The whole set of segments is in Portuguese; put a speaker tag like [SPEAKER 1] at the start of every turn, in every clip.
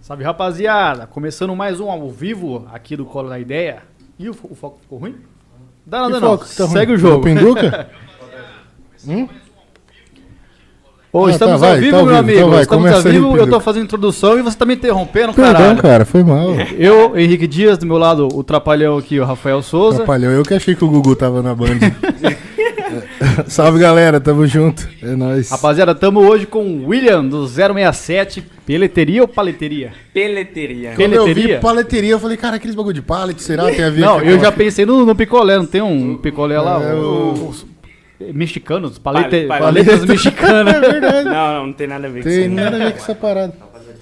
[SPEAKER 1] Salve, rapaziada! Começando mais um ao vivo aqui do Colo da Ideia. E o, fo- o foco ficou ruim? Dá nada
[SPEAKER 2] Que
[SPEAKER 1] não,
[SPEAKER 2] foco que tá
[SPEAKER 1] segue
[SPEAKER 2] ruim?
[SPEAKER 1] o jogo.
[SPEAKER 2] Do Pinduca? Hum?
[SPEAKER 1] Ô,
[SPEAKER 2] Ah,
[SPEAKER 1] estamos
[SPEAKER 2] tá,
[SPEAKER 1] ao
[SPEAKER 2] vai,
[SPEAKER 1] vivo,
[SPEAKER 2] tá ao
[SPEAKER 1] meu
[SPEAKER 2] vivo,
[SPEAKER 1] amigo.
[SPEAKER 2] então vai,
[SPEAKER 1] estamos
[SPEAKER 2] começa
[SPEAKER 1] ao
[SPEAKER 2] aí,
[SPEAKER 1] vivo, eu tô
[SPEAKER 2] Pinduca.
[SPEAKER 1] fazendo introdução e você tá me interrompendo,
[SPEAKER 2] Perdão,
[SPEAKER 1] caralho.
[SPEAKER 2] cara, foi mal.
[SPEAKER 1] Eu, Henrique Dias, do meu lado, o trapalhão aqui, o Rafael Souza.
[SPEAKER 2] Atrapalhou. Eu que achei que o Gugu tava na Band. É. Salve, galera. Tamo junto. É nóis.
[SPEAKER 1] Rapaziada, tamo hoje com o William, do 067, peleteria ou paleteria?
[SPEAKER 3] Peleteria.
[SPEAKER 1] Pe-
[SPEAKER 2] Quando eu vi
[SPEAKER 1] Peleteria?
[SPEAKER 2] paleteria, eu falei, cara, aqueles bagulho de pallet, será? Tem a ver
[SPEAKER 1] Não,
[SPEAKER 2] com
[SPEAKER 1] eu já
[SPEAKER 2] aquela-
[SPEAKER 1] pensei no, no picolé, não tem um picolé lá?
[SPEAKER 2] É,
[SPEAKER 1] o- os Mexicanos, palete,
[SPEAKER 3] Pale- pale-
[SPEAKER 1] paletas mexicanas.
[SPEAKER 2] É verdade.
[SPEAKER 3] Não, não, não tem nada a ver
[SPEAKER 2] Tem
[SPEAKER 3] com isso.
[SPEAKER 2] nada a ver com essa parada.
[SPEAKER 1] Então.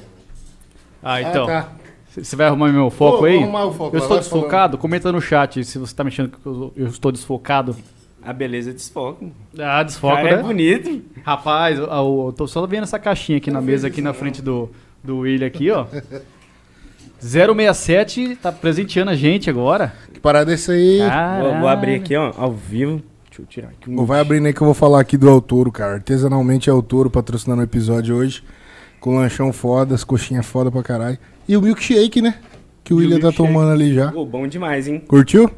[SPEAKER 1] Ah, então.
[SPEAKER 2] Ah, tá.
[SPEAKER 1] Você vai arrumar meu foco
[SPEAKER 2] Vou-
[SPEAKER 1] aí?
[SPEAKER 2] vou arrumar o foco,
[SPEAKER 1] eu
[SPEAKER 2] vai,
[SPEAKER 1] estou
[SPEAKER 2] vai
[SPEAKER 1] desfocado? Comenta no chat se você tá me achando que eu, eu estou desfocado.
[SPEAKER 3] A beleza desfoca.
[SPEAKER 1] Ah, desfoco,
[SPEAKER 3] Cara, é
[SPEAKER 2] né?
[SPEAKER 3] bonito.
[SPEAKER 1] Rapaz, eu, eu tô só vendo essa caixinha aqui na mesa, aqui na frente do, do William aqui, ó. 067 tá presenteando a gente agora.
[SPEAKER 2] Que parada é essa aí?
[SPEAKER 3] Vou,
[SPEAKER 1] Caralho.
[SPEAKER 3] vou abrir aqui, ó, ao vivo. Deixa eu tirar aqui. um
[SPEAKER 2] Vai abrindo aí que eu vou falar aqui do Autoro, cara. Artesanalmente é Autoro patrocinando o episódio hoje. Com lanchão foda, as coxinhas foda pra caralho. E o milkshake, né? Que o
[SPEAKER 3] E o
[SPEAKER 2] William tá
[SPEAKER 3] milkshake.
[SPEAKER 2] tomando ali já.
[SPEAKER 3] Pô, bom demais, hein?
[SPEAKER 2] Curtiu?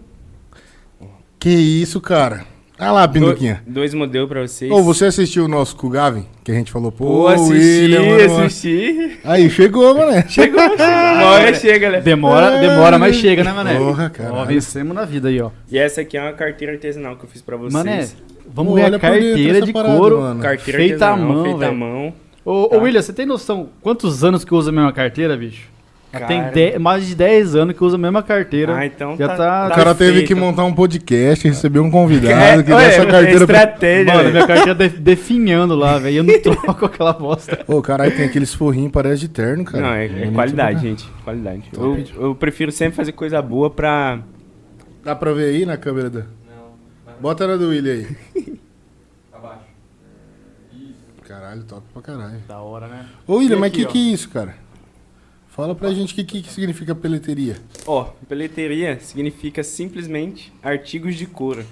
[SPEAKER 2] Que isso, cara. Ah lá,
[SPEAKER 3] Do-
[SPEAKER 2] Pinduquinha.
[SPEAKER 3] dois modelos pra vocês.
[SPEAKER 2] Ô, você assistiu o nosso com o Gavin? Que a gente falou, pô,
[SPEAKER 3] Pô, assisti,
[SPEAKER 2] William,
[SPEAKER 3] Tá
[SPEAKER 2] mano, mano.
[SPEAKER 3] assisti.
[SPEAKER 2] Aí, chegou, mané.
[SPEAKER 3] Chegou. Uma hora chega, né?
[SPEAKER 1] Demora, demora, mas chega, né, Mané?
[SPEAKER 2] Porra, caralho.
[SPEAKER 1] Ó, vencemos na vida aí, ó.
[SPEAKER 3] E essa aqui é uma carteira artesanal que eu fiz pra vocês.
[SPEAKER 1] Mané, vamos
[SPEAKER 2] Olha
[SPEAKER 1] ver a
[SPEAKER 2] pra dentro
[SPEAKER 1] carteira
[SPEAKER 2] essa
[SPEAKER 1] de
[SPEAKER 2] parada,
[SPEAKER 1] couro.
[SPEAKER 2] mano.
[SPEAKER 3] Carteira
[SPEAKER 1] é Feita à
[SPEAKER 3] artesanal,
[SPEAKER 1] mão,
[SPEAKER 3] feita
[SPEAKER 1] velho.
[SPEAKER 3] à mão.
[SPEAKER 1] Ô,
[SPEAKER 3] Tá.
[SPEAKER 1] ô, William, você tem noção quantos anos que usa a mesma carteira, bicho? Já
[SPEAKER 3] Cara.
[SPEAKER 1] tem dez- mais de 10 anos que usa a mesma carteira.
[SPEAKER 3] Ah, então
[SPEAKER 1] Já
[SPEAKER 3] tá-
[SPEAKER 1] tá.
[SPEAKER 2] O
[SPEAKER 3] tá
[SPEAKER 2] cara teve
[SPEAKER 3] feito. É,
[SPEAKER 2] que montar um podcast, receber um convidado que dá
[SPEAKER 3] Olha,
[SPEAKER 2] essa carteira pra...
[SPEAKER 3] estratégia, né?
[SPEAKER 1] Mano,
[SPEAKER 3] velho.
[SPEAKER 1] minha carteira tá de- definhando lá, velho. Eu não troco aquela bosta.
[SPEAKER 2] Ô, caralho, tem aqueles forrinhos, parece de terno, cara.
[SPEAKER 3] Não, é, é
[SPEAKER 2] Bonito
[SPEAKER 3] qualidade,
[SPEAKER 2] pra caralho.
[SPEAKER 3] gente. Qualidade. Eu,
[SPEAKER 2] Top.
[SPEAKER 3] eu prefiro sempre fazer coisa boa pra.
[SPEAKER 2] Dá pra ver aí na câmera da... Bota na do William aí. Abaixo. Caralho, top pra caralho.
[SPEAKER 1] Da hora, né?
[SPEAKER 2] Ô, William,
[SPEAKER 1] E
[SPEAKER 2] mas o
[SPEAKER 1] aqui,
[SPEAKER 2] que,
[SPEAKER 1] ó?
[SPEAKER 2] que é isso, cara? Fala pra gente o que, que que significa peleteria.
[SPEAKER 3] Ó, peleteria significa simplesmente artigos de couro.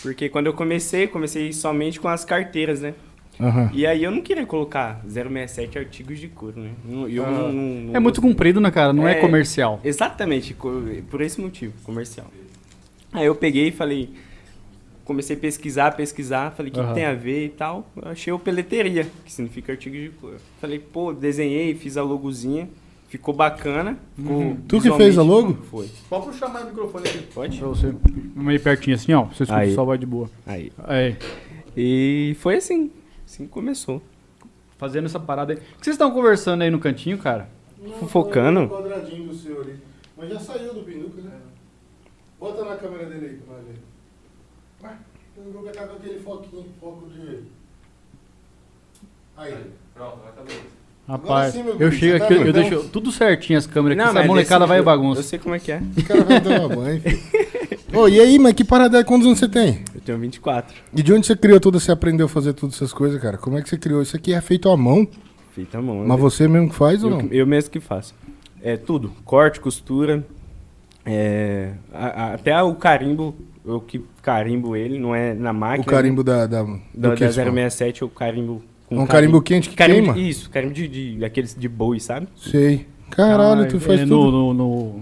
[SPEAKER 3] Porque quando eu comecei, comecei somente com as carteiras, né?
[SPEAKER 2] Aham.
[SPEAKER 3] E aí eu não queria colocar 067 artigos de couro, né? Não- Eu
[SPEAKER 2] Ah.
[SPEAKER 3] não, não-
[SPEAKER 1] É muito comprido, né, cara? Não é,
[SPEAKER 3] É.
[SPEAKER 1] comercial.
[SPEAKER 3] Exatamente, co- por esse motivo, comercial. Aí eu peguei e falei, comecei a pesquisar, pesquisar, falei o que, que
[SPEAKER 1] Aham.
[SPEAKER 3] tem a ver e tal. Eu achei o peleteria, que significa artigo de couro. Falei, pô, desenhei, fiz a logozinha, ficou bacana. ficou
[SPEAKER 2] Uhum. Tu que fez a
[SPEAKER 3] visualmente-
[SPEAKER 2] logo?
[SPEAKER 3] Foi.
[SPEAKER 1] Pode puxar mais o microfone aqui.
[SPEAKER 3] Pode?
[SPEAKER 1] Pra você. Meio pertinho assim, ó. pra Você escuta
[SPEAKER 3] Aí.
[SPEAKER 1] só vai de boa.
[SPEAKER 3] Aí.
[SPEAKER 1] Aí.
[SPEAKER 3] E foi assim. Assim que começou.
[SPEAKER 1] Fazendo essa parada aí. O que vocês estão conversando aí no cantinho, cara?
[SPEAKER 3] Fofocando.
[SPEAKER 2] Um quadradinho do seu ali. Mas já saiu do Pinduca, né? Bota na câmera dele aí pra nós ver. Ué, o Pinduca tá com aquele foquinho, foco de... Aí.
[SPEAKER 1] Rapaz,
[SPEAKER 2] sim, meu
[SPEAKER 1] eu
[SPEAKER 2] querido,
[SPEAKER 1] chego
[SPEAKER 2] você tá
[SPEAKER 1] aqui, eu
[SPEAKER 2] doidão?
[SPEAKER 1] deixo tudo certinho as câmeras aqui. Essa
[SPEAKER 3] mas
[SPEAKER 1] molecada
[SPEAKER 3] esse-
[SPEAKER 1] vai
[SPEAKER 3] eu-
[SPEAKER 1] em bagunça.
[SPEAKER 3] Eu sei como é que é.
[SPEAKER 2] O cara vai tomar banho, filho. Ô, e aí, mas que parada é? Quantos anos você tem?
[SPEAKER 3] Eu tenho 24.
[SPEAKER 2] E de onde você criou tudo, você aprendeu a fazer todas essas coisas, cara? Como é que você criou? Isso aqui é feito à mão,
[SPEAKER 3] Feita a mão. né?
[SPEAKER 2] mas um. você mesmo que faz ou
[SPEAKER 3] eu,
[SPEAKER 2] não?
[SPEAKER 3] eu mesmo que faço. É tudo. Corte, costura. é, a- a- até o carimbo. Eu que carimbo ele, não é na
[SPEAKER 2] O
[SPEAKER 3] máquina.
[SPEAKER 2] carimbo da... Da,
[SPEAKER 3] da,
[SPEAKER 2] do que
[SPEAKER 3] da
[SPEAKER 2] você fala?
[SPEAKER 3] 067 é o carimbo. com
[SPEAKER 2] Um carimbo quente que
[SPEAKER 3] carimbo de-
[SPEAKER 2] queima?
[SPEAKER 3] isso, carimbo de, de, aqueles de boi, sabe?
[SPEAKER 2] Sei. Caralho, tu
[SPEAKER 1] Ah,
[SPEAKER 2] faz
[SPEAKER 1] é
[SPEAKER 2] tudo.
[SPEAKER 1] No, no, no,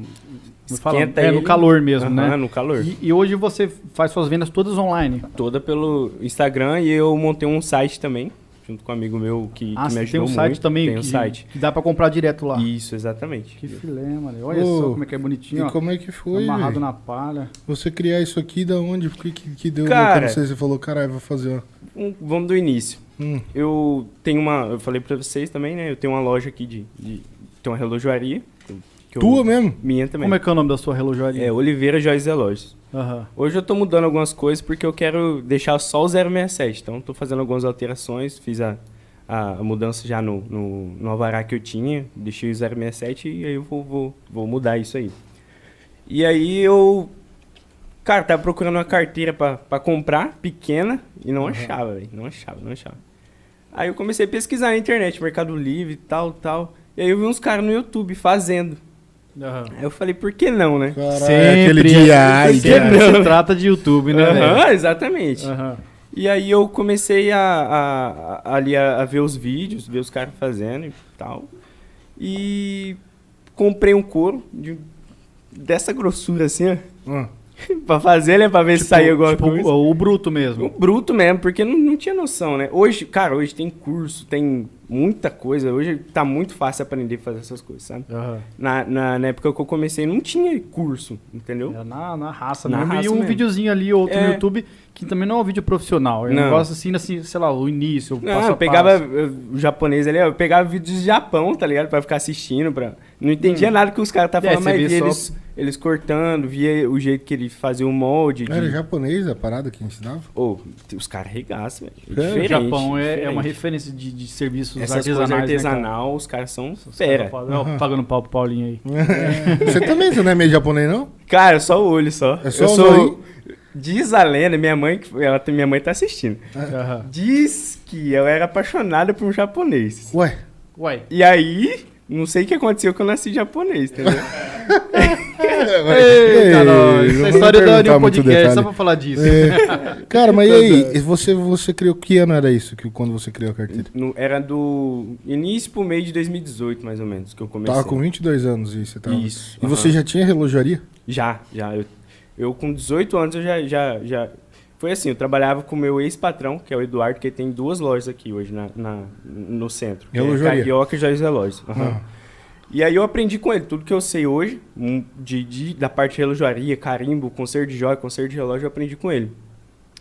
[SPEAKER 1] como fala?
[SPEAKER 3] Esquenta
[SPEAKER 1] é no
[SPEAKER 3] ele.
[SPEAKER 1] calor mesmo,
[SPEAKER 3] Aham,
[SPEAKER 1] né?
[SPEAKER 3] no calor.
[SPEAKER 1] E, e hoje você faz suas vendas todas online.
[SPEAKER 3] toda pelo Instagram e eu montei um site também, junto com um amigo meu que,
[SPEAKER 1] Ah,
[SPEAKER 3] que me
[SPEAKER 1] você
[SPEAKER 3] ajudou
[SPEAKER 1] tem um
[SPEAKER 3] muito.
[SPEAKER 1] site também
[SPEAKER 3] Tem um
[SPEAKER 1] que,
[SPEAKER 3] site.
[SPEAKER 1] que dá pra comprar direto lá.
[SPEAKER 3] Isso, exatamente.
[SPEAKER 1] Que filé, mano. Olha
[SPEAKER 2] Ô,
[SPEAKER 1] só como é que é bonitinho,
[SPEAKER 2] E
[SPEAKER 1] ó. Tá
[SPEAKER 2] como é que foi,
[SPEAKER 1] Amarrado
[SPEAKER 2] velho?
[SPEAKER 1] na palha.
[SPEAKER 2] Você criar isso aqui, da onde? Por que que, que deu?
[SPEAKER 3] Cara.
[SPEAKER 2] Não sei se você falou, caralho, vou fazer, ó.
[SPEAKER 3] Um- vamos do início.
[SPEAKER 2] Hum.
[SPEAKER 3] Eu tenho uma, eu falei pra vocês também, né? Eu tenho uma loja aqui de, de tem uma relojoaria. que eu-
[SPEAKER 2] Tua mesmo?
[SPEAKER 3] Minha também.
[SPEAKER 1] Como é que é o nome da sua relojaria?
[SPEAKER 3] É, Oliveira Joias e Relógios.
[SPEAKER 1] Aham.
[SPEAKER 3] Hoje eu tô mudando algumas coisas porque eu quero deixar só o 067. Então eu tô fazendo algumas alterações, fiz a, a a mudança já no, no, no alvará que eu tinha, deixei o 067 e aí eu vou, vou, vou mudar isso aí. E aí eu. Cara, tava procurando uma carteira pra, pra comprar, pequena, e não achava, velho. Não achava, não achava. Aí eu comecei a pesquisar na internet, Mercado Livre, tal, tal. E aí eu vi uns caras no YouTube fazendo.
[SPEAKER 1] Aham.
[SPEAKER 3] Aí eu falei, por que não, né?
[SPEAKER 2] Caralho,
[SPEAKER 1] Sempre
[SPEAKER 2] aquele dia. Ai,
[SPEAKER 1] Porque
[SPEAKER 2] cara.
[SPEAKER 1] se trata de YouTube, né? velho? Tipo,
[SPEAKER 3] Aham, exatamente.
[SPEAKER 1] Aham.
[SPEAKER 3] E aí eu comecei a, a- a- ali a, a ver os vídeos, ver os caras fazendo e tal. E comprei um couro de- dessa grossura assim, ó.
[SPEAKER 2] Ah,
[SPEAKER 3] pra fazer, né? Pra ver se saía alguma
[SPEAKER 1] tipo,
[SPEAKER 3] coisa.
[SPEAKER 1] o, o bruto
[SPEAKER 3] O
[SPEAKER 1] mesmo.
[SPEAKER 3] bruto mesmo, porque não, não tinha noção, né? Hoje, cara, hoje tem curso, tem muita coisa. Hoje tá muito fácil aprender a fazer essas coisas, sabe?
[SPEAKER 1] Aham.
[SPEAKER 3] Na, na, na época que eu comecei, não tinha curso, entendeu?
[SPEAKER 1] Era É na, na raça
[SPEAKER 3] Na
[SPEAKER 1] mesmo. e
[SPEAKER 3] raça
[SPEAKER 1] um
[SPEAKER 3] mesmo.
[SPEAKER 1] videozinho ali, outro no
[SPEAKER 3] É.
[SPEAKER 1] YouTube, que também não é um vídeo profissional. É um
[SPEAKER 3] Não.
[SPEAKER 1] negócio assim, assim, sei lá, o início, o
[SPEAKER 3] Não,
[SPEAKER 1] passo a
[SPEAKER 3] eu pegava
[SPEAKER 1] passo.
[SPEAKER 3] eh, o japonês ali, ó, eu pegava vídeos de Japão, tá ligado? Pra ficar assistindo, pra... Não entendia nada que os caras
[SPEAKER 1] É,
[SPEAKER 3] estavam falando,
[SPEAKER 1] você
[SPEAKER 3] mas
[SPEAKER 1] via
[SPEAKER 3] via
[SPEAKER 1] só-
[SPEAKER 3] eles, eles cortando, via o jeito que ele fazia o molde. de-
[SPEAKER 2] Era japonês a parada que ensinava?
[SPEAKER 3] Ô, os caras regaçam, velho. É
[SPEAKER 2] É,
[SPEAKER 1] O
[SPEAKER 2] o
[SPEAKER 3] diferente,
[SPEAKER 1] Japão é, é uma
[SPEAKER 3] diferente.
[SPEAKER 1] referência de, de serviços
[SPEAKER 3] Essas coisas
[SPEAKER 1] artesanais. né, cara?
[SPEAKER 3] artesanal, os caras são
[SPEAKER 1] Os caras
[SPEAKER 3] fera.
[SPEAKER 1] falam, "Ó, Pagando pau pro Paulinho aí.
[SPEAKER 2] Você também, você não é meio japonês, não?
[SPEAKER 3] Cara, só o olho só.
[SPEAKER 2] É só
[SPEAKER 3] eu
[SPEAKER 2] o
[SPEAKER 3] sou.
[SPEAKER 2] zoinho?
[SPEAKER 3] Diz a lenda, minha mãe, que- ela, tem- minha mãe tá assistindo.
[SPEAKER 1] Aham.
[SPEAKER 3] Diz que eu era apaixonada por um japonês.
[SPEAKER 2] Ué,
[SPEAKER 1] Ué.
[SPEAKER 3] E aí, não sei o que aconteceu que eu nasci japonês, entendeu?
[SPEAKER 1] Eita, nós.
[SPEAKER 2] não
[SPEAKER 1] Essa
[SPEAKER 2] vou
[SPEAKER 1] história daria
[SPEAKER 2] perguntar
[SPEAKER 1] um
[SPEAKER 2] muito
[SPEAKER 1] podcast
[SPEAKER 2] detalhe.
[SPEAKER 1] só pra falar disso.
[SPEAKER 2] É. Cara, mas e aí? Você, você criou que ano era isso? Que, quando você criou a carteira?
[SPEAKER 3] No- era do início pro meio de 2018, mais ou menos, que eu comecei.
[SPEAKER 2] Tava com 22 anos e você tava.
[SPEAKER 3] Isso.
[SPEAKER 2] E você
[SPEAKER 3] aham.
[SPEAKER 2] já tinha relojaria?
[SPEAKER 3] Já, já. Eu, eu com 18 anos, eu já, já, já... Foi assim, eu trabalhava com o meu ex-patrão, que é o Eduardo, que ele tem duas lojas aqui hoje na, na- no centro. que É
[SPEAKER 2] Relojaria.
[SPEAKER 3] Carioca e Joias Relógios. Aham.
[SPEAKER 2] Ah.
[SPEAKER 3] E aí eu aprendi com ele tudo que eu sei hoje, hum, de, de- da parte de relojaria, carimbo, conserto de joia, conserto de relógio, eu aprendi com ele.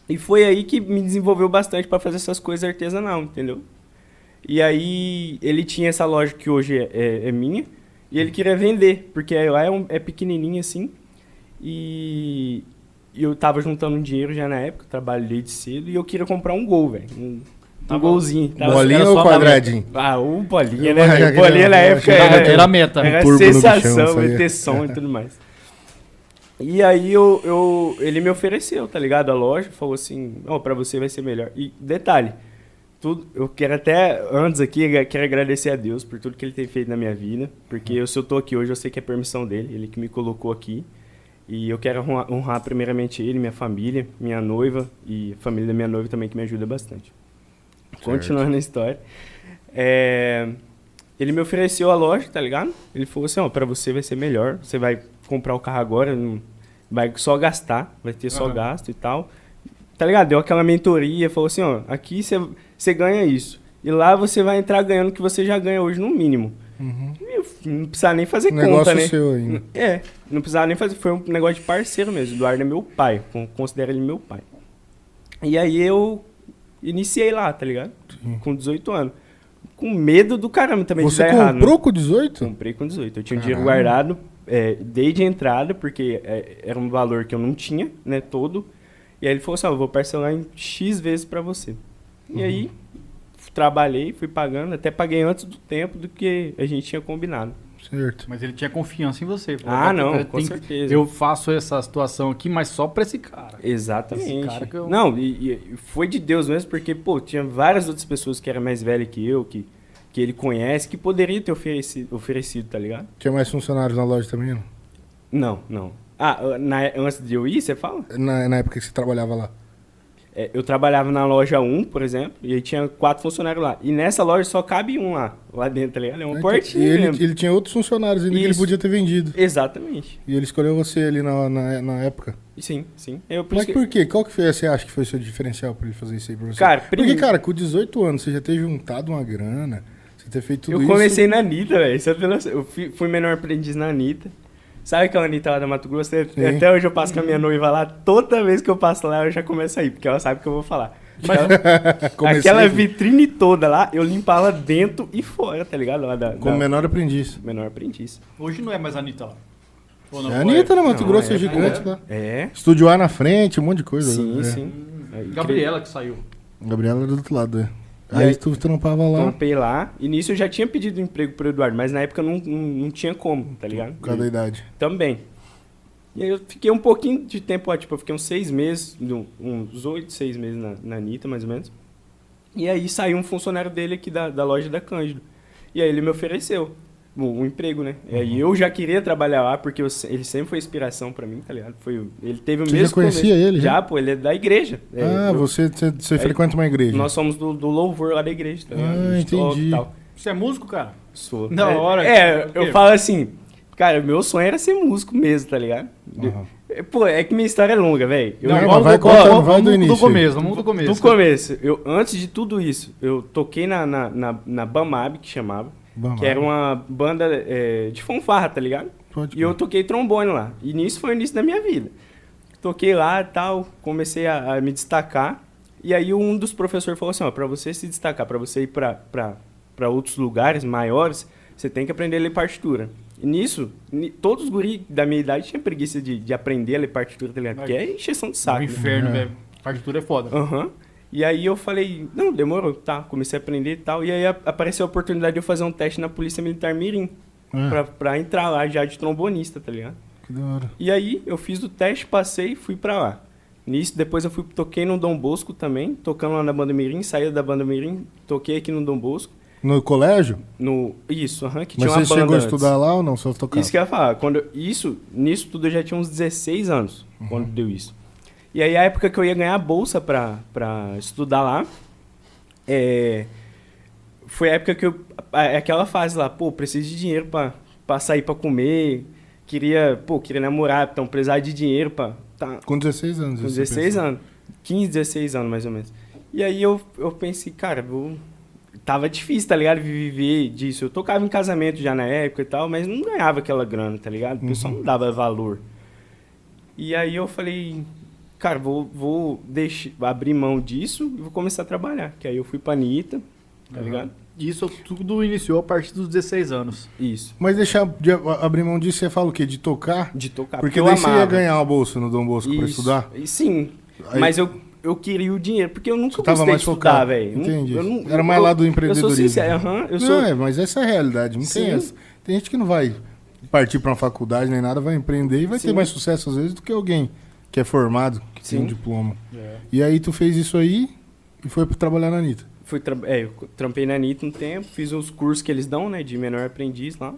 [SPEAKER 3] E foi aí que me desenvolveu bastante pra fazer essas coisas artesanal, entendeu? E aí ele tinha essa loja que hoje é, é- é minha, e ele queria vender, porque aí lá é, um, é pequenininha assim, e e eu tava juntando um dinheiro já na época, trabalhei de cedo, e eu queria comprar um gol, velho. Um,
[SPEAKER 1] Tá
[SPEAKER 3] um
[SPEAKER 1] bom.
[SPEAKER 3] golzinho. Tava-
[SPEAKER 2] Bolinha
[SPEAKER 3] era
[SPEAKER 2] ou um?
[SPEAKER 3] só na-
[SPEAKER 2] quadradinho?
[SPEAKER 3] Ah, o bolinha,
[SPEAKER 2] Eu
[SPEAKER 3] né?
[SPEAKER 2] achava
[SPEAKER 3] velho?
[SPEAKER 2] que
[SPEAKER 3] bolinha
[SPEAKER 2] era-
[SPEAKER 3] na
[SPEAKER 2] eu
[SPEAKER 3] época
[SPEAKER 2] achava
[SPEAKER 1] Era,
[SPEAKER 2] que
[SPEAKER 1] era a meta.
[SPEAKER 3] era
[SPEAKER 2] Um turbo no bichão,
[SPEAKER 3] sensação,
[SPEAKER 2] saía.
[SPEAKER 3] ia ter som e tudo mais. E aí eu, eu- ele me ofereceu, tá ligado? A loja falou assim, ó, pra você vai ser melhor. E detalhe, tudo, eu quero até, antes aqui, eu quero agradecer a Deus por tudo que ele tem feito na minha vida. Porque eu, se eu tô aqui hoje, eu sei que é permissão dele, ele que me colocou aqui. E eu quero honrar, honrar primeiramente ele, minha família, minha noiva e a família da minha noiva também, que me ajuda bastante. Continuando a história. É, ele me ofereceu a loja, tá ligado? Ele falou assim, ó, pra você vai ser melhor. Você vai comprar o carro agora, não- vai só gastar, vai ter só
[SPEAKER 1] Aham.
[SPEAKER 3] gasto e tal. Tá ligado? Deu aquela mentoria, falou assim, ó, aqui você- você ganha isso. E lá você vai entrar ganhando o que você já ganha hoje no mínimo.
[SPEAKER 2] Uhum.
[SPEAKER 3] E eu f- não precisava nem fazer conta,
[SPEAKER 2] Negócio
[SPEAKER 3] né?
[SPEAKER 2] seu ainda.
[SPEAKER 3] É, não precisava nem fazer. Foi um negócio de parceiro mesmo. Eduardo é meu pai. con- Considero ele meu pai. E aí eu iniciei lá, tá ligado?
[SPEAKER 2] Sim.
[SPEAKER 3] Com 18 anos. Com medo do caramba também de
[SPEAKER 2] Você
[SPEAKER 3] dar errado.
[SPEAKER 2] comprou com
[SPEAKER 3] né?
[SPEAKER 2] 18?
[SPEAKER 3] Comprei com 18. Eu tinha um dinheiro
[SPEAKER 2] Caralho.
[SPEAKER 3] guardado é, desde a entrada, porque é, era um valor que eu não tinha, né, todo. E aí ele falou assim, ó, eu vou parcelar em X vezes pra você. E
[SPEAKER 2] Uhum.
[SPEAKER 3] aí, f- trabalhei, fui pagando, até paguei antes do tempo do que a gente tinha combinado.
[SPEAKER 2] Certo.
[SPEAKER 1] Mas ele tinha confiança em você. Falou,
[SPEAKER 3] Ah,
[SPEAKER 1] "Cara,
[SPEAKER 3] não,
[SPEAKER 1] tem-
[SPEAKER 3] com certeza.
[SPEAKER 1] Eu faço essa situação aqui, mas só pra esse cara. Esse
[SPEAKER 3] Exatamente.
[SPEAKER 1] cara que eu-
[SPEAKER 3] Não, e, e foi de Deus mesmo, porque, pô, tinha várias outras pessoas que eram mais velhas que eu, que, que ele conhece, que poderia ter oferecido, oferecido, tá ligado?
[SPEAKER 2] Tinha mais funcionários na loja também, não?
[SPEAKER 3] Não, não. Ah, na- antes de eu ir, você fala?
[SPEAKER 2] Na, na época que você trabalhava lá.
[SPEAKER 3] É, eu trabalhava na loja 1, por exemplo, e aí tinha quatro funcionários lá. E nessa loja só cabe um lá, lá dentro, tá ligado? É uma
[SPEAKER 2] e
[SPEAKER 3] portinha mesmo.
[SPEAKER 2] Né, ele, ele tinha outros funcionários ainda que ele
[SPEAKER 3] Isso.
[SPEAKER 2] podia ter vendido.
[SPEAKER 3] Exatamente.
[SPEAKER 2] E ele escolheu você ali na, na, na época.
[SPEAKER 3] Sim, sim. Eu, por
[SPEAKER 2] Mas
[SPEAKER 3] isso que-
[SPEAKER 2] por quê? Qual que foi, você acha que foi o seu diferencial pra ele fazer isso aí pra você?
[SPEAKER 3] Cara,
[SPEAKER 2] Porque,
[SPEAKER 3] primeiro-
[SPEAKER 2] cara, com 18 anos, você já ter juntado uma grana, você ter feito tudo
[SPEAKER 3] eu comecei na Anitta, velho. Você tem noção? Eu fui, fui menor aprendiz na Anitta. Sabe aquela Anitta lá da Mato Grosso?
[SPEAKER 2] Sim.
[SPEAKER 3] Até hoje eu passo com a minha noiva lá. Toda vez que eu passo lá, eu já começo a ir, porque ela sabe que eu vou falar.
[SPEAKER 2] isso. é, Comecei
[SPEAKER 3] Aquela
[SPEAKER 2] com-
[SPEAKER 3] vitrine toda lá, eu limpava dentro e fora, tá ligado? Lá da,
[SPEAKER 2] Como
[SPEAKER 3] da
[SPEAKER 2] menor aprendiz.
[SPEAKER 3] menor aprendiz.
[SPEAKER 1] Hoje não é mais a Anitta. ó. Ou
[SPEAKER 2] É
[SPEAKER 1] foi?
[SPEAKER 2] a Anitta no Mato
[SPEAKER 3] Não,
[SPEAKER 2] Grosso é,
[SPEAKER 3] é-
[SPEAKER 2] gigante lá.
[SPEAKER 3] É?
[SPEAKER 2] Estúdio A na frente, um monte de coisa.
[SPEAKER 3] Sim,
[SPEAKER 2] é.
[SPEAKER 3] sim. Aí,
[SPEAKER 1] Hum, Gabriela que saiu.
[SPEAKER 2] Gabriela era do outro lado, é.
[SPEAKER 3] E
[SPEAKER 2] Aí
[SPEAKER 3] aí- Então,
[SPEAKER 2] tu trampava lá
[SPEAKER 3] Tampei lá. E nisso eu já tinha pedido emprego pro Eduardo, mas na época não, não, não tinha como, tá ligado?
[SPEAKER 2] por causa da idade.
[SPEAKER 3] Também. E aí eu fiquei um pouquinho de tempo, ó, tipo, eu fiquei uns seis meses, nu- uns oito, seis meses na, na Anitta, mais ou menos. E aí saiu um funcionário dele aqui da, da loja da Cândido. E aí ele me ofereceu um, um emprego, né? E aí
[SPEAKER 2] Uhum.
[SPEAKER 3] eu já queria trabalhar lá, porque eu se- ele sempre foi inspiração pra mim, tá ligado? Foi, o- ele teve o
[SPEAKER 2] Você já
[SPEAKER 3] mesmo...
[SPEAKER 2] conhecia
[SPEAKER 3] começo.
[SPEAKER 2] ele, já?
[SPEAKER 3] Já, pô, ele é da igreja. É,
[SPEAKER 2] ah,
[SPEAKER 3] eu-
[SPEAKER 2] você, você, você
[SPEAKER 3] aí-
[SPEAKER 2] frequenta uma igreja.
[SPEAKER 3] Nós somos do, do louvor lá da igreja, tá ligado?
[SPEAKER 2] Ah,
[SPEAKER 3] A gente toca e
[SPEAKER 2] entendi.
[SPEAKER 3] tal.
[SPEAKER 1] Você é músico, cara?
[SPEAKER 3] Sou.
[SPEAKER 1] Na
[SPEAKER 3] É-
[SPEAKER 1] hora.
[SPEAKER 3] É,
[SPEAKER 1] Por quê?
[SPEAKER 3] eu falo assim, cara, meu sonho era ser músico mesmo, tá ligado?
[SPEAKER 2] Aham.
[SPEAKER 3] É, Pô, é que minha história é longa, velho. Eu-
[SPEAKER 2] Não,
[SPEAKER 1] vamos
[SPEAKER 2] mas vai
[SPEAKER 1] do-
[SPEAKER 2] contando,
[SPEAKER 1] vamos
[SPEAKER 2] vai do início aí.
[SPEAKER 1] começo, vamos é um do começo. né?
[SPEAKER 3] Do começo. Eu, antes de tudo isso, eu toquei na, na, na, na Bamab, que chamava.
[SPEAKER 2] Bamab.
[SPEAKER 3] Que era uma banda é, de fanfarra, tá ligado?
[SPEAKER 2] Pode
[SPEAKER 3] e eu
[SPEAKER 2] crer.
[SPEAKER 3] toquei trombone lá. E nisso foi o início da minha vida. Toquei lá e tal, comecei a, a me destacar. E aí um dos professores falou assim, ó, pra você se destacar, pra você ir pra, pra, pra outros lugares maiores, você tem que aprender a ler partitura. E nisso, ni- todos os guris da minha idade tinham preguiça de, de aprender a ler partitura, tá ligado? Porque é encheção de saco.
[SPEAKER 1] Um
[SPEAKER 3] né?
[SPEAKER 1] inferno,
[SPEAKER 2] É.
[SPEAKER 1] velho. Partitura é foda.
[SPEAKER 3] Aham. E aí eu falei, não, demorou, tá, comecei a aprender e tal. E aí a- apareceu a oportunidade de eu fazer um teste na Polícia Militar Mirim,
[SPEAKER 2] Ah.
[SPEAKER 3] pra, pra entrar lá já de trombonista, tá ligado?
[SPEAKER 2] Que da hora.
[SPEAKER 3] E aí eu fiz o teste, passei e fui pra lá. Nisso, depois eu fui, toquei no Dom Bosco também, tocando lá na Banda Mirim, saí da Banda Mirim, toquei aqui no Dom Bosco. No
[SPEAKER 2] No colégio?
[SPEAKER 3] No, isso, aham, que
[SPEAKER 2] Mas
[SPEAKER 3] tinha uma
[SPEAKER 2] você
[SPEAKER 3] banda
[SPEAKER 2] chegou a
[SPEAKER 3] antes.
[SPEAKER 2] estudar lá ou não? Só tocar?
[SPEAKER 3] Isso que eu ia falar. Quando eu- isso, nisso tudo eu já tinha uns 16 anos quando deu isso. E aí a época que eu ia ganhar a bolsa pra, pra estudar lá, é, foi a época que eu. a- a- Aquela fase lá, pô, preciso de dinheiro pra, pra sair pra comer. Queria, pô, queria namorar, então precisava de dinheiro pra. Tá,
[SPEAKER 2] Com 16 anos.
[SPEAKER 3] com
[SPEAKER 2] você
[SPEAKER 3] 16
[SPEAKER 2] pensou.
[SPEAKER 3] anos. 15, 16 anos, mais ou menos. E aí eu, eu pensei, cara, vou... tava difícil, tá ligado? vi- Viver disso. Eu tocava em casamento já na época e tal, mas não ganhava aquela grana, tá ligado? O
[SPEAKER 2] Uhum.
[SPEAKER 3] pessoal não dava valor. E aí eu falei, cara, vou, vou deixar, abrir mão disso e vou começar a trabalhar. Que aí eu fui pra Anitta, tá
[SPEAKER 1] Aham.
[SPEAKER 3] ligado?
[SPEAKER 1] Isso tudo iniciou a partir dos 16 anos.
[SPEAKER 3] Isso.
[SPEAKER 2] Mas deixar de a- abrir mão disso, você fala o quê? De tocar?
[SPEAKER 3] De tocar.
[SPEAKER 2] Porque
[SPEAKER 3] Ah, eu
[SPEAKER 2] daí você ia
[SPEAKER 3] amava.
[SPEAKER 2] ganhar uma bolsa no Dom Bosco pra
[SPEAKER 3] Isso.
[SPEAKER 2] estudar?
[SPEAKER 3] E Sim.
[SPEAKER 2] Aí-
[SPEAKER 3] Mas eu, eu queria o dinheiro, porque eu nunca
[SPEAKER 2] Você tava
[SPEAKER 3] gostei
[SPEAKER 2] mais
[SPEAKER 3] de estudar,
[SPEAKER 2] focado.
[SPEAKER 3] velho.
[SPEAKER 2] Entendi.
[SPEAKER 3] Eu não-
[SPEAKER 2] Era mais
[SPEAKER 3] eu-
[SPEAKER 2] lá do
[SPEAKER 3] Eu
[SPEAKER 2] empreendedorismo.
[SPEAKER 3] sou sincero, aham. eu sou...
[SPEAKER 2] Não, é, mas essa é a realidade, não tem
[SPEAKER 3] Sim.
[SPEAKER 2] essa. Tem gente que não vai partir pra uma faculdade nem nada, vai empreender e vai ter
[SPEAKER 3] Sim.
[SPEAKER 2] mais sucesso às vezes do que alguém que é formado, que tem
[SPEAKER 3] Sim. É.
[SPEAKER 2] um diploma. E aí tu fez isso aí e foi pra trabalhar na Anitta.
[SPEAKER 3] Fui tra- é, eu trampei na Anitta um tempo, fiz uns cursos que eles dão, né, de menor aprendiz lá.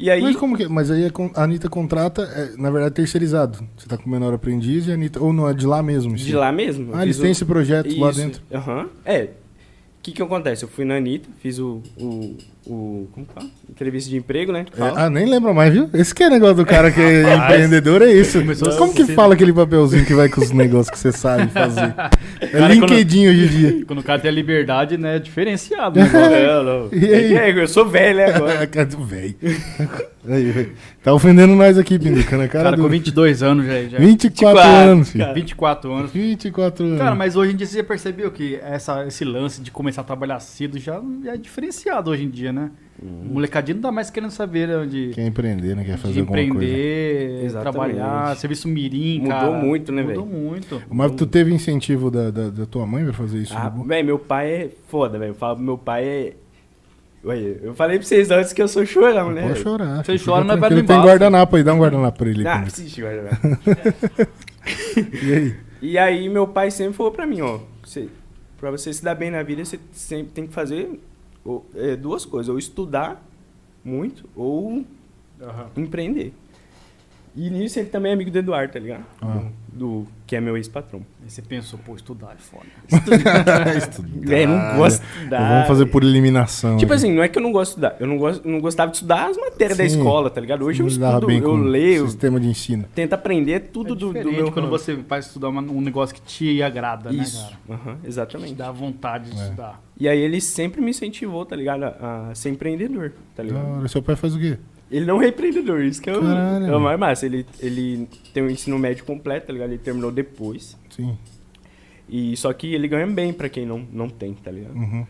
[SPEAKER 3] E aí...
[SPEAKER 2] Mas como que Mas aí a con- a Anitta contrata, é, na verdade, terceirizado. Você tá com o menor aprendiz e a Anitta. Ou não, é de lá mesmo.
[SPEAKER 3] De
[SPEAKER 2] isso?
[SPEAKER 3] lá mesmo. eu
[SPEAKER 2] Ah, eles
[SPEAKER 3] fiz
[SPEAKER 2] têm
[SPEAKER 3] o-
[SPEAKER 2] esse projeto lá
[SPEAKER 3] Isso,
[SPEAKER 2] dentro.
[SPEAKER 3] Aham. É. O que que acontece? Eu fui na Anitta, fiz o... o, o como que fala? Entrevista de emprego, né?
[SPEAKER 2] É, ah, nem lembro mais, viu? Esse que é o negócio do cara que é empreendedor, é isso.
[SPEAKER 1] Começou
[SPEAKER 2] Como
[SPEAKER 1] a
[SPEAKER 2] que
[SPEAKER 1] ser-
[SPEAKER 2] fala aquele papelzinho que vai com os negócios que você sabe fazer? É
[SPEAKER 1] Cara, quando-
[SPEAKER 2] LinkedIn hoje em dia.
[SPEAKER 1] Quando o cara tem a liberdade, né? É diferenciado. né, cara?
[SPEAKER 3] Não, não.
[SPEAKER 2] E aí? Ah,
[SPEAKER 3] É que eu sou velho agora.
[SPEAKER 2] Cadê o velho? Aí, velho. Tá ofendendo nós aqui, Pinduca, na cara,
[SPEAKER 1] cara
[SPEAKER 2] do...
[SPEAKER 1] com 22 anos já. é já
[SPEAKER 2] 24 anos, filho.
[SPEAKER 3] cara.
[SPEAKER 1] 24 anos.
[SPEAKER 2] 24 anos.
[SPEAKER 1] Cara, mas hoje em dia você já percebeu que essa, esse lance de começar a trabalhar cedo já já é diferenciado hoje em dia, né?
[SPEAKER 3] Uhum.
[SPEAKER 1] O molecadinho não tá mais querendo saber onde
[SPEAKER 2] Quer empreender, né? Quer fazer
[SPEAKER 1] de
[SPEAKER 2] alguma coisa.
[SPEAKER 1] empreender,
[SPEAKER 3] Exatamente.
[SPEAKER 1] trabalhar, serviço mirim,
[SPEAKER 3] Mudou
[SPEAKER 1] cara.
[SPEAKER 3] muito, né,
[SPEAKER 1] Mudou
[SPEAKER 3] velho?
[SPEAKER 1] muito.
[SPEAKER 2] Mas tu teve incentivo da, da, da tua mãe pra fazer isso?
[SPEAKER 3] Ah, velho, meu pai é foda, velho. Eu falo, meu pai é... Ué, eu falei pra vocês antes que eu sou chorão, né?
[SPEAKER 2] Pode
[SPEAKER 3] velho?
[SPEAKER 2] chorar.
[SPEAKER 1] Você
[SPEAKER 2] fica
[SPEAKER 1] chora, nós vai
[SPEAKER 2] tranquilo.
[SPEAKER 1] no
[SPEAKER 2] Tem
[SPEAKER 1] embalo.
[SPEAKER 2] guardanapo aí, dá um guardanapo pra ele.
[SPEAKER 3] Ah,
[SPEAKER 2] Pinduca.
[SPEAKER 3] assiste, vai, vai.
[SPEAKER 2] E aí?
[SPEAKER 3] E aí meu pai sempre falou pra mim, ó, você, pra você se dar bem na vida, você sempre tem que fazer ou- é, duas coisas, ou estudar muito, ou empreender. E nisso ele também é amigo do Eduardo, tá ligado?
[SPEAKER 2] Ah.
[SPEAKER 3] Do, que é meu ex-patrão.
[SPEAKER 1] Aí você pensou, pô, estudar é foda.
[SPEAKER 2] Estudar.
[SPEAKER 3] É, não gosto de estudar.
[SPEAKER 2] Vamos fazer um- por eliminação.
[SPEAKER 3] Tipo
[SPEAKER 2] aqui.
[SPEAKER 3] assim, não é que eu não gosto de estudar. Eu não, gosto, não gostava de estudar as matérias da
[SPEAKER 2] Sim.
[SPEAKER 3] escola, tá ligado? Hoje eu
[SPEAKER 2] Não lidava
[SPEAKER 3] estudo,
[SPEAKER 2] bem
[SPEAKER 3] eu
[SPEAKER 2] com o
[SPEAKER 3] leio,
[SPEAKER 2] Sistema de ensino.
[SPEAKER 3] tento aprender tudo
[SPEAKER 1] É
[SPEAKER 3] do, do
[SPEAKER 1] diferente
[SPEAKER 3] meu...
[SPEAKER 1] quando você vai estudar uma- um negócio que te agrada, né,
[SPEAKER 3] Isso,
[SPEAKER 1] cara?
[SPEAKER 3] aham,
[SPEAKER 1] Te
[SPEAKER 3] exatamente.
[SPEAKER 1] dá vontade de
[SPEAKER 2] É.
[SPEAKER 1] estudar.
[SPEAKER 3] E aí ele sempre me incentivou, tá ligado? A, a ser empreendedor,
[SPEAKER 2] Da
[SPEAKER 3] tá ligado?
[SPEAKER 2] hora. Seu pai faz o quê?
[SPEAKER 3] Ele não é empreendedor, isso que é o,
[SPEAKER 2] Caralho.
[SPEAKER 3] é o mais massa. Ele, ele tem o ensino médio completo, tá ligado? Ele terminou depois.
[SPEAKER 2] Sim.
[SPEAKER 3] E só que ele ganha bem pra quem não, não tem, tá ligado?
[SPEAKER 2] Uhum.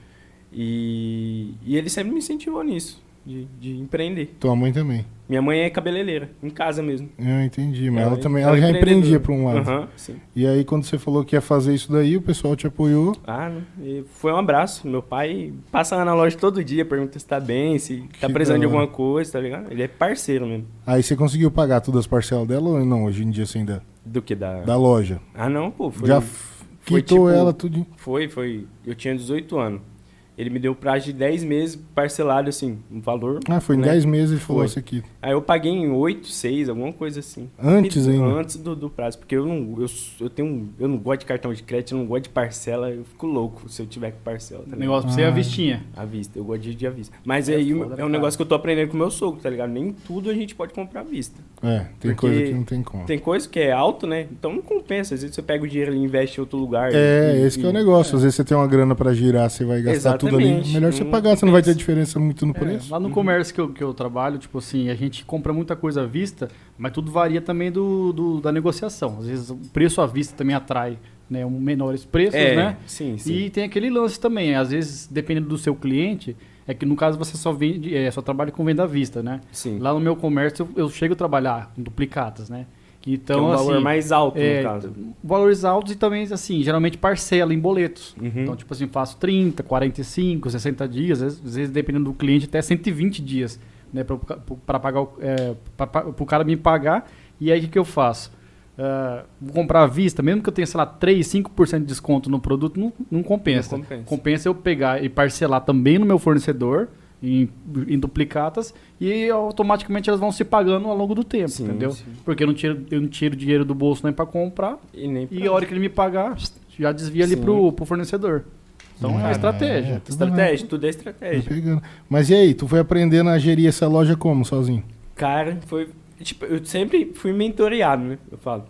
[SPEAKER 3] E, e ele sempre me incentivou nisso, de, de empreender.
[SPEAKER 2] Tua mãe também.
[SPEAKER 3] Minha mãe é cabeleireira, em casa mesmo.
[SPEAKER 2] Eu entendi, mas ela,
[SPEAKER 3] é-
[SPEAKER 2] também ela
[SPEAKER 3] é
[SPEAKER 2] já empreendia
[SPEAKER 3] empreendedora. Uhum.
[SPEAKER 2] por um lado.
[SPEAKER 3] Aham, sim.
[SPEAKER 2] E aí, quando você falou que ia fazer isso daí, o pessoal te apoiou.
[SPEAKER 3] Ah, não, e foi um abraço. Meu pai passa lá na loja todo dia, pergunta se tá bem, se tá
[SPEAKER 2] Que
[SPEAKER 3] precisando de
[SPEAKER 2] da hora.
[SPEAKER 3] alguma coisa, tá ligado? Ele é parceiro mesmo.
[SPEAKER 2] Aí você conseguiu pagar todas as parcelas dela ou não? Hoje em dia você ainda.
[SPEAKER 3] Do que da.
[SPEAKER 2] Da loja.
[SPEAKER 3] Ah, não, pô. É. Foi...
[SPEAKER 2] já f-
[SPEAKER 3] foi
[SPEAKER 2] quitou
[SPEAKER 3] tipo-
[SPEAKER 2] ela tudo.
[SPEAKER 3] Foi, foi. Eu tinha 18 anos. Ele me deu prazo de 10 meses parcelado, assim, um valor.
[SPEAKER 2] Ah, foi em
[SPEAKER 3] né?
[SPEAKER 2] 10 meses ele falou
[SPEAKER 3] Foi.
[SPEAKER 2] isso aqui.
[SPEAKER 3] Aí eu paguei em 8, 6, alguma coisa assim.
[SPEAKER 2] Antes
[SPEAKER 3] E-
[SPEAKER 2] ainda.
[SPEAKER 3] Antes do, do prazo, porque eu não, eu, s- eu, tenho, um- eu não gosto de cartão de crédito, eu não gosto de parcela, eu fico louco se eu tiver que parcela, tá
[SPEAKER 1] O
[SPEAKER 3] ligado?
[SPEAKER 1] negócio pra você é a
[SPEAKER 2] Ah.
[SPEAKER 1] vistinha.
[SPEAKER 3] À vista, eu gosto de, de à vista. Mas
[SPEAKER 1] É
[SPEAKER 3] aí
[SPEAKER 1] foda,
[SPEAKER 3] é um
[SPEAKER 1] cara.
[SPEAKER 3] negócio que eu tô aprendendo com o meu sogro, tá ligado? Nem tudo a gente pode comprar à vista.
[SPEAKER 2] É, tem
[SPEAKER 3] Porque
[SPEAKER 2] coisa que não tem como.
[SPEAKER 3] Tem coisa que é alto, né? Então não compensa. Às vezes você pega o dinheiro e investe em outro lugar.
[SPEAKER 2] É,
[SPEAKER 3] e-
[SPEAKER 2] esse que é o
[SPEAKER 3] e-
[SPEAKER 2] negócio. Às vezes você tem uma grana pra girar, você vai gastar tudo ali.
[SPEAKER 3] Exatamente. Hum,
[SPEAKER 2] Melhor você
[SPEAKER 3] Não
[SPEAKER 2] pagar, você não vai ter
[SPEAKER 3] compensa.
[SPEAKER 2] diferença muito no
[SPEAKER 1] É,
[SPEAKER 2] preço.
[SPEAKER 3] Uhum.
[SPEAKER 1] lá no comércio que eu, que eu trabalho, tipo assim, a gente compra muita coisa à vista, mas tudo varia também do, do- da negociação. Às vezes o preço à vista também atrai né, um menores preços,
[SPEAKER 3] É,
[SPEAKER 1] né?
[SPEAKER 3] sim, sim.
[SPEAKER 1] E tem aquele lance também, às vezes, dependendo do seu cliente, é que no caso você só vende, é, só trabalha com venda à vista, né?
[SPEAKER 3] Sim.
[SPEAKER 1] Lá no meu comércio eu, eu chego a trabalhar com duplicatas, né? Então,
[SPEAKER 3] que é um valor
[SPEAKER 1] assim,
[SPEAKER 3] mais alto,
[SPEAKER 1] é,
[SPEAKER 3] no caso.
[SPEAKER 1] valores altos e também, assim, geralmente parcela em boletos.
[SPEAKER 3] Uhum.
[SPEAKER 1] Então, tipo assim, faço 30, 45, 60 dias, às às vezes, dependendo do cliente, até 120 dias, né? Pra, pra- pra pagar, o- é, pra, pra- pro cara me pagar. E aí, o que, que eu faço? Ah, vou comprar à vista, mesmo que eu tenha, sei lá, 3, 5% de desconto no produto, não, não compensa.
[SPEAKER 3] Não compensa.
[SPEAKER 1] eu pegar e parcelar também no meu fornecedor, em, em duplicatas, e automaticamente elas vão se pagando ao longo do tempo,
[SPEAKER 3] Sim,
[SPEAKER 1] entendeu?
[SPEAKER 3] sim.
[SPEAKER 1] Porque eu não tiro, eu não tiro dinheiro do bolso nem pra comprar,
[SPEAKER 3] E nem
[SPEAKER 1] e
[SPEAKER 3] pra-
[SPEAKER 1] a hora que ele me pagar, já desvia ali
[SPEAKER 3] Sim.
[SPEAKER 1] pro, pro fornecedor. Então é uma
[SPEAKER 2] Ah,
[SPEAKER 1] estratégia.
[SPEAKER 2] tudo
[SPEAKER 3] Estratégia, tudo é
[SPEAKER 2] vai-
[SPEAKER 3] estratégia.
[SPEAKER 2] vai pegando. Mas e aí, tu foi aprendendo a gerir essa loja como, sozinho?
[SPEAKER 1] Uhum.
[SPEAKER 3] Cara, foi. Tipo, eu sempre fui mentoreado, né? Eu falo.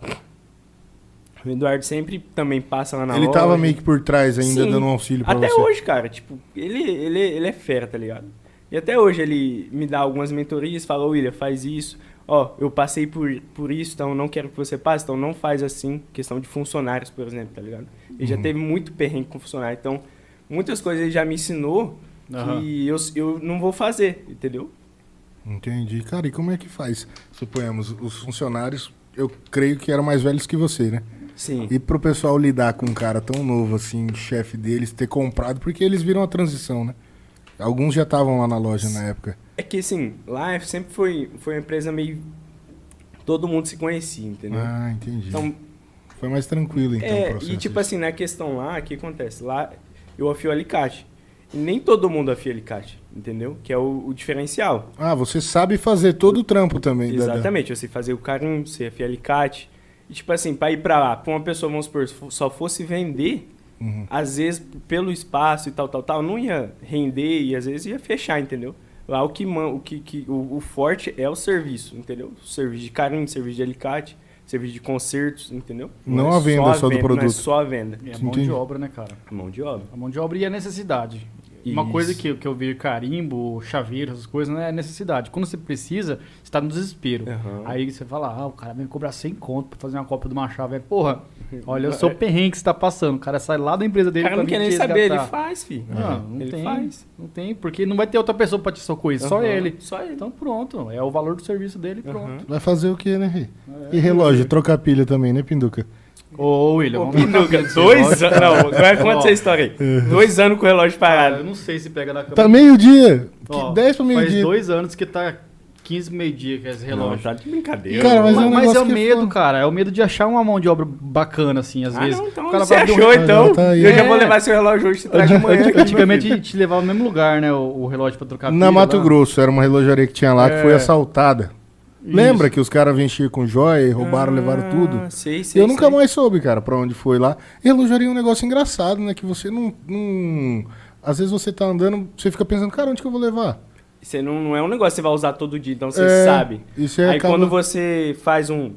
[SPEAKER 3] O Eduardo sempre também passa lá na
[SPEAKER 2] ele
[SPEAKER 3] loja.
[SPEAKER 2] tava meio que por trás ainda,
[SPEAKER 3] Sim.
[SPEAKER 2] dando um auxílio pra
[SPEAKER 3] Até
[SPEAKER 2] você.
[SPEAKER 3] hoje, cara, tipo, ele, ele, ele é fera, tá ligado? E até hoje ele me dá algumas mentorias, fala, "Ô, William, faz isso. Ó, eu passei por, por isso, então não quero que você passe, então não faz assim. Questão de funcionários, por exemplo, tá ligado? Ele já
[SPEAKER 2] Uhum.
[SPEAKER 3] teve muito perrengue com funcionário, então muitas coisas ele já me ensinou
[SPEAKER 1] Aham.
[SPEAKER 3] que eu, eu não vou fazer, entendeu?
[SPEAKER 2] Entendi. Cara, e como é que faz? Suponhamos, os funcionários, eu creio que eram mais velhos que você, né?
[SPEAKER 3] Sim.
[SPEAKER 2] E pro pessoal lidar com um cara tão novo assim, chefe deles, ter comprado, porque eles viram a transição, né? Alguns já estavam lá na loja na época.
[SPEAKER 3] É que assim, lá sempre foi, foi uma empresa meio. Todo mundo se conhecia, entendeu?
[SPEAKER 2] Ah, entendi.
[SPEAKER 3] Então,
[SPEAKER 2] Foi mais tranquilo, então, o
[SPEAKER 3] é,
[SPEAKER 2] processo.
[SPEAKER 3] e tipo assim, na questão lá, o que acontece? Lá eu afio alicate. E nem todo mundo afia alicate, entendeu? Que é o, o diferencial.
[SPEAKER 2] Ah, você sabe fazer todo o trampo também, Dadá.
[SPEAKER 3] Exatamente, você fazer o carinho, você afia alicate. E tipo assim, pra ir pra lá, pra uma pessoa, vamos supor, se fo- só fosse vender,
[SPEAKER 2] Uhum.
[SPEAKER 3] às vezes pelo espaço e tal, tal, tal, não ia render e às vezes ia fechar, entendeu? Lá o que, man- o, que, que- o, o forte é o serviço, entendeu? O serviço de carinho, serviço de alicate, serviço de concertos, entendeu?
[SPEAKER 2] Não a venda só do
[SPEAKER 3] Não é
[SPEAKER 2] produto.
[SPEAKER 3] só a venda.
[SPEAKER 1] É a
[SPEAKER 2] Entendi.
[SPEAKER 1] mão de obra, né, cara?
[SPEAKER 3] A mão de obra.
[SPEAKER 1] A mão de obra e a necessidade. Uma
[SPEAKER 3] Isso.
[SPEAKER 1] coisa que, que eu vejo carimbo, chaveiro, essas coisas, né? É a necessidade. Quando você precisa, você tá no desespero.
[SPEAKER 3] Aham.
[SPEAKER 1] Aí você fala, ah, o cara vem cobrar 100 conto pra fazer uma cópia de uma chave. Aí, Porra, olha o seu perrengue que você tá passando. O cara sai lá da empresa
[SPEAKER 3] É. O
[SPEAKER 1] dele
[SPEAKER 3] cara não
[SPEAKER 1] pra vir
[SPEAKER 3] quer nem
[SPEAKER 1] te
[SPEAKER 3] saber, ele
[SPEAKER 1] resgatar.
[SPEAKER 3] faz, filho.
[SPEAKER 1] Não, não
[SPEAKER 3] Ele
[SPEAKER 1] tem.
[SPEAKER 3] faz.
[SPEAKER 1] Não tem, porque não vai ter outra pessoa pra te socorrer, só
[SPEAKER 3] Aham,
[SPEAKER 1] ele.
[SPEAKER 3] Só ele.
[SPEAKER 1] Então pronto, é o valor do serviço dele,
[SPEAKER 3] Aham.
[SPEAKER 1] pronto.
[SPEAKER 2] Vai fazer o quê, né, Rei? E relógio, trocar pilha também, né, Pinduca?
[SPEAKER 1] Ô, William,
[SPEAKER 3] Ô,
[SPEAKER 1] vamos lá.
[SPEAKER 3] Pinduca, dois anos. Não, agora
[SPEAKER 1] Ó.
[SPEAKER 3] conta essa história aí. Dois anos com o relógio
[SPEAKER 1] Cara, eu
[SPEAKER 3] parado.
[SPEAKER 1] não sei se pega na câmera.
[SPEAKER 2] Tá meio-dia!
[SPEAKER 1] Ó,
[SPEAKER 2] Que- 10 pra
[SPEAKER 1] Faz
[SPEAKER 2] meio-dia.
[SPEAKER 1] dois anos que tá 15 meio-dia que é esse relógio.
[SPEAKER 3] Não, tá de brincadeira.
[SPEAKER 2] Cara,
[SPEAKER 1] mas,
[SPEAKER 2] mas é um
[SPEAKER 1] mas é
[SPEAKER 2] negócio
[SPEAKER 1] o
[SPEAKER 2] que
[SPEAKER 1] medo,
[SPEAKER 2] foda.
[SPEAKER 1] cara. É o medo de achar uma mão de obra bacana, assim, às
[SPEAKER 3] Ah,
[SPEAKER 1] vezes.
[SPEAKER 3] não, então
[SPEAKER 1] o cara
[SPEAKER 3] você
[SPEAKER 1] vai abrir um-
[SPEAKER 3] achou,
[SPEAKER 2] Ah,
[SPEAKER 3] então.
[SPEAKER 2] não, tá aí.
[SPEAKER 3] eu já vou
[SPEAKER 1] É.
[SPEAKER 3] levar seu relógio hoje, você traz de manhã. aqui, meu filho.
[SPEAKER 1] Antigamente te levava no mesmo lugar, né? O, o relógio pra trocar
[SPEAKER 2] né? Na
[SPEAKER 1] pilha
[SPEAKER 2] Mato
[SPEAKER 1] lá.
[SPEAKER 2] Grosso, era uma relojaria que tinha lá que
[SPEAKER 1] né? É.
[SPEAKER 2] foi assaltada.
[SPEAKER 1] Isso.
[SPEAKER 2] Lembra que os caras vendiam com joia e roubaram, levaram
[SPEAKER 3] Ah,
[SPEAKER 2] tudo?
[SPEAKER 3] Sei, sei.
[SPEAKER 2] eu nunca
[SPEAKER 3] sei.
[SPEAKER 2] mais soube, cara, pra onde foi lá. Relojaria é um negócio engraçado, né? Que você não, não- Às vezes você tá andando, você fica pensando, cara, onde que eu vou levar?
[SPEAKER 3] Você não, não é um negócio que você vai usar todo dia, então você
[SPEAKER 2] É,
[SPEAKER 3] sabe.
[SPEAKER 2] Isso é
[SPEAKER 3] aí
[SPEAKER 2] acaba-
[SPEAKER 3] quando você faz um.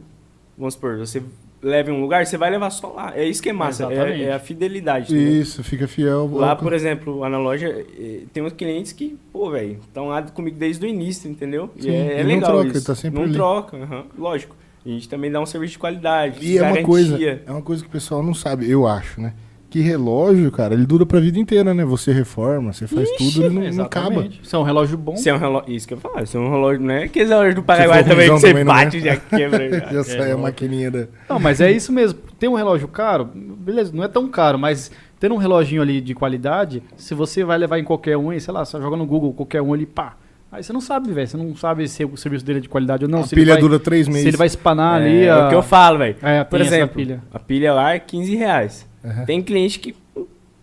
[SPEAKER 3] Vamos supor, você leva em um lugar, você vai levar só lá. É isso que é massa. É,
[SPEAKER 1] Exatamente.
[SPEAKER 3] é a fidelidade. entendeu?
[SPEAKER 2] Isso, fica fiel. ao-
[SPEAKER 3] Lá, por exemplo, lá na loja, eh, tem uns clientes que, pô, velho, estão lá comigo desde o início, entendeu?
[SPEAKER 2] Sim,
[SPEAKER 3] e é, é
[SPEAKER 2] ele não
[SPEAKER 3] legal
[SPEAKER 2] troca,
[SPEAKER 3] isso.
[SPEAKER 2] ele tá sempre
[SPEAKER 3] não
[SPEAKER 2] ali.
[SPEAKER 3] troca, aham, lógico. A gente também dá um serviço de qualidade,
[SPEAKER 2] E é uma,
[SPEAKER 3] garantia.
[SPEAKER 2] coisa, é uma coisa que o pessoal não sabe, eu acho, né? Que relógio, cara, ele dura pra vida inteira, né? Você reforma, você faz tudo, ele não, não acaba.
[SPEAKER 1] Exatamente. Isso é um relógio bom.
[SPEAKER 3] Se é um relógio, isso que eu ia falar, se é um relógio, não é aqueles relógios do Paraguai
[SPEAKER 2] for
[SPEAKER 3] também que
[SPEAKER 2] ruimzão
[SPEAKER 3] você
[SPEAKER 2] também não é.
[SPEAKER 3] bate e já quebra. já.
[SPEAKER 2] Já sai é a maquininha da.
[SPEAKER 1] Não, mas é isso mesmo. Tem um relógio caro, beleza, não é tão caro, mas tendo um reloginho ali de qualidade, se você vai levar em qualquer um, aí, sei lá, só joga no Google qualquer um ali, pá. Aí você não sabe, velho. Você não sabe se o serviço dele é de qualidade ou não.
[SPEAKER 2] a
[SPEAKER 1] se ele
[SPEAKER 2] pilha
[SPEAKER 1] vai-
[SPEAKER 2] dura três
[SPEAKER 1] Se
[SPEAKER 2] meses.
[SPEAKER 1] ele vai espanar ali.
[SPEAKER 3] é,
[SPEAKER 1] a-
[SPEAKER 3] o que eu falo, velho.
[SPEAKER 1] É,
[SPEAKER 3] Por
[SPEAKER 1] tem essa
[SPEAKER 3] exemplo,
[SPEAKER 1] pilha.
[SPEAKER 3] a pilha lá é 15 reais.
[SPEAKER 2] Aham.
[SPEAKER 3] Tem cliente que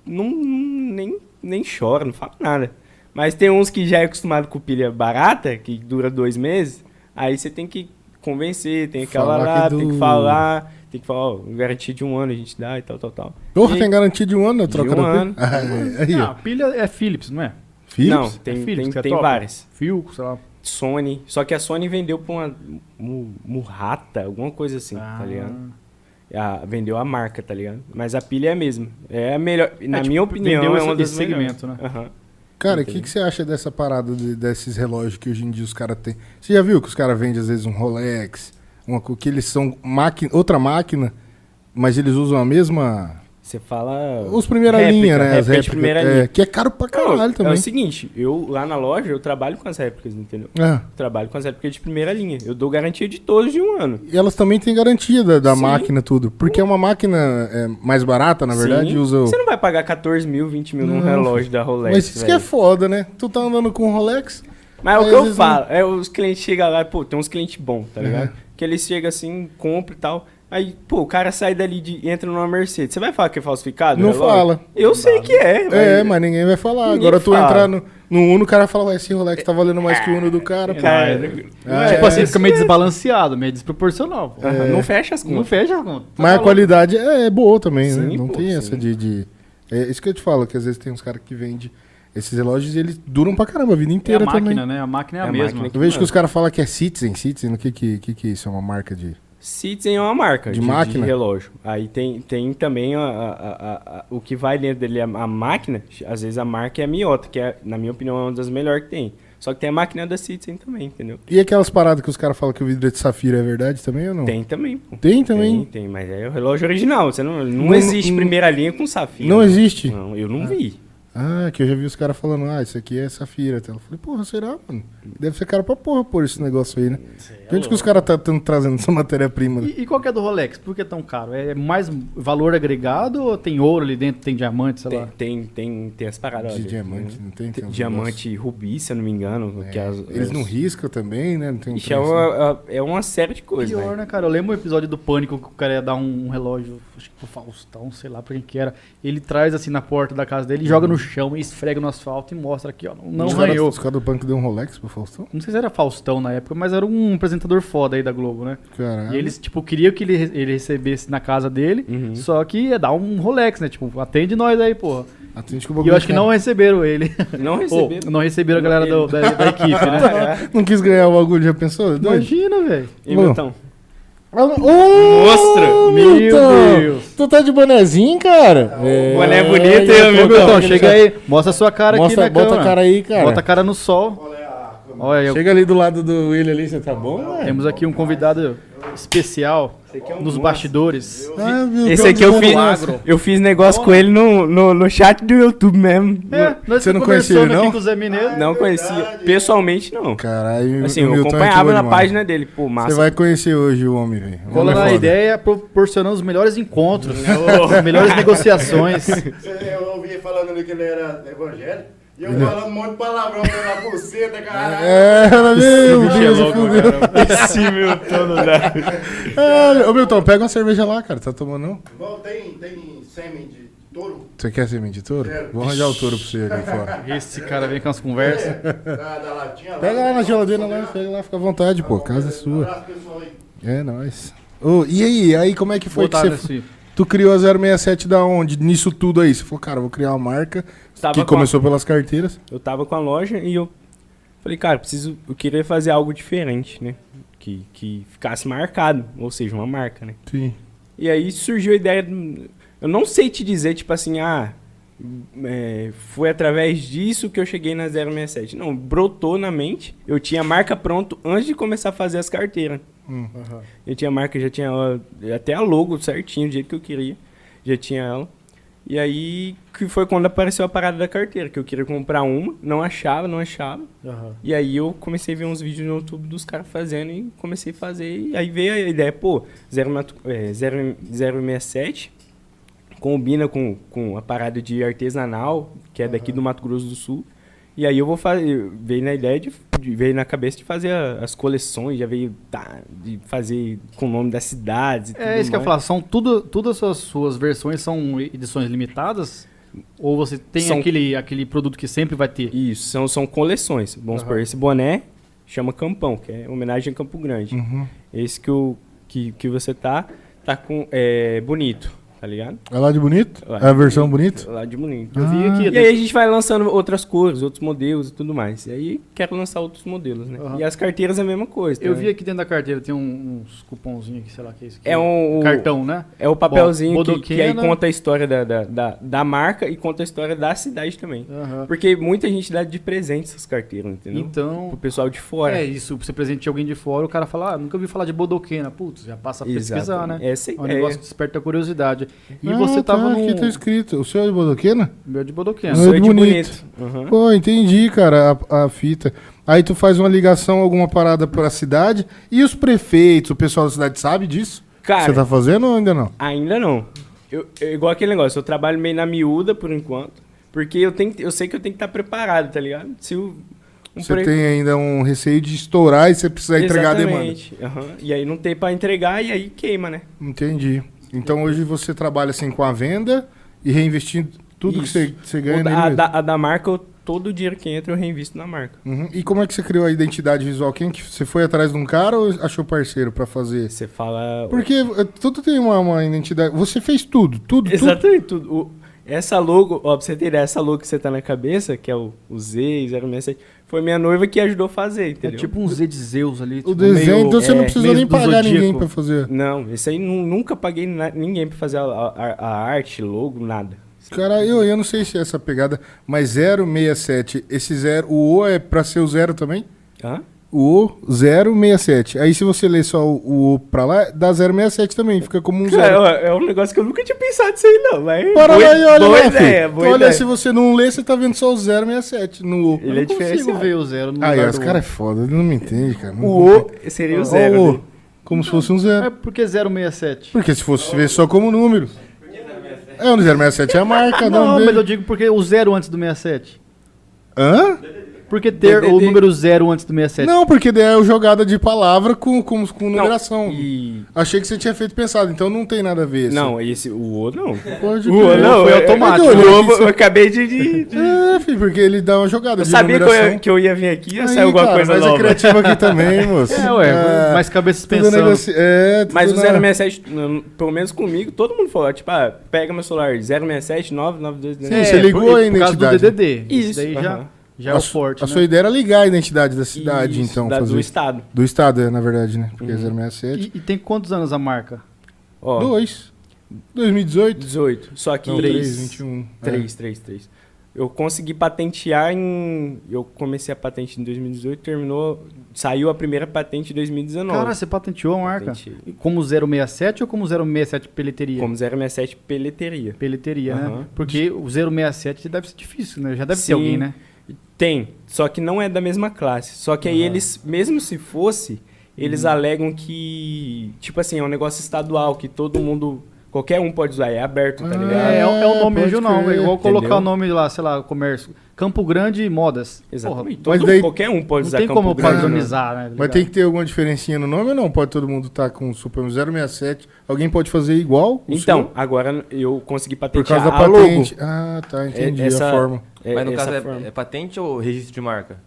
[SPEAKER 3] não, não- nem nem chora, não fala nada. Mas tem uns que já é acostumado com pilha barata, que dura dois meses, aí você tem que convencer, tem que
[SPEAKER 2] Falar
[SPEAKER 3] alargar,
[SPEAKER 2] que
[SPEAKER 3] tem que
[SPEAKER 2] do-
[SPEAKER 3] falar, tem que falar, ó, garantia de um ano a gente dá e tal, tal, tal.
[SPEAKER 2] Porra,
[SPEAKER 3] E-
[SPEAKER 2] tem garantia de um ano, né?
[SPEAKER 3] De
[SPEAKER 2] Troca
[SPEAKER 3] um
[SPEAKER 2] da pilha?
[SPEAKER 3] ano.
[SPEAKER 2] Ah, Aí,
[SPEAKER 1] Não, a
[SPEAKER 2] ó.
[SPEAKER 1] pilha é Philips, não é?
[SPEAKER 3] Não,
[SPEAKER 2] Philips?
[SPEAKER 3] tem,
[SPEAKER 1] é Philips
[SPEAKER 3] tem,
[SPEAKER 1] que é
[SPEAKER 3] tem
[SPEAKER 1] top?
[SPEAKER 3] várias.
[SPEAKER 1] Philco, sei lá.
[SPEAKER 3] Sony. Só que a Sony vendeu pra uma mu- Murata, alguma coisa assim,
[SPEAKER 1] Ah.
[SPEAKER 3] tá ligado? A- vendeu a marca, tá ligado? Mas a pilha é a mesma. É a melhor. Na
[SPEAKER 1] tipo,
[SPEAKER 3] minha opinião,
[SPEAKER 1] vendeu
[SPEAKER 3] é uma
[SPEAKER 1] esse-
[SPEAKER 3] das
[SPEAKER 1] esse segmento, né?
[SPEAKER 3] melhores. Aham.
[SPEAKER 2] Cara, o
[SPEAKER 3] Entendi.
[SPEAKER 2] que, que você acha dessa parada de- desses relógios que hoje em dia os caras têm? Você já viu que os caras vendem, às vezes, um Rolex, uma, co- que eles são máquina, outra máquina, mas eles usam a mesma.
[SPEAKER 3] Você fala.
[SPEAKER 2] Os primeira
[SPEAKER 3] réplica,
[SPEAKER 2] linha, né? As
[SPEAKER 3] réplica de
[SPEAKER 2] réplicas.
[SPEAKER 3] primeira
[SPEAKER 2] é,
[SPEAKER 3] linha.
[SPEAKER 2] Que é caro pra caralho
[SPEAKER 3] Não,
[SPEAKER 2] também.
[SPEAKER 3] É o seguinte, eu lá na loja eu trabalho com as réplicas, entendeu?
[SPEAKER 2] É.
[SPEAKER 3] Eu trabalho com as réplicas de primeira linha. Eu dou garantia de todos de um ano.
[SPEAKER 2] E elas também têm garantia da, da
[SPEAKER 3] Sim.
[SPEAKER 2] máquina, tudo. Porque é uma máquina é, mais barata, na verdade,
[SPEAKER 3] Sim.
[SPEAKER 2] e usa. o-
[SPEAKER 3] Você não vai pagar 14 mil, 20 mil num
[SPEAKER 2] Não.
[SPEAKER 3] relógio da Rolex.
[SPEAKER 2] Mas isso que é
[SPEAKER 3] velho.
[SPEAKER 2] foda, né? Tu tá andando com um Rolex,
[SPEAKER 3] Mas é o
[SPEAKER 2] Aí,
[SPEAKER 3] que
[SPEAKER 2] às
[SPEAKER 3] eu
[SPEAKER 2] vezes,
[SPEAKER 3] falo, é os clientes chegam lá, pô, tem uns clientes bons, tá ligado?
[SPEAKER 2] Uhum.
[SPEAKER 3] Que eles chegam assim, compram e tal. Aí, pô, o cara sai dali de entra numa Mercedes. Você vai falar que é falsificado?
[SPEAKER 2] não
[SPEAKER 3] o relógio?
[SPEAKER 2] fala.
[SPEAKER 3] Eu sei que é,
[SPEAKER 2] É, mas ninguém vai falar.
[SPEAKER 3] Ninguém
[SPEAKER 2] Agora tu
[SPEAKER 3] fala.
[SPEAKER 2] entrar no, no Uno, o cara fala, ué, esse Rolex tá valendo mais que o Uno do cara, pô.
[SPEAKER 3] Cara,
[SPEAKER 2] É,
[SPEAKER 1] tipo assim,
[SPEAKER 2] é,
[SPEAKER 1] fica meio desbalanceado, meio desproporcional. pô.
[SPEAKER 3] Aham, é, Não fecha as
[SPEAKER 1] Não Tá
[SPEAKER 3] contas.
[SPEAKER 1] fecha a conta.
[SPEAKER 2] Mas a qualidade é, é boa também, né?
[SPEAKER 3] Sim,
[SPEAKER 2] Não
[SPEAKER 3] pô,
[SPEAKER 2] tem
[SPEAKER 3] sim.
[SPEAKER 2] essa de, de- É isso que eu te falo, que às vezes tem uns caras que vendem esses relógios e eles duram pra caramba a vida
[SPEAKER 1] É a
[SPEAKER 2] inteira
[SPEAKER 1] máquina,
[SPEAKER 2] também.
[SPEAKER 1] né? A máquina é a,
[SPEAKER 3] É a
[SPEAKER 1] mesma.
[SPEAKER 3] máquina
[SPEAKER 2] Eu vejo que
[SPEAKER 3] Mano.
[SPEAKER 2] os caras falam que é Citizen. Citizen, o que que, que que é isso? É uma marca de...
[SPEAKER 3] Citizen é uma marca
[SPEAKER 2] De máquina?
[SPEAKER 3] relógio. Aí tem, tem também a- a- a- a- o que vai dentro dele, a, a máquina. Às vezes a marca é a Miyota, que é, na minha opinião é uma das melhores que tem. Só que tem a máquina da Citizen também, entendeu?
[SPEAKER 2] E aquelas paradas que os caras falam que o vidro é de safira é verdade também ou não?
[SPEAKER 3] Tem também, pô.
[SPEAKER 2] Tem também?
[SPEAKER 3] Tem, tem, mas é o relógio original. Você não, não,
[SPEAKER 2] Não-
[SPEAKER 3] existe
[SPEAKER 2] não-
[SPEAKER 3] primeira linha com safira. né?
[SPEAKER 2] Não existe?
[SPEAKER 3] Não, eu não vi.
[SPEAKER 2] Ah, que eu já vi os caras falando, ah, isso aqui é safira. Eu falei, porra, será, mano? Deve ser cara pra porra pôr esse negócio aí, né? De onde que os caras tá tão trazendo essa matéria-prima? né?
[SPEAKER 1] E, e qual que é do Rolex? Por que é tão caro? É mais valor agregado ou tem ouro ali dentro, tem diamante, sei
[SPEAKER 3] Tem,
[SPEAKER 1] lá?
[SPEAKER 3] tem, tem, tem as paradas.
[SPEAKER 2] tá De
[SPEAKER 3] olha,
[SPEAKER 2] diamante, não tem?
[SPEAKER 3] tem
[SPEAKER 2] Tem uns
[SPEAKER 3] diamante e rubi, se eu não me engano.
[SPEAKER 2] negócios.
[SPEAKER 3] que as-
[SPEAKER 2] É, Eles
[SPEAKER 3] as-
[SPEAKER 2] não riscam também, né? Não tem um
[SPEAKER 3] Ixi,
[SPEAKER 2] trem
[SPEAKER 3] é,
[SPEAKER 2] assim.
[SPEAKER 3] uma, é uma série de coisas.
[SPEAKER 1] Pior,
[SPEAKER 3] velho.
[SPEAKER 1] né, cara? Eu lembro um episódio do Pânico que o cara ia dar um relógio, acho que pro Faustão, sei lá pra quem que era. Ele traz assim na porta da casa dele, joga no chão e esfrega no asfalto e mostra aqui, ó. Não
[SPEAKER 2] Os caras-
[SPEAKER 1] ganhou.
[SPEAKER 2] Os caras do punk deu um Rolex pro Faustão?
[SPEAKER 1] Não sei se era Faustão na época, mas era um apresentador foda aí da Globo, né?
[SPEAKER 2] Caralho.
[SPEAKER 1] E eles, tipo, queriam que ele, re- ele recebesse na casa dele,
[SPEAKER 3] Uhum.
[SPEAKER 1] só que ia dar um Rolex, né? Tipo, atende nós aí, porra.
[SPEAKER 2] Atende com
[SPEAKER 1] E
[SPEAKER 2] o bagulho
[SPEAKER 1] eu acho que
[SPEAKER 3] né?
[SPEAKER 2] cai.
[SPEAKER 1] não receberam ele.
[SPEAKER 3] Não
[SPEAKER 1] Ou,
[SPEAKER 3] receberam.
[SPEAKER 1] não receberam a galera do- da, da equipe, né?
[SPEAKER 3] Ah,
[SPEAKER 2] Não quis ganhar o bagulho, já pensou? Doido.
[SPEAKER 1] Imagina, velho.
[SPEAKER 3] é. E, Milton?
[SPEAKER 2] Mostra!
[SPEAKER 1] Meu Deus.
[SPEAKER 2] Tu tá de bonezinho, cara? É,
[SPEAKER 3] boné é bonito, hein,
[SPEAKER 2] é,
[SPEAKER 1] Ô,
[SPEAKER 3] Milton?
[SPEAKER 1] Milton, chega aí. Mostra a sua cara
[SPEAKER 2] Mostra,
[SPEAKER 1] aqui na
[SPEAKER 2] bota
[SPEAKER 1] câmera.
[SPEAKER 2] a cara aí, cara.
[SPEAKER 1] Bota a cara no sol.
[SPEAKER 3] é
[SPEAKER 1] Olha, eu-
[SPEAKER 2] Chega ali do lado do William ali, você tá bom, velho?
[SPEAKER 1] temos aqui um convidado especial
[SPEAKER 3] é um
[SPEAKER 1] nos bastidores.
[SPEAKER 2] Ah, meu
[SPEAKER 3] Esse
[SPEAKER 2] Deus,
[SPEAKER 3] aqui é eu
[SPEAKER 2] mano,
[SPEAKER 3] fiz,
[SPEAKER 2] magro.
[SPEAKER 3] eu fiz negócio com ele no, no, no chat do YouTube mesmo.
[SPEAKER 1] É, nós
[SPEAKER 2] Você não
[SPEAKER 1] conversando
[SPEAKER 2] conhecia ele,
[SPEAKER 1] aqui
[SPEAKER 2] não?
[SPEAKER 1] com o Zé Mineiro.
[SPEAKER 3] Não conhecia. Pessoalmente, não.
[SPEAKER 2] Caralho,
[SPEAKER 3] Assim,
[SPEAKER 2] o
[SPEAKER 3] eu
[SPEAKER 2] Milton é
[SPEAKER 3] acompanhava
[SPEAKER 2] tudo
[SPEAKER 3] na
[SPEAKER 2] demais.
[SPEAKER 3] página dele. Pô, massa.
[SPEAKER 2] Você vai conhecer hoje o homem, velho. O
[SPEAKER 1] Rola
[SPEAKER 2] homem é
[SPEAKER 1] na
[SPEAKER 2] foda.
[SPEAKER 1] ideia, proporcionando os melhores encontros, as melhores negociações.
[SPEAKER 4] Eu ouvi falando ali que ele era evangélico. E eu falando um monte de palavrão pela buceta, caralho.
[SPEAKER 2] É, meu
[SPEAKER 1] bicho é
[SPEAKER 2] Deus,
[SPEAKER 1] louco,
[SPEAKER 2] fudeu.
[SPEAKER 3] Esse Milton não dá.
[SPEAKER 2] É, Ô, Milton, pega uma cerveja lá, cara. Tá tomando, não?
[SPEAKER 4] Bom, tem, tem sêmen de touro
[SPEAKER 2] Você quer ser de touro?
[SPEAKER 4] Quero.
[SPEAKER 2] Vou arranjar o touro pra você ali fora.
[SPEAKER 1] Esse cara vem com as conversas.
[SPEAKER 4] da, da latinha lá.
[SPEAKER 2] Pega lá na geladeira, lá, pega lá, fica à vontade, pô. Casa é sua.
[SPEAKER 4] Abraço, pessoal aí.
[SPEAKER 2] É, nóis. Ô, e aí, aí como é que foi
[SPEAKER 1] Botaram
[SPEAKER 2] que você...
[SPEAKER 1] esse-
[SPEAKER 2] Tu criou a 067 da onde? Nisso tudo aí? Você falou, cara, eu vou criar uma marca
[SPEAKER 3] Tava
[SPEAKER 2] que
[SPEAKER 3] com a-
[SPEAKER 2] começou pelas carteiras.
[SPEAKER 3] Eu tava com a loja e eu falei, cara, preciso, eu queria fazer algo diferente, né? Que, que ficasse marcado, ou seja, uma marca, né?
[SPEAKER 2] Sim.
[SPEAKER 3] E aí surgiu a ideia. do- Eu não sei te dizer, tipo assim, ah, é, foi através disso que eu cheguei na 067. Não, brotou na mente. Eu tinha a marca pronto antes de começar a fazer as carteiras.
[SPEAKER 2] Hum.
[SPEAKER 3] Eu tinha a marca, já tinha ó, até a logo certinho, do jeito que eu queria. Já tinha ela. E aí, que foi quando apareceu a parada da carteira, que eu queria comprar uma, não achava, não achava. E aí eu comecei a ver uns vídeos no YouTube dos caras fazendo e comecei a fazer. E aí veio a ideia, pô, é, 067 combina com, com a parada de artesanal, que é daqui do Mato Grosso do Sul. E aí eu vou fazer, veio na ideia de, de- veio na cabeça de fazer a- as coleções, já veio tá, de fazer com o nome das cidades e tudo
[SPEAKER 1] É isso que eu ia
[SPEAKER 3] mais.
[SPEAKER 1] falar, são tudo, todas as suas versões são edições limitadas? Ou você tem
[SPEAKER 3] São-
[SPEAKER 1] aquele, aquele produto que sempre vai ter?
[SPEAKER 3] Isso, são, são coleções. Vamos supor, esse boné chama Campão, que é homenagem a Campo Grande.
[SPEAKER 2] Uhum.
[SPEAKER 3] Esse que, o, que, que você tá, tá com. É bonito, tá ligado?
[SPEAKER 2] É lá de bonito?
[SPEAKER 3] Lá
[SPEAKER 2] É a versão bonito?
[SPEAKER 3] Lá de bonito.
[SPEAKER 1] Eu vi aqui.
[SPEAKER 3] E aí a gente vai lançando outras cores, outros modelos e tudo mais. E aí quero lançar outros modelos, né?
[SPEAKER 1] Aham.
[SPEAKER 3] E as carteiras é a mesma coisa.
[SPEAKER 1] Eu
[SPEAKER 3] tá
[SPEAKER 1] vi
[SPEAKER 3] ligado?
[SPEAKER 1] aqui dentro da carteira, tem um- uns cupomzinhos aqui, sei lá o que é isso. aqui.
[SPEAKER 3] É um.
[SPEAKER 1] Cartão, né?
[SPEAKER 3] É o papelzinho que, que aí
[SPEAKER 1] Bodoquena.
[SPEAKER 3] conta a história da, da, da, da marca e conta a história da cidade também.
[SPEAKER 1] Aham.
[SPEAKER 3] Porque muita gente dá de presente essas carteiras, entendeu? Pro
[SPEAKER 1] Então,
[SPEAKER 3] pessoal de fora.
[SPEAKER 1] é isso. Você presente alguém de fora, o cara fala, ah, nunca ouvi falar de Bodoquena. Putz, já passa a pesquisar,
[SPEAKER 3] Exatamente.
[SPEAKER 1] né?
[SPEAKER 3] Essa é a
[SPEAKER 1] É um
[SPEAKER 3] ideia.
[SPEAKER 1] negócio que desperta a curiosidade. E você tava
[SPEAKER 2] tá,
[SPEAKER 1] no...
[SPEAKER 2] aqui tá escrito. O senhor é de Bodoquena?
[SPEAKER 1] Meu de Bodoquena.
[SPEAKER 3] Eu
[SPEAKER 2] Não,
[SPEAKER 3] sou
[SPEAKER 2] é
[SPEAKER 3] de
[SPEAKER 2] bonito.
[SPEAKER 3] bonito. Uhum. Aham.
[SPEAKER 2] Pô, entendi, cara, a, a fita. Aí tu faz uma ligação, alguma parada pra cidade. E os prefeitos, o pessoal da cidade sabe disso? Você
[SPEAKER 3] Cara,
[SPEAKER 2] tá fazendo ou ainda não?
[SPEAKER 3] ainda não. Eu, eu- igual aquele negócio, eu trabalho meio na miúda por enquanto. Porque eu, tenho, que- eu sei que eu tenho que estar preparado, tá ligado? Se o, um
[SPEAKER 2] Você
[SPEAKER 3] pre-
[SPEAKER 2] tem ainda um receio de estourar e você precisa entregar a demanda.
[SPEAKER 3] Exatamente. Aham. E aí não tem pra entregar e aí queima, né?
[SPEAKER 2] Entendi. Então hoje você trabalha assim com a venda e reinvestindo tudo que
[SPEAKER 3] Isso. ah,
[SPEAKER 2] você, que você ganha
[SPEAKER 3] O da-
[SPEAKER 2] nele
[SPEAKER 3] a,
[SPEAKER 2] mesmo.
[SPEAKER 3] da, a da marca, eu- todo o dinheiro que entra eu reinvisto na marca.
[SPEAKER 2] Uhum. E como é que você criou a identidade visual? Quem que você foi atrás de um cara ou achou parceiro pra fazer?
[SPEAKER 3] Você fala.
[SPEAKER 2] Porque eh, tudo tem uma, uma identidade. Você fez tudo, tudo, tudo.
[SPEAKER 3] Exatamente tudo. O- essa logo, ó, pra você ter ideia, essa logo que você tá na cabeça, que é o, o Z067, foi minha noiva que ajudou a fazer,
[SPEAKER 1] É
[SPEAKER 3] entendeu?
[SPEAKER 1] tipo um Z de Zeus ali.
[SPEAKER 2] O
[SPEAKER 1] tipo,
[SPEAKER 2] desenho,
[SPEAKER 1] meio-
[SPEAKER 2] então você não
[SPEAKER 3] é,
[SPEAKER 2] precisou
[SPEAKER 1] meio
[SPEAKER 2] nem
[SPEAKER 1] do
[SPEAKER 2] pagar
[SPEAKER 1] Zodíaco.
[SPEAKER 2] ninguém pra fazer.
[SPEAKER 3] Não, isso aí nu- nunca paguei na- ninguém pra fazer a, a- a arte, logo, nada.
[SPEAKER 2] Cara, eu, eu não sei se é essa pegada, mas 067, esse zero, o O é pra ser o zero também?
[SPEAKER 3] Hã?
[SPEAKER 2] O O 067. Aí se você ler só o, o pra lá, dá 067 também, fica como um
[SPEAKER 3] Cara,
[SPEAKER 2] zero.
[SPEAKER 3] ó, é um negócio que eu nunca tinha pensado nisso aí, não. Mas
[SPEAKER 2] Para
[SPEAKER 3] boa,
[SPEAKER 2] lá e olha
[SPEAKER 3] boa
[SPEAKER 2] lá,
[SPEAKER 3] ideia,
[SPEAKER 2] filho. Então,
[SPEAKER 3] boa
[SPEAKER 2] olha,
[SPEAKER 3] ideia.
[SPEAKER 2] se você não lê, você tá vendo só o 067 no O.
[SPEAKER 1] Eu
[SPEAKER 3] Ele é
[SPEAKER 1] não consigo
[SPEAKER 3] diferenciado.
[SPEAKER 1] ver o zero no
[SPEAKER 2] Aí,
[SPEAKER 1] lugar
[SPEAKER 2] os
[SPEAKER 1] do
[SPEAKER 2] caras é foda, ele não me entende, cara. Não-
[SPEAKER 3] O O Uhum. seria o
[SPEAKER 2] Ó
[SPEAKER 3] zero.
[SPEAKER 2] o
[SPEAKER 3] né?
[SPEAKER 2] O, como se fosse um
[SPEAKER 1] outro. É
[SPEAKER 2] zero.
[SPEAKER 1] porque 067.
[SPEAKER 2] Porque se fosse ver só como número. É, o 067 é a marca,
[SPEAKER 1] Não,
[SPEAKER 2] não.
[SPEAKER 1] mas eu
[SPEAKER 2] dele.
[SPEAKER 1] digo porque o zero antes do 67.
[SPEAKER 2] Hã?
[SPEAKER 1] Porque ter
[SPEAKER 3] DDD.
[SPEAKER 1] o número zero antes do 67.
[SPEAKER 2] Não, porque daí é o jogada de palavra com, com, com
[SPEAKER 3] Não,
[SPEAKER 2] numeração.
[SPEAKER 3] e-
[SPEAKER 2] Achei que você tinha feito pensado, então não tem nada a ver.
[SPEAKER 3] Não, esse, o O não.
[SPEAKER 2] assim. Pode
[SPEAKER 3] O O
[SPEAKER 2] crer. né?
[SPEAKER 3] não,
[SPEAKER 1] foi
[SPEAKER 3] é-
[SPEAKER 1] automático.
[SPEAKER 3] o
[SPEAKER 2] Olha
[SPEAKER 3] O,
[SPEAKER 2] aqui,
[SPEAKER 3] eu acabei de- de- de
[SPEAKER 2] É, filho, porque ele dá uma jogada
[SPEAKER 3] Eu
[SPEAKER 2] de
[SPEAKER 3] sabia que eu,
[SPEAKER 2] numeração.
[SPEAKER 3] ia, que eu ia vir aqui e ia
[SPEAKER 2] Aí,
[SPEAKER 3] sair alguma
[SPEAKER 2] cara,
[SPEAKER 3] coisa
[SPEAKER 2] mas
[SPEAKER 3] nova.
[SPEAKER 2] é criativo aqui também, moço.
[SPEAKER 1] É, ué,
[SPEAKER 2] É,
[SPEAKER 1] mais cabeças
[SPEAKER 2] tudo
[SPEAKER 1] pensando.
[SPEAKER 2] negoci- É, tudo
[SPEAKER 3] Mas o
[SPEAKER 2] na-
[SPEAKER 3] 067, n- pelo menos comigo, todo mundo falou, tipo, ah, pega meu celular, 067 992...
[SPEAKER 2] Sim, você ligou
[SPEAKER 1] É, por,
[SPEAKER 2] a
[SPEAKER 1] por causa do
[SPEAKER 2] identidade. né?
[SPEAKER 1] DDD.
[SPEAKER 3] Isso,
[SPEAKER 1] Isso daí
[SPEAKER 3] aham.
[SPEAKER 1] já, já é
[SPEAKER 2] a
[SPEAKER 1] o
[SPEAKER 2] su-
[SPEAKER 1] forte,
[SPEAKER 2] A
[SPEAKER 1] né?
[SPEAKER 2] sua ideia era ligar a identidade da cidade,
[SPEAKER 3] Isso,
[SPEAKER 2] então,
[SPEAKER 3] da-
[SPEAKER 2] fazer
[SPEAKER 3] do
[SPEAKER 2] isso.
[SPEAKER 3] estado.
[SPEAKER 2] Do estado, é, na verdade, né? Porque é
[SPEAKER 3] Uhum.
[SPEAKER 2] 067.
[SPEAKER 1] E, e tem quantos anos a marca?
[SPEAKER 3] Ó,
[SPEAKER 2] Dois. 2018.
[SPEAKER 1] Tá
[SPEAKER 3] 18. Só que...
[SPEAKER 2] Não, 3, 21. é.
[SPEAKER 3] 3, 3, 3. Eu consegui patentear em... Eu comecei a patente em 2018, terminou... Saiu a primeira patente em 2019.
[SPEAKER 1] Cara, você patenteou a marca?
[SPEAKER 3] Patenteei.
[SPEAKER 1] Como 067 ou como 067 peleteria?
[SPEAKER 3] Como 067 peleteria.
[SPEAKER 1] Peleteria,
[SPEAKER 3] Aham.
[SPEAKER 1] né? Porque o 067 deve ser difícil, né? Já deve
[SPEAKER 3] Sim.
[SPEAKER 1] ter alguém, né?
[SPEAKER 3] Tem, só que não é da mesma classe. Só que aí
[SPEAKER 1] Aham.
[SPEAKER 3] eles, mesmo se fosse, eles alegam que, tipo assim, é um negócio estadual, que todo mundo, qualquer um pode usar, é aberto, tá
[SPEAKER 2] Ah,
[SPEAKER 3] ligado?
[SPEAKER 1] É, é, um- é um nome
[SPEAKER 2] pode
[SPEAKER 1] regional.
[SPEAKER 2] crer.
[SPEAKER 1] É igual colocar
[SPEAKER 3] Entendeu?
[SPEAKER 1] o nome lá, sei lá, comércio. Campo Grande e Modas.
[SPEAKER 3] Exatamente.
[SPEAKER 1] Porra,
[SPEAKER 3] Todo-
[SPEAKER 2] mas daí-
[SPEAKER 3] qualquer um pode
[SPEAKER 1] não
[SPEAKER 3] usar
[SPEAKER 1] tem como
[SPEAKER 2] Grande, né?
[SPEAKER 1] padronizar, né?
[SPEAKER 2] Mas tem que ter alguma diferencinha no nome ou não? Pode todo mundo estar com Super 067? Alguém pode fazer igual? o
[SPEAKER 3] Então,
[SPEAKER 2] seu?
[SPEAKER 3] agora eu consegui
[SPEAKER 2] por
[SPEAKER 3] patentear
[SPEAKER 2] causa da
[SPEAKER 3] a logo.
[SPEAKER 2] patente. Ah, tá, entendi a
[SPEAKER 3] essa-
[SPEAKER 2] forma.
[SPEAKER 3] É,
[SPEAKER 5] Mas no
[SPEAKER 3] essa
[SPEAKER 5] caso
[SPEAKER 3] forma.
[SPEAKER 5] é, é patente ou registro de marca?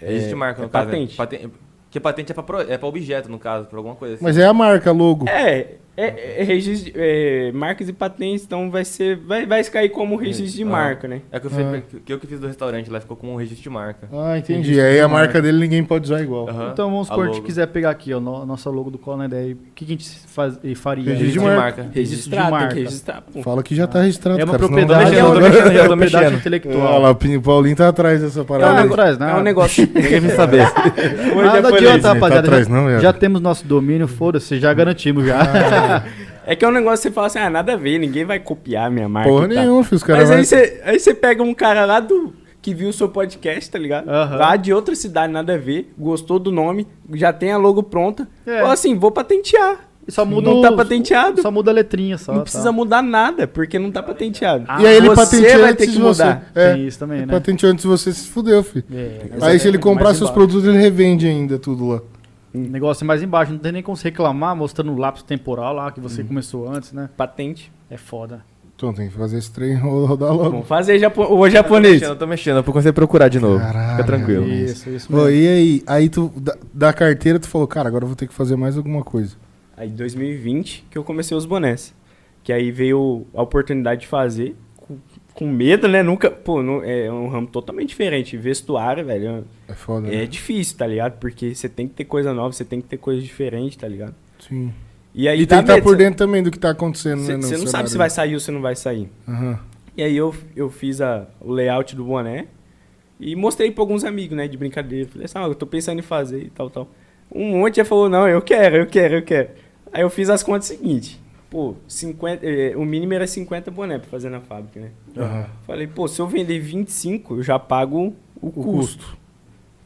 [SPEAKER 5] É
[SPEAKER 3] É-
[SPEAKER 5] registro de marca,
[SPEAKER 3] é
[SPEAKER 5] no caso.
[SPEAKER 3] patente.
[SPEAKER 5] Paten- Porque patente é pra, pro- é pra objeto, no caso, pra alguma coisa assim.
[SPEAKER 2] Mas é a marca, logo.
[SPEAKER 3] É, é, é registro, de- é, marcas e patentes, então vai ser, vai, vai cair como registro de
[SPEAKER 5] Ah.
[SPEAKER 3] marca, né?
[SPEAKER 5] É que eu, fiz,
[SPEAKER 2] Ah.
[SPEAKER 5] que- que eu que fiz do restaurante lá, ficou com um registro de marca.
[SPEAKER 2] Ah, entendi.
[SPEAKER 3] é
[SPEAKER 2] Aí a marca dele ninguém pode usar igual.
[SPEAKER 5] Aham.
[SPEAKER 1] é. Então vamos supor, a gente
[SPEAKER 5] logo.
[SPEAKER 1] quiser pegar aqui, ó, no- nossa logo do Colin Day. O que, que a gente faz, e faria?
[SPEAKER 2] Registro de
[SPEAKER 5] Registro de marca.
[SPEAKER 1] Registro de
[SPEAKER 3] Registrar, tem
[SPEAKER 1] marca.
[SPEAKER 3] que registrar. pô.
[SPEAKER 2] Fala que já tá registrado,
[SPEAKER 1] É uma
[SPEAKER 2] cara, senão
[SPEAKER 1] propriedade,
[SPEAKER 2] vai-
[SPEAKER 1] é
[SPEAKER 5] eu
[SPEAKER 1] uma
[SPEAKER 5] tô
[SPEAKER 3] né?
[SPEAKER 1] propriedade,
[SPEAKER 5] mexendo, eu tô
[SPEAKER 1] propriedade
[SPEAKER 5] mexendo.
[SPEAKER 2] Olha
[SPEAKER 1] intelectual.
[SPEAKER 2] lá, o Pin- o Paulinho tá atrás dessa
[SPEAKER 1] Tá lá
[SPEAKER 2] parada.
[SPEAKER 1] atrás,
[SPEAKER 3] É um
[SPEAKER 1] né?
[SPEAKER 3] negócio...
[SPEAKER 5] Ninguém quis saber.
[SPEAKER 1] Nada
[SPEAKER 3] Depois-
[SPEAKER 1] adianta,
[SPEAKER 2] Tá
[SPEAKER 1] rapaziada.
[SPEAKER 2] atrás, não,
[SPEAKER 1] já,
[SPEAKER 2] viado.
[SPEAKER 1] já temos nosso domínio, foda-se, já garantimos já.
[SPEAKER 3] É que é um negócio que você fala assim, ah, nada a ver, ninguém vai copiar minha marca.
[SPEAKER 2] Porra
[SPEAKER 3] e tal.
[SPEAKER 2] nenhuma, filho. Os caras
[SPEAKER 3] tá. Mas aí
[SPEAKER 2] vai-
[SPEAKER 3] você, aí você pega um cara lá do. que viu o seu podcast, tá ligado?
[SPEAKER 1] Aham.
[SPEAKER 3] Lá de outra cidade, nada a ver, gostou do nome, já tem a logo pronta.
[SPEAKER 1] É.
[SPEAKER 3] Fala assim, vou patentear.
[SPEAKER 1] E só muda
[SPEAKER 3] Não
[SPEAKER 1] o-
[SPEAKER 3] tá patenteado.
[SPEAKER 1] Só muda a letrinha só.
[SPEAKER 3] não
[SPEAKER 1] tá.
[SPEAKER 3] precisa mudar nada, porque não tá patenteado.
[SPEAKER 1] Ah,
[SPEAKER 2] E aí ele
[SPEAKER 3] você
[SPEAKER 2] patenteou
[SPEAKER 3] vai
[SPEAKER 2] antes
[SPEAKER 3] ter
[SPEAKER 2] de
[SPEAKER 3] que
[SPEAKER 2] você.
[SPEAKER 3] mudar.
[SPEAKER 2] É,
[SPEAKER 1] Tem isso também,
[SPEAKER 2] ele
[SPEAKER 1] né?
[SPEAKER 2] patenteou antes de você, se fudeu, filho.
[SPEAKER 1] É,
[SPEAKER 2] Aí se ele
[SPEAKER 1] mais
[SPEAKER 2] comprar seus
[SPEAKER 1] embaixo.
[SPEAKER 2] produtos, ele revende ainda tudo lá.
[SPEAKER 1] O negócio é mais embaixo, não tem nem como se reclamar mostrando o lapso temporal lá que você começou antes, né?
[SPEAKER 3] Patente.
[SPEAKER 1] É foda.
[SPEAKER 2] Então tem que fazer esse trem ro- rodar logo.
[SPEAKER 3] Vamos fazer japo o japonês.
[SPEAKER 5] Eu tô mexendo, eu comecei a procurar de novo. Fica
[SPEAKER 2] Caralho,
[SPEAKER 5] tranquilo.
[SPEAKER 1] Isso, isso
[SPEAKER 2] Ô,
[SPEAKER 1] mesmo.
[SPEAKER 3] né?
[SPEAKER 2] e aí? Aí tu, da, da carteira, tu falou, cara, agora eu vou ter que fazer mais alguma coisa.
[SPEAKER 3] Aí, em 2020, que eu comecei os bonés. Que aí veio a oportunidade de fazer, com, com medo, né? Nunca. Pô, não- é um ramo totalmente diferente. Vestuário, velho,
[SPEAKER 2] É foda,
[SPEAKER 3] é
[SPEAKER 2] né?
[SPEAKER 3] difícil, tá ligado? Porque você tem que ter coisa nova, você tem que ter coisa diferente, tá ligado?
[SPEAKER 2] Sim.
[SPEAKER 3] E aí
[SPEAKER 2] E tem que estar por dentro também do que tá acontecendo,
[SPEAKER 3] Você
[SPEAKER 2] né?
[SPEAKER 3] não, sabe se vai sair ou se não vai sair.
[SPEAKER 2] Aham.
[SPEAKER 3] E aí eu, eu fiz a, o layout do boné e mostrei pra alguns amigos, né, de brincadeira. Falei assim, ah, eu tô pensando em fazer e tal, tal. Um monte já falou, não, eu quero, eu quero, eu quero. Aí eu fiz as contas seguinte. Pô, 50, eh, o mínimo era 50 boné pra fazer na fábrica, né?
[SPEAKER 2] Aham.
[SPEAKER 3] Falei, pô, se eu vender 25, eu já pago o, custo.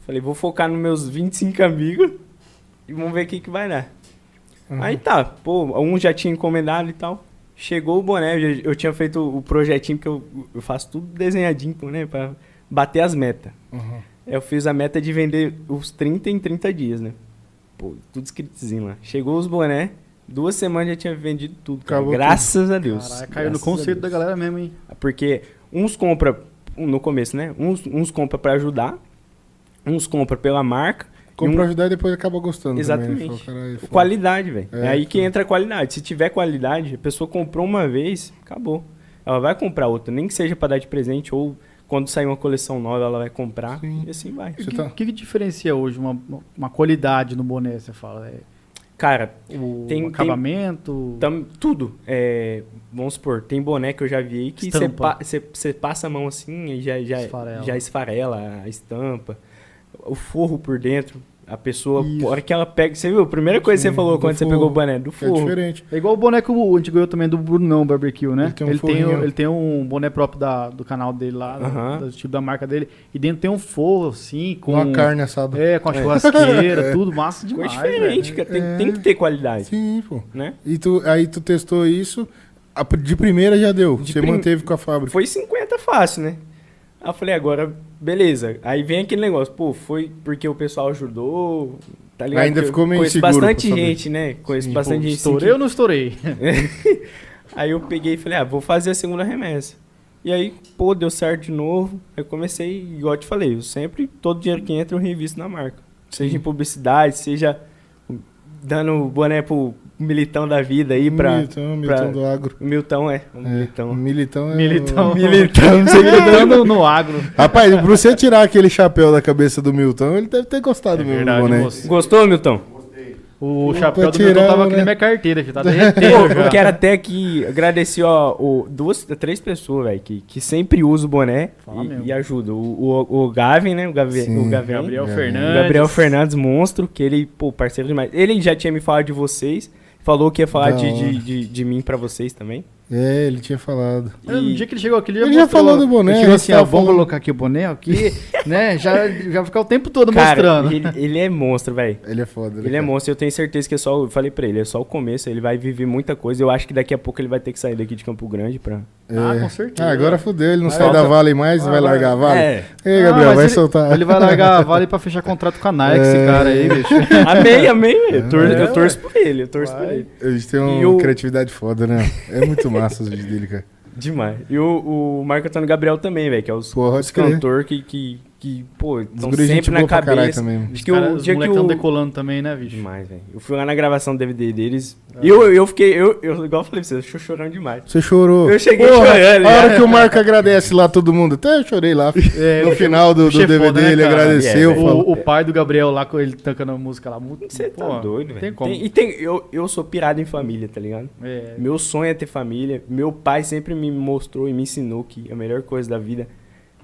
[SPEAKER 3] Falei, vou focar nos meus 25 amigos e vamos ver o que, que vai dar.
[SPEAKER 2] Uhum.
[SPEAKER 3] Aí tá, pô, um já tinha encomendado e tal. Chegou o boné, eu, já- eu tinha feito o projetinho que eu, eu faço tudo desenhadinho, pô, né? Pra bater as metas.
[SPEAKER 2] Aham.
[SPEAKER 3] Eu fiz a meta de vender os 30 em 30 dias, né? Pô, tudo escritozinho lá. Chegou os boné, duas semanas já tinha vendido tudo. cara.
[SPEAKER 2] Acabou
[SPEAKER 3] Graças a Deus.
[SPEAKER 1] Caralho, caiu no
[SPEAKER 3] Graças a
[SPEAKER 1] conceito
[SPEAKER 3] Deus.
[SPEAKER 1] da galera mesmo, hein?
[SPEAKER 3] Porque uns compra um, no começo, né? Uns, uns compra pra ajudar, uns compra pela marca. e
[SPEAKER 2] Compra
[SPEAKER 3] um-
[SPEAKER 2] ajudar e depois acaba gostando
[SPEAKER 3] Exatamente.
[SPEAKER 2] também. né? Fala, "Caralho, foda."
[SPEAKER 3] Qualidade, velho. É,
[SPEAKER 2] É,
[SPEAKER 3] aí que
[SPEAKER 2] tá.
[SPEAKER 3] entra a qualidade. Se tiver qualidade, a pessoa comprou uma vez, acabou. Ela vai comprar outra, nem que seja pra dar de presente ou quando sair uma coleção nova ela vai comprar
[SPEAKER 2] Sim.
[SPEAKER 3] e assim vai.
[SPEAKER 1] O
[SPEAKER 2] Você
[SPEAKER 1] que,
[SPEAKER 2] tá-
[SPEAKER 1] que que diferencia hoje uma, uma qualidade no boné, você fala? É
[SPEAKER 3] Cara,
[SPEAKER 1] o
[SPEAKER 3] Tem- Então- tem-
[SPEAKER 1] acabamento?
[SPEAKER 3] tam, tudo. É, vamos supor, tem boné que eu já vi aí que você
[SPEAKER 1] Estampa.
[SPEAKER 3] pa, cê- cê passa a mão assim e já, já,
[SPEAKER 1] Esfarela.
[SPEAKER 3] já esfarela a estampa. O forro por dentro, a pessoa,
[SPEAKER 1] Isso.
[SPEAKER 3] a hora que ela pega. Você viu? A primeira coisa
[SPEAKER 2] Sim,
[SPEAKER 3] que você falou
[SPEAKER 2] do
[SPEAKER 3] quando você
[SPEAKER 2] forro.
[SPEAKER 3] pegou o boné, do
[SPEAKER 2] É
[SPEAKER 3] forro.
[SPEAKER 2] diferente.
[SPEAKER 1] É igual o boné que o- a gente ganhou também do Brunão Barbecue, né?
[SPEAKER 2] Ele tem um
[SPEAKER 1] um,
[SPEAKER 2] forrinho.
[SPEAKER 1] ele tem um boné próprio da- do canal dele lá, da-
[SPEAKER 3] Aham.
[SPEAKER 1] do tipo da marca dele. E dentro tem um forro, assim, com...
[SPEAKER 2] Com a carne É. assada.
[SPEAKER 1] É, com a churrasqueira, tudo massa
[SPEAKER 3] Coisa
[SPEAKER 1] demais, velho.
[SPEAKER 3] diferente, cara. Tem, tem que ter
[SPEAKER 2] né? É.
[SPEAKER 3] qualidade,
[SPEAKER 2] Sim, pô.
[SPEAKER 3] né?
[SPEAKER 2] E tu, aí tu testou isso, a pr- de primeira já deu.
[SPEAKER 3] De
[SPEAKER 2] Você
[SPEAKER 3] prim-
[SPEAKER 2] manteve com a fábrica.
[SPEAKER 3] Foi 50 fácil, né? Aí eu falei, agora, beleza. Aí vem aquele negócio, pô, foi porque o pessoal ajudou, tá ligado?
[SPEAKER 2] Ainda
[SPEAKER 3] Que eu
[SPEAKER 2] ficou meio
[SPEAKER 3] Conheço
[SPEAKER 2] inseguro pra
[SPEAKER 3] bastante
[SPEAKER 2] saber.
[SPEAKER 3] gente, né? Conheço
[SPEAKER 2] Sim,
[SPEAKER 3] bastante
[SPEAKER 1] Pô,
[SPEAKER 3] gente. assim,
[SPEAKER 1] Tipo, estourei ou não estourei?
[SPEAKER 3] Aí eu peguei e falei, ah, vou fazer a segunda remessa. E aí, pô, deu certo de novo. Eu comecei, igual eu te falei, eu sempre, todo dinheiro que entra, eu reinvisto na marca. Seja em publicidade, seja dando boné pro militão da vida aí, pra...
[SPEAKER 2] Militão, militão
[SPEAKER 3] pra-
[SPEAKER 2] do agro.
[SPEAKER 3] Militão é, um
[SPEAKER 2] É,
[SPEAKER 3] militão.
[SPEAKER 2] militão é.
[SPEAKER 1] Militão.
[SPEAKER 3] Militão,
[SPEAKER 1] Você
[SPEAKER 2] tá
[SPEAKER 1] gritando no agro.
[SPEAKER 2] Rapaz, pra você tirar aquele chapéu da cabeça do Milton, ele deve ter gostado
[SPEAKER 1] É
[SPEAKER 2] mesmo
[SPEAKER 1] verdade,
[SPEAKER 2] do boné.
[SPEAKER 1] moço.
[SPEAKER 3] Gostou, Milton?
[SPEAKER 1] O
[SPEAKER 2] Opa,
[SPEAKER 1] chapéu do
[SPEAKER 2] tirando,
[SPEAKER 1] Milton tava aqui
[SPEAKER 2] né?
[SPEAKER 1] na minha carteira, filho. Tá
[SPEAKER 3] Pô,
[SPEAKER 2] É,
[SPEAKER 1] derretendo
[SPEAKER 3] eu
[SPEAKER 1] já.
[SPEAKER 3] quero até que agradecer, ó, o- duas, três pessoas, velho, que, que sempre usam o boné
[SPEAKER 1] Fala
[SPEAKER 3] e-
[SPEAKER 1] mesmo.
[SPEAKER 3] e, ajudam. O, o, o Gavin, né? O, Gave,
[SPEAKER 2] Sim.
[SPEAKER 3] o Gavin.
[SPEAKER 1] Gabriel
[SPEAKER 2] Gabriel
[SPEAKER 1] Fernandes.
[SPEAKER 3] O Gabriel Fernandes Monstro, que ele, pô, parceiro demais. Ele já tinha me falado de vocês, falou que ia falar
[SPEAKER 2] Da
[SPEAKER 3] de,
[SPEAKER 2] hora.
[SPEAKER 3] de, de, de mim pra vocês também.
[SPEAKER 2] É, ele tinha falado.
[SPEAKER 1] É, No
[SPEAKER 3] E-
[SPEAKER 1] dia que ele chegou aqui, ele já,
[SPEAKER 2] Ele já
[SPEAKER 1] mostrou.
[SPEAKER 2] falou do boné,
[SPEAKER 1] Ele chegou
[SPEAKER 2] a
[SPEAKER 1] assim,
[SPEAKER 2] gente
[SPEAKER 1] ó,
[SPEAKER 2] tava
[SPEAKER 1] vamos
[SPEAKER 2] falando.
[SPEAKER 1] colocar aqui o boné aqui, né? Já, já ficar o tempo todo
[SPEAKER 3] Cara,
[SPEAKER 1] mostrando.
[SPEAKER 3] ele, ele é monstro, velho.
[SPEAKER 2] Ele é foda.
[SPEAKER 3] Ele é monstro, eu tenho certeza que é só. Eu falei pra ele, é só o começo, ele vai viver muita coisa. Eu acho que daqui a pouco ele vai ter que sair daqui de Campo Grande pra.
[SPEAKER 1] Ah, com certeza.
[SPEAKER 2] Ah, agora fudeu, ele não
[SPEAKER 3] Vai
[SPEAKER 2] sai da
[SPEAKER 3] volta-
[SPEAKER 2] Vale mais, vai largar a Vale.
[SPEAKER 3] É.
[SPEAKER 2] Ei,
[SPEAKER 1] Ah,
[SPEAKER 2] Gabriel,
[SPEAKER 1] mas
[SPEAKER 2] vai
[SPEAKER 1] ele-
[SPEAKER 2] soltar.
[SPEAKER 1] Ele vai largar a Vale pra fechar contrato com a Nike, esse
[SPEAKER 2] É.
[SPEAKER 1] cara aí, bicho.
[SPEAKER 3] Amei, amei. Eu, tor-
[SPEAKER 1] É,
[SPEAKER 3] eu torço por ele, eu torço por
[SPEAKER 1] Vai.
[SPEAKER 3] ele.
[SPEAKER 2] A gente tem uma
[SPEAKER 3] E o-
[SPEAKER 2] criatividade foda, né? É muito massa os vídeos dele, cara.
[SPEAKER 3] Demais. E o, o Marco Antônio Gabriel também, velho, que é os,
[SPEAKER 2] Pô, pode
[SPEAKER 3] os
[SPEAKER 2] crer.
[SPEAKER 3] cantor que, que, que, pô, estão
[SPEAKER 2] guri, gente
[SPEAKER 3] sempre na
[SPEAKER 2] boa pra caralho
[SPEAKER 3] cabeça.
[SPEAKER 2] também.
[SPEAKER 3] Acho
[SPEAKER 1] Os
[SPEAKER 3] que o
[SPEAKER 1] caras, os
[SPEAKER 3] dia que
[SPEAKER 1] moleques tão
[SPEAKER 3] o...
[SPEAKER 1] decolando também, né, bicho?
[SPEAKER 3] Demais, velho. Eu fui lá na gravação do DVD deles. E eu, eu fiquei, eu, eu, igual eu falei pra vocês, eu tô chorando demais.
[SPEAKER 2] Você chorou.
[SPEAKER 3] Eu cheguei
[SPEAKER 2] Porra,
[SPEAKER 3] chorando,
[SPEAKER 2] A hora
[SPEAKER 3] né?
[SPEAKER 2] que o Marco agradece lá todo mundo. Até eu chorei lá.
[SPEAKER 1] É,
[SPEAKER 2] no
[SPEAKER 1] o
[SPEAKER 2] final do, do
[SPEAKER 1] chefe é
[SPEAKER 2] DVD,
[SPEAKER 1] foda, né,
[SPEAKER 2] ele
[SPEAKER 1] cara?
[SPEAKER 2] agradeceu.
[SPEAKER 3] É,
[SPEAKER 2] falou.
[SPEAKER 1] O, o pai do Gabriel lá, com ele tancando a música lá. Muito,
[SPEAKER 3] Você tá
[SPEAKER 1] pô,
[SPEAKER 3] doido,
[SPEAKER 1] não
[SPEAKER 3] velho.
[SPEAKER 1] Tem como.
[SPEAKER 3] Tem- e tem, eu, eu sou pirado em família, tá ligado?
[SPEAKER 1] É,
[SPEAKER 3] Meu sonho é ter família. Meu pai sempre me mostrou e me ensinou que a melhor coisa da vida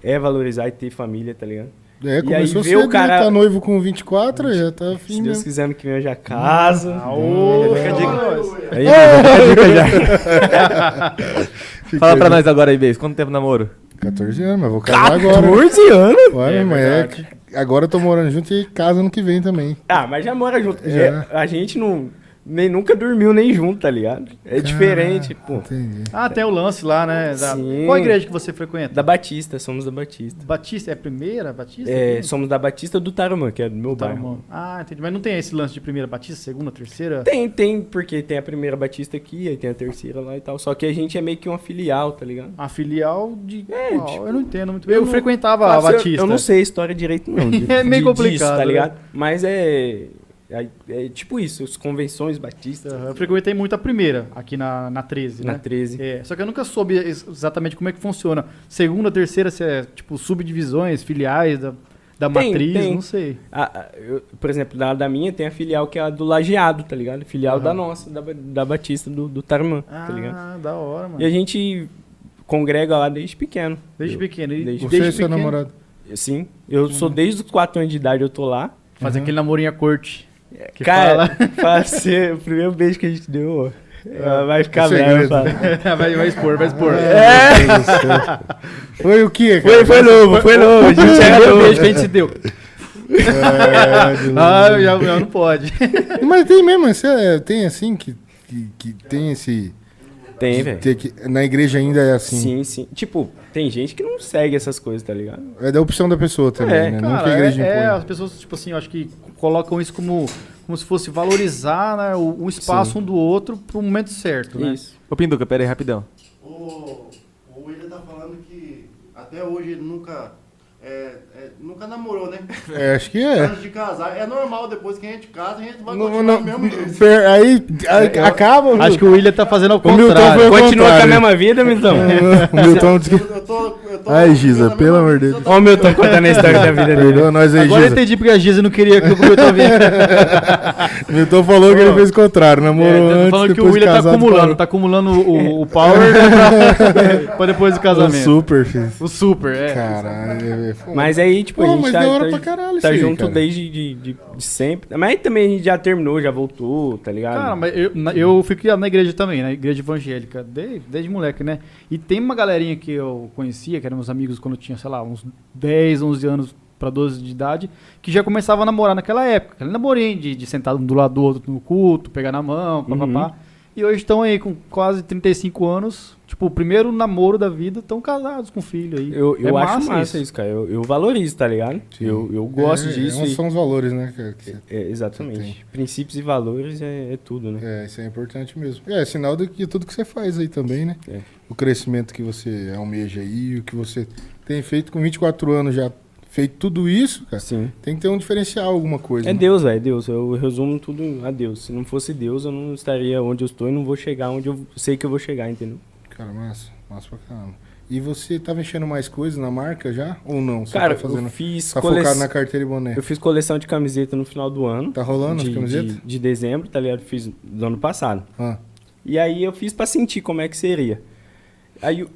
[SPEAKER 3] é valorizar e ter família, tá ligado?
[SPEAKER 2] É,
[SPEAKER 3] E
[SPEAKER 2] começou
[SPEAKER 3] aí vê
[SPEAKER 2] cedo,
[SPEAKER 3] o cara-
[SPEAKER 2] né? Tá noivo com 24, já tá
[SPEAKER 3] Se
[SPEAKER 2] fim
[SPEAKER 3] Deus
[SPEAKER 2] mesmo.
[SPEAKER 3] quiser, ano que vem eu já caso.
[SPEAKER 1] Aô, fica a dica.
[SPEAKER 3] Aí, né? fica a dica já.
[SPEAKER 5] Fala pra nós agora aí, Beis, quanto tempo namoro?
[SPEAKER 2] 14 anos, mas vou casar agora.
[SPEAKER 3] 14 anos?
[SPEAKER 2] Olha,
[SPEAKER 1] É
[SPEAKER 2] mas é
[SPEAKER 1] verdade.
[SPEAKER 2] que agora eu tô morando junto e casa ano que vem também.
[SPEAKER 3] Ah, mas já mora junto.
[SPEAKER 2] Já.
[SPEAKER 3] É, a gente não. nem nunca dormiu nem junto, tá ligado? É diferente, pô.
[SPEAKER 2] Entendi.
[SPEAKER 1] Ah, tem o lance lá, né? da-
[SPEAKER 3] Sim.
[SPEAKER 1] Qual igreja que você frequenta?
[SPEAKER 3] Da Batista, somos da Batista.
[SPEAKER 1] Batista, é a primeira Batista?
[SPEAKER 3] É, somos da Batista do Tarumã, que é do meu
[SPEAKER 1] Tá,
[SPEAKER 3] bairro.
[SPEAKER 1] irmão. Ah, entendi. Mas não tem esse lance de primeira Batista, segunda, terceira?
[SPEAKER 3] Tem, tem, porque tem a primeira Batista aqui, aí tem a terceira lá e tal. Só que a gente é meio que uma filial, tá ligado?
[SPEAKER 1] A filial de.
[SPEAKER 3] É,
[SPEAKER 1] qual?
[SPEAKER 3] tipo,
[SPEAKER 1] eu não entendo muito bem. Eu,
[SPEAKER 3] não-
[SPEAKER 1] frequentava
[SPEAKER 3] Fala
[SPEAKER 1] a
[SPEAKER 3] pra você, eu-
[SPEAKER 1] Batista.
[SPEAKER 3] Eu não sei a história direito, não. de-
[SPEAKER 1] É meio
[SPEAKER 3] de- disso,
[SPEAKER 1] complicado,
[SPEAKER 3] tá
[SPEAKER 1] né?
[SPEAKER 3] ligado? Mas é, é. é tipo isso, as convenções Batista.
[SPEAKER 1] Aham, Eu frequentei muito a primeira, aqui na, na 13,
[SPEAKER 3] Na
[SPEAKER 1] né?
[SPEAKER 3] 13.
[SPEAKER 1] É, só que eu nunca soube ex- exatamente como é que funciona. Segunda, terceira, se é tipo subdivisões, filiais da, da
[SPEAKER 3] Tem,
[SPEAKER 1] matriz,
[SPEAKER 3] tem.
[SPEAKER 1] não sei.
[SPEAKER 3] A- a- eu- por exemplo, da, da minha tem a filial que é a do Lajeado, tá ligado? Filial da nossa, da, Ba- da Batista, do, do Tarumã, tá ligado?
[SPEAKER 1] Ah, da hora, mano.
[SPEAKER 3] E a gente congrega lá desde pequeno.
[SPEAKER 1] Desde pequeno. e
[SPEAKER 3] desde-
[SPEAKER 2] Você e seu
[SPEAKER 1] pequeno,
[SPEAKER 2] namorado.
[SPEAKER 3] Eu- Sim, eu sou desde os 4 anos de idade, eu tô lá.
[SPEAKER 1] Fazer aquele namorinho à corte. Que
[SPEAKER 3] Cara, pra ser o primeiro beijo que a gente deu, ó, ela vai ficar
[SPEAKER 2] Segredo.
[SPEAKER 3] brava. fala.
[SPEAKER 1] fala. vai, vai expor, vai expor.
[SPEAKER 3] É.
[SPEAKER 2] Foi o quê, cara?
[SPEAKER 3] Foi, foi novo, foi novo. A gente é
[SPEAKER 1] Primeiro
[SPEAKER 3] novo.
[SPEAKER 1] beijo que a gente se deu.
[SPEAKER 2] É,
[SPEAKER 1] Ah, já, já não pode.
[SPEAKER 2] Mas tem mesmo, esse é- tem assim que, que, que tem esse.
[SPEAKER 3] Tem,
[SPEAKER 2] de
[SPEAKER 1] É.
[SPEAKER 3] velho.
[SPEAKER 2] ter que- na igreja ainda é assim.
[SPEAKER 3] Sim, sim. Tipo, tem gente que não segue essas coisas, tá ligado?
[SPEAKER 2] É da opção da pessoa também, né?
[SPEAKER 3] É,
[SPEAKER 2] Não que
[SPEAKER 1] Cara,
[SPEAKER 2] a
[SPEAKER 1] é,
[SPEAKER 2] igreja
[SPEAKER 1] é, as
[SPEAKER 2] impõe.
[SPEAKER 1] pessoas, tipo assim, eu acho que colocam isso como, como se fosse valorizar né, o, o espaço um do outro pro momento certo, né?
[SPEAKER 3] Isso.
[SPEAKER 5] Ô, Pinduca, pera aí, rapidão.
[SPEAKER 4] O, o William tá falando que até hoje ele nunca. é, é, nunca namorou, né?
[SPEAKER 2] É, acho que é.
[SPEAKER 4] Antes de casar. É normal, depois que a gente casa, a gente vai
[SPEAKER 2] Não-
[SPEAKER 4] continuar
[SPEAKER 2] não-
[SPEAKER 4] do mesmo jeito.
[SPEAKER 2] per- aí aí acaba.
[SPEAKER 1] Acho
[SPEAKER 2] viu?
[SPEAKER 1] que o William tá fazendo ao
[SPEAKER 2] Milton
[SPEAKER 1] contrário.
[SPEAKER 2] foi- um Ao
[SPEAKER 3] Continua com a
[SPEAKER 2] contrário. É.
[SPEAKER 3] mesma vida, Milton?
[SPEAKER 2] o Milton, desculpa.
[SPEAKER 4] Eu, eu tô, eu tô
[SPEAKER 2] Ai, Giza,
[SPEAKER 4] eu tô-
[SPEAKER 2] pelo amor de Deus. tá-
[SPEAKER 3] Ó o Milton contando a história da vida dele.
[SPEAKER 2] Perdoa nós aí,
[SPEAKER 1] Agora eu
[SPEAKER 2] Giza.
[SPEAKER 1] entendi porque a Giza não queria que o William vindo.
[SPEAKER 2] Milton falou que ele fez o contrário. Namorou
[SPEAKER 1] É,
[SPEAKER 2] antes,
[SPEAKER 1] tá falando que o
[SPEAKER 2] depois
[SPEAKER 1] William tá
[SPEAKER 2] casado,
[SPEAKER 1] acumulando,
[SPEAKER 2] parou.
[SPEAKER 1] tá acumulando o, o power né, pra, pra depois do
[SPEAKER 2] Um
[SPEAKER 1] casamento.
[SPEAKER 2] super, filho.
[SPEAKER 1] O super, é.
[SPEAKER 2] Caralho, é, é foda.
[SPEAKER 3] Mas aí, tipo,
[SPEAKER 2] Pô,
[SPEAKER 3] a gente
[SPEAKER 2] mas
[SPEAKER 3] tá,
[SPEAKER 2] da hora
[SPEAKER 3] tá-
[SPEAKER 2] pra caralho isso
[SPEAKER 3] tá
[SPEAKER 2] aí,
[SPEAKER 3] junto
[SPEAKER 2] cara.
[SPEAKER 3] desde de, de- de sempre. Mas aí também a gente já terminou, já voltou, tá ligado?
[SPEAKER 1] Cara, mas eu, na- eu fui criado na igreja também, na igreja evangélica, desde, desde moleque, né? E tem uma galerinha que eu conhecia, que eram meus amigos quando eu tinha, sei lá, uns 10, 11 anos pra 12 de idade, que já começava a namorar naquela época. Aquele namorinho de, de sentar um do lado do outro no culto, pegar na mão,
[SPEAKER 3] Uhum.
[SPEAKER 1] papapá. E hoje estão aí com quase 35 anos, tipo, o primeiro namoro da vida, estão casados com filho aí.
[SPEAKER 3] eu eu
[SPEAKER 1] É
[SPEAKER 3] acho massa, isso, cara. Eu, eu valorizo, tá ligado? Eu, eu gosto
[SPEAKER 2] É,
[SPEAKER 3] disso.
[SPEAKER 2] é,
[SPEAKER 3] e-
[SPEAKER 2] São os valores, né, cara? que você-
[SPEAKER 3] é, exatamente. Princípios e valores é, é tudo, né?
[SPEAKER 2] É, isso é importante mesmo. É, sinal do- de tudo que você faz aí também, né?
[SPEAKER 3] É.
[SPEAKER 2] O crescimento que você almeja aí, o que você tem feito com 24 anos já feito tudo isso, cara.
[SPEAKER 3] Sim.
[SPEAKER 2] Tem que ter um diferencial, alguma coisa.
[SPEAKER 3] É
[SPEAKER 2] né?
[SPEAKER 3] Deus, velho, é Deus. Eu resumo tudo a Deus. Se não fosse Deus, eu não estaria onde eu estou e não vou chegar onde eu sei que eu vou chegar, entendeu?
[SPEAKER 2] Cara, massa. Massa pra caramba. E você tá mexendo mais coisas na marca já? Ou não? Você
[SPEAKER 3] Cara,
[SPEAKER 2] tá fazendo.
[SPEAKER 3] eu fiz
[SPEAKER 2] Tá
[SPEAKER 3] cole-
[SPEAKER 2] focado na carteira e boné.
[SPEAKER 3] Eu fiz coleção de camiseta no final do ano.
[SPEAKER 2] Tá rolando
[SPEAKER 3] de,
[SPEAKER 2] as camisetas?
[SPEAKER 3] De, de dezembro, tá ligado? Fiz do ano passado.
[SPEAKER 2] Ah,
[SPEAKER 3] E aí eu fiz pra sentir como é que seria. Aí o-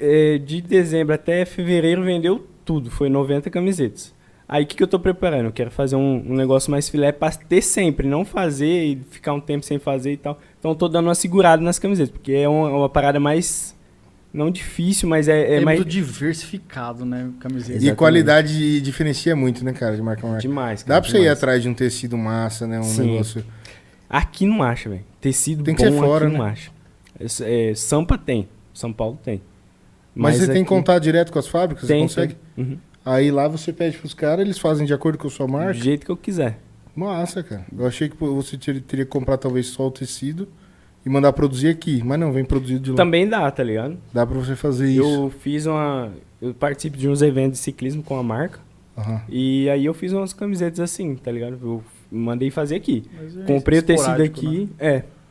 [SPEAKER 3] é, de dezembro até fevereiro vendeu tudo, foi 90 camisetas. Aí o que, que eu tô preparando? Eu quero fazer um, um negócio mais filé pra ter sempre, não fazer e ficar um tempo sem fazer e tal. Então eu tô dando uma segurada nas camisetas, porque é uma, uma parada mais. Não difícil, mas é, é
[SPEAKER 1] É,
[SPEAKER 3] mais.
[SPEAKER 1] muito diversificado, né, camiseta.
[SPEAKER 2] e
[SPEAKER 3] Exatamente.
[SPEAKER 2] qualidade diferencia muito, né, cara, de marca a marca.
[SPEAKER 3] Demais. cara,
[SPEAKER 2] Dá pra você ir
[SPEAKER 3] demais.
[SPEAKER 2] atrás de um tecido massa, né? Um
[SPEAKER 3] Sim.
[SPEAKER 2] negócio.
[SPEAKER 3] Aqui não acha, velho. Tecido
[SPEAKER 2] Tem que
[SPEAKER 3] bom
[SPEAKER 2] ser fora,
[SPEAKER 3] aqui
[SPEAKER 2] né?
[SPEAKER 3] não acha. É, é, Sampa tem. São Paulo tem.
[SPEAKER 2] Mas, você tem
[SPEAKER 3] aqui-
[SPEAKER 2] contato direto com as fábricas?
[SPEAKER 3] é Tem,
[SPEAKER 2] você consegue?
[SPEAKER 3] tem. Uhum.
[SPEAKER 2] Aí lá você pede pros caras, eles fazem de acordo com a sua
[SPEAKER 3] Do
[SPEAKER 2] marca.
[SPEAKER 3] jeito que eu quiser.
[SPEAKER 2] Massa, cara. Eu achei que pô, você ter- teria que comprar talvez só o tecido e mandar produzir aqui. Mas não, vem produzido de lá.
[SPEAKER 3] Também dá, tá ligado?
[SPEAKER 2] Dá pra você fazer isso.
[SPEAKER 3] Eu fiz uma. Eu participo de uns eventos de ciclismo com a marca.
[SPEAKER 2] Aham.
[SPEAKER 3] E aí eu fiz umas camisetas assim, tá ligado? Eu mandei fazer aqui. Comprei o tecido
[SPEAKER 1] é Esporádico, né?
[SPEAKER 3] aqui.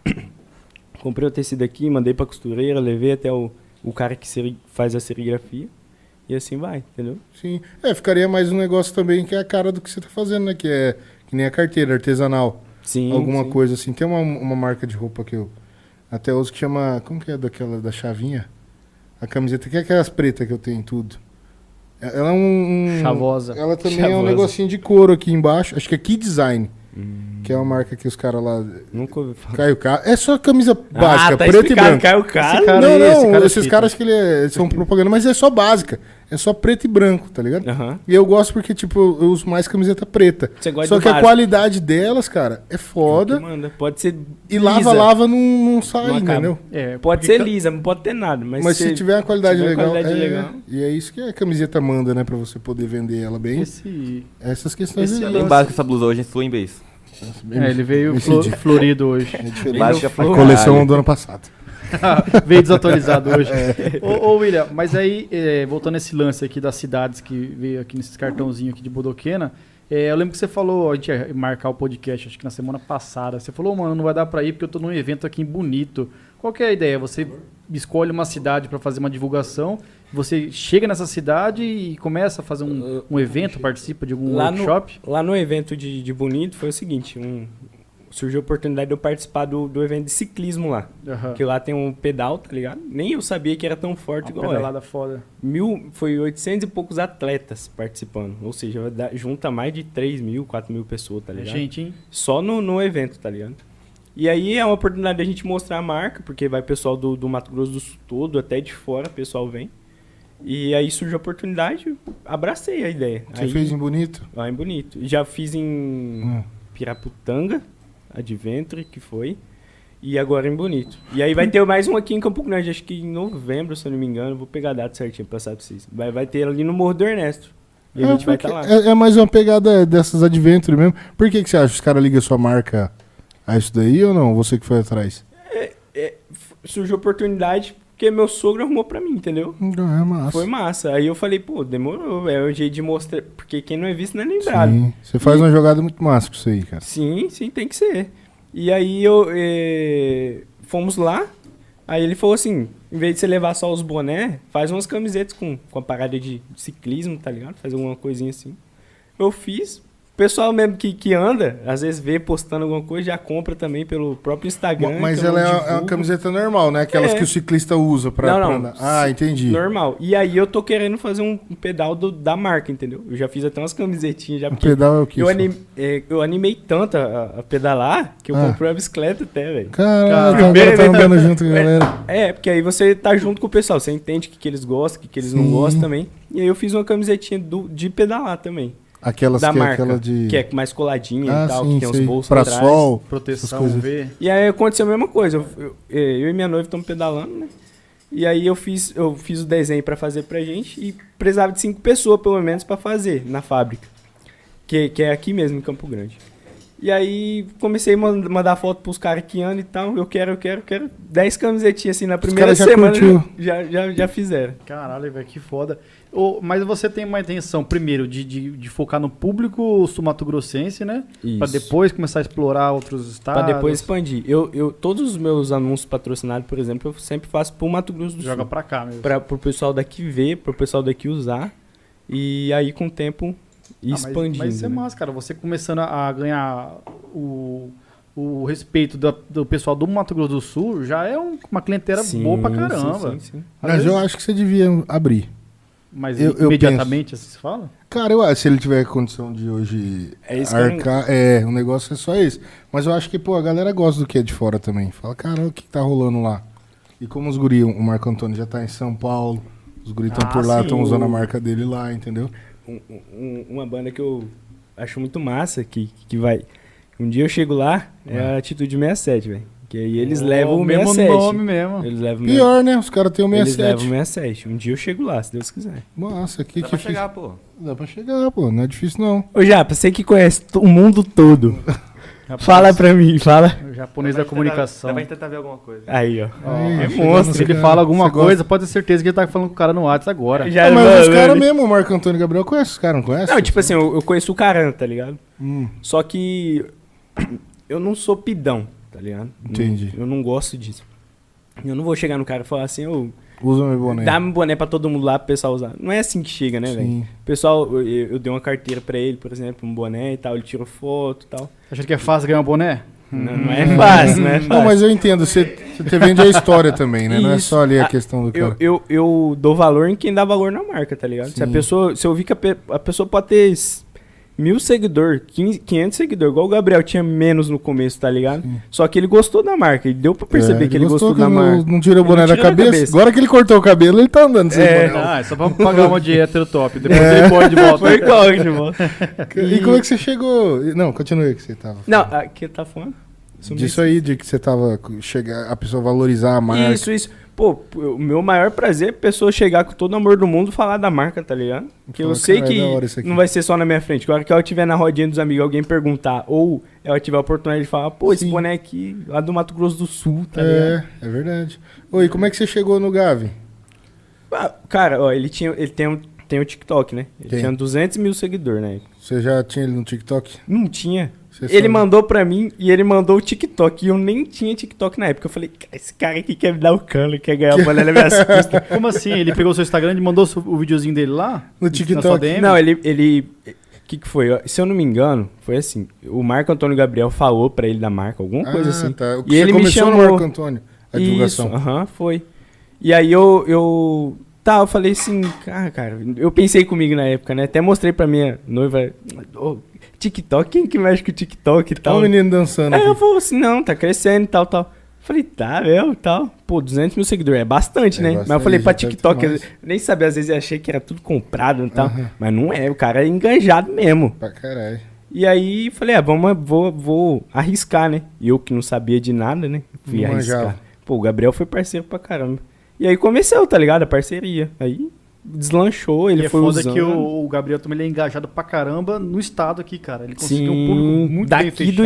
[SPEAKER 3] É. Comprei o tecido aqui, mandei pra costureira, levei até o, o cara que seri- faz a serigrafia. E assim vai, entendeu?
[SPEAKER 2] Sim. É, ficaria mais um negócio também que é a cara do que você tá fazendo, né? Que é que nem a carteira artesanal.
[SPEAKER 3] Sim.
[SPEAKER 2] alguma
[SPEAKER 3] sim.
[SPEAKER 2] coisa assim. Tem uma, uma marca de roupa que eu até uso que chama. Como que é daquela da chavinha? A camiseta, que é aquelas pretas que eu tenho em tudo. É- Ela é um. um-
[SPEAKER 1] né? Chavosa.
[SPEAKER 2] Ela também é um
[SPEAKER 3] Chavosa.
[SPEAKER 2] negocinho de couro aqui embaixo. Acho que é Key Design. Que é uma marca que os caras lá.
[SPEAKER 3] Nunca ouvi falar.
[SPEAKER 2] Caio Ca- É só camisa básica,
[SPEAKER 3] ah, tá
[SPEAKER 2] preta e
[SPEAKER 3] explicado,
[SPEAKER 2] branca.
[SPEAKER 3] Caiu o cara.
[SPEAKER 1] Esse cara
[SPEAKER 2] não,
[SPEAKER 1] aí,
[SPEAKER 2] não,
[SPEAKER 1] esse cara é
[SPEAKER 2] esses
[SPEAKER 1] fita.
[SPEAKER 2] caras que ele é- eles são propaganda, mas é só básica. É é só preto e branco, tá ligado?
[SPEAKER 3] Aham.
[SPEAKER 2] E eu gosto porque, tipo, eu, eu uso mais camiseta preta.
[SPEAKER 3] Você gosta
[SPEAKER 2] Só
[SPEAKER 3] do
[SPEAKER 2] que é a
[SPEAKER 3] básico.
[SPEAKER 2] qualidade delas, cara, é
[SPEAKER 3] Que
[SPEAKER 2] foda.
[SPEAKER 3] manda. Pode ser
[SPEAKER 2] E lava,
[SPEAKER 3] lisa.
[SPEAKER 2] lava, não, não sai,
[SPEAKER 3] Não acaba.
[SPEAKER 2] entendeu?
[SPEAKER 1] É,
[SPEAKER 3] Pode
[SPEAKER 1] porque
[SPEAKER 3] ser
[SPEAKER 1] ca-
[SPEAKER 3] lisa, não pode ter nada. Mas,
[SPEAKER 2] Mas, se, tiver uma qualidade
[SPEAKER 3] tiver
[SPEAKER 2] legal.
[SPEAKER 3] qualidade
[SPEAKER 2] é,
[SPEAKER 3] legal.
[SPEAKER 2] E é isso que a camiseta manda, né? Pra você poder vender ela bem.
[SPEAKER 1] Esse...
[SPEAKER 2] Essas questões.
[SPEAKER 3] esse é
[SPEAKER 2] aí,
[SPEAKER 5] Bem
[SPEAKER 2] né?
[SPEAKER 5] básico essa blusa hoje, sua em base.
[SPEAKER 1] É, ele veio
[SPEAKER 2] me
[SPEAKER 1] flo-
[SPEAKER 2] senti.
[SPEAKER 1] florido hoje.
[SPEAKER 2] É diferente.
[SPEAKER 5] Básica
[SPEAKER 2] a
[SPEAKER 5] pra
[SPEAKER 2] coleção
[SPEAKER 5] caralho.
[SPEAKER 2] do ano passado.
[SPEAKER 1] veio desatualizado hoje.
[SPEAKER 2] É.
[SPEAKER 1] ô, ô, William, mas aí, é, voltando a esse lance aqui das cidades que veio aqui nesses cartãozinhos aqui de Bodoquena, é, eu lembro que você falou, a gente ia marcar o podcast, acho que na semana passada, você falou, "Ô, mano, não vai dar pra ir porque eu tô num evento aqui em Bonito. Qual que é a ideia? Você escolhe uma cidade pra fazer uma divulgação, você chega nessa cidade e começa a fazer um, um evento, participa de algum
[SPEAKER 3] Lá no-
[SPEAKER 1] workshop?
[SPEAKER 3] Lá no evento de, de Bonito foi o seguinte: um- surgiu a oportunidade de eu participar do, do evento de ciclismo lá.
[SPEAKER 1] Aham.
[SPEAKER 3] Porque lá tem um pedal, tá ligado? Nem eu sabia que era tão forte
[SPEAKER 1] Uma
[SPEAKER 3] igual é.
[SPEAKER 1] pedalada foda.
[SPEAKER 3] Mil, foi 800 e poucos atletas participando. Ou seja, vai dar- junta mais de 3 mil, 4 mil pessoas, tá
[SPEAKER 1] É
[SPEAKER 3] ligado?
[SPEAKER 1] gente, hein?
[SPEAKER 3] Só no, no evento, tá ligado? E aí é uma oportunidade da gente mostrar a marca, porque vai pessoal do, do Mato Grosso do Sul todo, até de fora, o pessoal vem. E aí surgiu a oportunidade, eu abracei a ideia.
[SPEAKER 2] Você
[SPEAKER 3] aí,
[SPEAKER 2] fez em bonito?
[SPEAKER 3] Lá em Bonito. Já fiz em
[SPEAKER 2] Hum.
[SPEAKER 3] Piraputanga, Adventure, que foi. E agora em Bonito. E aí vai ter mais um aqui em Campo Grande, acho que em novembro, se eu não me engano. Vou pegar a data certinho pra passar pra vocês. Vai, vai ter ali no Morro do Ernesto. E a
[SPEAKER 2] É,
[SPEAKER 3] gente vai
[SPEAKER 2] porque
[SPEAKER 3] estar lá.
[SPEAKER 2] é- é mais uma pegada dessas adventure mesmo. Por que, que você acha? Os caras ligam sua marca a isso daí ou não? Você que foi atrás?
[SPEAKER 3] É, Surgiu a oportunidade porque meu sogro arrumou pra mim, entendeu?
[SPEAKER 2] Não, é massa.
[SPEAKER 3] Foi massa. Aí eu falei, pô, demorou. É o jeito de mostrar. Porque quem não é visto não é lembrado.
[SPEAKER 2] Sim. Você faz uma jogada muito massa com isso aí, cara.
[SPEAKER 3] Sim, sim, tem que ser. E aí eu eh, fomos lá, aí ele falou assim, em vez de você levar só os boné, faz umas camisetas com, com a parada de ciclismo, tá ligado? Faz alguma coisinha assim. Eu fiz. O pessoal mesmo que, que anda, às vezes vê postando alguma coisa, já compra também pelo próprio Instagram.
[SPEAKER 2] Mas
[SPEAKER 3] que eu
[SPEAKER 2] ela é
[SPEAKER 3] não
[SPEAKER 2] uma, é uma
[SPEAKER 3] divulgo.
[SPEAKER 2] camiseta normal, né? Aquelas
[SPEAKER 3] É.
[SPEAKER 2] que o ciclista usa pra,
[SPEAKER 3] Não,
[SPEAKER 2] pra
[SPEAKER 3] não.
[SPEAKER 2] andar. Ah, entendi.
[SPEAKER 3] Normal. E aí eu tô querendo fazer um um pedal do- da marca, entendeu? Eu já fiz até umas camisetinhas já.
[SPEAKER 2] O
[SPEAKER 3] porque
[SPEAKER 2] pedal é o que?
[SPEAKER 3] eu,
[SPEAKER 2] isso?
[SPEAKER 3] anim- eh, eu animei tanto a, a pedalar que eu
[SPEAKER 2] Ah.
[SPEAKER 3] comprei uma bicicleta até, velho.
[SPEAKER 2] Caraca, tá, agora
[SPEAKER 3] Primeiro
[SPEAKER 2] tá
[SPEAKER 3] evento-
[SPEAKER 2] andando junto com a galera.
[SPEAKER 3] É, porque aí você tá junto com o pessoal, você entende o que, que eles gostam, o que, que eles não
[SPEAKER 2] Sim.
[SPEAKER 3] gostam também. E aí eu fiz uma camisetinha do, de pedalar também,
[SPEAKER 2] Aquelas
[SPEAKER 3] da
[SPEAKER 2] que é
[SPEAKER 3] marca,
[SPEAKER 2] aquela de.
[SPEAKER 3] que é mais coladinha
[SPEAKER 2] ah,
[SPEAKER 3] e tal,
[SPEAKER 2] sim,
[SPEAKER 3] que tem uns
[SPEAKER 2] sei.
[SPEAKER 3] bolsos
[SPEAKER 2] Pra
[SPEAKER 3] atrás.
[SPEAKER 2] sol. essas
[SPEAKER 1] Proteção,
[SPEAKER 2] coisas.
[SPEAKER 1] V.
[SPEAKER 3] E aí aconteceu a mesma coisa, eu, eu- eh, eu e minha noiva estamos pedalando, né? E aí eu fiz, eu fiz o desenho pra fazer pra gente e precisava de cinco pessoas, pelo menos, pra fazer na fábrica. Que, que é aqui mesmo, em Campo Grande. E aí comecei a mand- mandar foto pros caras que andam e tal. Eu quero, eu quero, eu quero. Dez camisetinhas assim na primeira
[SPEAKER 2] caras já
[SPEAKER 3] semana.
[SPEAKER 2] curtiu.
[SPEAKER 3] Já, já, já fizeram.
[SPEAKER 1] Caralho, velho, que foda. Ô, mas você tem uma intenção, primeiro, de, de, de focar no público sumato-grossense, né? Pra
[SPEAKER 3] Isso.
[SPEAKER 1] depois começar a explorar outros
[SPEAKER 3] Pra
[SPEAKER 1] estados.
[SPEAKER 3] depois expandir. Eu, eu, todos os meus anúncios patrocinados, por exemplo, eu sempre faço pro Mato Grosso do
[SPEAKER 1] Joga
[SPEAKER 3] Sul.
[SPEAKER 1] pra cá mesmo. Ah,
[SPEAKER 3] Pra, pro pessoal daqui ver, pro pessoal daqui usar. E aí, com o tempo, ir
[SPEAKER 1] Ah, mas-
[SPEAKER 3] expandindo.
[SPEAKER 1] Mas isso é
[SPEAKER 3] né?
[SPEAKER 1] massa, cara. Você começando a a ganhar o, o respeito da- do pessoal do Mato Grosso do Sul, já é um- uma clientela
[SPEAKER 3] Sim,
[SPEAKER 1] boa pra
[SPEAKER 3] sim,
[SPEAKER 1] caramba.
[SPEAKER 3] sim, sim.
[SPEAKER 1] Às
[SPEAKER 2] Mas eu
[SPEAKER 1] vezes-
[SPEAKER 2] acho que você devia abrir.
[SPEAKER 1] Mas
[SPEAKER 2] eu- eu
[SPEAKER 1] imediatamente, assim se fala?
[SPEAKER 2] Cara, eu acho, se ele tiver condição de hoje
[SPEAKER 3] É isso que eu não-
[SPEAKER 2] arcar, é, o negócio é só esse. Mas eu acho que, pô, a galera gosta do que é de fora também. Fala, cara, o que que tá rolando lá? E como os guri, o Marco Antônio já tá em São Paulo, os guri estão
[SPEAKER 1] Ah,
[SPEAKER 2] por lá,
[SPEAKER 1] sim,
[SPEAKER 2] estão usando
[SPEAKER 1] o-
[SPEAKER 2] a marca dele lá, entendeu?
[SPEAKER 3] Um- um- uma banda que eu acho muito massa, que, que vai. Um dia eu chego lá, é a Atitude 67, velho. Que aí eles
[SPEAKER 1] Ó,
[SPEAKER 3] levam o
[SPEAKER 1] mesmo
[SPEAKER 3] 67.
[SPEAKER 1] nome mesmo.
[SPEAKER 3] Eles levam o
[SPEAKER 2] Pior, né? Os caras têm o
[SPEAKER 3] Eles levam o
[SPEAKER 2] 67.
[SPEAKER 3] 67. Um dia eu chego lá, se Deus quiser.
[SPEAKER 2] Nossa, que
[SPEAKER 5] Dá
[SPEAKER 2] que
[SPEAKER 5] pra
[SPEAKER 2] fica-
[SPEAKER 5] chegar, pô.
[SPEAKER 2] Dá pra chegar, pô. Não é difícil, não.
[SPEAKER 3] Ô, Japa, você que conhece to- o mundo todo. Fala pra mim, fala.
[SPEAKER 1] O japonês da
[SPEAKER 5] Dá pra gente
[SPEAKER 1] comunicação.
[SPEAKER 5] tentar- Dá pra gente tentar ver alguma coisa.
[SPEAKER 3] Aí, ó.
[SPEAKER 1] Ó,
[SPEAKER 2] É
[SPEAKER 3] monstro.
[SPEAKER 1] Se ele fala alguma coisa, pode ter certeza que ele tá falando com o cara no WhatsApp agora.
[SPEAKER 3] Já
[SPEAKER 2] Ah, mas
[SPEAKER 3] mano,
[SPEAKER 2] os caras
[SPEAKER 3] ele-
[SPEAKER 2] mesmo, o Marco Antônio e Gabriel, conhece os caras, não conhece?
[SPEAKER 3] né? Não, tipo assim, eu, eu conheço o Caran, tá ligado?
[SPEAKER 2] Hum,
[SPEAKER 3] Só que eu não sou pidão, tá ligado?
[SPEAKER 2] Entendi.
[SPEAKER 3] Eu não gosto disso. Eu não vou chegar no cara e falar assim, ô,
[SPEAKER 2] usa meu boné.
[SPEAKER 3] dá-me um boné pra todo mundo lá pro pessoal usar. Não é assim que chega, né, velho?
[SPEAKER 2] Sim.
[SPEAKER 3] O pessoal, eu, eu- eu dei uma carteira pra ele, por exemplo, um boné e tal, ele tirou foto e tal.
[SPEAKER 1] Achando que é fácil ganhar um boné?
[SPEAKER 3] Não, não é fácil, não é fácil.
[SPEAKER 2] Hum. Não, mas eu entendo, você, você vende a história também, né? Não é
[SPEAKER 3] Isso.
[SPEAKER 2] só ali a
[SPEAKER 3] Ah,
[SPEAKER 2] questão do
[SPEAKER 3] Eu,
[SPEAKER 2] cara.
[SPEAKER 3] eu, eu dou valor em quem dá valor na marca, tá ligado? Se a
[SPEAKER 2] Sim.
[SPEAKER 3] pessoa. Se eu vi que a, pe- a pessoa pode ter s- mil seguidor, 15 500 seguidor. Igual o Gabriel tinha menos no começo, tá ligado? Só que ele gostou da marca. E deu pra perceber
[SPEAKER 2] É,
[SPEAKER 3] que ele gostou,
[SPEAKER 2] que
[SPEAKER 3] da
[SPEAKER 2] não,
[SPEAKER 3] marca.
[SPEAKER 2] não tirou o
[SPEAKER 3] Ele
[SPEAKER 2] boné
[SPEAKER 3] não
[SPEAKER 2] da
[SPEAKER 3] tirou a
[SPEAKER 2] cabeça.
[SPEAKER 3] cabeça.
[SPEAKER 2] Agora que ele cortou o cabelo, ele tá andando sem
[SPEAKER 3] É,
[SPEAKER 2] boné.
[SPEAKER 1] Ah, é só pra pagar uma de hétero top. Depois ele pode de volta.
[SPEAKER 3] Foi igual, irmão.
[SPEAKER 2] E como é que você chegou? Não, continue que você tava.
[SPEAKER 3] Ah, Não, ah, que tá falando? Sumi-
[SPEAKER 2] Disso aí, de que você tava. co- Chegar, a pessoa valorizar a marca.
[SPEAKER 3] Isso, isso. Pô, o meu maior prazer é a pessoa chegar com todo o amor do mundo e falar da marca, tá ligado? Porque eu
[SPEAKER 2] Falar,
[SPEAKER 3] sei
[SPEAKER 2] "Caralho,
[SPEAKER 3] que
[SPEAKER 2] da hora isso aqui."
[SPEAKER 3] não vai ser só na minha frente. Que a hora que ela estiver na rodinha dos amigos alguém perguntar, ou ela tiver a oportunidade de falar, pô, esse
[SPEAKER 2] Sim.
[SPEAKER 3] boné aqui lá do Mato Grosso do Sul, tá ligado?
[SPEAKER 2] é, é verdade. Oi, como é que você chegou no Gavi?
[SPEAKER 3] Ah, cara, ó, ele, tinha, ele tem, um, tem o TikTok, né? Ele
[SPEAKER 2] Tem.
[SPEAKER 3] tinha 200 mil seguidores, né?
[SPEAKER 2] Você já tinha ele no TikTok?
[SPEAKER 3] Não tinha.
[SPEAKER 2] Você
[SPEAKER 3] ele
[SPEAKER 2] sabe?
[SPEAKER 3] mandou pra mim e ele mandou o TikTok. E eu nem tinha TikTok na época. Eu falei, "Cara, esse cara aqui quer me dar o cano, quer ganhar o boné nas minhas costas.
[SPEAKER 1] Como assim? Ele pegou seu Instagram e mandou su- o videozinho dele lá? Na
[SPEAKER 2] No
[SPEAKER 1] sua
[SPEAKER 2] TikTok.
[SPEAKER 1] DM?
[SPEAKER 3] Não, ele. ele o que, que foi? Eu- Se eu não me engano, foi assim. O Marco Antônio Gabriel falou pra ele da marca, alguma coisa assim.
[SPEAKER 2] Tá. O que
[SPEAKER 3] E
[SPEAKER 2] você
[SPEAKER 3] ele me
[SPEAKER 2] começou no
[SPEAKER 3] chamou.
[SPEAKER 2] Marco Antônio, a divulgação.
[SPEAKER 3] Isso, aham, foi. E aí eu, eu. Tá, eu falei assim, cara, cara, eu pensei comigo na época, né? Até mostrei pra minha noiva. "Ô, TikTok, quem que mexe com o TikTok e
[SPEAKER 2] Tá o
[SPEAKER 3] tal?
[SPEAKER 2] menino dançando.
[SPEAKER 3] Aí eu
[SPEAKER 2] aqui.
[SPEAKER 3] falei assim, não, tá crescendo e tal, tal. Falei, tá, meu, tal. Pô, 200 mil seguidores, é bastante,
[SPEAKER 2] É
[SPEAKER 3] né? Mas
[SPEAKER 2] bastante,
[SPEAKER 3] eu falei pra
[SPEAKER 2] já deve ter
[SPEAKER 3] TikTok, eu
[SPEAKER 2] mais.
[SPEAKER 3] nem sabia, às vezes eu achei que era tudo comprado e tal.
[SPEAKER 2] Aham.
[SPEAKER 3] Mas não é, o cara é enganjado mesmo.
[SPEAKER 2] Pra caralho.
[SPEAKER 3] E aí falei, ah, vamos, vou, vou arriscar, né? E eu que não sabia de nada, né? Fui
[SPEAKER 2] Não
[SPEAKER 3] arriscar.
[SPEAKER 2] manjava.
[SPEAKER 3] Pô, o Gabriel foi parceiro pra caramba. E aí começou, tá ligado? A parceria. Aí deslanchou, ele
[SPEAKER 1] e é
[SPEAKER 3] foi
[SPEAKER 1] foda
[SPEAKER 3] usando.
[SPEAKER 1] que o, o Gabriel também ele é engajado pra caramba no estado aqui, cara. Ele
[SPEAKER 3] Sim,
[SPEAKER 1] conseguiu um público muito bem
[SPEAKER 3] daqui
[SPEAKER 1] fechado.
[SPEAKER 3] do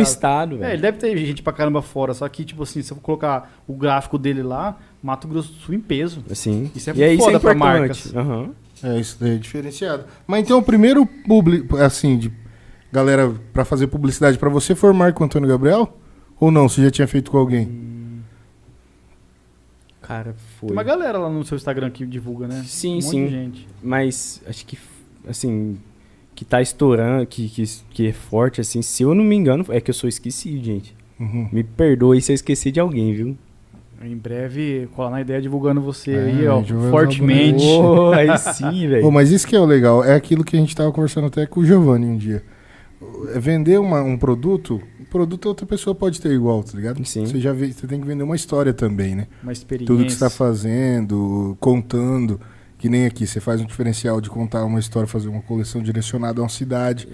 [SPEAKER 1] É,
[SPEAKER 3] estado,
[SPEAKER 1] ele
[SPEAKER 3] velho.
[SPEAKER 1] deve ter gente pra caramba fora, só que, tipo assim, se eu colocar o gráfico dele lá, Mato Grosso do Sul em peso.
[SPEAKER 3] Assim.
[SPEAKER 1] Isso é
[SPEAKER 3] e aí,
[SPEAKER 1] foda
[SPEAKER 3] isso é
[SPEAKER 1] pra
[SPEAKER 3] importante.
[SPEAKER 1] marcas.
[SPEAKER 3] Aham.
[SPEAKER 2] É, isso daí é diferenciado. Mas então o primeiro público, assim, de galera pra fazer publicidade pra você foi o Marco Antônio Gabriel? Ou não? Você já tinha feito com alguém?
[SPEAKER 3] Cara, foi.
[SPEAKER 1] Tem uma galera lá no seu Instagram que divulga, né?
[SPEAKER 3] Sim,
[SPEAKER 1] um
[SPEAKER 3] sim.
[SPEAKER 1] Monte de gente.
[SPEAKER 3] Mas acho que, assim, que tá estourando, que, que, que é forte, assim. Se eu não me engano, é que eu sou esquecido, gente.
[SPEAKER 2] Uhum.
[SPEAKER 3] Me perdoe se eu esqueci de alguém, viu?
[SPEAKER 1] Em breve, colar na ideia divulgando você
[SPEAKER 2] É,
[SPEAKER 1] aí, ó,
[SPEAKER 2] divulgando
[SPEAKER 1] fortemente.
[SPEAKER 2] o
[SPEAKER 3] Pô, aí sim, velho.
[SPEAKER 2] Pô, mas isso que é o legal, é aquilo que a gente tava conversando até com o Giovanni um dia. É Vender uma- um produto, o produto outra pessoa pode ter igual, tá ligado?
[SPEAKER 3] Sim.
[SPEAKER 2] Você já vê, você tem que vender uma história também, né?
[SPEAKER 1] Uma experiência.
[SPEAKER 2] Tudo que você tá fazendo, contando, que nem aqui, você faz um diferencial de contar uma história, fazer uma coleção direcionada a uma cidade.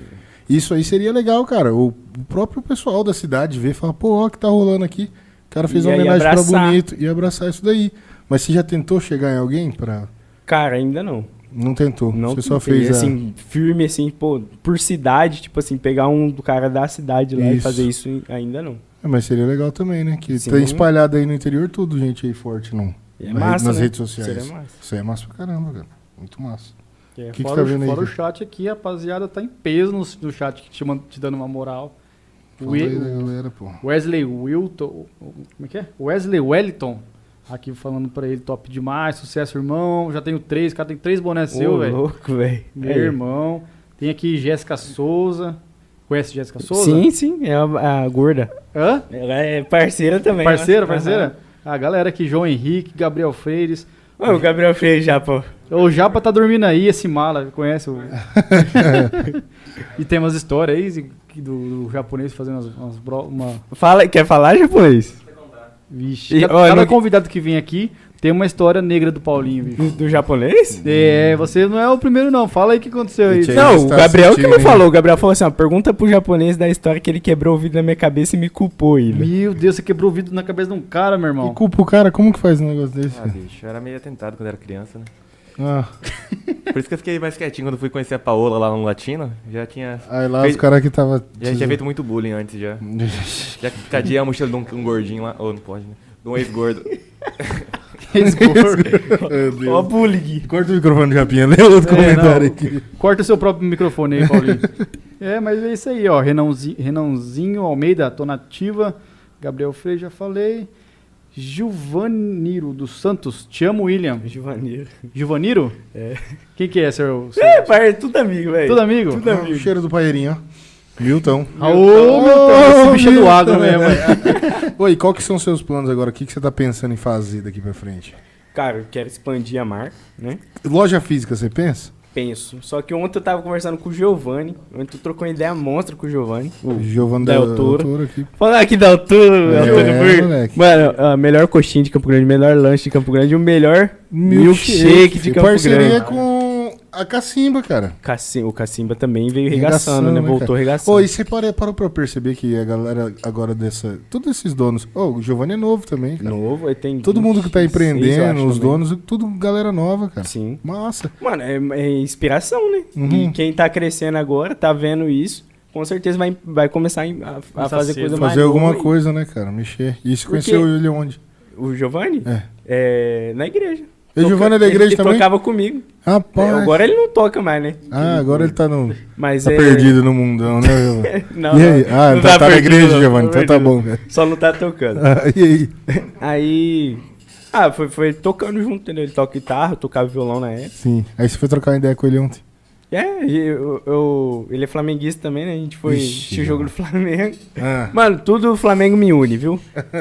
[SPEAKER 2] Isso aí seria legal, cara. O o próprio pessoal da cidade ver e falar, pô, ó, o que tá rolando aqui. O cara fez
[SPEAKER 3] E
[SPEAKER 2] uma
[SPEAKER 3] aí
[SPEAKER 2] homenagem pra
[SPEAKER 3] abraçar.
[SPEAKER 2] bonito e abraçar isso daí. Mas você já tentou chegar em alguém pra.
[SPEAKER 3] Cara, ainda não.
[SPEAKER 2] Não tentou.
[SPEAKER 3] Não
[SPEAKER 2] você só
[SPEAKER 3] tentei,
[SPEAKER 2] fez a-
[SPEAKER 3] assim, firme, assim, pô, por cidade, tipo assim, pegar um do cara da cidade lá e
[SPEAKER 2] Isso.
[SPEAKER 3] fazer isso em- ainda não.
[SPEAKER 2] É, mas seria legal também, né? Que
[SPEAKER 3] Sim.
[SPEAKER 2] tem espalhado aí no interior tudo, gente aí forte, não.
[SPEAKER 3] E é
[SPEAKER 2] Na-
[SPEAKER 3] massa,
[SPEAKER 2] nas
[SPEAKER 3] né?
[SPEAKER 2] redes sociais.
[SPEAKER 3] Seria massa.
[SPEAKER 2] Isso aí é massa pra caramba, cara. Muito massa.
[SPEAKER 1] É,
[SPEAKER 2] Que que
[SPEAKER 1] fora
[SPEAKER 2] tá vendo
[SPEAKER 1] o,
[SPEAKER 2] aí,
[SPEAKER 1] fora o
[SPEAKER 2] Ju?
[SPEAKER 1] chat aqui, a rapaziada tá em peso no, no chat, que te, man- te dando uma moral. O
[SPEAKER 2] Fala
[SPEAKER 1] E-
[SPEAKER 2] aí né? da galera, pô.
[SPEAKER 1] Wesley Wilton. Como é que é? Wesley Wellington. Aqui falando pra ele, top demais, sucesso, irmão. Já tenho três, o cara tem três bonés
[SPEAKER 3] Ô,
[SPEAKER 1] seu, velho.
[SPEAKER 3] louco, velho.
[SPEAKER 1] Meu
[SPEAKER 2] É.
[SPEAKER 3] Aí.
[SPEAKER 1] irmão. Tem aqui Jéssica Souza. Conhece Jéssica Souza?
[SPEAKER 3] Sim, sim, é a, a gorda.
[SPEAKER 1] Hã?
[SPEAKER 3] Ela é parceira também. né?
[SPEAKER 1] Parceira,
[SPEAKER 3] Aham.
[SPEAKER 1] parceira? A galera aqui, João Henrique, Gabriel Freires.
[SPEAKER 3] Ô, o Gabriel Freire já, pô.
[SPEAKER 1] O Japa tá dormindo aí, esse mala, conhece? O... e tem umas histórias aí de- do, do japonês fazendo umas, umas bro- uma...
[SPEAKER 3] Fala, quer falar, japonês?
[SPEAKER 1] Vixe,
[SPEAKER 3] E,
[SPEAKER 1] ca-
[SPEAKER 3] ó,
[SPEAKER 1] cada
[SPEAKER 3] não-
[SPEAKER 1] convidado que vem aqui tem uma história negra do Paulinho, bicho.
[SPEAKER 3] Do, do japonês?
[SPEAKER 1] É, você não é o primeiro não, fala aí o que aconteceu aí.
[SPEAKER 2] Gente, Ele
[SPEAKER 3] Não, o
[SPEAKER 2] está
[SPEAKER 3] Gabriel que
[SPEAKER 2] sentindo,
[SPEAKER 3] me
[SPEAKER 2] hein?
[SPEAKER 3] falou. O Gabriel falou assim: ó, pergunta pro japonês da história que ele quebrou o vidro na minha cabeça e me culpou ele.
[SPEAKER 1] Meu Deus, você quebrou o vidro na cabeça de um cara, meu
[SPEAKER 2] E
[SPEAKER 1] irmão.
[SPEAKER 2] culpa o cara, como que faz um negócio
[SPEAKER 1] É.
[SPEAKER 2] desse?
[SPEAKER 5] Ah, bicho, eu era meio atentado quando era criança, né?
[SPEAKER 2] Ah,
[SPEAKER 5] Por isso que eu fiquei mais quietinho quando fui conhecer a Paola lá no Latino. Já tinha.
[SPEAKER 2] aí lá
[SPEAKER 5] Fez-
[SPEAKER 2] os caras que tava.
[SPEAKER 5] Já tinha feito muito bullying antes já. Já que cadia a mochila de um, um gordinho lá. Ou não pode, né? De um ex-gordo.
[SPEAKER 2] Meu
[SPEAKER 3] Ó,
[SPEAKER 2] Deus.
[SPEAKER 3] bullying.
[SPEAKER 2] Corta o microfone do Japinha, lê outro
[SPEAKER 1] É, não.
[SPEAKER 2] comentário aqui.
[SPEAKER 1] Corta o seu próprio microfone aí, Paulinho. é, mas é isso aí, ó. Renãozinho, Renãozinho Almeida, tô nativa. Gabriel Freire, já falei. Gilvaniro dos Santos, te amo, William.
[SPEAKER 3] Juvaneiro.
[SPEAKER 1] Gilvaniro?
[SPEAKER 3] É.
[SPEAKER 1] Quem que é, seu? seu-
[SPEAKER 3] É, pai, é tudo amigo, velho.
[SPEAKER 1] Tudo amigo?
[SPEAKER 3] é
[SPEAKER 1] Tudo
[SPEAKER 2] Ah, o cheiro do paeirinho, ó. Milton.
[SPEAKER 1] Ô, Milton, esse bicho é do agro mesmo.
[SPEAKER 2] Oi, qual que são os seus planos agora? O que, que você tá pensando em fazer daqui pra frente?
[SPEAKER 3] Cara, eu quero expandir a marca, né?
[SPEAKER 2] Loja física, você pensa?
[SPEAKER 3] penso. Só que ontem eu tava conversando com o Giovanni. Ontem tu trocou uma ideia monstra com o Giovanni.
[SPEAKER 1] Hum.
[SPEAKER 3] O
[SPEAKER 2] Giovanni
[SPEAKER 3] Del Toro.
[SPEAKER 2] aqui.
[SPEAKER 3] Falando aqui da altura,
[SPEAKER 2] É,
[SPEAKER 3] altura Burger.
[SPEAKER 2] moleque.
[SPEAKER 3] Mano, a melhor coxinha de Campo Grande, melhor lanche de Campo Grande, o melhor milkshake de
[SPEAKER 2] filho.
[SPEAKER 3] Campo
[SPEAKER 2] Parceria
[SPEAKER 3] Grande.
[SPEAKER 2] com a Cacimba, cara.
[SPEAKER 3] Cassi- o Cacimba também veio regaçando,
[SPEAKER 2] Regaçando,
[SPEAKER 3] né?
[SPEAKER 2] né,
[SPEAKER 3] Voltou regaçando.
[SPEAKER 2] Ô, e você pare- parou pra perceber que a galera agora dessa... Todos esses donos... Ô, o Giovanni é novo também, cara.
[SPEAKER 3] Novo, aí tem.
[SPEAKER 2] Todo mundo que tá
[SPEAKER 3] 26, eu
[SPEAKER 2] empreendendo,
[SPEAKER 3] acho,
[SPEAKER 2] os
[SPEAKER 3] também.
[SPEAKER 2] donos, tudo galera nova, cara.
[SPEAKER 3] Sim.
[SPEAKER 2] Massa.
[SPEAKER 3] Mano, é, é inspiração, né?
[SPEAKER 2] Uhum.
[SPEAKER 3] E quem tá crescendo agora, tá vendo isso, com certeza vai, vai começar a, a fazer
[SPEAKER 1] cedo.
[SPEAKER 3] coisa mais.
[SPEAKER 2] Fazer alguma
[SPEAKER 3] nova.
[SPEAKER 2] coisa, né, cara? Mexer. E você
[SPEAKER 3] Por quê?
[SPEAKER 2] conheceu ele onde?
[SPEAKER 3] O Giovanni?
[SPEAKER 2] É.
[SPEAKER 3] É, na igreja.
[SPEAKER 2] E o Giovanni é da
[SPEAKER 3] Ele-
[SPEAKER 2] igreja
[SPEAKER 3] ele
[SPEAKER 2] também?
[SPEAKER 3] tocava comigo. É,
[SPEAKER 2] Rapaz.
[SPEAKER 3] agora ele não toca mais, né?
[SPEAKER 2] Ah, agora ele tá, no...
[SPEAKER 3] Mas
[SPEAKER 2] tá
[SPEAKER 3] é.
[SPEAKER 2] perdido no mundão, né? Giovanni?
[SPEAKER 3] Não,
[SPEAKER 2] e aí?
[SPEAKER 3] não,
[SPEAKER 2] Ah,
[SPEAKER 3] não
[SPEAKER 2] tá, tá na
[SPEAKER 3] perdido,
[SPEAKER 2] igreja,
[SPEAKER 3] não,
[SPEAKER 2] Giovanni. Então tá
[SPEAKER 3] perdido.
[SPEAKER 2] bom, cara.
[SPEAKER 3] Só não tá tocando.
[SPEAKER 2] Ah, e aí?
[SPEAKER 3] Aí. Ah, foi, foi tocando junto, entendeu? Ele toca guitarra, eu tocava violão na época.
[SPEAKER 2] Sim. Aí você foi trocar uma ideia com ele ontem.
[SPEAKER 3] É, e eu, eu- ele é flamenguista também, né? A gente foi
[SPEAKER 2] Vixe,
[SPEAKER 3] assistir o jogo do Flamengo.
[SPEAKER 2] Ah,
[SPEAKER 3] Mano, tudo o Flamengo me une, viu?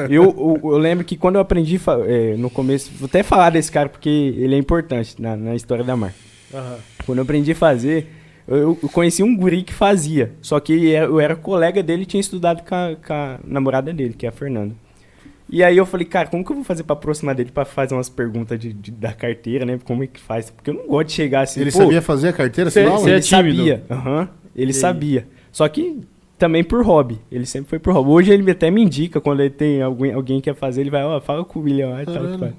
[SPEAKER 3] Eu, eu, eu lembro que quando eu aprendi fa- é, no começo, vou até falar desse cara porque ele é importante na, na história da marca. Quando eu aprendi a fazer, eu, eu conheci um guri que fazia. Só que eu era- eu era colega dele e tinha estudado com a, com a namorada dele, que é a Fernanda. E aí eu falei, cara, como que eu vou fazer pra aproximar dele pra fazer umas perguntas de, de- da carteira, né? Como é que faz? Porque eu não gosto de chegar assim.
[SPEAKER 2] ele
[SPEAKER 3] pô,
[SPEAKER 2] sabia fazer a carteira?
[SPEAKER 1] Cê-
[SPEAKER 2] Você,
[SPEAKER 1] cê- é
[SPEAKER 3] ele
[SPEAKER 1] tímido?
[SPEAKER 3] sabia. Aham. Ele
[SPEAKER 1] E aí?
[SPEAKER 3] sabia. Só que também por hobby. Ele sempre foi por hobby. Hoje ele até me indica quando ele tem alguém, alguém que quer fazer, ele vai, ó, fala com o William lá e tal. que
[SPEAKER 2] Caralho.
[SPEAKER 3] faz.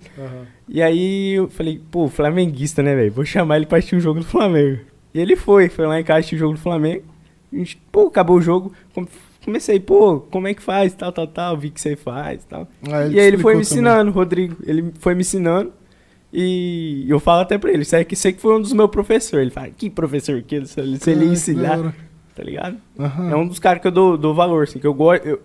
[SPEAKER 3] E aí eu falei, pô, flamenguista, né, velho? Vou chamar ele pra assistir o jogo do Flamengo. E ele foi, foi lá em casa assistir o jogo do Flamengo. A gente, pô, acabou o jogo. com- Comecei, pô, como é que faz, tal, tal, tal, vi que você faz, tal.
[SPEAKER 2] Ah, ele
[SPEAKER 3] e aí ele
[SPEAKER 2] explicou
[SPEAKER 3] foi me
[SPEAKER 2] também.
[SPEAKER 3] ensinando, Rodrigo, ele foi me ensinando. E eu falo até pra ele, sei que, sei que foi um dos meus professores. Ele fala, que professor que ele, se
[SPEAKER 2] Ah,
[SPEAKER 3] ele ensinar, tá ligado? É um dos caras que eu dou, dou valor, assim, que eu gosto... Eu,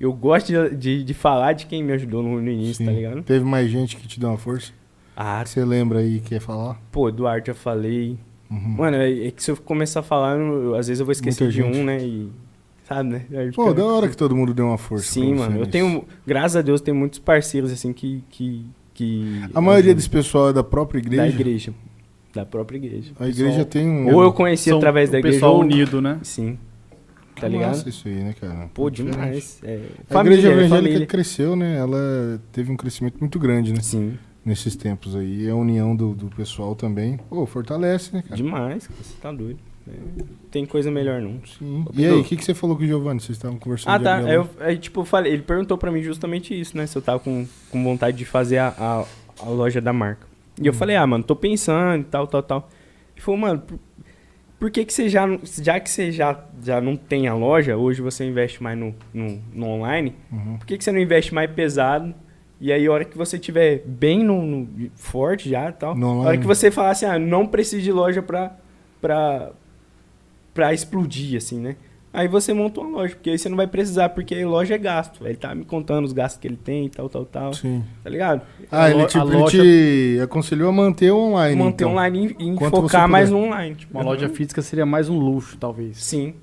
[SPEAKER 3] eu gosto de, de, de falar de quem me ajudou no, no início, tá ligado?
[SPEAKER 2] Teve mais gente que te deu uma força?
[SPEAKER 3] Ah,
[SPEAKER 2] Você lembra aí que ia falar?
[SPEAKER 3] Pô, Eduardo, já falei.
[SPEAKER 2] Uhum.
[SPEAKER 3] Mano, é é que se eu começar a falar, eu- eu- às vezes eu vou esquecer
[SPEAKER 2] Muita
[SPEAKER 3] de
[SPEAKER 2] gente.
[SPEAKER 3] um, né? E. Sabe, né? Aí
[SPEAKER 2] Pô,
[SPEAKER 3] fica-
[SPEAKER 2] da hora que todo mundo deu uma força.
[SPEAKER 3] Sim,
[SPEAKER 2] pra você
[SPEAKER 3] mano. Eu
[SPEAKER 2] nisso.
[SPEAKER 3] tenho. um Graças a Deus, tenho muitos parceiros, assim, que. que, que
[SPEAKER 2] A maioria
[SPEAKER 3] ajudam.
[SPEAKER 2] desse pessoal é da própria igreja?
[SPEAKER 3] um Da igreja. Da própria igreja.
[SPEAKER 2] A igreja
[SPEAKER 1] Pessoal-
[SPEAKER 2] tem um...
[SPEAKER 3] Ou eu conheci
[SPEAKER 1] São
[SPEAKER 3] através da
[SPEAKER 1] o
[SPEAKER 3] igreja. um-
[SPEAKER 1] pessoal
[SPEAKER 3] ou-
[SPEAKER 1] unido, né?
[SPEAKER 3] Sim.
[SPEAKER 2] Massa
[SPEAKER 3] Tá ligado?
[SPEAKER 2] isso aí, né, cara?
[SPEAKER 3] Pô,
[SPEAKER 2] Diferente.
[SPEAKER 3] demais.
[SPEAKER 2] A
[SPEAKER 3] É,
[SPEAKER 2] igreja
[SPEAKER 3] família, é
[SPEAKER 2] evangélica
[SPEAKER 3] família.
[SPEAKER 2] cresceu, né? Ela teve um crescimento muito grande, né?
[SPEAKER 3] Sim,
[SPEAKER 2] Nesses tempos aí. E a união do, do pessoal também, pô, fortalece, né, cara?
[SPEAKER 3] demais. cara, Você tá doido. É, não tem coisa melhor, não.
[SPEAKER 2] Sim.
[SPEAKER 5] Ô,
[SPEAKER 2] E
[SPEAKER 5] Pedro.
[SPEAKER 2] aí, o que, que você falou com o Giovanni? Vocês estavam conversando
[SPEAKER 3] Ah,
[SPEAKER 2] de
[SPEAKER 3] tá.
[SPEAKER 2] avião,
[SPEAKER 3] Aí, eu,
[SPEAKER 2] né?
[SPEAKER 3] aí, tipo, eu falei, ele perguntou pra mim justamente isso, né? Se eu tava com, com vontade de fazer a, a, a loja da marca. E eu
[SPEAKER 2] Uhum.
[SPEAKER 3] falei, ah, mano, tô pensando e tal, tal, tal. Ele falou, mano, por, por que que você já... não- Já que você já, já não tem a loja, hoje você investe mais no, no, no online,
[SPEAKER 2] Uhum.
[SPEAKER 3] por que que você não investe mais pesado? E aí, a hora que você tiver bem no, no- forte já e tal,
[SPEAKER 2] No
[SPEAKER 3] a hora
[SPEAKER 2] online.
[SPEAKER 3] que você falar assim, ah, não preciso de loja pra, pra, pra explodir, assim, né? Aí você monta uma loja, porque aí você não vai precisar, porque aí loja é gasto. Ele tá me contando os gastos que ele tem e tal, tal, tal.
[SPEAKER 2] Sim.
[SPEAKER 3] Tá ligado?
[SPEAKER 2] Ah,
[SPEAKER 1] A
[SPEAKER 2] ele,
[SPEAKER 1] lo-
[SPEAKER 2] tipo,
[SPEAKER 1] a
[SPEAKER 2] ele
[SPEAKER 1] loja-
[SPEAKER 2] te aconselhou a manter o online.
[SPEAKER 3] Manter
[SPEAKER 2] então.
[SPEAKER 3] online e, e
[SPEAKER 2] Enquanto você
[SPEAKER 3] focar
[SPEAKER 2] puder.
[SPEAKER 3] mais no online. Tipo,
[SPEAKER 1] Uma loja física seria mais um luxo, talvez.
[SPEAKER 3] Sim.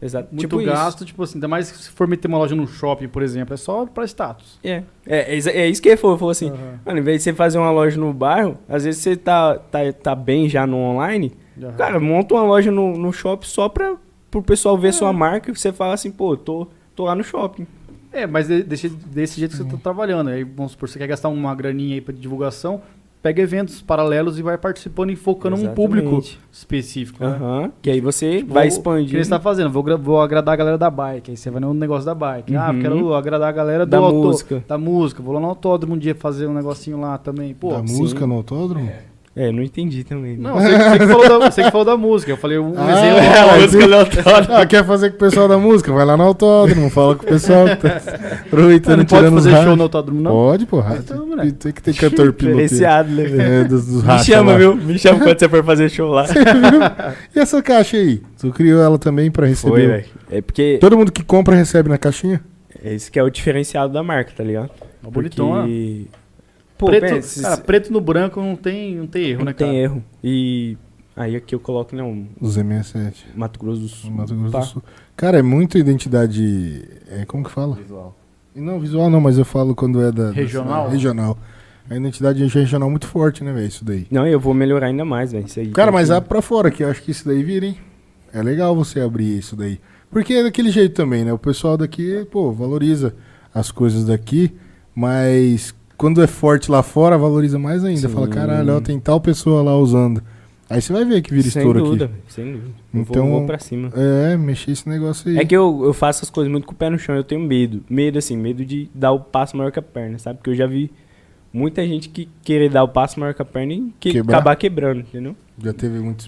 [SPEAKER 3] Exato.
[SPEAKER 1] Muito
[SPEAKER 3] tipo
[SPEAKER 1] gasto, tipo assim, ainda mais se for meter uma loja num shopping, por exemplo, é só pra status.
[SPEAKER 3] Isso. É. É, é, isso- é isso que ele falou. Ele falou assim, mano, em vez de você fazer uma loja no bairro, às vezes você tá, tá, tá bem já no online,
[SPEAKER 1] Aham.
[SPEAKER 3] Cara, monta uma loja no, no shopping só pra, pro pessoal ver sua marca e você fala assim, pô, eu tô, tô lá no shopping.
[SPEAKER 1] É, mas de- desse, desse jeito que você tá trabalhando. Aí, vamos supor, você quer gastar uma graninha aí pra divulgação, pega eventos paralelos e vai participando e focando num público
[SPEAKER 3] Exatamente.
[SPEAKER 1] específico. né?
[SPEAKER 3] Aham. Que aí você vai
[SPEAKER 1] Vou- O que
[SPEAKER 3] expandir.
[SPEAKER 1] você Tipo, tá fazendo? Vou, gra- vou agradar a galera da bike. Aí você vai no negócio da bike. Ah,
[SPEAKER 3] Uhum.
[SPEAKER 1] quero agradar a galera do
[SPEAKER 3] Da
[SPEAKER 1] auto-
[SPEAKER 3] música.
[SPEAKER 1] Da música. Vou lá no autódromo um dia fazer um negocinho lá também. Pô,
[SPEAKER 2] da música no autódromo?
[SPEAKER 3] É, não entendi também.
[SPEAKER 1] Não, você, você que falou da, você que falou da música. Eu falei um
[SPEAKER 2] Ah,
[SPEAKER 1] exemplo.
[SPEAKER 2] é,
[SPEAKER 1] da
[SPEAKER 2] mas
[SPEAKER 1] música.
[SPEAKER 2] ele- Ah, quer fazer com o pessoal da música? Vai lá no autódromo, fala com o pessoal que tá
[SPEAKER 1] Ah,
[SPEAKER 2] aproveitando,
[SPEAKER 1] não pode
[SPEAKER 2] tirando os
[SPEAKER 1] fazer show
[SPEAKER 2] rádios.
[SPEAKER 1] no autódromo, não?
[SPEAKER 2] Pode, porra.
[SPEAKER 1] Então,
[SPEAKER 2] tem,
[SPEAKER 1] moleque.
[SPEAKER 2] tem que ter cantor piloteiro.
[SPEAKER 3] Diferenciado, né, velho?
[SPEAKER 2] É, dos, dos
[SPEAKER 3] Me
[SPEAKER 2] racha
[SPEAKER 3] chama,
[SPEAKER 2] lá.
[SPEAKER 3] viu? Me chama quando você for fazer show lá.
[SPEAKER 2] E essa caixa aí? Tu criou ela também pra receber?
[SPEAKER 3] Foi, velho. É porque
[SPEAKER 2] Todo mundo que compra recebe na caixinha?
[SPEAKER 3] esse que é o diferenciado da marca, tá ligado?
[SPEAKER 1] Uma bonitona.
[SPEAKER 3] Porque... Pô,
[SPEAKER 1] preto,
[SPEAKER 3] pensa,
[SPEAKER 1] cara, preto no branco não tem, não tem erro,
[SPEAKER 3] não
[SPEAKER 1] né,
[SPEAKER 3] tem
[SPEAKER 1] cara?
[SPEAKER 3] erro. E aí aqui eu coloco, né, um
[SPEAKER 2] Os MS7.
[SPEAKER 3] Mato Grosso do Sul.
[SPEAKER 2] no Mato Grosso
[SPEAKER 3] Pá.
[SPEAKER 1] Tá.
[SPEAKER 2] do Sul. Cara, é muita identidade. É, como que fala?
[SPEAKER 5] Visual.
[SPEAKER 2] Não, visual não, mas eu falo quando é da. da-
[SPEAKER 1] Regional?
[SPEAKER 2] regional. a identidade regional muito forte, né, velho? Isso daí.
[SPEAKER 3] Não, eu vou melhorar ainda mais, velho. Isso aí.
[SPEAKER 2] Cara, mas
[SPEAKER 3] a
[SPEAKER 2] abre pra fora, que eu acho que isso daí vira, hein? É legal você abrir isso daí. Porque é daquele jeito também, né? O pessoal daqui, pô, valoriza as coisas daqui, mas quando é forte lá fora, valoriza mais ainda.
[SPEAKER 3] Sim.
[SPEAKER 2] Fala, caralho, ó, tem tal pessoa lá usando. Aí você vai ver que vira
[SPEAKER 3] Sem
[SPEAKER 2] estouro
[SPEAKER 3] dúvida,
[SPEAKER 2] aqui.
[SPEAKER 3] velho, sem dúvida. Então,
[SPEAKER 2] Então-
[SPEAKER 3] vou, vou pra cima.
[SPEAKER 2] É, mexer esse negócio aí.
[SPEAKER 3] É que eu, eu faço as coisas muito com o pé no chão, eu tenho medo. Medo, assim, medo de dar o passo maior que a perna, sabe? Porque eu já vi muita gente que querer dar o passo maior que a perna e que-
[SPEAKER 2] Quebrar.
[SPEAKER 3] acabar quebrando, entendeu?
[SPEAKER 2] Já teve muita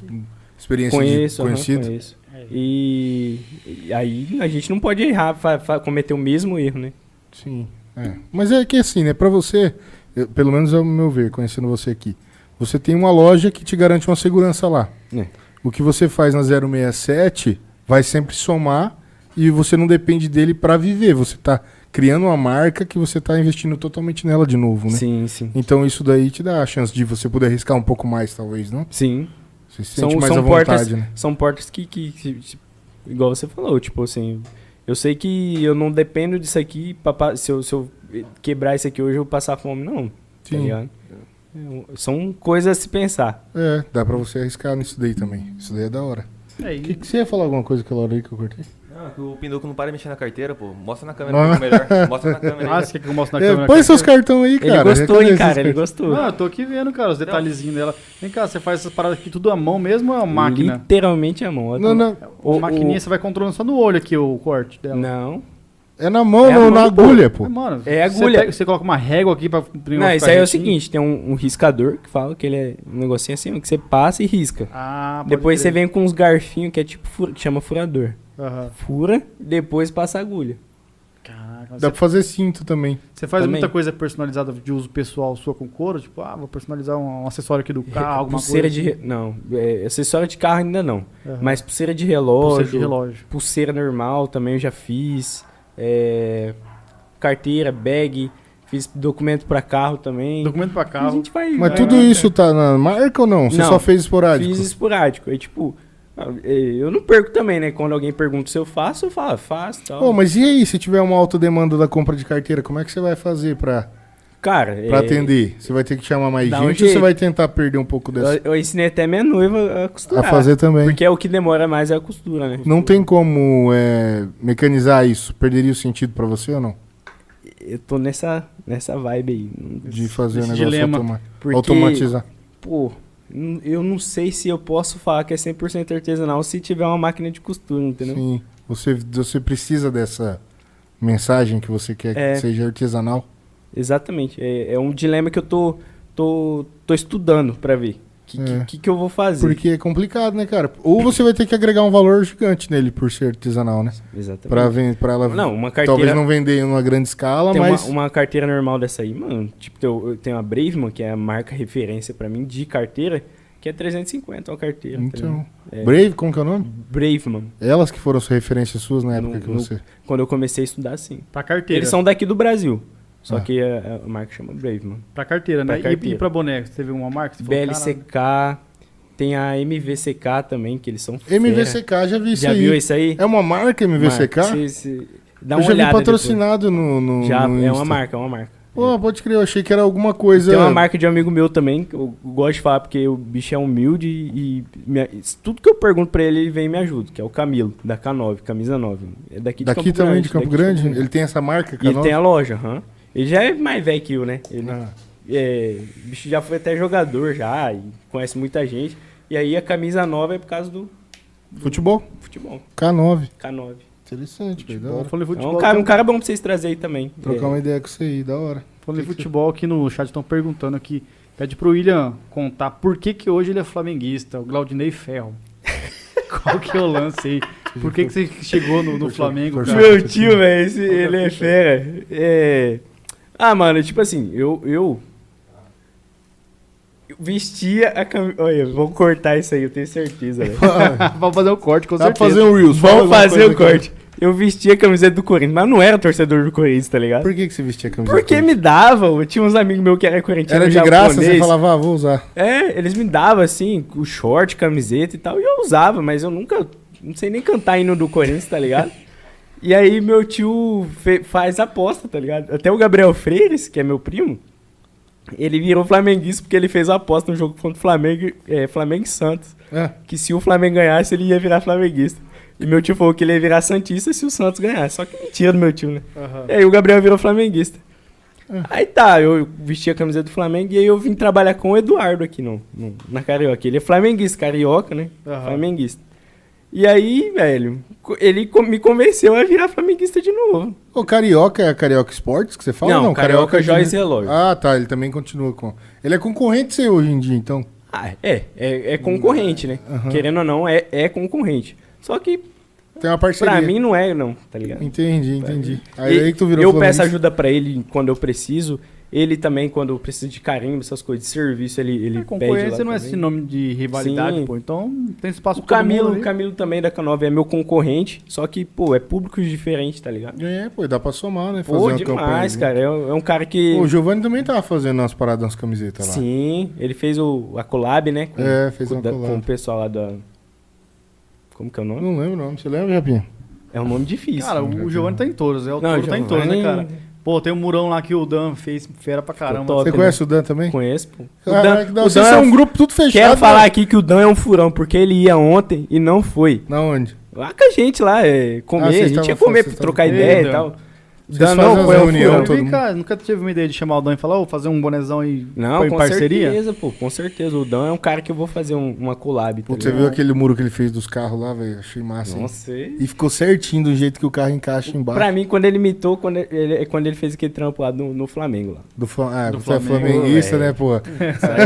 [SPEAKER 2] experiência
[SPEAKER 3] Conheço,
[SPEAKER 2] de
[SPEAKER 3] aham,
[SPEAKER 2] conhecido.
[SPEAKER 3] conheço. E, e aí a gente não pode errar, fa- fa- cometer o mesmo erro, né?
[SPEAKER 2] Sim. é. Mas é que assim, né? Pra você, eu- pelo menos ao meu ver, conhecendo você aqui, você tem uma loja que te garante uma segurança lá.
[SPEAKER 3] É.
[SPEAKER 2] O que você faz na 067 vai sempre somar e você não depende dele pra viver. Você tá criando uma marca que você tá investindo totalmente nela de novo, né?
[SPEAKER 3] Sim, sim.
[SPEAKER 2] Então isso daí te dá a chance de você poder arriscar um pouco mais, talvez, não?
[SPEAKER 3] Sim.
[SPEAKER 2] Você se
[SPEAKER 3] São,
[SPEAKER 2] sente mais
[SPEAKER 3] são
[SPEAKER 2] à
[SPEAKER 3] portas,
[SPEAKER 2] vontade, né?
[SPEAKER 3] são portas que, que- que- que- igual você falou, tipo assim, eu sei que eu não dependo disso aqui, pra, pa- se, eu, se eu quebrar isso aqui hoje eu vou passar fome, não. Tá
[SPEAKER 2] Sim.
[SPEAKER 3] ligado? É, São coisas a se pensar.
[SPEAKER 2] É, dá pra você arriscar nisso daí também. Isso daí é da hora.
[SPEAKER 1] É,
[SPEAKER 2] O que,
[SPEAKER 1] e,
[SPEAKER 2] que você ia falar alguma coisa aquela hora aí que eu cortei?
[SPEAKER 5] Não, é que o Pinduco não para de mexer na carteira, pô. Mostra na câmera que é melhor. Mostra na câmera. aí.
[SPEAKER 1] nossa, quer que eu mostro na
[SPEAKER 2] É,
[SPEAKER 1] câmera?
[SPEAKER 2] põe seus cartões aí,
[SPEAKER 3] Ele
[SPEAKER 2] cara.
[SPEAKER 3] gostou,
[SPEAKER 2] Cadê
[SPEAKER 3] hein,
[SPEAKER 2] esses
[SPEAKER 3] cara? Ele
[SPEAKER 2] cartões?
[SPEAKER 3] gostou.
[SPEAKER 1] Não, é eu tô aqui vendo, cara, os detalhezinhos dela. Vem cá, você faz essas paradas aqui tudo à mão mesmo ou é uma máquina?
[SPEAKER 3] Literalmente a mão. Olha
[SPEAKER 2] Não,
[SPEAKER 3] como-
[SPEAKER 2] não.
[SPEAKER 1] O,
[SPEAKER 3] O-
[SPEAKER 1] maquininha você vai controlando só no olho aqui o corte dela.
[SPEAKER 3] Não.
[SPEAKER 2] É na mão,
[SPEAKER 3] É a
[SPEAKER 2] não,
[SPEAKER 3] mão
[SPEAKER 2] na
[SPEAKER 3] do povo.
[SPEAKER 2] agulha, pô.
[SPEAKER 1] Ah, mano,
[SPEAKER 3] É
[SPEAKER 1] você
[SPEAKER 3] agulha.
[SPEAKER 1] pega- Você, coloca uma régua aqui pra... pra
[SPEAKER 3] Não,
[SPEAKER 1] ficar
[SPEAKER 3] isso aí é o
[SPEAKER 1] retinho.
[SPEAKER 3] seguinte, tem um, um riscador que fala que ele é um negocinho assim, que você passa e risca.
[SPEAKER 1] Ah, pode
[SPEAKER 3] Depois você
[SPEAKER 1] crer.
[SPEAKER 3] vem com uns garfinhos que é tipo, fura- que chama furador.
[SPEAKER 1] Aham.
[SPEAKER 3] Fura, depois passa a agulha.
[SPEAKER 1] Caraca,
[SPEAKER 2] Dá
[SPEAKER 1] você,
[SPEAKER 2] pra fazer cinto também.
[SPEAKER 1] você faz
[SPEAKER 3] também.
[SPEAKER 1] muita coisa personalizada de uso pessoal sua com couro? Tipo, ah, vou personalizar um, um acessório aqui do carro, alguma
[SPEAKER 3] pulseira
[SPEAKER 1] coisa.
[SPEAKER 3] de. re- Não, é, acessório de carro ainda não.
[SPEAKER 1] Aham.
[SPEAKER 3] Mas pulseira de relógio.
[SPEAKER 1] Pulseira
[SPEAKER 3] Pulseira,
[SPEAKER 1] de relógio.
[SPEAKER 3] normal também eu já fiz. é, carteira, bag. Fiz documento pra carro também.
[SPEAKER 1] Documento pra
[SPEAKER 3] A
[SPEAKER 1] carro.
[SPEAKER 3] gente vai.
[SPEAKER 2] Mas
[SPEAKER 3] vai-
[SPEAKER 2] tudo
[SPEAKER 3] vai-
[SPEAKER 2] isso tá na marca ou não? Você
[SPEAKER 3] é. Não.
[SPEAKER 2] só fez esporádico?
[SPEAKER 3] Fiz esporádico. Aí, tipo, ah, eh, eu não perco também, né? Quando alguém pergunta se eu faço, eu falo, ah, faço tal.
[SPEAKER 2] Pô, mas e aí, se tiver uma alta demanda da compra de carteira, como é que você vai fazer pra,
[SPEAKER 3] Cara,
[SPEAKER 2] pra
[SPEAKER 3] eh,
[SPEAKER 2] atender? Você vai ter que chamar mais
[SPEAKER 3] dá um
[SPEAKER 2] gente ou você
[SPEAKER 3] jeito.
[SPEAKER 2] vai tentar perder um pouco
[SPEAKER 3] Eu,
[SPEAKER 2] dessa...
[SPEAKER 3] eu ensinei até minha noiva a
[SPEAKER 2] A
[SPEAKER 3] costurar.
[SPEAKER 2] fazer também.
[SPEAKER 3] Porque é o que demora mais é a costura, né?
[SPEAKER 2] Não tem como é, mecanizar isso. Perderia o sentido pra você ou não?
[SPEAKER 3] Eu tô nessa, nessa vibe aí.
[SPEAKER 2] De fazer o
[SPEAKER 1] esse
[SPEAKER 2] negócio
[SPEAKER 1] dilema.
[SPEAKER 2] automa-
[SPEAKER 3] Porque,
[SPEAKER 2] automatizar.
[SPEAKER 3] pô, n- eu não sei se eu posso falar que é 100% artesanal se tiver uma máquina de costura, entendeu?
[SPEAKER 2] Sim. Você, você precisa dessa mensagem que você quer
[SPEAKER 3] É.
[SPEAKER 2] que seja artesanal.
[SPEAKER 3] Exatamente. É, é um dilema que eu tô, tô, tô estudando pra ver. O que,
[SPEAKER 2] É.
[SPEAKER 3] que, que, que eu vou fazer?
[SPEAKER 2] Porque é complicado, né, cara? Ou você vai ter que agregar um valor gigante nele por ser artesanal, né?
[SPEAKER 3] Exatamente.
[SPEAKER 2] Pra, ven- pra ela
[SPEAKER 3] Não, uma carteira...
[SPEAKER 2] talvez não vender em uma grande escala,
[SPEAKER 3] Tem
[SPEAKER 2] mas
[SPEAKER 3] uma, uma carteira normal dessa aí, mano. Tipo, eu, eu tenho a Braveman, que é a marca referência pra mim de carteira, que é 350 uma carteira. tá
[SPEAKER 2] então,
[SPEAKER 3] ligado? É,
[SPEAKER 2] Brave, como que é o nome?
[SPEAKER 3] Braveman.
[SPEAKER 2] Elas que foram suas referências suas na época
[SPEAKER 3] No-
[SPEAKER 2] que
[SPEAKER 3] no-
[SPEAKER 2] você.
[SPEAKER 3] Quando eu comecei a estudar, sim.
[SPEAKER 1] Pra carteira.
[SPEAKER 3] Eles são daqui do Brasil. Só
[SPEAKER 2] Ah.
[SPEAKER 3] que a, a marca chama Braveman.
[SPEAKER 1] Pra carteira, né?
[SPEAKER 3] Pra
[SPEAKER 1] E- E,
[SPEAKER 3] carteira.
[SPEAKER 1] pra boneco? Você teve uma marca? que Você falou, um caralho?
[SPEAKER 3] BLCK. Tem a MVCK também, que eles são fera.
[SPEAKER 2] MVCK, já vi isso
[SPEAKER 3] é. Já
[SPEAKER 2] aí.
[SPEAKER 3] viu isso aí?
[SPEAKER 2] É uma marca MVCK?
[SPEAKER 3] Marca. Se- se- Dá
[SPEAKER 2] eu
[SPEAKER 3] uma
[SPEAKER 2] já vi
[SPEAKER 3] olhada
[SPEAKER 2] patrocinado no, no
[SPEAKER 3] depois. Já,
[SPEAKER 2] no
[SPEAKER 3] é
[SPEAKER 2] Insta.
[SPEAKER 3] uma marca, é uma marca.
[SPEAKER 2] Pô, pode crer, eu achei que era alguma coisa.
[SPEAKER 3] Tem uma marca de um amigo meu também, que eu gosto de falar porque o bicho é humilde e, e me- tudo que eu pergunto pra ele, ele vem e me ajuda, que é o Camilo, da K9, camisa 9. É daqui de
[SPEAKER 2] Daqui
[SPEAKER 3] Campo
[SPEAKER 2] também,
[SPEAKER 3] Grande,
[SPEAKER 2] de Campo
[SPEAKER 3] daqui
[SPEAKER 2] Grande? Ele tem essa marca,
[SPEAKER 3] E ele
[SPEAKER 2] Canol?
[SPEAKER 3] tem a loja, aham. Ele já é mais velho que eu, né? Ele,
[SPEAKER 2] Ah,
[SPEAKER 3] é, o bicho já foi até jogador já, e conhece muita gente. E aí a camisa 9 é por causa do
[SPEAKER 2] Futebol?
[SPEAKER 3] futebol,
[SPEAKER 2] K9.
[SPEAKER 3] K9.
[SPEAKER 2] Interessante, velho. da
[SPEAKER 1] Bom,
[SPEAKER 2] hora.
[SPEAKER 1] Falando de
[SPEAKER 3] É um
[SPEAKER 1] futebol,
[SPEAKER 3] cara,
[SPEAKER 1] tem
[SPEAKER 3] um cara bom pra vocês trazerem aí também.
[SPEAKER 2] Trocar
[SPEAKER 3] É,
[SPEAKER 2] uma ideia com você aí, da hora.
[SPEAKER 1] Falando de
[SPEAKER 2] Que que
[SPEAKER 1] futebol, aqui no chat estão perguntando aqui. Pede pro William contar por que, que hoje ele é flamenguista, o Glaudinei Ferro. Qual que é o lance aí? Por que, que você chegou no, no Flamengo,
[SPEAKER 2] Torceu.
[SPEAKER 1] cara?
[SPEAKER 3] É. Meu tio, velho, esse- ele é fera. É... Ah, mano, tipo assim, eu. eu... eu Vestia a camisa. Olha, vou cortar isso aí, eu tenho certeza, velho.
[SPEAKER 1] Vamos fazer o corte, com
[SPEAKER 2] Dá pra
[SPEAKER 1] certeza.
[SPEAKER 2] fazer um Reels. fala
[SPEAKER 3] Vamos
[SPEAKER 2] alguma coisa
[SPEAKER 3] fazer o corte. Eu vestia a camiseta do Corinthians, mas não era torcedor do Corinthians, tá
[SPEAKER 2] aqui.
[SPEAKER 3] ligado?
[SPEAKER 2] Por que, que você vestia a camisa?
[SPEAKER 3] Porque me davam, eu tinha uns amigos meus que eram corintianos.
[SPEAKER 2] Era de
[SPEAKER 3] japonês.
[SPEAKER 2] graça, você falava, ah, vou usar.
[SPEAKER 3] É, eles me davam assim, o short, camiseta e tal, e eu usava, mas eu nunca, não sei nem cantar hino do Corinthians, tá ligado? E aí meu tio fe- faz aposta, tá ligado? Até o Gabriel Freires, que é meu primo, Ele virou flamenguista porque ele fez a aposta no jogo contra o Flamengo, é, Flamengo e Santos.
[SPEAKER 2] É.
[SPEAKER 3] Que se o Flamengo ganhasse, ele ia virar flamenguista. E meu tio falou que ele ia virar Santista se o Santos ganhasse. Só que mentira do meu tio, né?
[SPEAKER 2] um-
[SPEAKER 1] É,
[SPEAKER 3] E aí o Gabriel virou flamenguista.
[SPEAKER 2] É.
[SPEAKER 3] Aí tá, eu vesti a camisa do Flamengo e aí eu vim trabalhar com o Eduardo aqui no, no- na Carioca. Ele é flamenguista, carioca, né?
[SPEAKER 1] Aham.
[SPEAKER 3] Flamenguista. E aí, velho, co- ele co- me convenceu a virar flamenguista de novo.
[SPEAKER 2] O Carioca é a Carioca Esportes que você fala?
[SPEAKER 3] Não, Carioca
[SPEAKER 2] é de-
[SPEAKER 3] Joias e Relógio.
[SPEAKER 2] Ah, tá. Ele também continua com. Ele é concorrente seu hoje em dia, então.
[SPEAKER 3] Ah, é, é, é concorrente, né? Querendo ou não, é, é concorrente. Só que
[SPEAKER 2] Tem uma parceria.
[SPEAKER 3] pra mim não é, não, tá ligado?
[SPEAKER 2] Entendi, entendi. Aí, é
[SPEAKER 3] E
[SPEAKER 2] aí tu virou
[SPEAKER 3] eu
[SPEAKER 2] flamenguista.
[SPEAKER 3] peço ajuda pra ele quando eu preciso. Ele também, quando eu preciso de carinho, essas coisas de serviço, ele,
[SPEAKER 1] A
[SPEAKER 3] ele pede lá
[SPEAKER 1] concorrência não é
[SPEAKER 3] também.
[SPEAKER 1] sinônimo de rivalidade,
[SPEAKER 3] Sim.
[SPEAKER 1] pô. Então tem espaço
[SPEAKER 3] O
[SPEAKER 1] pra todo
[SPEAKER 3] Camilo,
[SPEAKER 1] mundo
[SPEAKER 3] o
[SPEAKER 1] ali.
[SPEAKER 3] Camilo também da Canova é meu concorrente, só que, pô, é públicos diferentes, tá ligado?
[SPEAKER 2] É, pô, dá pra somar, né? Fazer
[SPEAKER 3] Pô,
[SPEAKER 2] uma
[SPEAKER 3] demais,
[SPEAKER 2] campanha.
[SPEAKER 3] cara. É, um é um cara que.
[SPEAKER 2] O Giovanni também tava fazendo umas paradas, umas camisetas lá.
[SPEAKER 3] Sim, ele fez o, a collab, né? Com,
[SPEAKER 2] É, fez
[SPEAKER 3] com,
[SPEAKER 2] uma
[SPEAKER 3] da-
[SPEAKER 2] collab.
[SPEAKER 3] com o pessoal lá da. Como que é o nome?
[SPEAKER 2] Não lembro o nome. Você lembra, Japinha?
[SPEAKER 3] É um nome difícil.
[SPEAKER 1] Cara, o, o Giovanni tá em todos, é o
[SPEAKER 3] Não,
[SPEAKER 1] Toro tá em todos, né,
[SPEAKER 3] Giovanni- é
[SPEAKER 1] cara? Pô, tem um murão lá que o Dan fez fera pra caramba.
[SPEAKER 3] Ficou top.
[SPEAKER 2] Você
[SPEAKER 3] Ele-
[SPEAKER 2] conhece o Dan também?
[SPEAKER 3] conheço, pô. O Dan-
[SPEAKER 2] Caraca, não,
[SPEAKER 3] o
[SPEAKER 2] Vocês
[SPEAKER 3] Dan- é
[SPEAKER 2] são um grupo tudo fechado.
[SPEAKER 3] Quero falar
[SPEAKER 2] né?
[SPEAKER 3] aqui que o Dan é um furão, porque ele ia ontem e não foi.
[SPEAKER 2] Na onde?
[SPEAKER 3] Lá com a gente lá, é, comer,
[SPEAKER 2] Ah, vocês
[SPEAKER 3] a gente ia
[SPEAKER 2] estavam-
[SPEAKER 3] comer,
[SPEAKER 2] vocês
[SPEAKER 3] trocar
[SPEAKER 1] estavam-
[SPEAKER 3] ideia
[SPEAKER 1] Ei,
[SPEAKER 3] e tal.
[SPEAKER 2] Vocês
[SPEAKER 3] Dan
[SPEAKER 2] fazem
[SPEAKER 3] não
[SPEAKER 2] as
[SPEAKER 3] foi um
[SPEAKER 2] reunião
[SPEAKER 1] Eu
[SPEAKER 3] furão.
[SPEAKER 2] todo
[SPEAKER 1] vi, cara, nunca tive uma ideia de chamar o Dan e falar, ô, fazer um bonezão e
[SPEAKER 3] Não,
[SPEAKER 1] pôr
[SPEAKER 3] com
[SPEAKER 1] em parceria?
[SPEAKER 3] certeza, pô, com certeza. O Dan é um cara que eu vou fazer um- uma collab. Tá
[SPEAKER 2] Putz, você
[SPEAKER 3] ligado?
[SPEAKER 2] viu aquele muro que ele fez dos carros lá, velho? Achei massa. hein?
[SPEAKER 3] Nossa, e-
[SPEAKER 2] E ficou certinho do jeito que o carro encaixa embaixo.
[SPEAKER 3] pra mim, quando ele imitou, quando ele, é quando ele fez aquele trampo lá no, no Flamengo lá.
[SPEAKER 2] Do Flam... Ah,
[SPEAKER 1] Do
[SPEAKER 2] você é
[SPEAKER 1] Flamengo,
[SPEAKER 2] flamenguista,
[SPEAKER 3] velho.
[SPEAKER 2] né, porra?
[SPEAKER 3] Isso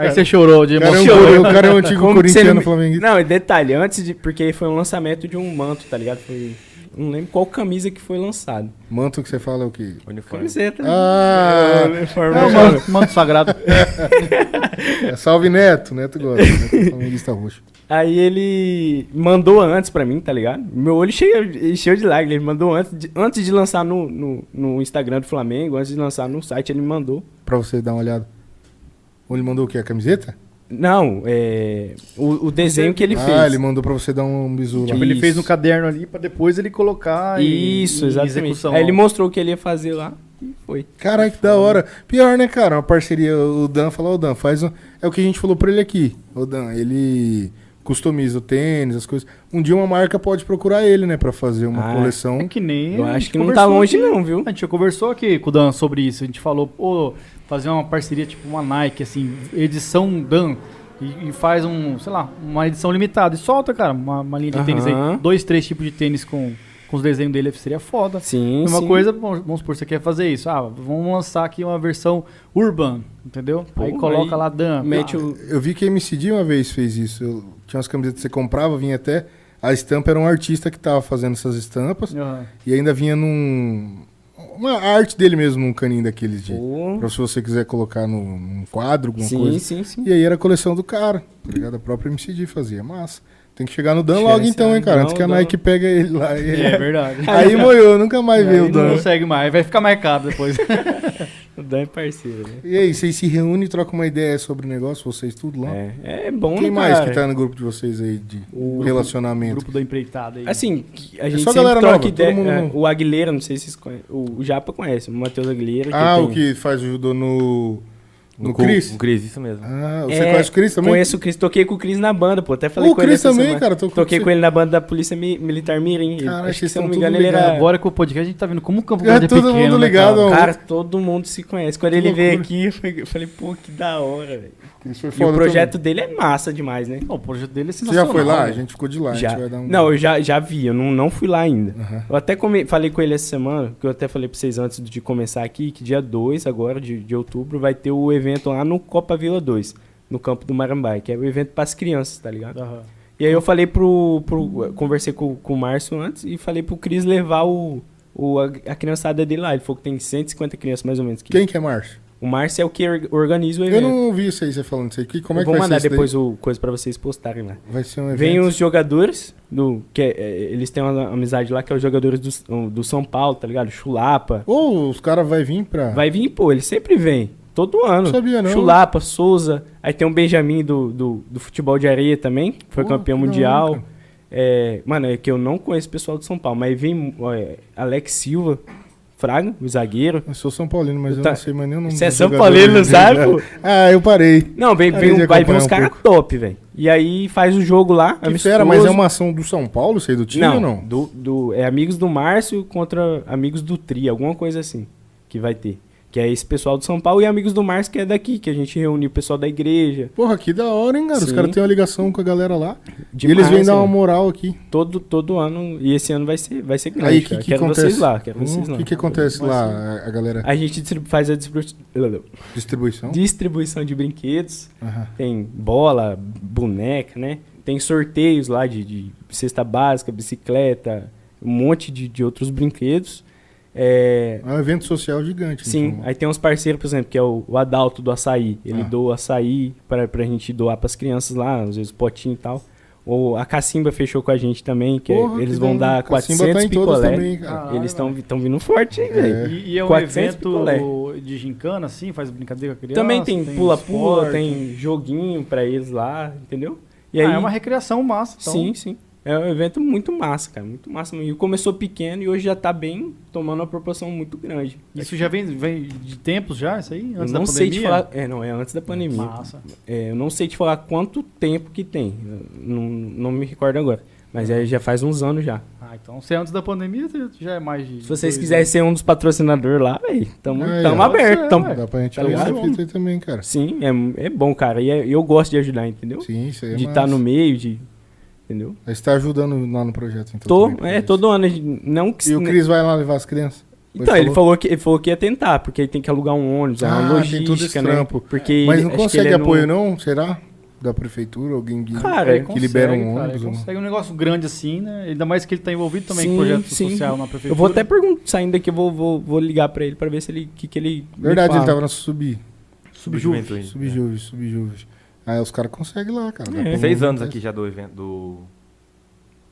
[SPEAKER 3] aí-
[SPEAKER 1] Aí você chorou de
[SPEAKER 2] O cara é um,
[SPEAKER 1] emoção.
[SPEAKER 2] cori- o cara é um antigo
[SPEAKER 3] Como que você
[SPEAKER 2] corintiano
[SPEAKER 3] não-
[SPEAKER 2] flamenguista.
[SPEAKER 3] Não, e detalhe, antes de. Porque foi um lançamento de um manto, tá ligado? Foi. Não lembro qual camisa que foi lançado.
[SPEAKER 2] Manto que você fala é o quê?
[SPEAKER 5] Uniforme.
[SPEAKER 3] Camiseta. né?
[SPEAKER 2] Ah,
[SPEAKER 1] É,
[SPEAKER 3] uniforme.
[SPEAKER 1] mano, mano sagrado.
[SPEAKER 2] é salve Neto. Neto gosta. Neto é flamenguista roxo.
[SPEAKER 3] Aí ele mandou antes pra mim, tá ligado? Meu olho cheio, cheio de lágrimas. Ele mandou antes de, antes de lançar no, no, no Instagram do Flamengo, antes de lançar no site, ele me mandou.
[SPEAKER 2] Pra você dar uma olhada. Ou ele mandou o quê? A camiseta?
[SPEAKER 3] Não, é. O, o desenho que ele
[SPEAKER 2] ah,
[SPEAKER 3] fez.
[SPEAKER 2] ele mandou pra você dar um bisu lá.
[SPEAKER 1] Tipo, ele fez
[SPEAKER 3] Isso.
[SPEAKER 1] um caderno ali pra depois ele colocar e-
[SPEAKER 3] Isso,
[SPEAKER 1] e
[SPEAKER 3] exatamente.
[SPEAKER 1] execução.
[SPEAKER 3] Aí ele mostrou o que ele ia fazer lá e foi.
[SPEAKER 2] Caraca, que da hora. Pior, né, cara? Uma parceria. O Dan falou, ô Dan, faz um... É o que a gente falou pra ele aqui. Ô Dan, ele customiza o tênis, as coisas. Um dia uma marca pode procurar ele, né? Pra fazer uma
[SPEAKER 3] Ah,
[SPEAKER 2] coleção.
[SPEAKER 1] É que nem.
[SPEAKER 3] Eu
[SPEAKER 1] a
[SPEAKER 3] acho
[SPEAKER 1] gente
[SPEAKER 3] que não tá
[SPEAKER 1] conversou
[SPEAKER 3] longe,
[SPEAKER 1] aqui.
[SPEAKER 3] não, viu?
[SPEAKER 1] A gente já conversou aqui com o Dan sobre isso. A gente falou, pô, fazer uma parceria tipo uma Nike, assim, edição Dan. E, e faz um, sei lá, uma edição limitada. E solta, cara, uma, uma linha de tênis aí.
[SPEAKER 3] Aham.
[SPEAKER 1] Dois, três tipos de tênis com, com os desenhos dele seria foda.
[SPEAKER 3] Sim,
[SPEAKER 1] Uma
[SPEAKER 3] sim.
[SPEAKER 1] coisa, vamos vamos supor, você quer fazer isso. Ah, vamos lançar aqui uma versão urban, entendeu?
[SPEAKER 3] Pô,
[SPEAKER 1] aí coloca
[SPEAKER 3] aí
[SPEAKER 1] lá Dan.
[SPEAKER 3] Mete o.
[SPEAKER 2] Eu vi que a MCD uma vez fez isso. Eu- Tinha umas camisetas que você comprava, vinha até. A estampa era um artista que tava fazendo essas estampas.
[SPEAKER 1] Aham.
[SPEAKER 2] E ainda vinha num. Uma arte dele mesmo, num caninho daqueles de.
[SPEAKER 3] Pô,
[SPEAKER 2] Pra se você quiser colocar num, num quadro, alguma
[SPEAKER 3] sim,
[SPEAKER 2] coisa.
[SPEAKER 3] sim, sim.
[SPEAKER 2] E aí era a coleção do cara, tá ligado? A própria MCD fazia. Massa. Tem que chegar no Dan
[SPEAKER 3] Diferencial.
[SPEAKER 2] logo então, hein, cara? Antes que a
[SPEAKER 3] Não,
[SPEAKER 2] Nike pega ele lá.
[SPEAKER 1] É verdade.
[SPEAKER 2] Aí moiou, nunca mais
[SPEAKER 1] Aí
[SPEAKER 2] veio o
[SPEAKER 1] não
[SPEAKER 2] Dan.
[SPEAKER 1] consegue mais, vai ficar marcado depois.
[SPEAKER 3] O Dan é parceiro, né?
[SPEAKER 2] E aí, vocês se reúnem, trocam uma ideia sobre o negócio, vocês tudo lá?
[SPEAKER 3] É, é bom,
[SPEAKER 2] Quem
[SPEAKER 3] né,
[SPEAKER 2] mais
[SPEAKER 3] cara?
[SPEAKER 2] que tá no grupo de vocês aí de
[SPEAKER 3] O-
[SPEAKER 2] relacionamento?
[SPEAKER 1] grupo da empreitada aí.
[SPEAKER 3] Assim, que a gente
[SPEAKER 2] É só
[SPEAKER 3] sempre
[SPEAKER 2] galera
[SPEAKER 3] troca
[SPEAKER 2] nova,
[SPEAKER 3] ideia.
[SPEAKER 2] todo mundo
[SPEAKER 3] é,
[SPEAKER 2] novo.
[SPEAKER 3] o Aguilera, não sei se vocês conhecem. O, o Japa conhece, o Matheus Aguilera.
[SPEAKER 2] Ah,
[SPEAKER 3] tem-
[SPEAKER 2] o que faz o judô no. No
[SPEAKER 5] cu-
[SPEAKER 2] Cris?
[SPEAKER 5] No Cris, isso mesmo.
[SPEAKER 2] Ah, você
[SPEAKER 3] É,
[SPEAKER 2] conhece o Cris também?
[SPEAKER 3] Conheço o Cris, toquei com o Cris na banda, pô. Até falei
[SPEAKER 2] O
[SPEAKER 3] com ele
[SPEAKER 2] Cris
[SPEAKER 3] essa
[SPEAKER 2] também,
[SPEAKER 3] semana.
[SPEAKER 2] cara, tocou com
[SPEAKER 3] Toquei
[SPEAKER 2] você.
[SPEAKER 3] com ele na banda da Polícia Mi- Militar Mirim. Ele-
[SPEAKER 2] Caraca,
[SPEAKER 3] acho que,
[SPEAKER 2] vocês
[SPEAKER 3] se eu não
[SPEAKER 2] tão
[SPEAKER 3] me
[SPEAKER 2] tudo
[SPEAKER 3] engano, ele era.
[SPEAKER 1] Agora com o podcast a gente tá vendo como o Campo
[SPEAKER 2] É,
[SPEAKER 1] Grande é,
[SPEAKER 2] todo
[SPEAKER 1] pequeno,
[SPEAKER 2] mundo
[SPEAKER 1] né,
[SPEAKER 2] ligado
[SPEAKER 1] cara?
[SPEAKER 2] ao-
[SPEAKER 3] Cara, todo mundo se conhece. Quando
[SPEAKER 2] Então, Que
[SPEAKER 3] ele veio
[SPEAKER 2] loucura.
[SPEAKER 3] aqui, eu falei- eu falei, pô, que da hora, velho.
[SPEAKER 2] O Cris foi
[SPEAKER 3] E o
[SPEAKER 2] foda
[SPEAKER 3] projeto dele é massa demais, né?
[SPEAKER 1] Não, o projeto dele é
[SPEAKER 2] também. Você já
[SPEAKER 1] sensacional.
[SPEAKER 2] foi lá?
[SPEAKER 1] né?
[SPEAKER 2] A gente ficou de lá. A
[SPEAKER 3] Já.
[SPEAKER 2] gente vai dar um...
[SPEAKER 3] Não, eu já, já vi, eu não, não fui lá ainda.
[SPEAKER 2] Aham.
[SPEAKER 3] Eu até come- falei com ele essa semana, que eu até falei pra vocês antes de começar aqui, que dia 2 agora, de, de outubro, vai ter o evento lá no Copa Vila 2, no campo do Marambai, que é o evento pras crianças, tá ligado?
[SPEAKER 1] Aham.
[SPEAKER 3] E aí eu falei pro. pro conversei com, com o Márcio antes e falei pro Cris levar o, o, a, a criançada dele lá. Ele falou que tem 150 crianças mais ou menos. Que
[SPEAKER 2] Quem que é Márcio?
[SPEAKER 3] O Márcio é o que or- organiza o evento.
[SPEAKER 2] Eu não ouvi isso aí, você falando isso aí. Que- Como é
[SPEAKER 3] Eu
[SPEAKER 2] que
[SPEAKER 3] vou
[SPEAKER 2] vai
[SPEAKER 3] mandar
[SPEAKER 2] ser isso
[SPEAKER 3] depois o coisa pra vocês postarem lá.
[SPEAKER 2] daí? Vai ser um evento.
[SPEAKER 3] Vem os jogadores do. Que é- é, eles têm uma amizade lá que é os jogadores do, um, do São Paulo, tá ligado? Chulapa.
[SPEAKER 2] Ou os caras vão vir pra...
[SPEAKER 3] Vai vir, pô, eles sempre vêm. Todo ano.
[SPEAKER 2] É. Não sabia, não.
[SPEAKER 3] Chulapa, Souza. Aí tem o Benjamin do, do, do futebol de areia também, que foi
[SPEAKER 2] Pô,
[SPEAKER 3] campeão
[SPEAKER 2] que da hora,
[SPEAKER 3] mundial.
[SPEAKER 2] cara.
[SPEAKER 3] É, mano, é que eu não conheço o pessoal do São Paulo, mas vem ó, é, Alex Silva, Fraga, o zagueiro.
[SPEAKER 2] Eu sou São Paulino, mas eu
[SPEAKER 3] Tá.
[SPEAKER 2] não sei mais nem o nome
[SPEAKER 3] Você é
[SPEAKER 2] dos
[SPEAKER 3] São
[SPEAKER 2] jogadores.
[SPEAKER 3] Paulino, sabe, pô?
[SPEAKER 2] Ah, eu parei.
[SPEAKER 3] Não, vem,
[SPEAKER 2] Parei
[SPEAKER 3] vem,
[SPEAKER 2] de
[SPEAKER 3] um- vai vir
[SPEAKER 2] acompanhar
[SPEAKER 3] uns
[SPEAKER 2] um
[SPEAKER 3] caras
[SPEAKER 2] pouco.
[SPEAKER 3] top, velho. E aí faz o jogo lá,
[SPEAKER 2] Que fera, mas é
[SPEAKER 3] amistoso.
[SPEAKER 2] uma ação do São Paulo, sei do time
[SPEAKER 3] não,
[SPEAKER 2] ou não?
[SPEAKER 3] Do, do, é amigos do Márcio contra amigos do Tri, alguma coisa assim que vai ter. Que é esse pessoal do São Paulo e amigos do Márcio que é daqui, que a gente reúne o pessoal da igreja.
[SPEAKER 2] Porra, que da hora, hein, cara? Os
[SPEAKER 3] Sim.
[SPEAKER 2] caras têm uma ligação com a galera lá.
[SPEAKER 3] de
[SPEAKER 2] e eles vêm
[SPEAKER 3] Márcio,
[SPEAKER 2] dar uma
[SPEAKER 3] né?
[SPEAKER 2] moral aqui.
[SPEAKER 3] todo todo ano e esse ano vai ser vai ser grande.
[SPEAKER 2] Aí, o que,
[SPEAKER 3] cara.
[SPEAKER 2] que
[SPEAKER 3] É, quero
[SPEAKER 2] acontece?
[SPEAKER 3] vocês lá, quero
[SPEAKER 2] Hum,
[SPEAKER 3] vocês lá.
[SPEAKER 2] O que, que acontece lá, a- a galera?
[SPEAKER 3] A gente distribu- faz a distribu-
[SPEAKER 2] Distribuição?
[SPEAKER 3] distribuição de brinquedos.
[SPEAKER 2] Aham.
[SPEAKER 3] Tem bola, boneca, né? Tem sorteios lá de, de cesta básica, bicicleta, um monte de, de outros brinquedos. É,
[SPEAKER 2] É um evento social gigante.
[SPEAKER 3] sim,
[SPEAKER 2] então.
[SPEAKER 3] aí tem uns parceiros, por exemplo, que é o, o Adalto do Açaí. Ele
[SPEAKER 2] Ah.
[SPEAKER 3] doa açaí pra, pra gente doar pras crianças lá, às vezes potinho e tal. Ou a Cacimba fechou com a gente também, que é-
[SPEAKER 2] Porra,
[SPEAKER 3] eles
[SPEAKER 2] que
[SPEAKER 3] vão
[SPEAKER 2] da hora.
[SPEAKER 3] dar
[SPEAKER 2] Cacimba
[SPEAKER 3] 400
[SPEAKER 2] tá em todas
[SPEAKER 3] picolé.
[SPEAKER 2] também, cara.
[SPEAKER 1] Ah,
[SPEAKER 3] Eles estão vindo forte, hein, velho?
[SPEAKER 2] É.
[SPEAKER 1] E, e é um
[SPEAKER 3] 400
[SPEAKER 1] evento
[SPEAKER 3] picolé.
[SPEAKER 1] de gincana, assim, faz brincadeira com a criança.
[SPEAKER 3] Também tem pula-pula,
[SPEAKER 1] esporte.
[SPEAKER 3] tem joguinho pra eles lá, entendeu? E
[SPEAKER 1] Ah,
[SPEAKER 3] aí,
[SPEAKER 1] é uma recreação massa. Então.
[SPEAKER 3] sim, sim. É um evento muito massa, cara, muito massa. E começou pequeno e hoje já tá bem tomando uma proporção muito grande.
[SPEAKER 1] Isso já vem, vem de tempos já, isso aí?
[SPEAKER 3] Eu
[SPEAKER 1] Antes
[SPEAKER 3] não
[SPEAKER 1] da pandemia?
[SPEAKER 3] sei te falar, é, não, é antes da pandemia.
[SPEAKER 1] Massa.
[SPEAKER 3] É, eu não sei te falar quanto tempo que tem, eu não, não me recordo agora, mas é, já faz uns anos já.
[SPEAKER 1] Ah, então se é antes da pandemia, você já é mais de...
[SPEAKER 3] Se vocês
[SPEAKER 1] dois
[SPEAKER 3] quiserem
[SPEAKER 1] anos.
[SPEAKER 3] ser um dos patrocinadores lá, velho, tamo,
[SPEAKER 2] Aí,
[SPEAKER 3] tamo
[SPEAKER 2] ó. é.
[SPEAKER 3] aberto,
[SPEAKER 1] Você,
[SPEAKER 3] tamo-
[SPEAKER 1] ué.
[SPEAKER 2] Dá pra gente
[SPEAKER 3] Tá
[SPEAKER 2] ver essa
[SPEAKER 3] ligado?
[SPEAKER 2] fita aí também, cara.
[SPEAKER 3] Sim, é, é bom, cara, e é- eu gosto de ajudar, entendeu?
[SPEAKER 2] Sim, isso aí é
[SPEAKER 3] de
[SPEAKER 2] massa.
[SPEAKER 3] estar no meio, de. Entendeu?
[SPEAKER 2] Aí Você tá ajudando lá no projeto, então.
[SPEAKER 3] Tô,
[SPEAKER 2] também, pra
[SPEAKER 3] é,
[SPEAKER 2] isso.
[SPEAKER 3] todo ano. a gente- Não que
[SPEAKER 2] E o Cris vai lá levar as crianças?
[SPEAKER 3] Então, ele falou que, ele falou que ia tentar, porque ele tem que alugar um ônibus, é
[SPEAKER 2] Ah,
[SPEAKER 3] uma
[SPEAKER 2] tem
[SPEAKER 3] logística,
[SPEAKER 2] todo esse
[SPEAKER 3] né?
[SPEAKER 2] trampo.
[SPEAKER 3] Porque
[SPEAKER 2] Mas não
[SPEAKER 3] acho que
[SPEAKER 2] consegue
[SPEAKER 3] ele é no-
[SPEAKER 2] apoio, né? não? Será? Da prefeitura? Alguém que-
[SPEAKER 3] Cara, É
[SPEAKER 2] que libera um
[SPEAKER 1] cara,
[SPEAKER 2] ônibus?
[SPEAKER 1] ele
[SPEAKER 2] ou não?
[SPEAKER 1] consegue um negócio grande assim, né? Ainda mais que ele tá envolvido também
[SPEAKER 3] Sim,
[SPEAKER 1] com projeto
[SPEAKER 3] sim.
[SPEAKER 1] social na prefeitura.
[SPEAKER 3] Eu vou até perguntar, saindo daqui, eu vou, vou, vou ligar pra ele pra ver se ele. que, que ele. me
[SPEAKER 2] Verdade, ele
[SPEAKER 3] fala.
[SPEAKER 2] tava na sub.
[SPEAKER 1] Subjuve.
[SPEAKER 5] Juventude.
[SPEAKER 2] Subjuve, subjuve. Aí os caras conseguem lá, cara.
[SPEAKER 3] É.
[SPEAKER 5] É. Seis anos aqui já do evento do.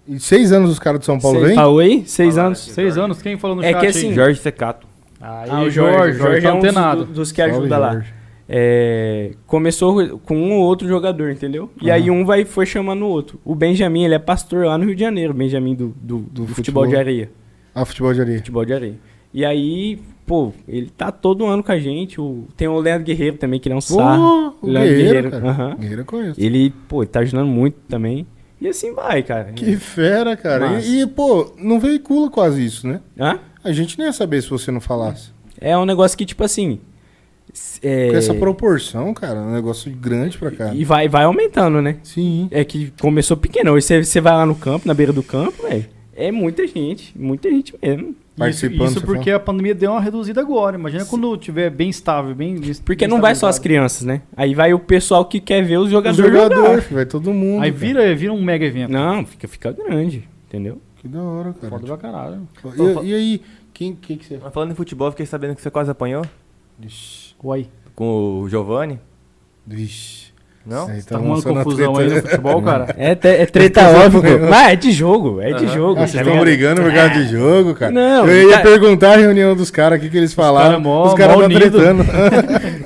[SPEAKER 2] E seis anos os caras de São Paulo
[SPEAKER 3] Seis-
[SPEAKER 2] vêm?
[SPEAKER 3] Falou aí? Seis
[SPEAKER 5] Fala,
[SPEAKER 3] anos?
[SPEAKER 5] né?
[SPEAKER 1] Seis anos? Quem falou no
[SPEAKER 3] É
[SPEAKER 1] chat
[SPEAKER 3] que
[SPEAKER 1] aí?
[SPEAKER 3] assim- Sim.
[SPEAKER 5] Jorge Secato.
[SPEAKER 1] Aí,
[SPEAKER 3] Ah, o
[SPEAKER 1] Jorge, Jorge,
[SPEAKER 3] Jorge
[SPEAKER 1] tá
[SPEAKER 3] é um
[SPEAKER 1] antenado.
[SPEAKER 3] dos, dos que ajuda
[SPEAKER 2] Salve,
[SPEAKER 3] lá.
[SPEAKER 2] Jorge.
[SPEAKER 3] É, começou com um ou outro jogador, entendeu? E
[SPEAKER 2] Aham.
[SPEAKER 3] aí um vai, foi chamando o outro. O Benjamin, ele é pastor lá no Rio de Janeiro, o Benjamin do, do, do futebol
[SPEAKER 2] futebol.
[SPEAKER 3] de areia.
[SPEAKER 2] Ah, futebol de areia.
[SPEAKER 3] futebol de areia. E aí, pô, ele tá todo ano com a gente. O- tem o Leandro Guerreiro também, que ele é um sarro.
[SPEAKER 2] Pô, o
[SPEAKER 3] Leandro
[SPEAKER 2] Guerreiro,
[SPEAKER 3] Guerreiro,
[SPEAKER 2] cara.
[SPEAKER 3] aham.
[SPEAKER 2] Guerreiro eu conheço.
[SPEAKER 3] Ele, pô, ele tá ajudando muito também. E assim vai, cara.
[SPEAKER 2] Que fera, cara.
[SPEAKER 3] Massa.
[SPEAKER 2] E, e, pô, não veicula quase isso, né?
[SPEAKER 3] Hã?
[SPEAKER 2] A gente nem ia saber se você não falasse.
[SPEAKER 3] É um negócio que, tipo assim. s- É,
[SPEAKER 2] Com essa proporção, cara, é um negócio grande pra cá.
[SPEAKER 3] E vai, vai aumentando, né?
[SPEAKER 2] Sim.
[SPEAKER 3] É que começou pequeno. Hoje você- você vai lá no campo, na beira do campo, velho. É muita gente, muita gente mesmo.
[SPEAKER 1] Isso,
[SPEAKER 2] Participando,
[SPEAKER 1] isso
[SPEAKER 2] você
[SPEAKER 1] porque a pandemia deu uma reduzida agora. Imagina quando tiver bem estável, bem.
[SPEAKER 3] Porque não vai só as
[SPEAKER 1] crianças.
[SPEAKER 3] crianças, né? Aí vai o pessoal que quer ver os
[SPEAKER 2] Os
[SPEAKER 3] jogadores
[SPEAKER 2] jogador,
[SPEAKER 3] jogar.
[SPEAKER 2] vai todo mundo.
[SPEAKER 1] Aí
[SPEAKER 2] cara.
[SPEAKER 1] vira, vira um mega evento.
[SPEAKER 3] Não, fica, fica grande, entendeu?
[SPEAKER 2] Que da hora, cara.
[SPEAKER 1] Foda pra caralho.
[SPEAKER 2] E- E, aí, quem que, que você.
[SPEAKER 5] Mas falando em futebol, fiquei sabendo que você quase apanhou
[SPEAKER 2] Vixe.
[SPEAKER 1] Uai.
[SPEAKER 5] com o Giovanni.
[SPEAKER 2] Vixe.
[SPEAKER 5] Não?
[SPEAKER 2] Isso aí
[SPEAKER 1] Tá arrumando
[SPEAKER 2] lançando a
[SPEAKER 1] confusão aí né?
[SPEAKER 2] treta.
[SPEAKER 1] no futebol, cara.
[SPEAKER 3] É, te- é treta
[SPEAKER 2] Porque você
[SPEAKER 3] óbvio.
[SPEAKER 2] apanhou.
[SPEAKER 3] Mas é de jogo, é de
[SPEAKER 5] Aham.
[SPEAKER 3] jogo.
[SPEAKER 2] Ah, vocês
[SPEAKER 3] tá
[SPEAKER 2] estão
[SPEAKER 3] ligado?
[SPEAKER 2] brigando por causa de jogo, cara.
[SPEAKER 3] Não,
[SPEAKER 2] eu ia
[SPEAKER 3] tá-
[SPEAKER 2] perguntar a reunião dos caras, o que, que eles falaram.
[SPEAKER 1] cara mó-
[SPEAKER 2] Os caras
[SPEAKER 1] mó
[SPEAKER 2] estão
[SPEAKER 1] unido.
[SPEAKER 2] tretando.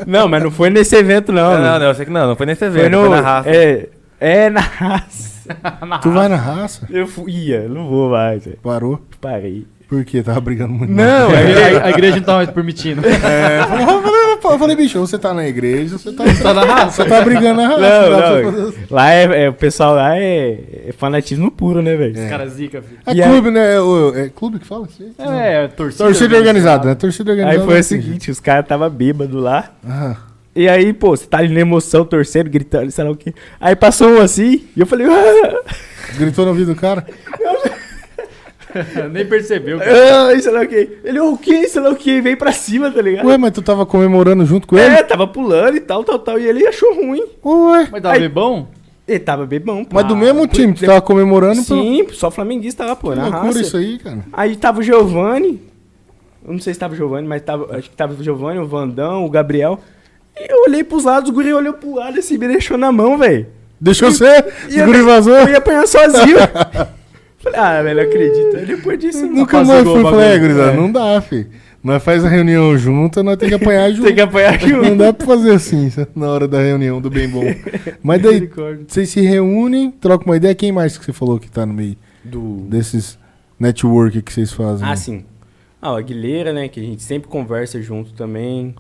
[SPEAKER 3] Não, mas não foi nesse evento, não.
[SPEAKER 5] Não, não, não, eu sei que não, não foi nesse
[SPEAKER 3] Foi,
[SPEAKER 5] evento,
[SPEAKER 3] no,
[SPEAKER 5] foi na raça.
[SPEAKER 3] É, é na raça.
[SPEAKER 2] tu vai na raça?
[SPEAKER 3] Eu fui, ia, não vou mais, velho.
[SPEAKER 2] Parou.
[SPEAKER 3] Parei.
[SPEAKER 2] Por quê? Tava brigando muito.
[SPEAKER 3] Não,
[SPEAKER 1] A,
[SPEAKER 3] é,
[SPEAKER 1] igreja- a igreja não tá mais permitindo.
[SPEAKER 2] É, eu falei, eu falei, eu falei, bicho, você tá na igreja, você tá,
[SPEAKER 1] Tá na raça.
[SPEAKER 2] você tá brigando na raça.
[SPEAKER 3] Não,
[SPEAKER 2] dá pra
[SPEAKER 3] não.
[SPEAKER 2] fazer-
[SPEAKER 3] lá é, é- o pessoal lá é, é fanatismo puro, né, velho?
[SPEAKER 1] Os caras zica, filho.
[SPEAKER 2] É
[SPEAKER 3] E aí-
[SPEAKER 2] clube, né? O- É clube que fala? Sim.
[SPEAKER 1] É, torcida.
[SPEAKER 2] Torcida organizada, né? Torcida
[SPEAKER 3] Aí
[SPEAKER 2] organizada.
[SPEAKER 3] foi o
[SPEAKER 2] assim.
[SPEAKER 3] seguinte, os caras tava bêbado lá.
[SPEAKER 2] Ah,
[SPEAKER 3] E aí, pô, você tá ali na emoção, torcendo, gritando, sei lá o quê. Aí passou um assim, e eu falei, ah,
[SPEAKER 2] gritou no ouvido do cara.
[SPEAKER 1] Nem percebeu, cara.
[SPEAKER 3] ah, sei lá o quê. Ele, o quê, sei lá o quê, vem pra cima, tá ligado?
[SPEAKER 2] Ué, mas tu tava comemorando junto com ele?
[SPEAKER 3] É, tava pulando e tal, tal, tal. E ele achou ruim.
[SPEAKER 2] Ué.
[SPEAKER 1] Mas tava
[SPEAKER 3] Aí-
[SPEAKER 1] bem bom?
[SPEAKER 3] Ele tava bebão, pô.
[SPEAKER 2] Mas do mesmo time que tu tava comemorando, pô.
[SPEAKER 3] Ah, Sim, só flamenguista lá, pô,
[SPEAKER 2] Que
[SPEAKER 3] na
[SPEAKER 2] loucura
[SPEAKER 3] raça.
[SPEAKER 2] isso aí, cara.
[SPEAKER 3] Aí tava o Giovanni. Eu não sei se tava o Giovanni, mas tava, acho que tava o Giovanni, o Vandão, o Gabriel. E eu olhei pros lados, o guri olhou pro lado e assim, me deixou na mão, velho.
[SPEAKER 2] Deixou ser,
[SPEAKER 3] E eu,
[SPEAKER 2] segura e vazou.
[SPEAKER 3] eu ia apanhar sozinho. Falei, ah, velho, eu acredito. Aí depois disso, não
[SPEAKER 2] Nunca
[SPEAKER 3] faço
[SPEAKER 2] mais
[SPEAKER 3] gol,
[SPEAKER 2] fui,
[SPEAKER 3] bagulho.
[SPEAKER 2] falei, é, gurizada,
[SPEAKER 3] É.
[SPEAKER 2] não dá, fi. Nós faz a reunião junto, nós tem que apanhar junto.
[SPEAKER 3] Tem que apanhar
[SPEAKER 2] Não
[SPEAKER 3] junto.
[SPEAKER 2] dá pra fazer assim sa- na hora da reunião do bem bom. Mas daí,
[SPEAKER 1] Misericórdia.
[SPEAKER 2] vocês se reúnem, trocam uma ideia. Quem mais que você falou que tá no meio
[SPEAKER 3] Do...
[SPEAKER 2] desses network que vocês fazem?
[SPEAKER 3] Ah, sim. Ah, o Aguilera, né? Que a gente sempre conversa junto também.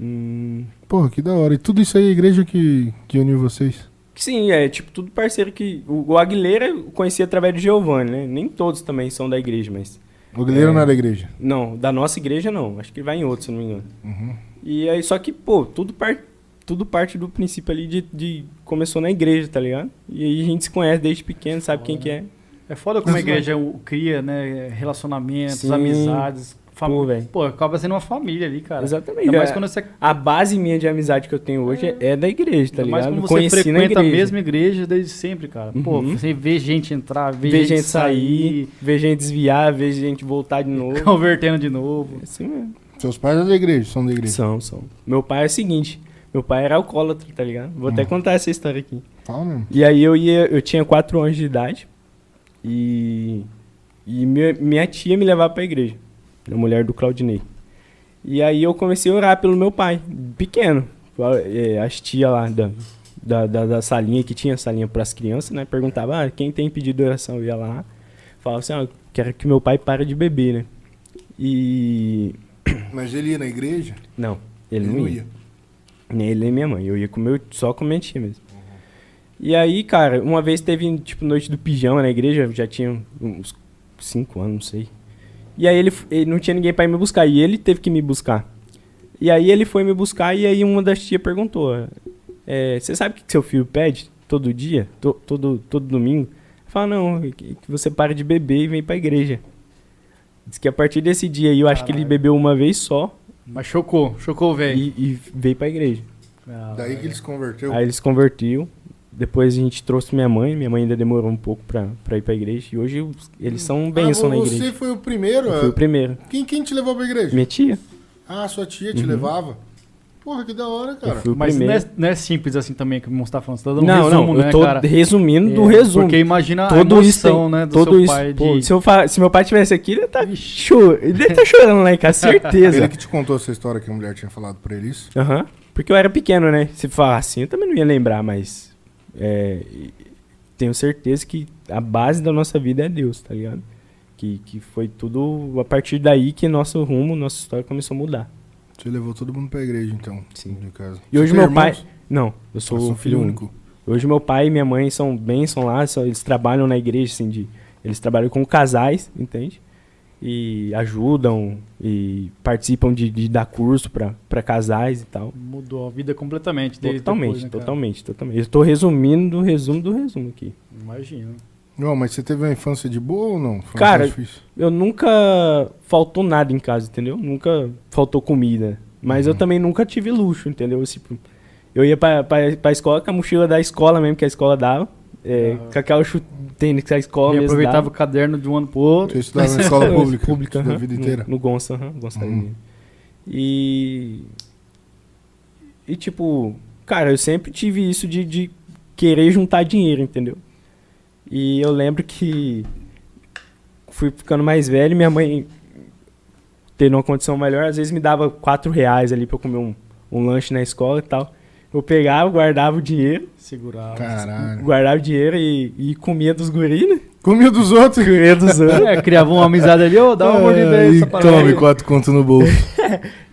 [SPEAKER 3] Hum,
[SPEAKER 2] Porra, que da hora. E tudo isso aí é a igreja que, que uniu vocês?
[SPEAKER 3] que sim, é tipo tudo parceiro que. O, o Aguilera eu conheci através do Giovanni, né? Nem todos também são da igreja, mas.
[SPEAKER 2] O Aguilera
[SPEAKER 3] É.
[SPEAKER 2] não era a igreja.
[SPEAKER 3] Não, da nossa igreja não. Acho que ele vai em outro, se eu não me engano.
[SPEAKER 2] Uhum.
[SPEAKER 3] E aí, só que, pô, tudo, par- tudo parte do princípio ali de, de- Começou na igreja, tá ligado? E aí a gente se conhece desde pequeno, sabe quem que é.
[SPEAKER 1] É foda como a igreja o- cria, né? Relacionamentos,
[SPEAKER 3] Sim.
[SPEAKER 1] amizades. Família.
[SPEAKER 3] Pô, velho.
[SPEAKER 1] Pô, acaba sendo uma família ali, cara.
[SPEAKER 3] Exatamente.
[SPEAKER 1] Ainda mais
[SPEAKER 3] É,
[SPEAKER 1] quando você,
[SPEAKER 3] A base minha de amizade que eu tenho hoje é, é da igreja, tá
[SPEAKER 1] ainda mais
[SPEAKER 3] ligado?
[SPEAKER 1] quando você
[SPEAKER 3] Conheci na
[SPEAKER 1] frequenta a
[SPEAKER 3] igreja.
[SPEAKER 1] mesma igreja desde sempre, cara. Pô,
[SPEAKER 3] Uhum.
[SPEAKER 1] você vê gente entrar, vê,
[SPEAKER 3] Ver gente, sair, ver gente desviar, ver gente voltar de novo.
[SPEAKER 1] convertendo de novo.
[SPEAKER 3] É assim mesmo.
[SPEAKER 2] Seus pais eram da igreja, são da igreja.
[SPEAKER 3] São, são. Meu pai é o seguinte, meu pai era alcoólatra, tá ligado? Vou até
[SPEAKER 2] Hum.
[SPEAKER 3] contar essa história aqui.
[SPEAKER 2] Fala mesmo.
[SPEAKER 3] E aí eu ia, eu tinha 4 anos de idade e, e minha, minha tia me levava pra igreja, a mulher do Claudinei. E aí eu comecei a orar pelo meu pai, pequeno. Eh, As tias lá da, da, da, da salinha, que tinha salinha pras crianças, né? Perguntava, ah, quem tem pedido oração? Eu ia lá, falava assim, ah, eu quero que meu pai pare de beber, né? E...
[SPEAKER 2] Mas ele ia na igreja?
[SPEAKER 3] Não, ele não ia. Nem ele nem minha mãe. Eu ia com meu, só com minha tia mesmo. E aí, cara, uma vez teve, tipo, noite do pijama na igreja, eu já tinha uns 5 anos, não sei. E aí ele, f- ele não tinha ninguém pra ir me buscar, e ele teve que me buscar. E aí ele foi me buscar, e aí uma das tias perguntou, é, você sabe o que que seu filho pede todo dia, to- todo, todo domingo? Fala, não, que que você pare de beber e vem pra igreja. Diz que a partir desse dia aí, eu acho que ele
[SPEAKER 1] Caralho.
[SPEAKER 3] bebeu uma vez só
[SPEAKER 1] Mas chocou, chocou o velho.
[SPEAKER 3] e, e veio pra igreja.
[SPEAKER 1] Ah,
[SPEAKER 2] Daí que ele se converteu.
[SPEAKER 3] Aí ele se convertiu. Depois a gente trouxe minha mãe. Minha mãe ainda demorou um pouco pra, pra ir pra igreja. E hoje os- eles são um bênção
[SPEAKER 2] Ah,
[SPEAKER 3] na
[SPEAKER 2] você
[SPEAKER 3] igreja.
[SPEAKER 2] foi o primeiro?
[SPEAKER 3] Eu
[SPEAKER 2] a-
[SPEAKER 3] fui o primeiro.
[SPEAKER 2] Quem, quem te levou pra igreja?
[SPEAKER 3] Minha tia?
[SPEAKER 2] Ah, sua tia te levava? Porra, que da hora,
[SPEAKER 3] Uhum. Eu
[SPEAKER 2] cara.
[SPEAKER 3] fui o
[SPEAKER 1] Mas não
[SPEAKER 3] primeiro.
[SPEAKER 1] é, não é simples assim também que o Monstro tá falando. Você tá dando um
[SPEAKER 3] não,
[SPEAKER 1] resumo,
[SPEAKER 3] não.
[SPEAKER 1] né,
[SPEAKER 3] eu tô
[SPEAKER 1] cara?
[SPEAKER 3] resumindo do
[SPEAKER 1] É,
[SPEAKER 3] resumo.
[SPEAKER 1] Porque imagina
[SPEAKER 3] Todo
[SPEAKER 1] a
[SPEAKER 3] isso
[SPEAKER 1] emoção,
[SPEAKER 3] tem-
[SPEAKER 1] né, do
[SPEAKER 3] todo
[SPEAKER 1] seu
[SPEAKER 3] isso.
[SPEAKER 1] pai
[SPEAKER 3] pô,
[SPEAKER 1] de...
[SPEAKER 3] se, eu fa- se meu pai tivesse aqui, ele tá, chor... ele tá chorando lá em casa,
[SPEAKER 2] Ele
[SPEAKER 3] certeza.
[SPEAKER 2] que te contou essa história que a mulher tinha falado pra ele isso?
[SPEAKER 3] Aham. Porque eu era pequeno, né? Se falar assim, eu também não ia lembrar, mas. é, e- tenho certeza que a base da nossa vida é Deus, tá ligado? Que, que foi tudo a partir daí que nosso rumo, nossa história começou a mudar.
[SPEAKER 2] Você levou todo mundo pra igreja, então.
[SPEAKER 3] Sim.
[SPEAKER 2] De casa.
[SPEAKER 3] E hoje
[SPEAKER 2] Você tem
[SPEAKER 3] meu pai-
[SPEAKER 2] irmãos?
[SPEAKER 3] Não, eu sou, um
[SPEAKER 2] Eu sou
[SPEAKER 3] filho único. Hoje meu pai e minha mãe são bênção lá, só- eles trabalham na igreja, assim, de, eles trabalham com casais, entende? E ajudam e participam de, de dar curso para casais e tal.
[SPEAKER 1] Mudou a vida completamente dele
[SPEAKER 3] Totalmente,
[SPEAKER 1] depois, né, cara?
[SPEAKER 3] totalmente, totalmente. Eu tô resumindo o resumo do resumo aqui.
[SPEAKER 1] Imagino.
[SPEAKER 2] Não, mas você teve uma infância de boa ou não? Foi uma
[SPEAKER 3] Cara,
[SPEAKER 2] infância difícil.
[SPEAKER 3] Eu nunca faltou nada em casa, entendeu? Nunca faltou comida. Mas
[SPEAKER 1] Uhum.
[SPEAKER 3] eu também nunca tive luxo, entendeu? Tipo, eu ia pra, pra, pra escola com a mochila da escola mesmo, que a escola dava. É,
[SPEAKER 1] Ah.
[SPEAKER 3] Com aquela chute tênis que a escola
[SPEAKER 1] e
[SPEAKER 3] mesmo
[SPEAKER 1] aproveitava
[SPEAKER 3] dava.
[SPEAKER 1] o caderno de um ano pro outro.
[SPEAKER 2] Você estudava na escola pública,
[SPEAKER 3] pública
[SPEAKER 2] da
[SPEAKER 3] aham,
[SPEAKER 2] Tipo, vida
[SPEAKER 3] no-
[SPEAKER 2] inteira.
[SPEAKER 3] No, Gonça, aham, Gonça
[SPEAKER 2] Uhum.
[SPEAKER 3] Alegria. E. E tipo, cara, eu sempre tive isso de, de querer juntar dinheiro, entendeu? E eu lembro que fui ficando mais velho, minha mãe tendo uma condição melhor, às vezes me dava 4 reais ali pra eu comer um, um lanche na escola e tal. Eu pegava, guardava o dinheiro,
[SPEAKER 1] Segurava.
[SPEAKER 2] Caralho.
[SPEAKER 3] guardava o dinheiro e, e comia dos guris, né?
[SPEAKER 2] Comia dos outros.
[SPEAKER 3] Comia dos outros.
[SPEAKER 1] É, criava uma amizade ali, ô,
[SPEAKER 3] É,
[SPEAKER 1] dá uma mordida aí,
[SPEAKER 3] então,
[SPEAKER 1] essa
[SPEAKER 2] e
[SPEAKER 1] parada aí.
[SPEAKER 2] tome quatro conto no bolso.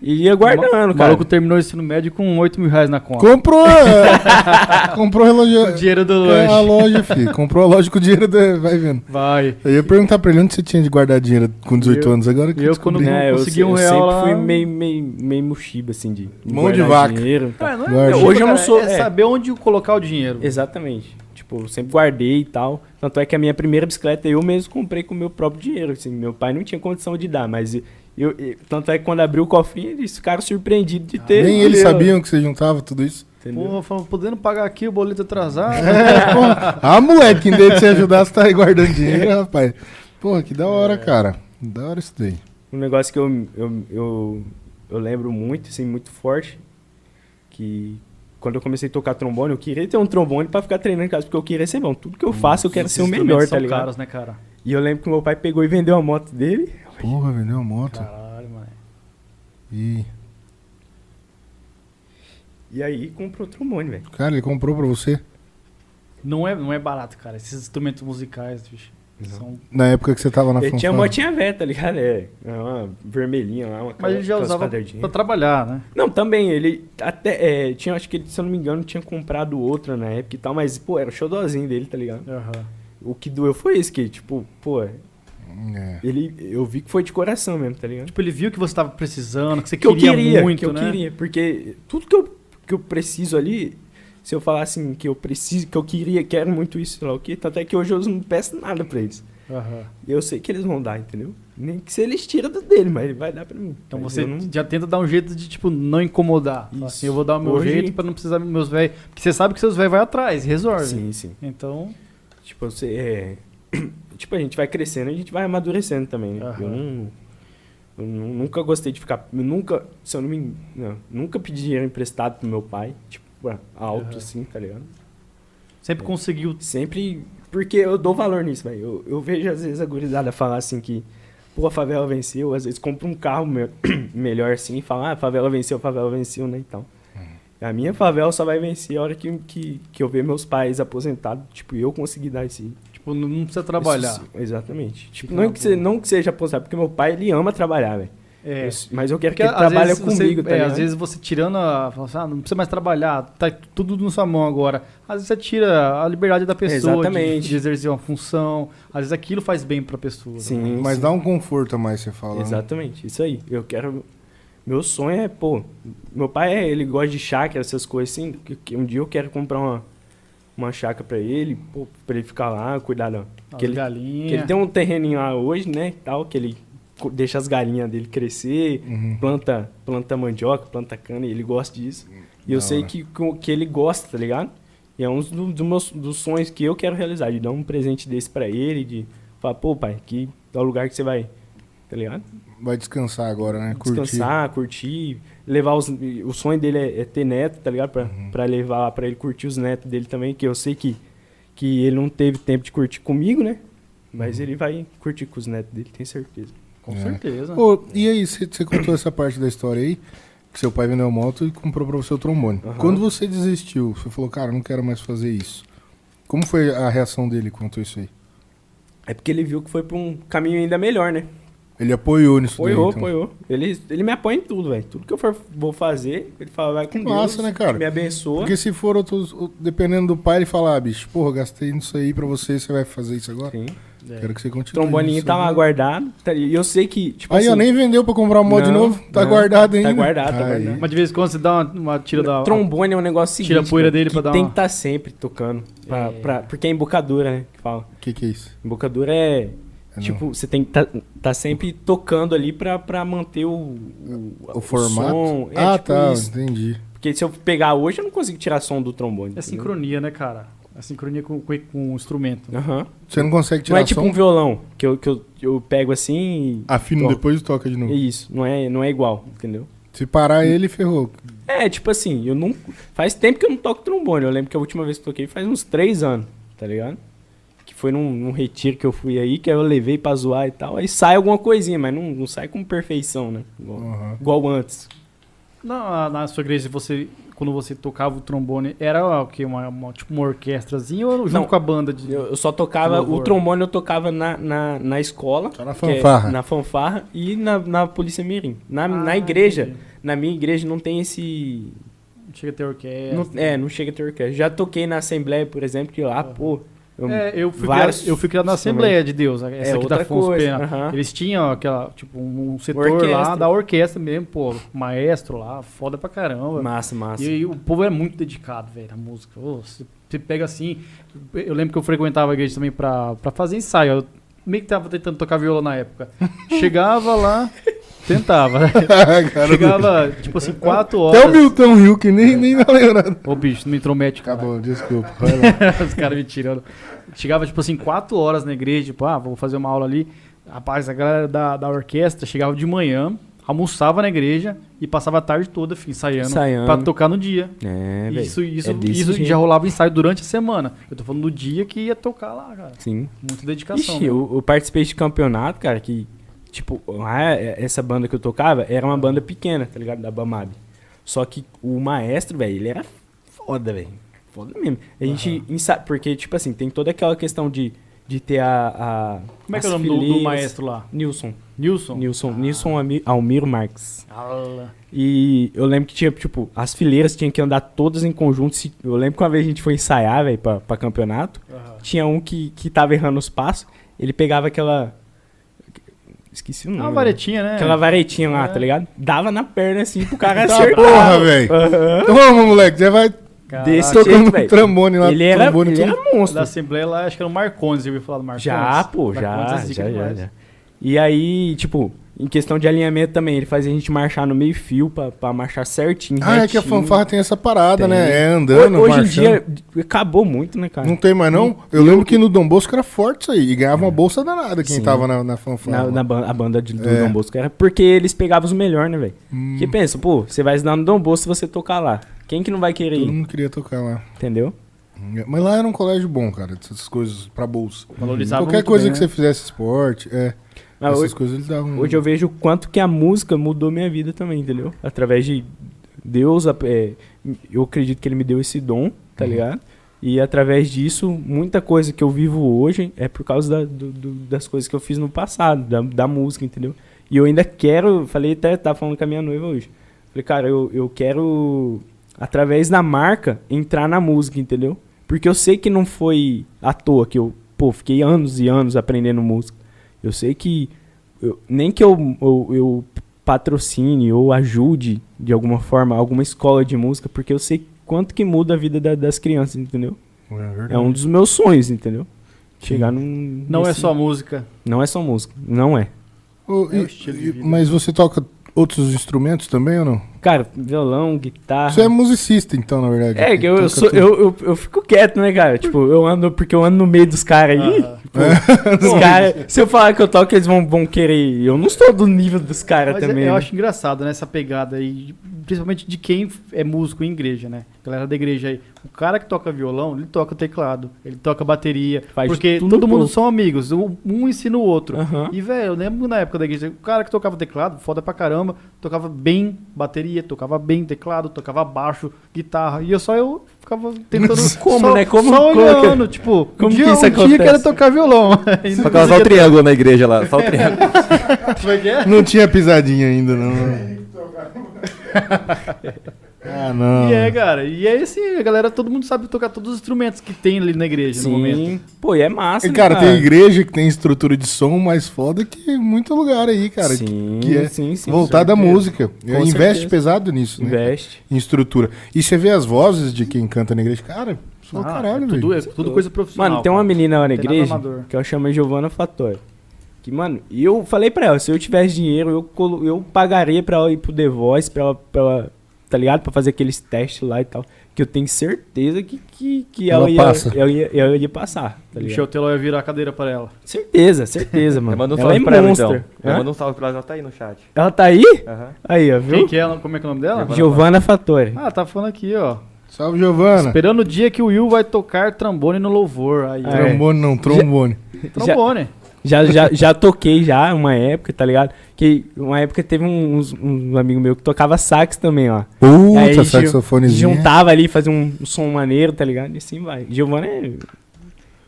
[SPEAKER 3] E ia guardando,
[SPEAKER 1] O
[SPEAKER 3] cara.
[SPEAKER 1] maluco terminou o ensino médio com 8 mil reais na conta.
[SPEAKER 2] Comprou. é, comprou
[SPEAKER 1] O
[SPEAKER 2] relógio.
[SPEAKER 1] dinheiro do
[SPEAKER 2] É a
[SPEAKER 1] lanche.
[SPEAKER 2] loja, filho. Comprou a loja com o dinheiro da. Vai vendo.
[SPEAKER 1] Vai.
[SPEAKER 2] Eu ia perguntar pra ele onde você tinha de guardar dinheiro com 18
[SPEAKER 1] Eu-
[SPEAKER 2] anos. Agora que
[SPEAKER 1] eu
[SPEAKER 2] descobri.
[SPEAKER 1] quando-
[SPEAKER 3] É, eu,
[SPEAKER 1] Consegui
[SPEAKER 3] se-
[SPEAKER 1] um
[SPEAKER 3] eu
[SPEAKER 1] real
[SPEAKER 3] sempre
[SPEAKER 1] lá.
[SPEAKER 3] fui meio, meio, meio mochiba, assim, de
[SPEAKER 2] Mão de
[SPEAKER 3] guardar
[SPEAKER 2] vaca.
[SPEAKER 3] dinheiro tá? e tal.
[SPEAKER 1] É, não
[SPEAKER 2] Guarda.
[SPEAKER 1] meu,
[SPEAKER 3] Hoje eu não
[SPEAKER 1] cara,
[SPEAKER 3] sou-
[SPEAKER 1] É,
[SPEAKER 3] é.
[SPEAKER 1] saber onde colocar o dinheiro.
[SPEAKER 3] Exatamente. Tipo, eu sempre guardei e tal. Tanto é que a minha primeira bicicleta eu mesmo comprei com o meu próprio dinheiro. Assim, meu pai não tinha condição de dar, mas eu, eu- eu- tanto é que quando abriu o cofrinho, eles ficaram surpreendidos
[SPEAKER 1] Ah,
[SPEAKER 3] de ter.
[SPEAKER 2] Nem eles
[SPEAKER 3] eu-
[SPEAKER 2] sabiam que você juntava tudo isso.
[SPEAKER 3] entendeu?
[SPEAKER 1] Porra, falando, podendo pagar aqui o boleto atrasado.
[SPEAKER 2] É, porra. Ah, moleque, em vez de você ajudar, você tá aí guardando dinheiro, rapaz. Porra, que da
[SPEAKER 1] É.
[SPEAKER 2] hora, cara. Da hora isso daí.
[SPEAKER 3] Um negócio que eu, eu, eu, eu lembro muito, assim, muito forte, que quando eu comecei a tocar trombone, eu queria ter um trombone pra ficar treinando em casa, porque eu queria ser bom. Tudo que eu faço, eu
[SPEAKER 1] Hum,
[SPEAKER 3] quero
[SPEAKER 1] Esses
[SPEAKER 3] ser o
[SPEAKER 1] instrumentos
[SPEAKER 3] melhor, tá
[SPEAKER 1] são
[SPEAKER 3] ligado?
[SPEAKER 1] caros, né, cara?
[SPEAKER 3] E eu lembro que meu pai pegou e vendeu a moto dele.
[SPEAKER 2] Porra, vendeu a moto.
[SPEAKER 1] Caralho, mano.
[SPEAKER 2] E,
[SPEAKER 3] E aí comprou o trombone, velho.
[SPEAKER 2] cara, ele comprou pra você.
[SPEAKER 1] Não é, não é barato, cara. Esses instrumentos musicais, bicho. São-
[SPEAKER 2] Na época que você tava na
[SPEAKER 3] Ele tinha
[SPEAKER 2] fanfarra.
[SPEAKER 3] motinha velha, tá ligado? É, é uma vermelhinha lá, uma
[SPEAKER 1] Mas ele já
[SPEAKER 3] aquelas
[SPEAKER 1] usava
[SPEAKER 3] quadradinhas.
[SPEAKER 1] pra trabalhar, né?
[SPEAKER 3] Não, também, ele até, é, tinha, acho que ele, se eu não me engano, tinha comprado outra na época e tal, mas, pô, era o xodózinho dele, tá ligado?
[SPEAKER 1] Aham.
[SPEAKER 3] O que doeu foi isso, que, tipo, pô,
[SPEAKER 2] É.
[SPEAKER 3] ele, eu vi que foi de coração mesmo, tá ligado?
[SPEAKER 1] Tipo, ele viu que você tava precisando, que você
[SPEAKER 3] que eu
[SPEAKER 1] queria,
[SPEAKER 3] queria,
[SPEAKER 1] muito,
[SPEAKER 3] que eu
[SPEAKER 1] né?
[SPEAKER 3] queria, porque tudo que eu, que eu preciso ali, se eu falar assim, que eu preciso, que eu queria, quero muito isso, sei lá o quê, tanto é que hoje eu não peço nada pra eles.
[SPEAKER 1] Aham.
[SPEAKER 3] Eu sei que eles vão dar, entendeu? Nem que se eles tiram do dele, mas ele vai dar pra mim.
[SPEAKER 1] Então
[SPEAKER 3] Mas
[SPEAKER 1] você
[SPEAKER 3] eu não-
[SPEAKER 1] já tenta dar um jeito de, tipo, não incomodar. Fala
[SPEAKER 3] Isso.
[SPEAKER 1] Assim, eu vou dar o meu
[SPEAKER 3] Hoje-
[SPEAKER 1] jeito pra não precisar dos meus velhos. Porque você sabe que seus velhos vai atrás, e resolve.
[SPEAKER 3] Sim, sim.
[SPEAKER 1] Então,
[SPEAKER 3] Tipo, você é... Tipo, a gente vai crescendo, a gente vai amadurecendo também, né?
[SPEAKER 1] Aham.
[SPEAKER 3] Eu, não, eu nu- nunca gostei de ficar... Eu nunca, se eu não me... Não, nunca pedi dinheiro emprestado pro meu pai, tipo, ué, alto
[SPEAKER 1] Aham.
[SPEAKER 3] assim, tá ligado?
[SPEAKER 1] sempre conseguiu.
[SPEAKER 3] Sempre... Porque eu dou valor nisso, velho. Eu, eu vejo, às vezes, a gurizada falar assim que... Pô, a favela venceu. Às vezes compra um carro me- melhor assim e fala... Ah, a favela venceu, a favela venceu, né? Então... A minha favela só vai vencer a hora que, que, que eu ver meus pais aposentados, tipo, e eu conseguir dar esse,
[SPEAKER 1] Tipo, não não precisa trabalhar.
[SPEAKER 3] isso, exatamente. Tipo,
[SPEAKER 1] Fica na
[SPEAKER 3] não que,
[SPEAKER 1] boa.
[SPEAKER 3] se- não que seja aposentado, porque meu pai, ele ama trabalhar, velho.
[SPEAKER 1] É.
[SPEAKER 3] Eu- Mas eu quero que
[SPEAKER 1] Porque
[SPEAKER 3] ele
[SPEAKER 1] às
[SPEAKER 3] trabalhe
[SPEAKER 1] vezes você-
[SPEAKER 3] comigo, tá
[SPEAKER 1] é,
[SPEAKER 3] ligado?
[SPEAKER 1] Às vezes você tirando a. fala assim, ah, não precisa mais trabalhar, tá tudo na sua mão agora. Às vezes você tira a liberdade da pessoa de-
[SPEAKER 3] Exatamente.
[SPEAKER 1] De, exercer uma função. Às vezes aquilo faz bem pra pessoa. né?
[SPEAKER 3] Sim,
[SPEAKER 2] Mas
[SPEAKER 3] sim.
[SPEAKER 2] dá um conforto a mais, você fala. né?
[SPEAKER 3] Exatamente, isso aí. Eu quero... Meu sonho é, pô... Meu pai, é- ele gosta de chácara, essas coisas assim. Que, que um dia eu quero comprar uma, uma chácara pra ele, pô, pra ele ficar lá, cuidar da...
[SPEAKER 1] As
[SPEAKER 3] Que ele,
[SPEAKER 1] galinhas.
[SPEAKER 3] que ele tem um terreninho lá hoje, né, e tal, que ele co- deixa as galinhas dele crescer,
[SPEAKER 2] Uhum.
[SPEAKER 3] planta, planta mandioca, planta cana, e ele gosta disso. E
[SPEAKER 2] Hum, da
[SPEAKER 3] eu sei
[SPEAKER 2] hora.
[SPEAKER 3] que, que- que ele gosta, tá ligado? E é um do- do meus- dos sonhos que eu quero realizar, de dar um presente desse pra ele, de falar, pô, pai, aqui é o lugar que você vai, tá ligado?
[SPEAKER 2] né? Vai descansar agora, né?
[SPEAKER 3] Descansar, curtir, levar os... O sonho dele é, é ter neto, tá ligado? Pra,
[SPEAKER 2] Uhum.
[SPEAKER 3] pra levar, pra ele curtir os netos dele também, que eu sei que, que ele não teve tempo de curtir comigo, né? Mas
[SPEAKER 2] Uhum.
[SPEAKER 3] ele vai curtir com os netos dele, tenho certeza.
[SPEAKER 1] Com
[SPEAKER 2] É.
[SPEAKER 1] certeza.
[SPEAKER 2] Curtir. Ô, e aí, você você contou essa parte da história aí, que seu pai vendeu moto e comprou pra você o trombone.
[SPEAKER 3] Aham.
[SPEAKER 2] Quando você desistiu, você falou, cara, eu não quero mais fazer isso. Como foi a reação dele quanto a isso aí?
[SPEAKER 3] É porque ele viu que foi pra um caminho ainda melhor, né?
[SPEAKER 2] Ele apoiou nisso
[SPEAKER 3] Apoiou,
[SPEAKER 2] daí, então.
[SPEAKER 3] apoiou. Ele, ele me apoia em tudo, velho. Tudo que eu for, vou fazer, ele fala, vai com
[SPEAKER 2] Massa,
[SPEAKER 3] Deus,
[SPEAKER 2] né, cara?
[SPEAKER 3] me abençoa.
[SPEAKER 2] Porque se for outros, o- dependendo do pai, ele fala, ah, bicho, porra, gastei nisso aí pra você, você vai fazer isso agora?
[SPEAKER 3] Sim.
[SPEAKER 1] É.
[SPEAKER 2] Quero que você continue.
[SPEAKER 3] Trombolinho
[SPEAKER 2] nisso
[SPEAKER 3] tá lá
[SPEAKER 2] aí.
[SPEAKER 3] guardado. tá ligado? E eu sei que, tipo
[SPEAKER 2] Uhum. Aí,
[SPEAKER 3] assim...
[SPEAKER 2] ó, nem vendeu pra comprar o mod
[SPEAKER 3] Não,
[SPEAKER 2] novo, tá
[SPEAKER 3] não.
[SPEAKER 2] guardado
[SPEAKER 3] Tá
[SPEAKER 2] ainda.
[SPEAKER 3] guardado, tá
[SPEAKER 2] Aí.
[SPEAKER 3] guardado.
[SPEAKER 1] Mas de vez em quando você dá uma, uma tira da.
[SPEAKER 3] Trombone é um negócio seguinte,
[SPEAKER 1] Tira a poeira
[SPEAKER 3] cara,
[SPEAKER 1] dele
[SPEAKER 3] que
[SPEAKER 1] pra dar
[SPEAKER 3] tem
[SPEAKER 1] uma-
[SPEAKER 3] que estar sempre tocando. pra-
[SPEAKER 1] É.
[SPEAKER 3] pra- porque é embocadura, né, que fala.
[SPEAKER 2] O que que é isso?
[SPEAKER 3] Embocadura é...
[SPEAKER 2] É,
[SPEAKER 3] tipo, você tem que tá, tá sempre tocando ali pra, pra manter o... O,
[SPEAKER 2] O formato?
[SPEAKER 3] som. É,
[SPEAKER 2] ah,
[SPEAKER 3] tipo
[SPEAKER 2] tá,
[SPEAKER 3] isso.
[SPEAKER 2] entendi.
[SPEAKER 3] Porque se eu pegar hoje, eu não consigo tirar som do trombone.
[SPEAKER 1] É
[SPEAKER 3] entendeu?
[SPEAKER 1] sincronia, né, cara? É sincronia com, com, com o instrumento.
[SPEAKER 3] Aham.
[SPEAKER 2] Você não consegue
[SPEAKER 3] Não
[SPEAKER 2] tirar
[SPEAKER 3] é tipo
[SPEAKER 2] som?
[SPEAKER 3] um violão, que eu, que eu, eu pego assim
[SPEAKER 2] Afino
[SPEAKER 3] Toca.
[SPEAKER 2] depois e toca de
[SPEAKER 3] e...
[SPEAKER 2] novo.
[SPEAKER 3] É isso, não é, não é igual, entendeu?
[SPEAKER 2] Se parar ele, ferrou.
[SPEAKER 3] É, tipo assim, eu não... Faz tempo que eu não toco trombone. Eu lembro que a última vez que eu toquei faz uns três anos, tá ligado? Que foi num, num retiro que eu fui aí, que aí eu levei pra zoar e tal. Aí sai alguma coisinha, mas não, não sai com perfeição, né? Igual,
[SPEAKER 2] Aham.
[SPEAKER 3] igual antes.
[SPEAKER 1] Na, na sua igreja, você, quando você tocava o trombone, era o quê? Uma, uma- tipo uma orquestrazinha ou junto
[SPEAKER 3] Não.
[SPEAKER 1] com a banda de.
[SPEAKER 3] Eu, eu só tocava...
[SPEAKER 1] Que louvor.
[SPEAKER 3] O trombone eu tocava na, na, na escola.
[SPEAKER 2] Só na
[SPEAKER 3] que é-
[SPEAKER 2] fanfarra.
[SPEAKER 3] na fanfarra e na, na polícia mirim. Na,
[SPEAKER 1] Ah,
[SPEAKER 3] na igreja,
[SPEAKER 1] entendi.
[SPEAKER 3] na minha igreja não tem esse...
[SPEAKER 1] Chega a ter orquestra.
[SPEAKER 3] Não- é, não chega a ter orquestra. Já toquei na Assembleia, por exemplo, que lá, pô. Eu,
[SPEAKER 1] É, eu fui,
[SPEAKER 3] vários
[SPEAKER 1] criado, eu fui criado na
[SPEAKER 3] instrumentos.
[SPEAKER 1] Assembleia de Deus, essa
[SPEAKER 3] É,
[SPEAKER 1] aqui da
[SPEAKER 3] outra
[SPEAKER 1] Afonso
[SPEAKER 3] coisa,
[SPEAKER 1] Pena.
[SPEAKER 3] aham.
[SPEAKER 1] Eles tinham aquela, tipo, um setor lá
[SPEAKER 3] Orquestra.
[SPEAKER 1] da orquestra mesmo, pô, maestro lá, foda pra caramba.
[SPEAKER 3] Massa, massa.
[SPEAKER 2] Assim.
[SPEAKER 1] E, aí o povo é muito dedicado, velho, na música. Ô, Você você pega assim. Eu lembro que eu frequentava a igreja também pra, pra fazer ensaio. Eu meio que tava tentando tocar viola na época. Chegava lá, tentava, né?
[SPEAKER 2] Cara,
[SPEAKER 1] Chegava, tipo assim, quatro
[SPEAKER 2] até o
[SPEAKER 1] horas.
[SPEAKER 2] Milton Hill, que nem, nem tá lembrando.
[SPEAKER 1] Ô, bicho, não me intromete, cara.
[SPEAKER 2] Acabou, desculpa. Vai lá.
[SPEAKER 1] Os caras me tirando. Chegava, tipo assim, quatro horas na igreja, tipo, ah, vou fazer uma aula ali. Rapaz, a galera da, da orquestra chegava de manhã, almoçava na igreja e passava a tarde toda, enfim, ensaiando,
[SPEAKER 3] Ensaiando.
[SPEAKER 1] pra tocar no dia.
[SPEAKER 3] É, velho.
[SPEAKER 1] isso isso,
[SPEAKER 3] É desse
[SPEAKER 1] isso
[SPEAKER 3] jeito.
[SPEAKER 1] já rolava ensaio durante a semana. Eu tô falando do dia que ia tocar lá, cara.
[SPEAKER 3] Sim.
[SPEAKER 1] Muita dedicação.
[SPEAKER 3] Ixi,
[SPEAKER 1] né?
[SPEAKER 3] eu, eu participei de campeonato, cara, que, tipo, lá, é- essa banda que eu tocava era uma banda pequena, tá ligado? Da Bamab. Só que o maestro, velho, ele era foda, velho. Foda mesmo. A gente ensa... Porque, tipo assim, tem toda aquela questão de, de de ter a. a
[SPEAKER 1] Como é que é
[SPEAKER 3] as
[SPEAKER 1] o nome do, do
[SPEAKER 3] filhas.
[SPEAKER 1] maestro Ah. lá?
[SPEAKER 3] Nilson.
[SPEAKER 1] Nilson?
[SPEAKER 3] Nilson, Nilson Ami- Almiro Marques.
[SPEAKER 1] Ala.
[SPEAKER 3] E eu lembro que tinha, tipo, as fileiras tinham que andar todas em conjunto. Se- Eu lembro que uma vez a gente foi ensaiar, velho, pra, pra campeonato.
[SPEAKER 1] Aham.
[SPEAKER 3] Tinha um que, que tava errando os passos. Ele pegava aquela. Esqueci
[SPEAKER 1] É
[SPEAKER 3] o nome.
[SPEAKER 1] uma
[SPEAKER 3] velho.
[SPEAKER 1] varetinha, né?
[SPEAKER 3] Hum. Aquela varetinha lá,
[SPEAKER 1] É.
[SPEAKER 3] tá ligado? Dava na perna assim pro cara
[SPEAKER 1] Tá
[SPEAKER 3] acertar.
[SPEAKER 2] Porra, velho.
[SPEAKER 3] Aham.
[SPEAKER 2] Vamos, moleque. Já vai
[SPEAKER 1] Caraca.
[SPEAKER 3] Desse jeito,
[SPEAKER 2] tocando
[SPEAKER 3] velho.
[SPEAKER 2] trambone lá.
[SPEAKER 3] Ele era,
[SPEAKER 2] trombone,
[SPEAKER 3] ele
[SPEAKER 2] tudo.
[SPEAKER 3] era
[SPEAKER 1] Da
[SPEAKER 3] monstro. assim,
[SPEAKER 1] Assembleia lá, acho que era o Marcones, eu ouvi falar do Marcones.
[SPEAKER 3] Já, pô, já,
[SPEAKER 1] Marcones é zica
[SPEAKER 3] já, já,
[SPEAKER 1] demais.
[SPEAKER 3] já. E aí, tipo, em questão de alinhamento também, ele fazia a gente marchar no meio fio pra, pra marchar certinho.
[SPEAKER 2] Ah, é que a
[SPEAKER 3] retinho.
[SPEAKER 2] fanfarra tem essa parada,
[SPEAKER 3] Tem.
[SPEAKER 2] né? É andando,
[SPEAKER 3] Hoje
[SPEAKER 2] marchando.
[SPEAKER 3] em dia acabou muito, né, cara?
[SPEAKER 2] Não tem mais, não? Eu lembro que no Dom Bosco era forte isso aí. E ganhava uma bolsa danada quem
[SPEAKER 3] Sim.
[SPEAKER 2] tava na, na
[SPEAKER 3] Na,
[SPEAKER 2] fanfarra.
[SPEAKER 3] na ban- a banda de, do
[SPEAKER 2] É.
[SPEAKER 3] Dom Bosco era porque eles pegavam os melhores, né, velho?
[SPEAKER 2] Hum,
[SPEAKER 3] Porque pensa, pô, você vai estudar no Dom Bosco se você tocar lá. Quem que não vai querer
[SPEAKER 2] todo
[SPEAKER 3] ir?
[SPEAKER 2] mundo queria tocar lá.
[SPEAKER 3] Entendeu?
[SPEAKER 2] Mas lá era um colégio bom, cara. Essas coisas pra bolsa.
[SPEAKER 1] Valorizava
[SPEAKER 2] Qualquer
[SPEAKER 1] muito
[SPEAKER 2] coisa
[SPEAKER 1] bem,
[SPEAKER 2] que
[SPEAKER 1] né?
[SPEAKER 2] você fizesse esporte, é.
[SPEAKER 3] Mas
[SPEAKER 2] essas
[SPEAKER 3] hoje,
[SPEAKER 2] coisas eles davam.
[SPEAKER 3] Ah, hoje eu vejo o quanto que a música mudou minha vida também, entendeu? Através de Deus, a- é, eu acredito que ele me deu esse dom, tá ligado? E através disso, muita coisa que eu vivo hoje é por causa da- do- do- das coisas que eu fiz no passado, da, da música, entendeu? E eu ainda quero, falei até, tava falando com a minha noiva hoje. Falei, cara, eu, eu quero, através da marca, entrar na música, entendeu? Porque eu sei que não foi à toa que eu, pô, fiquei anos e anos aprendendo música. Eu sei que, eu- nem que eu, eu, eu patrocine ou ajude, de alguma forma, alguma escola de música, porque eu sei quanto que muda a vida da- das crianças, entendeu?
[SPEAKER 2] É verdade.
[SPEAKER 3] É um dos meus sonhos, entendeu? Chegar num.
[SPEAKER 1] Não é
[SPEAKER 3] nesse-
[SPEAKER 1] só música.
[SPEAKER 3] Não é só música. Não é.
[SPEAKER 2] Ô,
[SPEAKER 1] É o
[SPEAKER 2] e-
[SPEAKER 1] estilo de
[SPEAKER 2] e-
[SPEAKER 1] vida.
[SPEAKER 2] mas você toca outros instrumentos também ou não?
[SPEAKER 3] Cara, violão, guitarra.
[SPEAKER 2] Você é musicista, então, na verdade.
[SPEAKER 3] Ah. É, que eu,
[SPEAKER 2] Toca
[SPEAKER 3] eu, sou-
[SPEAKER 2] tudo.
[SPEAKER 3] eu, eu, eu fico quieto, né, cara? Tipo, eu ando, porque eu ando no meio dos caras aí. tipo,
[SPEAKER 1] Ah,
[SPEAKER 3] Os
[SPEAKER 1] é-
[SPEAKER 3] caras, se eu falar que eu toco, eles vão, vão querer. Eu não estou do nível dos caras
[SPEAKER 1] Mas é-
[SPEAKER 3] também.
[SPEAKER 1] eu
[SPEAKER 3] né?
[SPEAKER 1] acho engraçado, né, essa pegada aí, principalmente de quem é músico em igreja, né? Galera da igreja aí. O cara que toca violão, ele toca teclado, ele toca bateria,
[SPEAKER 3] Faz
[SPEAKER 1] porque
[SPEAKER 3] tudo
[SPEAKER 1] todo
[SPEAKER 3] um
[SPEAKER 1] mundo
[SPEAKER 3] pouco.
[SPEAKER 1] são amigos, um um ensina o outro.
[SPEAKER 3] Aham.
[SPEAKER 1] E, velho, eu lembro na época da igreja, o cara que tocava teclado, foda pra caramba, tocava bem bateria, tocava bem teclado, tocava baixo, guitarra. E eu só eu ficava tentando.
[SPEAKER 3] Como,
[SPEAKER 1] só-
[SPEAKER 3] né? Como-
[SPEAKER 1] só
[SPEAKER 3] como-
[SPEAKER 1] olhando, tipo,
[SPEAKER 3] como
[SPEAKER 1] um
[SPEAKER 3] que
[SPEAKER 1] dia,
[SPEAKER 3] isso
[SPEAKER 1] um dia eu quero
[SPEAKER 3] acontece?
[SPEAKER 1] tocar violão. E não
[SPEAKER 5] Só causa só o
[SPEAKER 1] conseguia-
[SPEAKER 5] triângulo na igreja lá, só o triângulo.
[SPEAKER 1] Como é que é?
[SPEAKER 2] Então, Não tinha pisadinha ainda, não. ah, não.
[SPEAKER 1] E é, cara. E é esse, a galera, todo mundo sabe tocar todos os instrumentos que tem ali na igreja no momento.
[SPEAKER 3] Sim. Pô, e é massa.
[SPEAKER 2] E,
[SPEAKER 3] né,
[SPEAKER 2] cara, tem igreja que tem estrutura de som mais foda que muito lugar aí, cara.
[SPEAKER 3] sim,
[SPEAKER 2] que é
[SPEAKER 3] sim, sim.
[SPEAKER 2] Voltada à música. Investe
[SPEAKER 3] certeza.
[SPEAKER 2] pesado nisso, né?
[SPEAKER 3] Investe.
[SPEAKER 2] Em estrutura. E você vê as vozes de quem canta na igreja, cara, só
[SPEAKER 1] Ah,
[SPEAKER 2] caralho,
[SPEAKER 1] é
[SPEAKER 2] velho.
[SPEAKER 1] tudo, é tudo coisa profissional.
[SPEAKER 3] Mano, tem uma
[SPEAKER 1] cara.
[SPEAKER 3] menina tá lá na
[SPEAKER 1] Tem nada
[SPEAKER 3] igreja
[SPEAKER 1] amador.
[SPEAKER 3] que eu chamo de Giovana Fatório. Que, mano, e eu falei pra ela, se eu tivesse dinheiro, eu, colo- eu pagaria pra ela ir pro The Voice, pra ela, pra ela, tá ligado? Pra fazer aqueles testes lá e tal. Que eu tenho certeza que, que, que ela,
[SPEAKER 2] Ela
[SPEAKER 3] ia,
[SPEAKER 2] passa.
[SPEAKER 3] ela ia, ela ia passar, tá
[SPEAKER 1] O
[SPEAKER 3] ligado?
[SPEAKER 1] Michel Teló ia virar a cadeira pra ela.
[SPEAKER 3] Certeza, certeza, mano.
[SPEAKER 5] Manda um
[SPEAKER 3] ela é
[SPEAKER 5] salve pra ela
[SPEAKER 3] monstro.
[SPEAKER 5] então.
[SPEAKER 3] Hã?
[SPEAKER 5] Manda um salve pra ela, ela tá aí no chat.
[SPEAKER 3] Ela tá aí?
[SPEAKER 5] Aham.
[SPEAKER 3] Aí, ó,
[SPEAKER 1] Quem
[SPEAKER 3] viu?
[SPEAKER 1] que é ela? Como é que é o nome dela?
[SPEAKER 3] Giovana Fatório.
[SPEAKER 1] Ah, tá falando aqui, ó.
[SPEAKER 3] é
[SPEAKER 2] Salve, Giovana.
[SPEAKER 1] Esperando o dia que o Will vai tocar trombone no louvor. Aí,
[SPEAKER 3] Ah, é.
[SPEAKER 2] Trombone não, trombone.
[SPEAKER 1] Trombone.
[SPEAKER 3] Já, já, já toquei já uma época, tá ligado? Que uma época teve um, uns- um amigo meu que tocava sax também, ó. Aí,
[SPEAKER 2] Puta,
[SPEAKER 3] Gil-
[SPEAKER 2] saxofonezinho.
[SPEAKER 3] Juntava ali, fazia um, um som maneiro, tá ligado? E assim vai. Giovana é.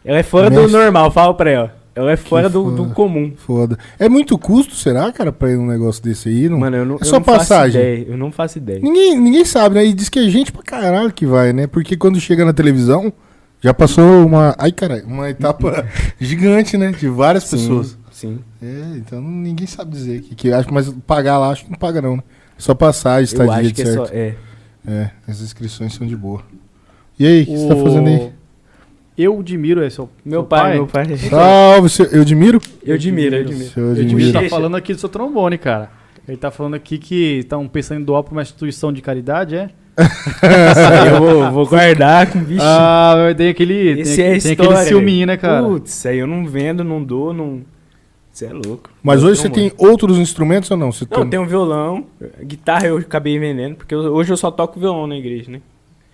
[SPEAKER 3] Ela é fora do
[SPEAKER 2] Mestre.
[SPEAKER 3] normal, fala pra ela. Ela é fora do,
[SPEAKER 2] foda.
[SPEAKER 3] do comum.
[SPEAKER 2] Foda. É muito custo, será, cara, pra ir num negócio desse aí? Não...
[SPEAKER 3] Mano, é- eu não,
[SPEAKER 2] É
[SPEAKER 3] eu
[SPEAKER 2] só
[SPEAKER 3] não faço
[SPEAKER 2] passagem.
[SPEAKER 3] ideia. Eu não faço ideia.
[SPEAKER 2] Ninguém, ninguém sabe, né? E diz que é gente pra caralho que vai, né? Porque quando chega na televisão, já passou uma. Ai, caralho, uma etapa gigante, né? De várias pessoas.
[SPEAKER 3] Sim.
[SPEAKER 2] É, então ninguém sabe dizer que, que acho, mas pagar lá acho que não paga, não, né? Só passar a
[SPEAKER 3] eu
[SPEAKER 2] estadia
[SPEAKER 3] acho
[SPEAKER 2] de
[SPEAKER 3] que é
[SPEAKER 2] certo.
[SPEAKER 3] só. É.
[SPEAKER 2] É, as inscrições são de boa. E aí, o que você tá
[SPEAKER 1] O-
[SPEAKER 2] fazendo aí?
[SPEAKER 1] Eu admiro esse. o
[SPEAKER 3] Meu
[SPEAKER 1] seu
[SPEAKER 3] pai, meu pai. é
[SPEAKER 2] Salve, seu Eudmiro.
[SPEAKER 3] Eu admiro, Então- eu admiro.
[SPEAKER 2] Seu
[SPEAKER 1] Eu admiro.
[SPEAKER 2] Eudmiro.
[SPEAKER 1] tá falando aqui do seu trombone, cara. Ele tá falando aqui que estão pensando em doar pra uma instituição de caridade, é?
[SPEAKER 3] eu vou, vou guardar com bicho.
[SPEAKER 1] Ah, eu dei aquele.
[SPEAKER 3] Esse
[SPEAKER 1] tem,
[SPEAKER 3] é a
[SPEAKER 1] tem
[SPEAKER 3] história,
[SPEAKER 1] aquele ciúminho, né, cara?
[SPEAKER 3] Putz, aí eu não vendo, não dou, não. Você é louco.
[SPEAKER 2] Mas
[SPEAKER 3] Eu
[SPEAKER 2] hoje você
[SPEAKER 3] tomo-
[SPEAKER 2] tem outros instrumentos ou não? Você
[SPEAKER 3] Não,
[SPEAKER 2] tem-
[SPEAKER 3] tem um violão. Guitarra eu acabei vendendo, porque eu- hoje eu só toco violão na igreja, né?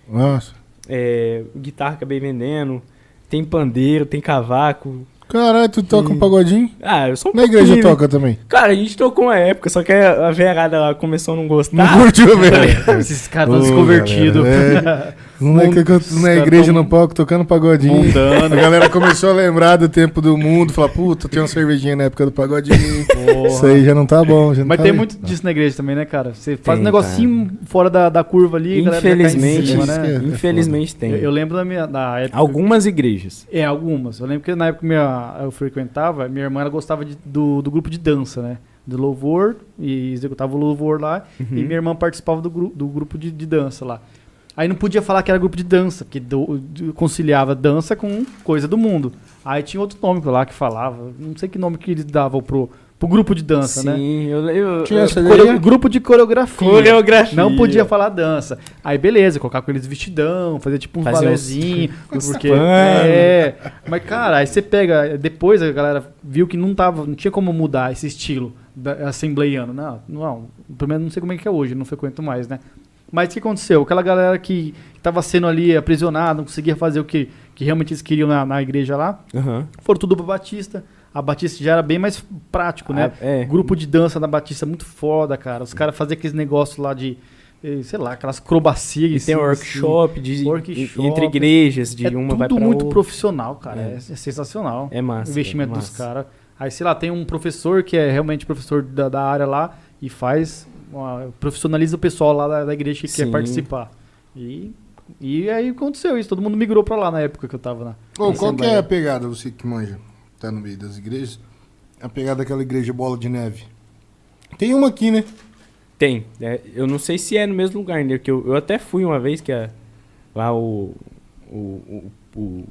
[SPEAKER 2] Nossa.
[SPEAKER 3] É, guitarra acabei vendendo. Tem pandeiro, tem cavaco.
[SPEAKER 2] Caralho, tu toca um pagodinho?
[SPEAKER 3] Ah, eu sou um
[SPEAKER 2] Na igreja
[SPEAKER 3] pouquinho, né?
[SPEAKER 2] toca também.
[SPEAKER 3] Cara, a gente tocou uma época, só que a a verada lá começou a não
[SPEAKER 2] Não
[SPEAKER 3] gostar.
[SPEAKER 2] curtiu, velho.
[SPEAKER 1] Esses caras
[SPEAKER 2] Ô,
[SPEAKER 1] estão desconvertidos.
[SPEAKER 2] galera, Moleque, que eu tô na
[SPEAKER 1] caras
[SPEAKER 2] igreja,
[SPEAKER 1] tão
[SPEAKER 2] no palco, tocando pagodinho.
[SPEAKER 1] Mundano.
[SPEAKER 2] A galera começou a lembrar do tempo do mundo, falar, puta, tem uma cervejinha na época do pagodinho.
[SPEAKER 1] Porra.
[SPEAKER 2] Isso aí já não tá bom. já não
[SPEAKER 1] Mas
[SPEAKER 2] tá
[SPEAKER 1] tem
[SPEAKER 2] bem.
[SPEAKER 1] muito disso na igreja também, né, cara? Você faz um
[SPEAKER 3] Então, Tem,
[SPEAKER 1] negocinho fora da, da curva ali, a galera já cai em
[SPEAKER 3] Infelizmente,
[SPEAKER 1] cima,
[SPEAKER 2] isso que
[SPEAKER 1] né?
[SPEAKER 2] é-
[SPEAKER 3] Infelizmente tem.
[SPEAKER 1] Eu, eu lembro da minha da época.
[SPEAKER 3] Algumas igrejas.
[SPEAKER 1] É, algumas. Eu lembro que na época que minha, eu frequentava, minha irmã ela gostava de- do, do grupo de dança, né? Do louvor, e executava o louvor lá. E minha irmã participava do, gru- do grupo de, de dança lá. Aí não podia falar que era grupo de dança, porque do- de- conciliava dança com coisa do mundo. Aí tinha outro nome lá que falava, não sei que nome que eles davam pro, pro grupo de dança, né?
[SPEAKER 3] Sim, eu, eu,
[SPEAKER 2] Tinha
[SPEAKER 3] eu-
[SPEAKER 2] essa
[SPEAKER 1] Coreo-
[SPEAKER 2] daí? né?
[SPEAKER 1] grupo de coreografia.
[SPEAKER 3] Coreografia.
[SPEAKER 1] Não podia falar dança. Aí beleza, colocar com eles vestidão, fazer tipo um
[SPEAKER 3] Fazer
[SPEAKER 1] balézinho. porque
[SPEAKER 3] panos.
[SPEAKER 1] é. Mas cara, aí você pega, depois a galera viu que não tava, não tinha como mudar esse estilo da, assembleiano, não, não, pelo menos não sei como é que é hoje, não frequento mais, né? Mas o que aconteceu? Aquela galera que estava sendo ali aprisionada, não conseguia fazer o que, que realmente eles queriam na, na igreja lá,
[SPEAKER 3] Aham.
[SPEAKER 1] foram tudo pra Batista. A Batista já era bem mais prático, né?
[SPEAKER 3] Ah, é.
[SPEAKER 1] Grupo de dança da Batista muito foda, cara. Os caras faziam aqueles negócios lá de, eh, sei lá, aquelas acrobacias.
[SPEAKER 3] E
[SPEAKER 1] em
[SPEAKER 3] tem
[SPEAKER 1] cima,
[SPEAKER 3] workshop, de,
[SPEAKER 1] Workshop.
[SPEAKER 3] entre igrejas, de
[SPEAKER 1] assim. É
[SPEAKER 3] uma
[SPEAKER 1] tudo
[SPEAKER 3] vai pra
[SPEAKER 1] muito
[SPEAKER 3] outra.
[SPEAKER 1] profissional, cara. É,
[SPEAKER 3] É.
[SPEAKER 1] é sensacional.
[SPEAKER 3] É
[SPEAKER 1] o
[SPEAKER 3] massa.
[SPEAKER 1] investimento
[SPEAKER 3] é
[SPEAKER 1] dos
[SPEAKER 3] massa.
[SPEAKER 1] caras. Aí, sei lá, tem um professor que é realmente professor da, da área lá e faz, uma- profissionaliza o pessoal lá da, da igreja que
[SPEAKER 3] Sim.
[SPEAKER 1] quer participar. E, e aí aconteceu isso. Todo mundo migrou pra lá na época que eu tava lá.
[SPEAKER 2] Ô, qual que é a pegada, você que manja, tá no meio das igrejas? A pegada daquela igreja bola de neve. Tem uma aqui, né?
[SPEAKER 3] Tem. É, eu não sei se é no mesmo lugar, né? Porque eu, eu até fui uma vez que a, lá o. O, o, o,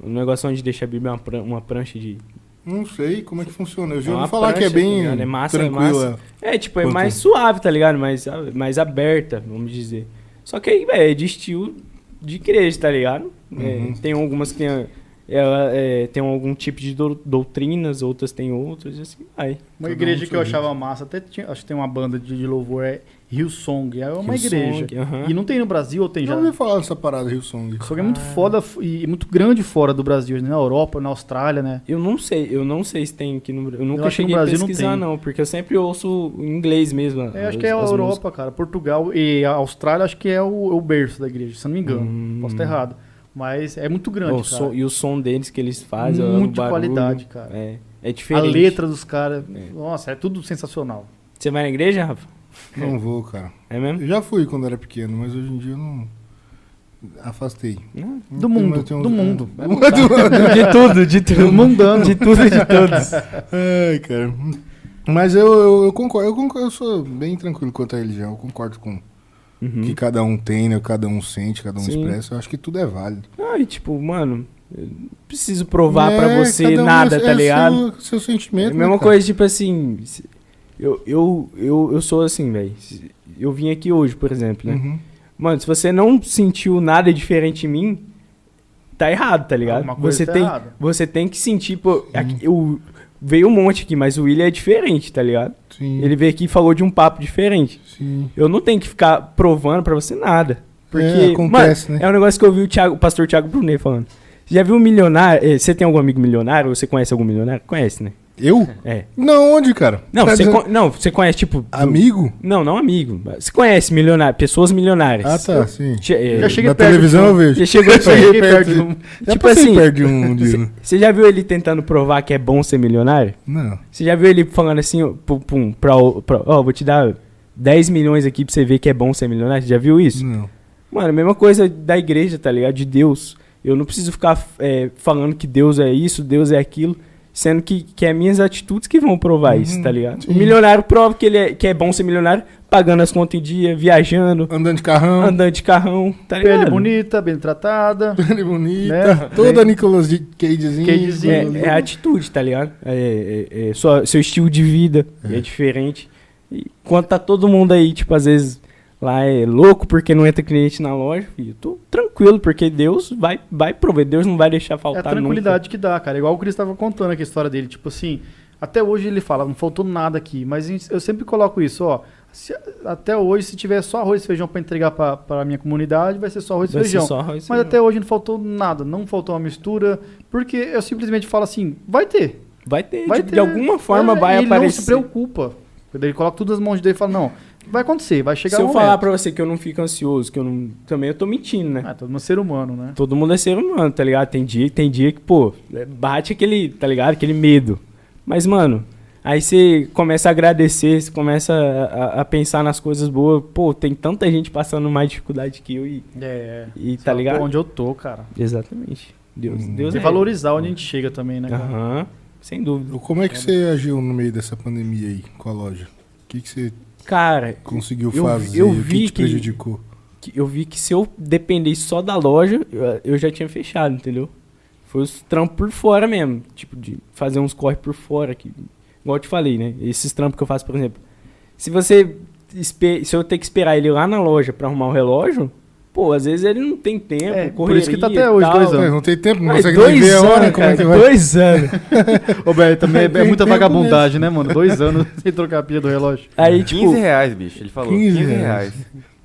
[SPEAKER 3] o negócio onde deixa a Bíblia é uma, pran- uma prancha de.
[SPEAKER 2] Não sei como é que funciona. Eu já
[SPEAKER 3] É
[SPEAKER 2] ouvi
[SPEAKER 3] uma
[SPEAKER 2] falar que é
[SPEAKER 3] prancha, tá
[SPEAKER 2] bem
[SPEAKER 3] ligado? É massa, é
[SPEAKER 2] tranquila.
[SPEAKER 3] É, tipo, é
[SPEAKER 2] Quanto?
[SPEAKER 3] mais suave, tá ligado? Mais, a- mais aberta, vamos dizer. Só que aí, velho, é de estilo de igreja, tá ligado? É,
[SPEAKER 2] Uhum.
[SPEAKER 3] tem algumas que tem, a- ela, é, tem algum tipo de dou- doutrinas, outras tem outras, e assim vai.
[SPEAKER 1] Uma
[SPEAKER 2] Cada
[SPEAKER 1] igreja
[SPEAKER 2] um
[SPEAKER 1] que eu
[SPEAKER 2] seu
[SPEAKER 1] achava massa, até tinha, acho que tem uma banda de, de louvor, é Hillsong, é uma igreja.
[SPEAKER 3] Hillsong, é. aham.
[SPEAKER 1] E não tem no Brasil ou tem
[SPEAKER 2] Já
[SPEAKER 1] já?
[SPEAKER 2] ouvi falar dessa parada, Rio Song.
[SPEAKER 1] Hillsong é muito foda f- e muito grande fora do Brasil, né? na Europa, na Austrália, né?
[SPEAKER 3] Eu não sei, eu não sei se tem aqui no Brasil. Eu nunca
[SPEAKER 1] acho que no
[SPEAKER 3] cheguei a
[SPEAKER 1] Brasil não
[SPEAKER 3] pesquisar,
[SPEAKER 1] tem.
[SPEAKER 3] não, porque eu sempre ouço em inglês mesmo.
[SPEAKER 1] É, acho
[SPEAKER 3] Ah, as-
[SPEAKER 1] que é a
[SPEAKER 3] as
[SPEAKER 1] Europa,
[SPEAKER 3] músicas.
[SPEAKER 1] cara. Portugal e a Austrália acho que é o, o berço da igreja, se eu não me engano.
[SPEAKER 3] Hum. Oh,
[SPEAKER 1] Posso estar errado. Mas é muito grande,
[SPEAKER 3] O
[SPEAKER 1] cara.
[SPEAKER 3] som- e o som deles que eles fazem,
[SPEAKER 1] Muito
[SPEAKER 3] o
[SPEAKER 1] de
[SPEAKER 3] barulho,
[SPEAKER 1] qualidade, cara.
[SPEAKER 3] É, é
[SPEAKER 1] a
[SPEAKER 3] diferente.
[SPEAKER 1] letra dos caras,
[SPEAKER 3] É.
[SPEAKER 1] nossa, é tudo sensacional.
[SPEAKER 3] Você vai na igreja, Rafa?
[SPEAKER 2] Não vou, cara.
[SPEAKER 3] É mesmo?
[SPEAKER 2] Eu já fui quando era pequeno, mas hoje em dia eu não. Afastei.
[SPEAKER 3] Não.
[SPEAKER 1] Do
[SPEAKER 2] Não Hum, tem-
[SPEAKER 1] mundo,
[SPEAKER 2] eu tenho-
[SPEAKER 1] do mundo. Tá
[SPEAKER 2] Do mundo.
[SPEAKER 1] De tudo, de tudo. Mundano. De tudo e de todos.
[SPEAKER 2] É. Ai, cara. Mas eu, eu, eu concordo, eu concordo, eu sou bem tranquilo quanto à religião. Eu concordo com o
[SPEAKER 3] Uhum.
[SPEAKER 2] que cada um tem, né? Cada um sente, cada um
[SPEAKER 3] Sim.
[SPEAKER 2] expressa. Eu acho que tudo é válido.
[SPEAKER 3] Ah, e tipo, mano, eu não preciso provar
[SPEAKER 2] É,
[SPEAKER 3] pra você
[SPEAKER 2] cada um
[SPEAKER 3] nada,
[SPEAKER 2] é-
[SPEAKER 3] tá
[SPEAKER 2] é
[SPEAKER 3] ligado?
[SPEAKER 2] Seu, seu
[SPEAKER 3] É
[SPEAKER 2] sentimento.
[SPEAKER 3] a
[SPEAKER 2] né,
[SPEAKER 3] mesma
[SPEAKER 2] cara?
[SPEAKER 3] coisa, tipo assim, se- eu, eu, eu, eu sou assim, velho. Eu vim aqui hoje, por exemplo, né?
[SPEAKER 2] Uhum.
[SPEAKER 3] Mano, se você não sentiu nada diferente em mim, tá errado, tá ligado?
[SPEAKER 1] Alguma coisa
[SPEAKER 3] você
[SPEAKER 1] tá
[SPEAKER 3] tem,
[SPEAKER 1] errada.
[SPEAKER 3] você tem que sentir, pô,
[SPEAKER 2] Uhum.
[SPEAKER 3] aqui- eu veio um monte aqui, mas o William é diferente, tá ligado?
[SPEAKER 2] Sim.
[SPEAKER 3] Ele veio aqui e falou de um papo diferente.
[SPEAKER 2] sim.
[SPEAKER 3] Eu não tenho que ficar provando pra você nada. Porque
[SPEAKER 2] É, acontece,
[SPEAKER 3] mano,
[SPEAKER 2] né?
[SPEAKER 3] é um negócio que eu vi o, Thiago, o pastor Thiago Brunet falando. Você já viu um milionário? eh, Você tem algum amigo milionário? Ou Você conhece algum milionário? Conhece, né?
[SPEAKER 2] Eu?
[SPEAKER 3] É.
[SPEAKER 2] Não, onde, cara?
[SPEAKER 3] Não,
[SPEAKER 2] Tá
[SPEAKER 3] você,
[SPEAKER 2] dizendo-
[SPEAKER 3] con- não, você conhece, tipo. do-
[SPEAKER 2] Amigo?
[SPEAKER 3] Não, não amigo. Você conhece milionário, pessoas milionárias.
[SPEAKER 2] Ah, tá, sim.
[SPEAKER 3] Che- eh,
[SPEAKER 1] Já cheguei
[SPEAKER 2] Na
[SPEAKER 1] perto,
[SPEAKER 2] televisão eu vejo.
[SPEAKER 3] Você chegou
[SPEAKER 2] Já
[SPEAKER 3] perto.
[SPEAKER 2] cheguei perto.
[SPEAKER 1] de um.
[SPEAKER 2] Já
[SPEAKER 3] Tipo
[SPEAKER 2] passei
[SPEAKER 3] assim,
[SPEAKER 2] perto de um dia, né?
[SPEAKER 3] Você já viu ele tentando provar que é bom ser milionário?
[SPEAKER 2] Não.
[SPEAKER 3] Você já viu ele falando assim, ó, pum, pum, pra, o- pra, ó, vou te dar 10 milhões aqui pra você ver que é bom ser milionário? Você já viu isso?
[SPEAKER 2] Não.
[SPEAKER 3] Mano, a mesma coisa da igreja, tá ligado? De Deus. Eu não preciso ficar é, falando que Deus é isso, Deus é aquilo, sendo que, que é minhas atitudes que vão provar isso, tá ligado? O milionário prova que, ele é, que é bom ser milionário, pagando as contas em dia, viajando,
[SPEAKER 2] Andando de carrão,
[SPEAKER 3] andando de carrão, tá ligado?
[SPEAKER 1] Pele bonita, bem tratada.
[SPEAKER 2] pele bonita,
[SPEAKER 1] Né?
[SPEAKER 2] toda Nicolas de Cagezinho.
[SPEAKER 1] Cagezinho.
[SPEAKER 3] É, é a atitude, tá ligado? É, é- é sua- seu estilo de vida é, diferente. E quando tá todo mundo aí, tipo, às vezes lá é louco porque não entra cliente na loja, filho, eu tô tranquilo, porque Deus vai, vai prover, Deus não vai deixar
[SPEAKER 1] É a
[SPEAKER 3] faltar
[SPEAKER 1] tranquilidade que dá, cara. Igual o Cris estava contando aqui a história dele. Tipo assim, até hoje ele fala, não faltou nada aqui. Mas a gente- eu sempre coloco isso, ó. se- até hoje, se tiver só arroz e feijão para entregar para a minha comunidade, vai ser só arroz e
[SPEAKER 3] Vai ser
[SPEAKER 1] feijão.
[SPEAKER 3] só arroz
[SPEAKER 1] Mas
[SPEAKER 3] e feijão.
[SPEAKER 1] até hoje não faltou nada, não faltou uma mistura, porque eu simplesmente falo assim, vai ter.
[SPEAKER 3] Vai ter,
[SPEAKER 1] Vai
[SPEAKER 3] de,
[SPEAKER 1] ter.
[SPEAKER 3] de alguma forma
[SPEAKER 1] É,
[SPEAKER 3] vai
[SPEAKER 1] ele
[SPEAKER 3] aparecer.
[SPEAKER 1] não se preocupa. Ele coloca tudo nas mãos dele e fala, não, vai acontecer, vai chegar
[SPEAKER 3] Se
[SPEAKER 1] um
[SPEAKER 3] eu falar
[SPEAKER 1] momento.
[SPEAKER 3] pra você que eu não fico ansioso, que eu não. Também eu tô mentindo, né?
[SPEAKER 1] Ah, todo mundo é ser humano, né?
[SPEAKER 3] Todo mundo é ser humano, tá ligado? Tem dia, tem dia que, pô, bate aquele, tá ligado? Aquele medo. Mas, mano, aí você começa a agradecer, você começa a, a- a pensar nas coisas boas. Pô, tem tanta gente passando mais dificuldade que eu e,
[SPEAKER 1] É, é.
[SPEAKER 3] e tá ligado?
[SPEAKER 1] Pô, onde eu tô, cara.
[SPEAKER 3] Exatamente. Deus,
[SPEAKER 2] Hum.
[SPEAKER 3] Deus
[SPEAKER 1] E
[SPEAKER 3] é.
[SPEAKER 1] valorizar onde a gente chega também, né? cara?
[SPEAKER 3] Aham, sem dúvida.
[SPEAKER 2] Como é que você agiu no meio dessa pandemia aí com a loja? O que, que você
[SPEAKER 3] Cara,
[SPEAKER 2] conseguiu
[SPEAKER 3] Eu-
[SPEAKER 2] fazer?
[SPEAKER 3] eu
[SPEAKER 2] o que
[SPEAKER 3] vi
[SPEAKER 2] te
[SPEAKER 3] que-
[SPEAKER 2] prejudicou?
[SPEAKER 3] que eu vi que se eu dependesse só da loja, eu- eu já tinha fechado, entendeu? Foi os trampos por fora mesmo. Tipo, de fazer uns corre por fora. Que, igual eu te falei, né? Esses trampos que eu faço, por exemplo. Se você. espe- Se eu ter que esperar ele lá na loja pra arrumar o relógio, pô, às vezes ele não tem tempo.
[SPEAKER 1] É, por
[SPEAKER 3] correria
[SPEAKER 1] isso que tá
[SPEAKER 3] e
[SPEAKER 1] até hoje,
[SPEAKER 3] tal.
[SPEAKER 1] dois anos.
[SPEAKER 2] É, não tem tempo, não
[SPEAKER 3] Mas
[SPEAKER 2] consegue nem
[SPEAKER 3] dois
[SPEAKER 2] ver a
[SPEAKER 3] anos,
[SPEAKER 2] hora, como
[SPEAKER 3] cara,
[SPEAKER 2] é que vai?
[SPEAKER 3] dois anos.
[SPEAKER 1] Ô, Bé, também é, é muita
[SPEAKER 2] Tem tempo
[SPEAKER 1] vagabundagem, né, mano? Dois anos sem trocar a pilha do relógio.
[SPEAKER 3] Aí,
[SPEAKER 5] 15
[SPEAKER 3] tipo,
[SPEAKER 5] reais, bicho. Ele falou.
[SPEAKER 2] 15
[SPEAKER 5] 15,
[SPEAKER 2] reais.
[SPEAKER 5] reais.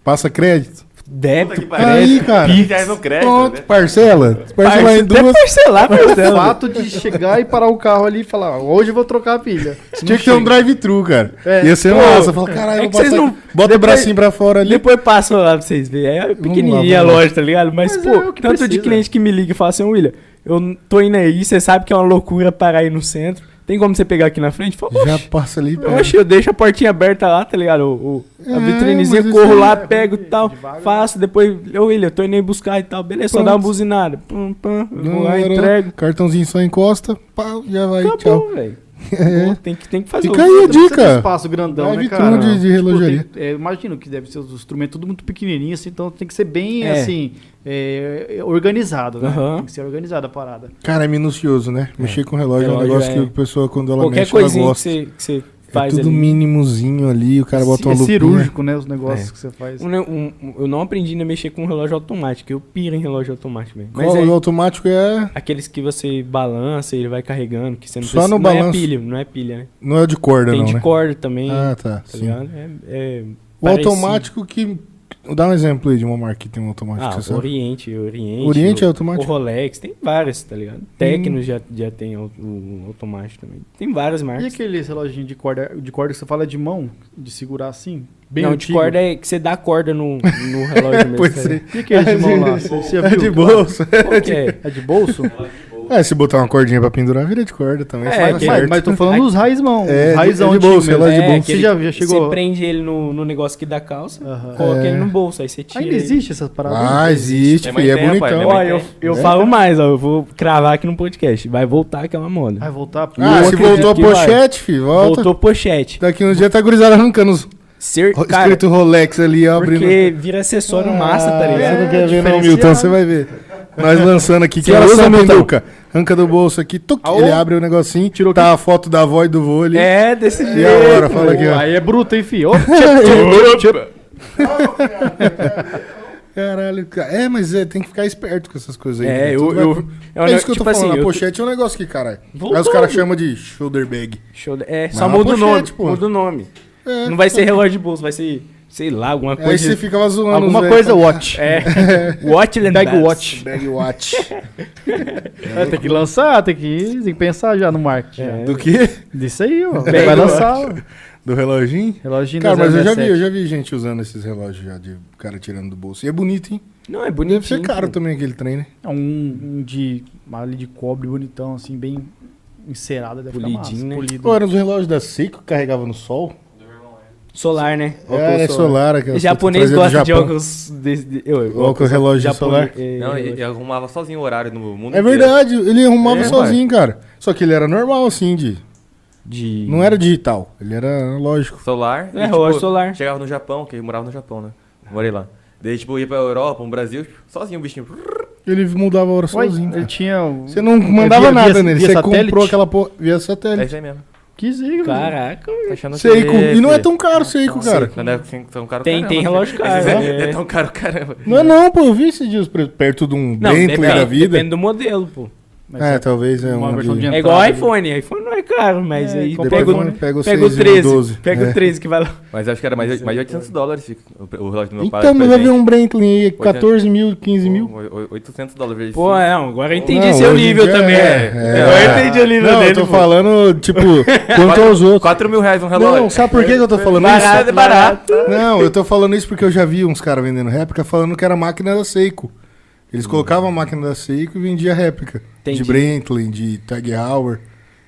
[SPEAKER 2] Passa crédito?
[SPEAKER 5] Puta
[SPEAKER 3] débito,
[SPEAKER 5] que pariu.
[SPEAKER 2] Aí, cara.
[SPEAKER 5] 15 reais no crédito,
[SPEAKER 2] Pronto,
[SPEAKER 5] né?
[SPEAKER 2] parcela. Se Parcelar
[SPEAKER 3] um parcela,
[SPEAKER 2] em duas.
[SPEAKER 3] até parcelar,
[SPEAKER 1] O
[SPEAKER 3] parcela.
[SPEAKER 1] fato de chegar e parar o carro ali e falar, hoje eu vou trocar a pilha.
[SPEAKER 2] Tinha que ter um drive-thru, cara.
[SPEAKER 1] É.
[SPEAKER 2] Ia ser
[SPEAKER 3] Pô,
[SPEAKER 2] massa. Fala, caralho,
[SPEAKER 3] é
[SPEAKER 2] eu
[SPEAKER 3] que
[SPEAKER 2] vou
[SPEAKER 3] vocês
[SPEAKER 2] passar-
[SPEAKER 3] não-
[SPEAKER 2] bota o
[SPEAKER 3] Depois-
[SPEAKER 2] bracinho pra fora ali.
[SPEAKER 3] Depois passa lá pra vocês verem. É
[SPEAKER 2] Vamos
[SPEAKER 3] pequenininha
[SPEAKER 2] lá,
[SPEAKER 3] a
[SPEAKER 2] vamos lá.
[SPEAKER 3] loja, tá ligado? Mas,
[SPEAKER 1] Mas
[SPEAKER 3] pô,
[SPEAKER 1] é o que
[SPEAKER 3] tanto de
[SPEAKER 1] precisa.
[SPEAKER 3] cliente que me liga e fala assim, William, eu n- tô indo aí, você sabe que é uma loucura parar aí no centro. Tem como você pegar aqui na frente? Fala,
[SPEAKER 2] Já
[SPEAKER 3] oxe,
[SPEAKER 2] passa ali.
[SPEAKER 3] eu, oxe, eu deixo a portinha aberta lá, tá ligado? O, o- a
[SPEAKER 2] É,
[SPEAKER 3] vitrinezinha,
[SPEAKER 2] mas
[SPEAKER 3] corro
[SPEAKER 2] isso
[SPEAKER 3] lá,
[SPEAKER 1] é
[SPEAKER 3] pego e
[SPEAKER 1] ruim
[SPEAKER 3] tal,
[SPEAKER 1] de vaga, né?
[SPEAKER 3] faço, depois, ô William, eu tô indo aí buscar e tal. Beleza, só dá uma
[SPEAKER 2] Pronto.
[SPEAKER 3] buzinada. Pum, pam, eu vou
[SPEAKER 2] Não,
[SPEAKER 3] lá,
[SPEAKER 2] era-
[SPEAKER 3] entrego.
[SPEAKER 2] Cartãozinho só encosta, pá, já vai, tchau.
[SPEAKER 3] Acabou, velho.
[SPEAKER 2] É.
[SPEAKER 3] Pô, Tem que, tem que fazer
[SPEAKER 2] Fica
[SPEAKER 3] o-
[SPEAKER 2] aí a
[SPEAKER 1] Você tem um
[SPEAKER 2] dica.
[SPEAKER 1] espaço grandão, né,
[SPEAKER 2] Drive-thru
[SPEAKER 1] cara?
[SPEAKER 2] de, de
[SPEAKER 1] Tipo,
[SPEAKER 2] relojaria.
[SPEAKER 1] tem- é, imagino que deve ser os instrumentos tudo muito pequenininho, assim, então tem que ser bem,
[SPEAKER 3] É.
[SPEAKER 1] assim, é, organizado, né?
[SPEAKER 3] Aham.
[SPEAKER 1] Tem que ser organizada a parada.
[SPEAKER 2] Cara, é minucioso, né? Mexer com relógio, é um
[SPEAKER 3] Relógio
[SPEAKER 2] negócio
[SPEAKER 3] é-
[SPEAKER 2] que a pessoa, quando ela
[SPEAKER 3] Qualquer
[SPEAKER 2] mexe, ela
[SPEAKER 3] coisinha que
[SPEAKER 2] gosta.
[SPEAKER 3] você, que você
[SPEAKER 2] É
[SPEAKER 3] faz
[SPEAKER 2] tudo
[SPEAKER 3] ali.
[SPEAKER 2] mínimozinho ali, o cara bota
[SPEAKER 1] é
[SPEAKER 2] uma lupinha.
[SPEAKER 1] cirúrgico, né, os negócios que você faz.
[SPEAKER 3] Um ne- um- um- eu não aprendi ainda a mexer com relógio automático. Eu piro em relógio automático, velho. Mas
[SPEAKER 2] Qual-
[SPEAKER 3] é
[SPEAKER 2] O automático é...
[SPEAKER 3] aqueles que você balança, ele vai carregando, que você não
[SPEAKER 2] Só
[SPEAKER 3] precisa.
[SPEAKER 2] no
[SPEAKER 3] não é
[SPEAKER 2] balanço.
[SPEAKER 3] pilha, não é pilha, né?
[SPEAKER 2] Não é o de corda,
[SPEAKER 3] Tem
[SPEAKER 2] não,
[SPEAKER 3] de
[SPEAKER 2] né?
[SPEAKER 3] corda também,
[SPEAKER 2] Ah, tá.
[SPEAKER 3] tá
[SPEAKER 2] Sim.
[SPEAKER 3] ligado? É, é
[SPEAKER 2] O
[SPEAKER 3] parecido.
[SPEAKER 2] automático que... Dá um exemplo aí de uma marca que tem um automático,
[SPEAKER 3] Ah,
[SPEAKER 2] você sabe?
[SPEAKER 3] Oriente, Oriente.
[SPEAKER 2] Oriente é
[SPEAKER 3] o, o
[SPEAKER 2] automático? Hum.
[SPEAKER 3] Rolex, tem várias, tá ligado? Tecno já, já tem o, o automático também. Tem várias
[SPEAKER 1] E
[SPEAKER 3] marcas.
[SPEAKER 1] aquele reloginho de corda, de corda que você fala é de mão, de segurar assim?
[SPEAKER 3] não, de
[SPEAKER 1] antigo?
[SPEAKER 3] corda é que você dá corda no, no relógio mesmo.
[SPEAKER 2] É, Pois
[SPEAKER 3] tá ligado?
[SPEAKER 1] E aquele de mão lá? Você
[SPEAKER 2] É
[SPEAKER 1] viu?
[SPEAKER 2] de bolsa.
[SPEAKER 3] Qual que é?
[SPEAKER 1] É de bolso?
[SPEAKER 2] É, se botar uma cordinha pra pendurar, vira de corda também.
[SPEAKER 3] É,
[SPEAKER 2] faz
[SPEAKER 3] que-
[SPEAKER 1] Mas,
[SPEAKER 2] certo.
[SPEAKER 1] mas tô falando os raizmão.
[SPEAKER 2] É,
[SPEAKER 1] os raizão
[SPEAKER 2] de- de
[SPEAKER 1] antigo
[SPEAKER 2] bolso,
[SPEAKER 1] mesmo.
[SPEAKER 2] relógio de
[SPEAKER 1] É,
[SPEAKER 2] bolso.
[SPEAKER 1] Você já, já
[SPEAKER 3] Você
[SPEAKER 1] chegou...
[SPEAKER 3] prende ele no, no negócio que dá calça,
[SPEAKER 1] Aham.
[SPEAKER 3] coloca
[SPEAKER 2] É.
[SPEAKER 3] ele no bolso, aí você tira.
[SPEAKER 1] Ainda
[SPEAKER 3] ele.
[SPEAKER 1] existe essas paradas?
[SPEAKER 2] Ah, existe,
[SPEAKER 5] Minha
[SPEAKER 2] filho, é
[SPEAKER 5] mãe tem, rapaz,
[SPEAKER 2] bonitão.
[SPEAKER 5] minha
[SPEAKER 3] Ó,
[SPEAKER 5] mãe
[SPEAKER 3] eu,
[SPEAKER 5] tem.
[SPEAKER 3] eu
[SPEAKER 2] né?
[SPEAKER 3] falo mais, ó, eu vou cravar aqui no podcast. Vai voltar que é uma moda.
[SPEAKER 1] Vai voltar? pro-
[SPEAKER 2] Ah,
[SPEAKER 3] Eu
[SPEAKER 2] se voltou a
[SPEAKER 3] acredito que vai.
[SPEAKER 2] pochete, filho, volta.
[SPEAKER 3] Voltou pochete.
[SPEAKER 2] Daqui uns dias tá gurizada arrancando os
[SPEAKER 3] Ser,
[SPEAKER 2] ro-
[SPEAKER 3] cara,
[SPEAKER 2] escrito Rolex ali, ó, abrindo.
[SPEAKER 3] porque vira acessório massa,
[SPEAKER 2] Ah,
[SPEAKER 3] tá
[SPEAKER 2] Você não
[SPEAKER 3] ligado?
[SPEAKER 2] quer ver não,
[SPEAKER 1] diferenciado.
[SPEAKER 2] Milton, você vai ver. Nós lançando aqui, que
[SPEAKER 3] Você
[SPEAKER 2] horas
[SPEAKER 3] usa,
[SPEAKER 2] são,
[SPEAKER 3] Milton?
[SPEAKER 2] Menduca? Arranca do bolso aqui, tuc,
[SPEAKER 1] Aô?
[SPEAKER 2] ele abre o negocinho,
[SPEAKER 1] Tirou
[SPEAKER 2] tá a foto da avó e do vô ali.
[SPEAKER 3] É, desse jeito.
[SPEAKER 2] E agora, fala aqui,
[SPEAKER 1] Pô,
[SPEAKER 2] ó.
[SPEAKER 1] Aí é bruto, hein, fi? Ô,
[SPEAKER 2] Caralho, cara. é, mas é, tem que ficar esperto com essas coisas aí. cara.
[SPEAKER 3] É,
[SPEAKER 2] Tudo
[SPEAKER 3] eu.
[SPEAKER 2] vai
[SPEAKER 3] eu,
[SPEAKER 2] pro-
[SPEAKER 3] é um
[SPEAKER 2] é
[SPEAKER 3] ne-
[SPEAKER 2] isso que eu tô
[SPEAKER 3] tipo assim,
[SPEAKER 2] falando, a
[SPEAKER 3] eu-
[SPEAKER 2] pochete é um negócio que, caralho. Aí os
[SPEAKER 3] Voltou.
[SPEAKER 2] caras chamam de shoulder bag.
[SPEAKER 3] show- É,
[SPEAKER 2] é
[SPEAKER 3] só
[SPEAKER 2] uma
[SPEAKER 3] muda o nome.
[SPEAKER 2] pochete, pô.
[SPEAKER 3] Muda o nome.
[SPEAKER 2] É,
[SPEAKER 3] Não vai ser relógio de bolso, vai ser, sei lá, alguma
[SPEAKER 2] Aí você
[SPEAKER 3] coisa.
[SPEAKER 2] ficava zoando. os
[SPEAKER 1] Alguma
[SPEAKER 2] velhos,
[SPEAKER 1] coisa
[SPEAKER 2] falando,
[SPEAKER 1] watch.
[SPEAKER 3] É. Watch and
[SPEAKER 1] Pega o
[SPEAKER 3] Bass.
[SPEAKER 1] watch.
[SPEAKER 2] Bag watch.
[SPEAKER 1] É, tem que lançar, tem que, tem que pensar já no marketing.
[SPEAKER 3] É.
[SPEAKER 2] Do quê?
[SPEAKER 1] Disso aí, ó.
[SPEAKER 3] Bem,
[SPEAKER 1] Vai
[SPEAKER 3] eu
[SPEAKER 1] lançar. ó.
[SPEAKER 2] Do reloginho?
[SPEAKER 1] Reloginho
[SPEAKER 2] Cara,
[SPEAKER 1] da
[SPEAKER 2] mas eu já
[SPEAKER 1] 017.
[SPEAKER 2] vi, eu já vi gente usando esses relógios já de cara tirando do bolso. E é bonito, hein?
[SPEAKER 3] Não, é bonitinho.
[SPEAKER 2] Deve ser caro
[SPEAKER 3] pô.
[SPEAKER 2] também aquele trem, né?
[SPEAKER 1] É Um, um de malha de cobre bonitão, assim, bem encerada. Deve ficar massa,
[SPEAKER 3] Polidinho, né?
[SPEAKER 1] Polido.
[SPEAKER 2] Pô, eram os relógios da Seiko que carregava no sol?
[SPEAKER 3] Solar, né?
[SPEAKER 2] É, é solar. aquela
[SPEAKER 3] Japonês
[SPEAKER 2] coisa trazida
[SPEAKER 3] gosta
[SPEAKER 2] do
[SPEAKER 3] de
[SPEAKER 2] Japão.
[SPEAKER 3] óculos. desse- de- eu-
[SPEAKER 2] Óculos relógio solar.
[SPEAKER 3] é,
[SPEAKER 5] Não,
[SPEAKER 3] relógio.
[SPEAKER 5] ele arrumava sozinho o horário no mundo
[SPEAKER 2] É verdade, ele arrumava
[SPEAKER 5] É,
[SPEAKER 2] sozinho, cara. Só que ele era normal, assim, de...
[SPEAKER 3] De...
[SPEAKER 2] Não era tipo, digital, ele era analógico.
[SPEAKER 5] Solar. tipo,
[SPEAKER 3] É, relógio solar.
[SPEAKER 5] Chegava no Japão, que eu morava no Japão, né? Morei lá. Daí, tipo, ia pra Europa, no Brasil, tipo, sozinho o bichinho.
[SPEAKER 2] Ele mudava a hora
[SPEAKER 1] Ué,
[SPEAKER 2] sozinho.
[SPEAKER 1] ele
[SPEAKER 2] cara.
[SPEAKER 1] tinha. um-
[SPEAKER 2] Você não mandava
[SPEAKER 1] via-
[SPEAKER 2] nada
[SPEAKER 1] via-
[SPEAKER 2] nele,
[SPEAKER 1] via
[SPEAKER 2] você
[SPEAKER 1] satélite?
[SPEAKER 2] comprou aquela porra via
[SPEAKER 5] É
[SPEAKER 2] satélite.
[SPEAKER 5] isso aí mesmo.
[SPEAKER 1] Que zica, velho.
[SPEAKER 3] Caraca, velho.
[SPEAKER 5] Tá achando
[SPEAKER 2] Seiko,
[SPEAKER 5] que-
[SPEAKER 2] e não é tão caro Seiko, cara.
[SPEAKER 5] Não é assim tão caro
[SPEAKER 3] Tem-
[SPEAKER 5] caramba.
[SPEAKER 3] tem relógio caro,
[SPEAKER 5] Esses É,
[SPEAKER 3] né?
[SPEAKER 5] é tão caro caramba.
[SPEAKER 2] Não é não, pô, eu vi esses dias pre- perto de um
[SPEAKER 3] Não,
[SPEAKER 2] Bentley
[SPEAKER 3] depende,
[SPEAKER 2] da vida.
[SPEAKER 3] depende do modelo, pô.
[SPEAKER 1] Mas
[SPEAKER 2] É, talvez é
[SPEAKER 1] uma
[SPEAKER 2] um.
[SPEAKER 1] versão
[SPEAKER 2] de-
[SPEAKER 1] de-
[SPEAKER 3] É igual
[SPEAKER 1] Entrada de-
[SPEAKER 3] iPhone. iPhone não é caro, mas
[SPEAKER 1] É,
[SPEAKER 3] aí
[SPEAKER 1] compra
[SPEAKER 2] Depois
[SPEAKER 3] pega,
[SPEAKER 1] iPhone,
[SPEAKER 3] o,
[SPEAKER 2] quando pega o
[SPEAKER 3] pega o
[SPEAKER 2] 6 e o
[SPEAKER 3] 13.
[SPEAKER 2] 12.
[SPEAKER 3] Pega
[SPEAKER 2] é.
[SPEAKER 3] o 13 que vai lá.
[SPEAKER 5] Mas acho que era mais,
[SPEAKER 3] Isso é
[SPEAKER 5] mais de 800 dólares o, o relógio do meu pai. é tipo,
[SPEAKER 2] Então, mas vai ver
[SPEAKER 5] presente.
[SPEAKER 2] um Brantley aí, 14 mil, 15 mil.
[SPEAKER 5] O- o- 800 dólares. vezes
[SPEAKER 3] Pô, é.
[SPEAKER 5] cinco.
[SPEAKER 3] não, agora eu entendi
[SPEAKER 2] Não,
[SPEAKER 3] seu
[SPEAKER 2] hoje em
[SPEAKER 3] nível
[SPEAKER 2] dia
[SPEAKER 3] também.
[SPEAKER 2] é,
[SPEAKER 3] Agora
[SPEAKER 2] é.
[SPEAKER 3] eu entendi o nível
[SPEAKER 2] Não,
[SPEAKER 3] dele.
[SPEAKER 2] eu tô
[SPEAKER 3] pô.
[SPEAKER 2] falando, tipo, quanto aos outros.
[SPEAKER 5] 4 mil reais um relógio.
[SPEAKER 2] Não, sabe por que que eu tô falando isso?
[SPEAKER 3] Barato, é barato.
[SPEAKER 2] Não, eu tô falando isso porque eu já vi uns caras vendendo réplica falando que era máquina da Seiko. Eles colocavam a máquina da Seiko e vendia réplica.
[SPEAKER 3] Hum. Entendi. Hum.
[SPEAKER 2] De Brantley, de Tag Heuer,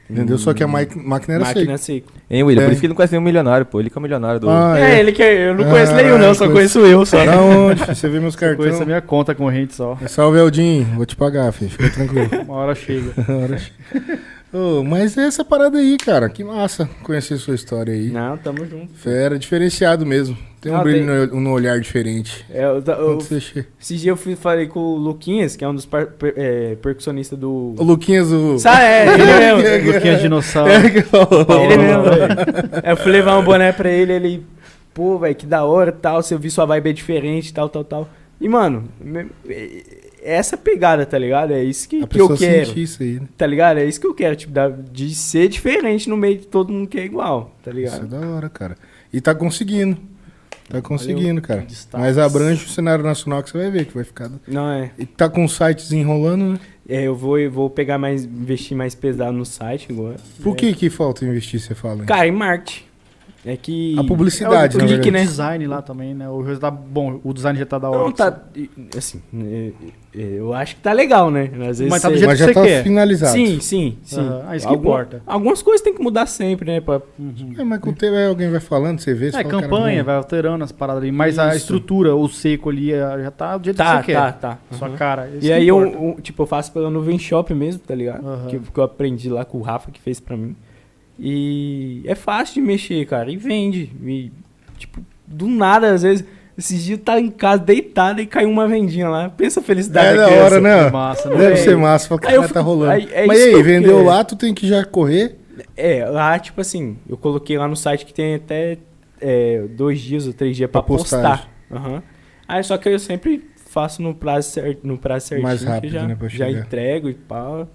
[SPEAKER 2] entendeu? Só que a ma- máquina era Seiko.
[SPEAKER 3] Máquina seco.
[SPEAKER 5] Hein, William? Por
[SPEAKER 2] É.
[SPEAKER 5] isso que ele não conhece nenhum milionário, pô. Ele que é o milionário do.
[SPEAKER 2] Ah,
[SPEAKER 3] é,
[SPEAKER 2] é.
[SPEAKER 3] ele que eu não conheço
[SPEAKER 2] Ah,
[SPEAKER 3] nenhum, não,
[SPEAKER 2] eu
[SPEAKER 3] só
[SPEAKER 2] conheço-
[SPEAKER 3] conheço eu só.
[SPEAKER 2] Da onde? filho? Você vê meus
[SPEAKER 1] Eu conheço a
[SPEAKER 2] cartões.
[SPEAKER 1] minha conta corrente só.
[SPEAKER 2] Salve, Aldin. Vou te pagar, filho. Fica tranquilo.
[SPEAKER 1] Uma hora chega.
[SPEAKER 2] Ô, mas é essa parada aí, cara. Que massa conhecer sua história aí.
[SPEAKER 3] Não, tamo junto.
[SPEAKER 2] Fera, diferenciado mesmo. Tem um
[SPEAKER 3] Ah,
[SPEAKER 2] brilho No, no olhar diferente.
[SPEAKER 3] É, eu, ta- eu,
[SPEAKER 2] Quando você chega-
[SPEAKER 3] esses dias eu fui, falei com o Luquinhas, que é um dos par- per- é, percussionistas do.
[SPEAKER 2] O Luquinhas, o...
[SPEAKER 3] Sabe, é, ele mesmo.
[SPEAKER 1] Luquinhas dinossauro.
[SPEAKER 3] É, Ele mesmo, velho. né? Aí Eu fui levar um boné pra ele, ele. Pô, velho, que da hora tal. Se eu vi sua vibe é diferente, tal, tal, tal. E, mano, me- é essa pegada, tá ligado? É isso que,
[SPEAKER 2] A
[SPEAKER 3] que eu
[SPEAKER 2] pessoa
[SPEAKER 3] quero.
[SPEAKER 2] sente isso aí, né?
[SPEAKER 3] Tá ligado? É isso que eu quero, tipo, da- de ser diferente no meio de todo mundo que é igual, tá
[SPEAKER 2] Isso é
[SPEAKER 3] ligado?
[SPEAKER 2] da hora, cara. E tá conseguindo. Tá conseguindo, cara.
[SPEAKER 1] Destaques.
[SPEAKER 2] Mas abrange o cenário nacional que você vai ver, que vai ficar...
[SPEAKER 3] Não é.
[SPEAKER 2] E tá com o site desenrolando, né?
[SPEAKER 3] É, eu vou, eu vou pegar mais, investir mais pesado no site agora.
[SPEAKER 2] Por
[SPEAKER 3] É.
[SPEAKER 2] que que falta investir, você fala? hein?
[SPEAKER 3] Cara, em marketing. É tipo que.
[SPEAKER 2] A
[SPEAKER 1] É
[SPEAKER 2] publicidade,
[SPEAKER 1] o
[SPEAKER 2] na
[SPEAKER 1] clique,
[SPEAKER 2] verdade.
[SPEAKER 1] né? design lá também, né? O jogo tá bom, o design já tá da hora.
[SPEAKER 3] Não, tá. Assim, é, é, eu acho que tá legal, né? Às vezes
[SPEAKER 1] Mas tá do
[SPEAKER 3] você-
[SPEAKER 1] jeito
[SPEAKER 2] Mas já
[SPEAKER 1] que você
[SPEAKER 2] tá
[SPEAKER 1] quer.
[SPEAKER 2] finalizado.
[SPEAKER 3] Sim, sim, sim. É
[SPEAKER 1] Aham, ah, isso que importa.
[SPEAKER 3] Algumas coisas tem que mudar sempre, né? Pra...
[SPEAKER 1] Uhum.
[SPEAKER 2] É, mas com o tempo aí alguém vai falando, você
[SPEAKER 3] Ah,
[SPEAKER 2] vê... você
[SPEAKER 1] É,
[SPEAKER 2] fala, cara,
[SPEAKER 1] campanha,
[SPEAKER 2] não-
[SPEAKER 1] vai alterando as paradas ali. Mas a
[SPEAKER 2] Isso.
[SPEAKER 1] estrutura, o seco ali, é, já tá do jeito
[SPEAKER 3] Tá,
[SPEAKER 1] que você
[SPEAKER 3] tá,
[SPEAKER 1] quer.
[SPEAKER 3] tá.
[SPEAKER 1] Sua
[SPEAKER 3] Uhum.
[SPEAKER 1] cara. isso
[SPEAKER 3] E
[SPEAKER 1] que
[SPEAKER 3] aí eu,
[SPEAKER 1] importa.
[SPEAKER 3] eu, tipo, eu faço pela Nuvem Shop mesmo, tá ligado?
[SPEAKER 1] Aham.
[SPEAKER 3] Que, que eu aprendi lá com o Rafa, que fez pra mim. E é fácil de mexer, cara. E vende. E, tipo, do nada, às vezes... Esses dias tá em casa deitado e caiu uma vendinha lá. Pensa a felicidade
[SPEAKER 2] É
[SPEAKER 3] da
[SPEAKER 2] da
[SPEAKER 3] criança.
[SPEAKER 2] hora, né?
[SPEAKER 1] Massa, né?
[SPEAKER 2] Deve
[SPEAKER 3] É.
[SPEAKER 2] ser massa, fala,
[SPEAKER 3] Aí eu
[SPEAKER 2] cara, tá
[SPEAKER 3] fico-
[SPEAKER 2] rolando.
[SPEAKER 3] aí- é
[SPEAKER 2] Mas
[SPEAKER 3] isso
[SPEAKER 2] e
[SPEAKER 3] que eu
[SPEAKER 2] aí, vendeu
[SPEAKER 3] quero.
[SPEAKER 2] lá, tu tem que já correr.
[SPEAKER 3] É, lá, tipo assim, eu coloquei lá no site que tem até é, dois dias ou três dias pra
[SPEAKER 2] Pra
[SPEAKER 3] postar.
[SPEAKER 2] postagem.
[SPEAKER 3] Aham. Aí só que eu sempre faço no prazo, cer- no prazo certinho.
[SPEAKER 2] Mais
[SPEAKER 3] que
[SPEAKER 2] rápido,
[SPEAKER 3] já,
[SPEAKER 2] né, pra
[SPEAKER 3] já
[SPEAKER 2] chegar.
[SPEAKER 3] entrego e pau.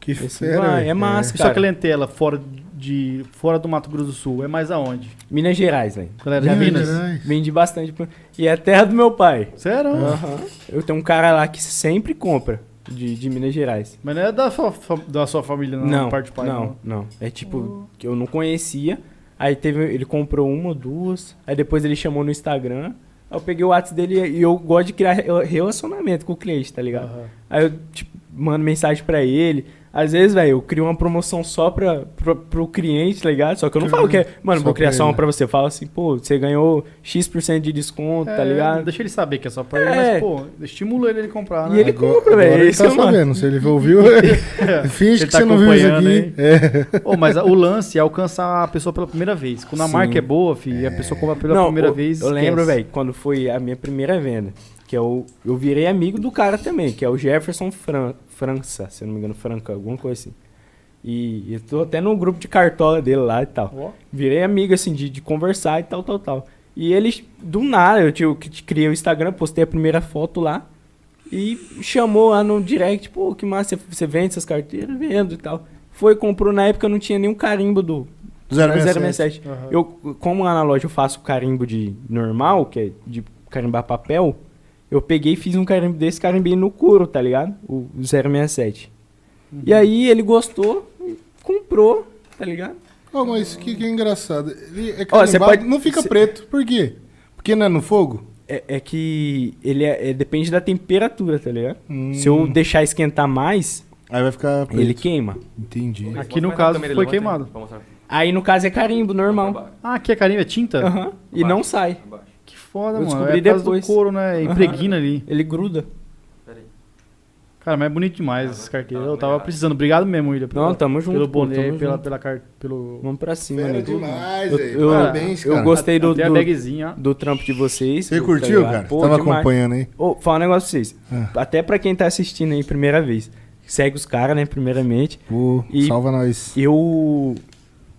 [SPEAKER 2] Que
[SPEAKER 3] Esse
[SPEAKER 2] fera,
[SPEAKER 3] vai,
[SPEAKER 2] velho.
[SPEAKER 3] é massa.
[SPEAKER 1] E sua
[SPEAKER 3] cara.
[SPEAKER 1] clientela fora, de, fora do Mato Grosso do Sul é mais aonde?
[SPEAKER 3] Minas Gerais, velho.
[SPEAKER 1] Galera
[SPEAKER 2] É. Minas
[SPEAKER 1] de Minas?
[SPEAKER 2] Gerais.
[SPEAKER 3] Vendi bastante. pra- E é a terra do meu pai.
[SPEAKER 1] Sério?
[SPEAKER 3] Aham. Eu tenho um cara lá que sempre compra de, de Minas Gerais.
[SPEAKER 1] Mas não é da sua, fa- da sua família,
[SPEAKER 2] é um
[SPEAKER 1] não,
[SPEAKER 3] Não,
[SPEAKER 1] parte de pai,
[SPEAKER 3] não, não. É
[SPEAKER 1] Hum.
[SPEAKER 3] tipo, que eu não conhecia. Aí teve, ele comprou uma ou duas. Aí depois ele chamou no Instagram. Aí eu peguei o WhatsApp dele e eu gosto de criar re- relacionamento com o cliente, tá ligado?
[SPEAKER 1] Aham.
[SPEAKER 3] Aí eu tipo, mando mensagem pra ele. Às vezes, velho, eu crio uma promoção só pra, pra, pro cliente, tá ligado? Só que eu não falo que é. Mano,
[SPEAKER 2] Só
[SPEAKER 3] vou criar
[SPEAKER 2] pra
[SPEAKER 3] só uma
[SPEAKER 2] ele.
[SPEAKER 3] pra você. Eu falo assim, pô, você ganhou X% de desconto, tá
[SPEAKER 1] É,
[SPEAKER 3] ligado?
[SPEAKER 1] Deixa ele saber que é só pra ele,
[SPEAKER 3] É.
[SPEAKER 1] mas, pô, estimula ele a comprar, né?
[SPEAKER 3] E ele
[SPEAKER 2] Agora-
[SPEAKER 3] compra,
[SPEAKER 2] agora
[SPEAKER 3] velho,
[SPEAKER 2] ele
[SPEAKER 3] isso
[SPEAKER 2] tá
[SPEAKER 3] é uma-
[SPEAKER 2] sabendo, se ele ouviu, finge
[SPEAKER 1] Ele
[SPEAKER 2] que
[SPEAKER 1] tá
[SPEAKER 2] você não viu isso
[SPEAKER 1] acompanhando, hein?
[SPEAKER 2] aqui. É.
[SPEAKER 1] Ô, mas a- o lance é alcançar a pessoa pela primeira vez. Quando a
[SPEAKER 2] Sim.
[SPEAKER 1] marca é boa, filho, e a pessoa compra pela primeira
[SPEAKER 3] eu,
[SPEAKER 1] vez.
[SPEAKER 3] Eu lembro,
[SPEAKER 1] esquece.
[SPEAKER 3] velho, quando foi a minha primeira venda. Que eu, eu virei amigo do cara também, que é o Jefferson Fran- França, se eu não me engano, Franca, alguma coisa assim. E eu tô até no grupo de cartola dele lá e tal.
[SPEAKER 1] Ó.
[SPEAKER 3] Virei amigo, assim, de, de conversar e tal, tal, tal. E eles, do nada, eu tive, que- criei o Instagram, postei a primeira foto lá. E chamou lá no direct, pô, que massa, você- você vende essas carteiras? Vendo e tal. Foi, comprou, na época eu não tinha nenhum carimbo do, 067.
[SPEAKER 1] Aham.
[SPEAKER 3] Eu, como lá na loja eu faço carimbo de normal, que é de carimbar papel, eu peguei e fiz um carimbo desse, carimbei no couro, tá ligado? O 067. E aí ele gostou, comprou, tá ligado?
[SPEAKER 2] Ó, mas isso que, que é engraçado. Ele é
[SPEAKER 3] Ó, você
[SPEAKER 2] carimbado,
[SPEAKER 3] pode-
[SPEAKER 2] não fica
[SPEAKER 3] você-
[SPEAKER 2] preto. Por quê? Porque não é no fogo?
[SPEAKER 3] É, é que ele é- é- depende da temperatura, tá ligado?
[SPEAKER 2] Hum.
[SPEAKER 3] Se eu deixar esquentar mais,
[SPEAKER 2] Aí vai ficar preto.
[SPEAKER 3] ele queima.
[SPEAKER 2] Entendi.
[SPEAKER 1] Aqui no caso foi queimado.
[SPEAKER 3] Aí no caso é carimbo normal.
[SPEAKER 1] Ah, aqui é carinho, é tinta?
[SPEAKER 3] Aham. E não sai.
[SPEAKER 1] Que foda, mano.
[SPEAKER 3] Eu descobri
[SPEAKER 1] é por causa do
[SPEAKER 3] depois.
[SPEAKER 1] couro, né? Impregna ali.
[SPEAKER 3] Ele gruda.
[SPEAKER 1] Cara, mas é bonito demais essas carteiras. Eu tava precisando. Obrigado mesmo, William.
[SPEAKER 3] Não, tamo junto.
[SPEAKER 1] Pelo
[SPEAKER 3] pô,
[SPEAKER 1] boné,
[SPEAKER 3] tamo
[SPEAKER 1] pela,
[SPEAKER 3] junto.
[SPEAKER 1] pela, car- pelo...
[SPEAKER 3] Vamos pra cima,
[SPEAKER 2] Fera
[SPEAKER 3] né?
[SPEAKER 2] demais,
[SPEAKER 3] Eu-
[SPEAKER 2] velho.
[SPEAKER 3] eu-
[SPEAKER 2] Parabéns,
[SPEAKER 3] eu
[SPEAKER 2] cara.
[SPEAKER 3] gosto- Gostei do-
[SPEAKER 1] Até a
[SPEAKER 3] do-
[SPEAKER 1] bagzinha, ó.
[SPEAKER 3] do trampo de vocês.
[SPEAKER 2] Você
[SPEAKER 3] tá
[SPEAKER 2] curtiu,
[SPEAKER 3] ligado?
[SPEAKER 2] cara?
[SPEAKER 3] Pô,
[SPEAKER 2] Tava
[SPEAKER 3] demais.
[SPEAKER 2] acompanhando Ah. aí.
[SPEAKER 3] Ô, falar um negócio pra vocês. Até pra quem tá assistindo aí, primeira vez. Segue os caras, né, primeiramente.
[SPEAKER 2] Pô,
[SPEAKER 3] E-
[SPEAKER 2] salva nós.
[SPEAKER 3] Eu...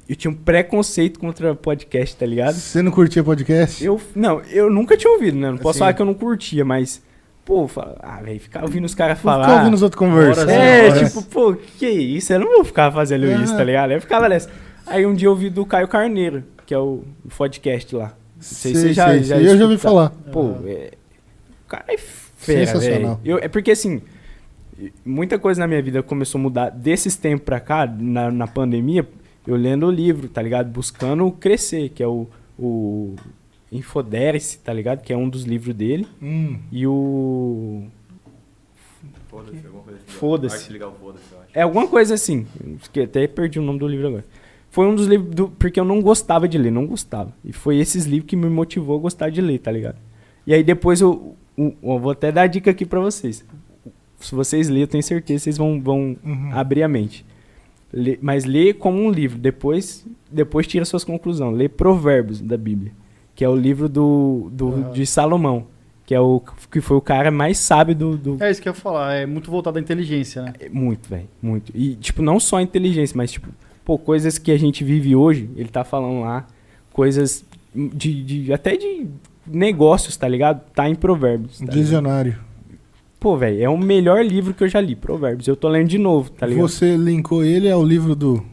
[SPEAKER 3] Eu tinha um preconceito contra podcast, tá ligado?
[SPEAKER 2] Você não curtia podcast?
[SPEAKER 3] Eu... Não, eu nunca tinha ouvido, né? Não posso
[SPEAKER 2] Assim.
[SPEAKER 3] falar que eu não curtia, mas... Pô, fala, ah, velho, ficar ouvindo os caras
[SPEAKER 2] Vou ficar
[SPEAKER 3] falar.
[SPEAKER 2] ouvindo os né? outros conversando.
[SPEAKER 3] É,
[SPEAKER 2] Parece.
[SPEAKER 3] tipo, pô, que isso? Eu não vou ficar fazendo isso, tá ligado? Eu ficava nessa. Aí um dia eu ouvi do Caio Carneiro, que é o podcast lá.
[SPEAKER 2] Sei,
[SPEAKER 3] se
[SPEAKER 2] sei,
[SPEAKER 3] já-
[SPEAKER 2] sei,
[SPEAKER 3] já
[SPEAKER 2] sei. Eu já ouvi
[SPEAKER 3] escuta-
[SPEAKER 2] falar.
[SPEAKER 3] Pô, é, o cara é fera,
[SPEAKER 2] Sensacional.
[SPEAKER 3] velho. Eu- É porque assim, muita coisa na minha vida começou a mudar desses tempos pra cá, na, na pandemia, eu lendo o livro, tá ligado? Buscando crescer, que é o, o Infodere-se, tá ligado? Que é um dos livros dele.
[SPEAKER 2] Hum,
[SPEAKER 3] E o.
[SPEAKER 5] Foda-se, alguma coisa assim.
[SPEAKER 3] Foda-se.
[SPEAKER 5] Arte legal, foda-se, eu acho.
[SPEAKER 3] É alguma coisa assim. Que até perdi o nome do livro agora. Foi um dos livros do- porque eu não gostava de ler, não gostava. E foi esses livros que me motivou a gostar de ler, tá ligado? E aí depois eu, eu- eu vou até dar a dica aqui pra vocês. Se vocês lerem, eu tenho certeza vocês vão, vão
[SPEAKER 2] uhum.
[SPEAKER 3] abrir a mente. Lê- mas lê como um livro, depois depois tira suas conclusões. Lê Provérbios da Bíblia, que é o livro do, do-
[SPEAKER 1] Aham.
[SPEAKER 3] de Salomão, que é o que foi o cara mais sábio do, do
[SPEAKER 1] É isso que eu ia falar, é muito voltado à inteligência, né?
[SPEAKER 3] é Muito, velho. Muito. E, tipo, não só a inteligência, mas, tipo, pô, coisas que a gente vive hoje, ele tá falando lá, coisas de. de- até de negócios, tá ligado? Tá em Provérbios.
[SPEAKER 2] Um
[SPEAKER 3] tá ligado?
[SPEAKER 2] Visionário.
[SPEAKER 3] Pô, velho, é o melhor livro que eu já li, Provérbios. Eu tô lendo de novo, tá ligado?
[SPEAKER 2] Você linkou ele ao livro do.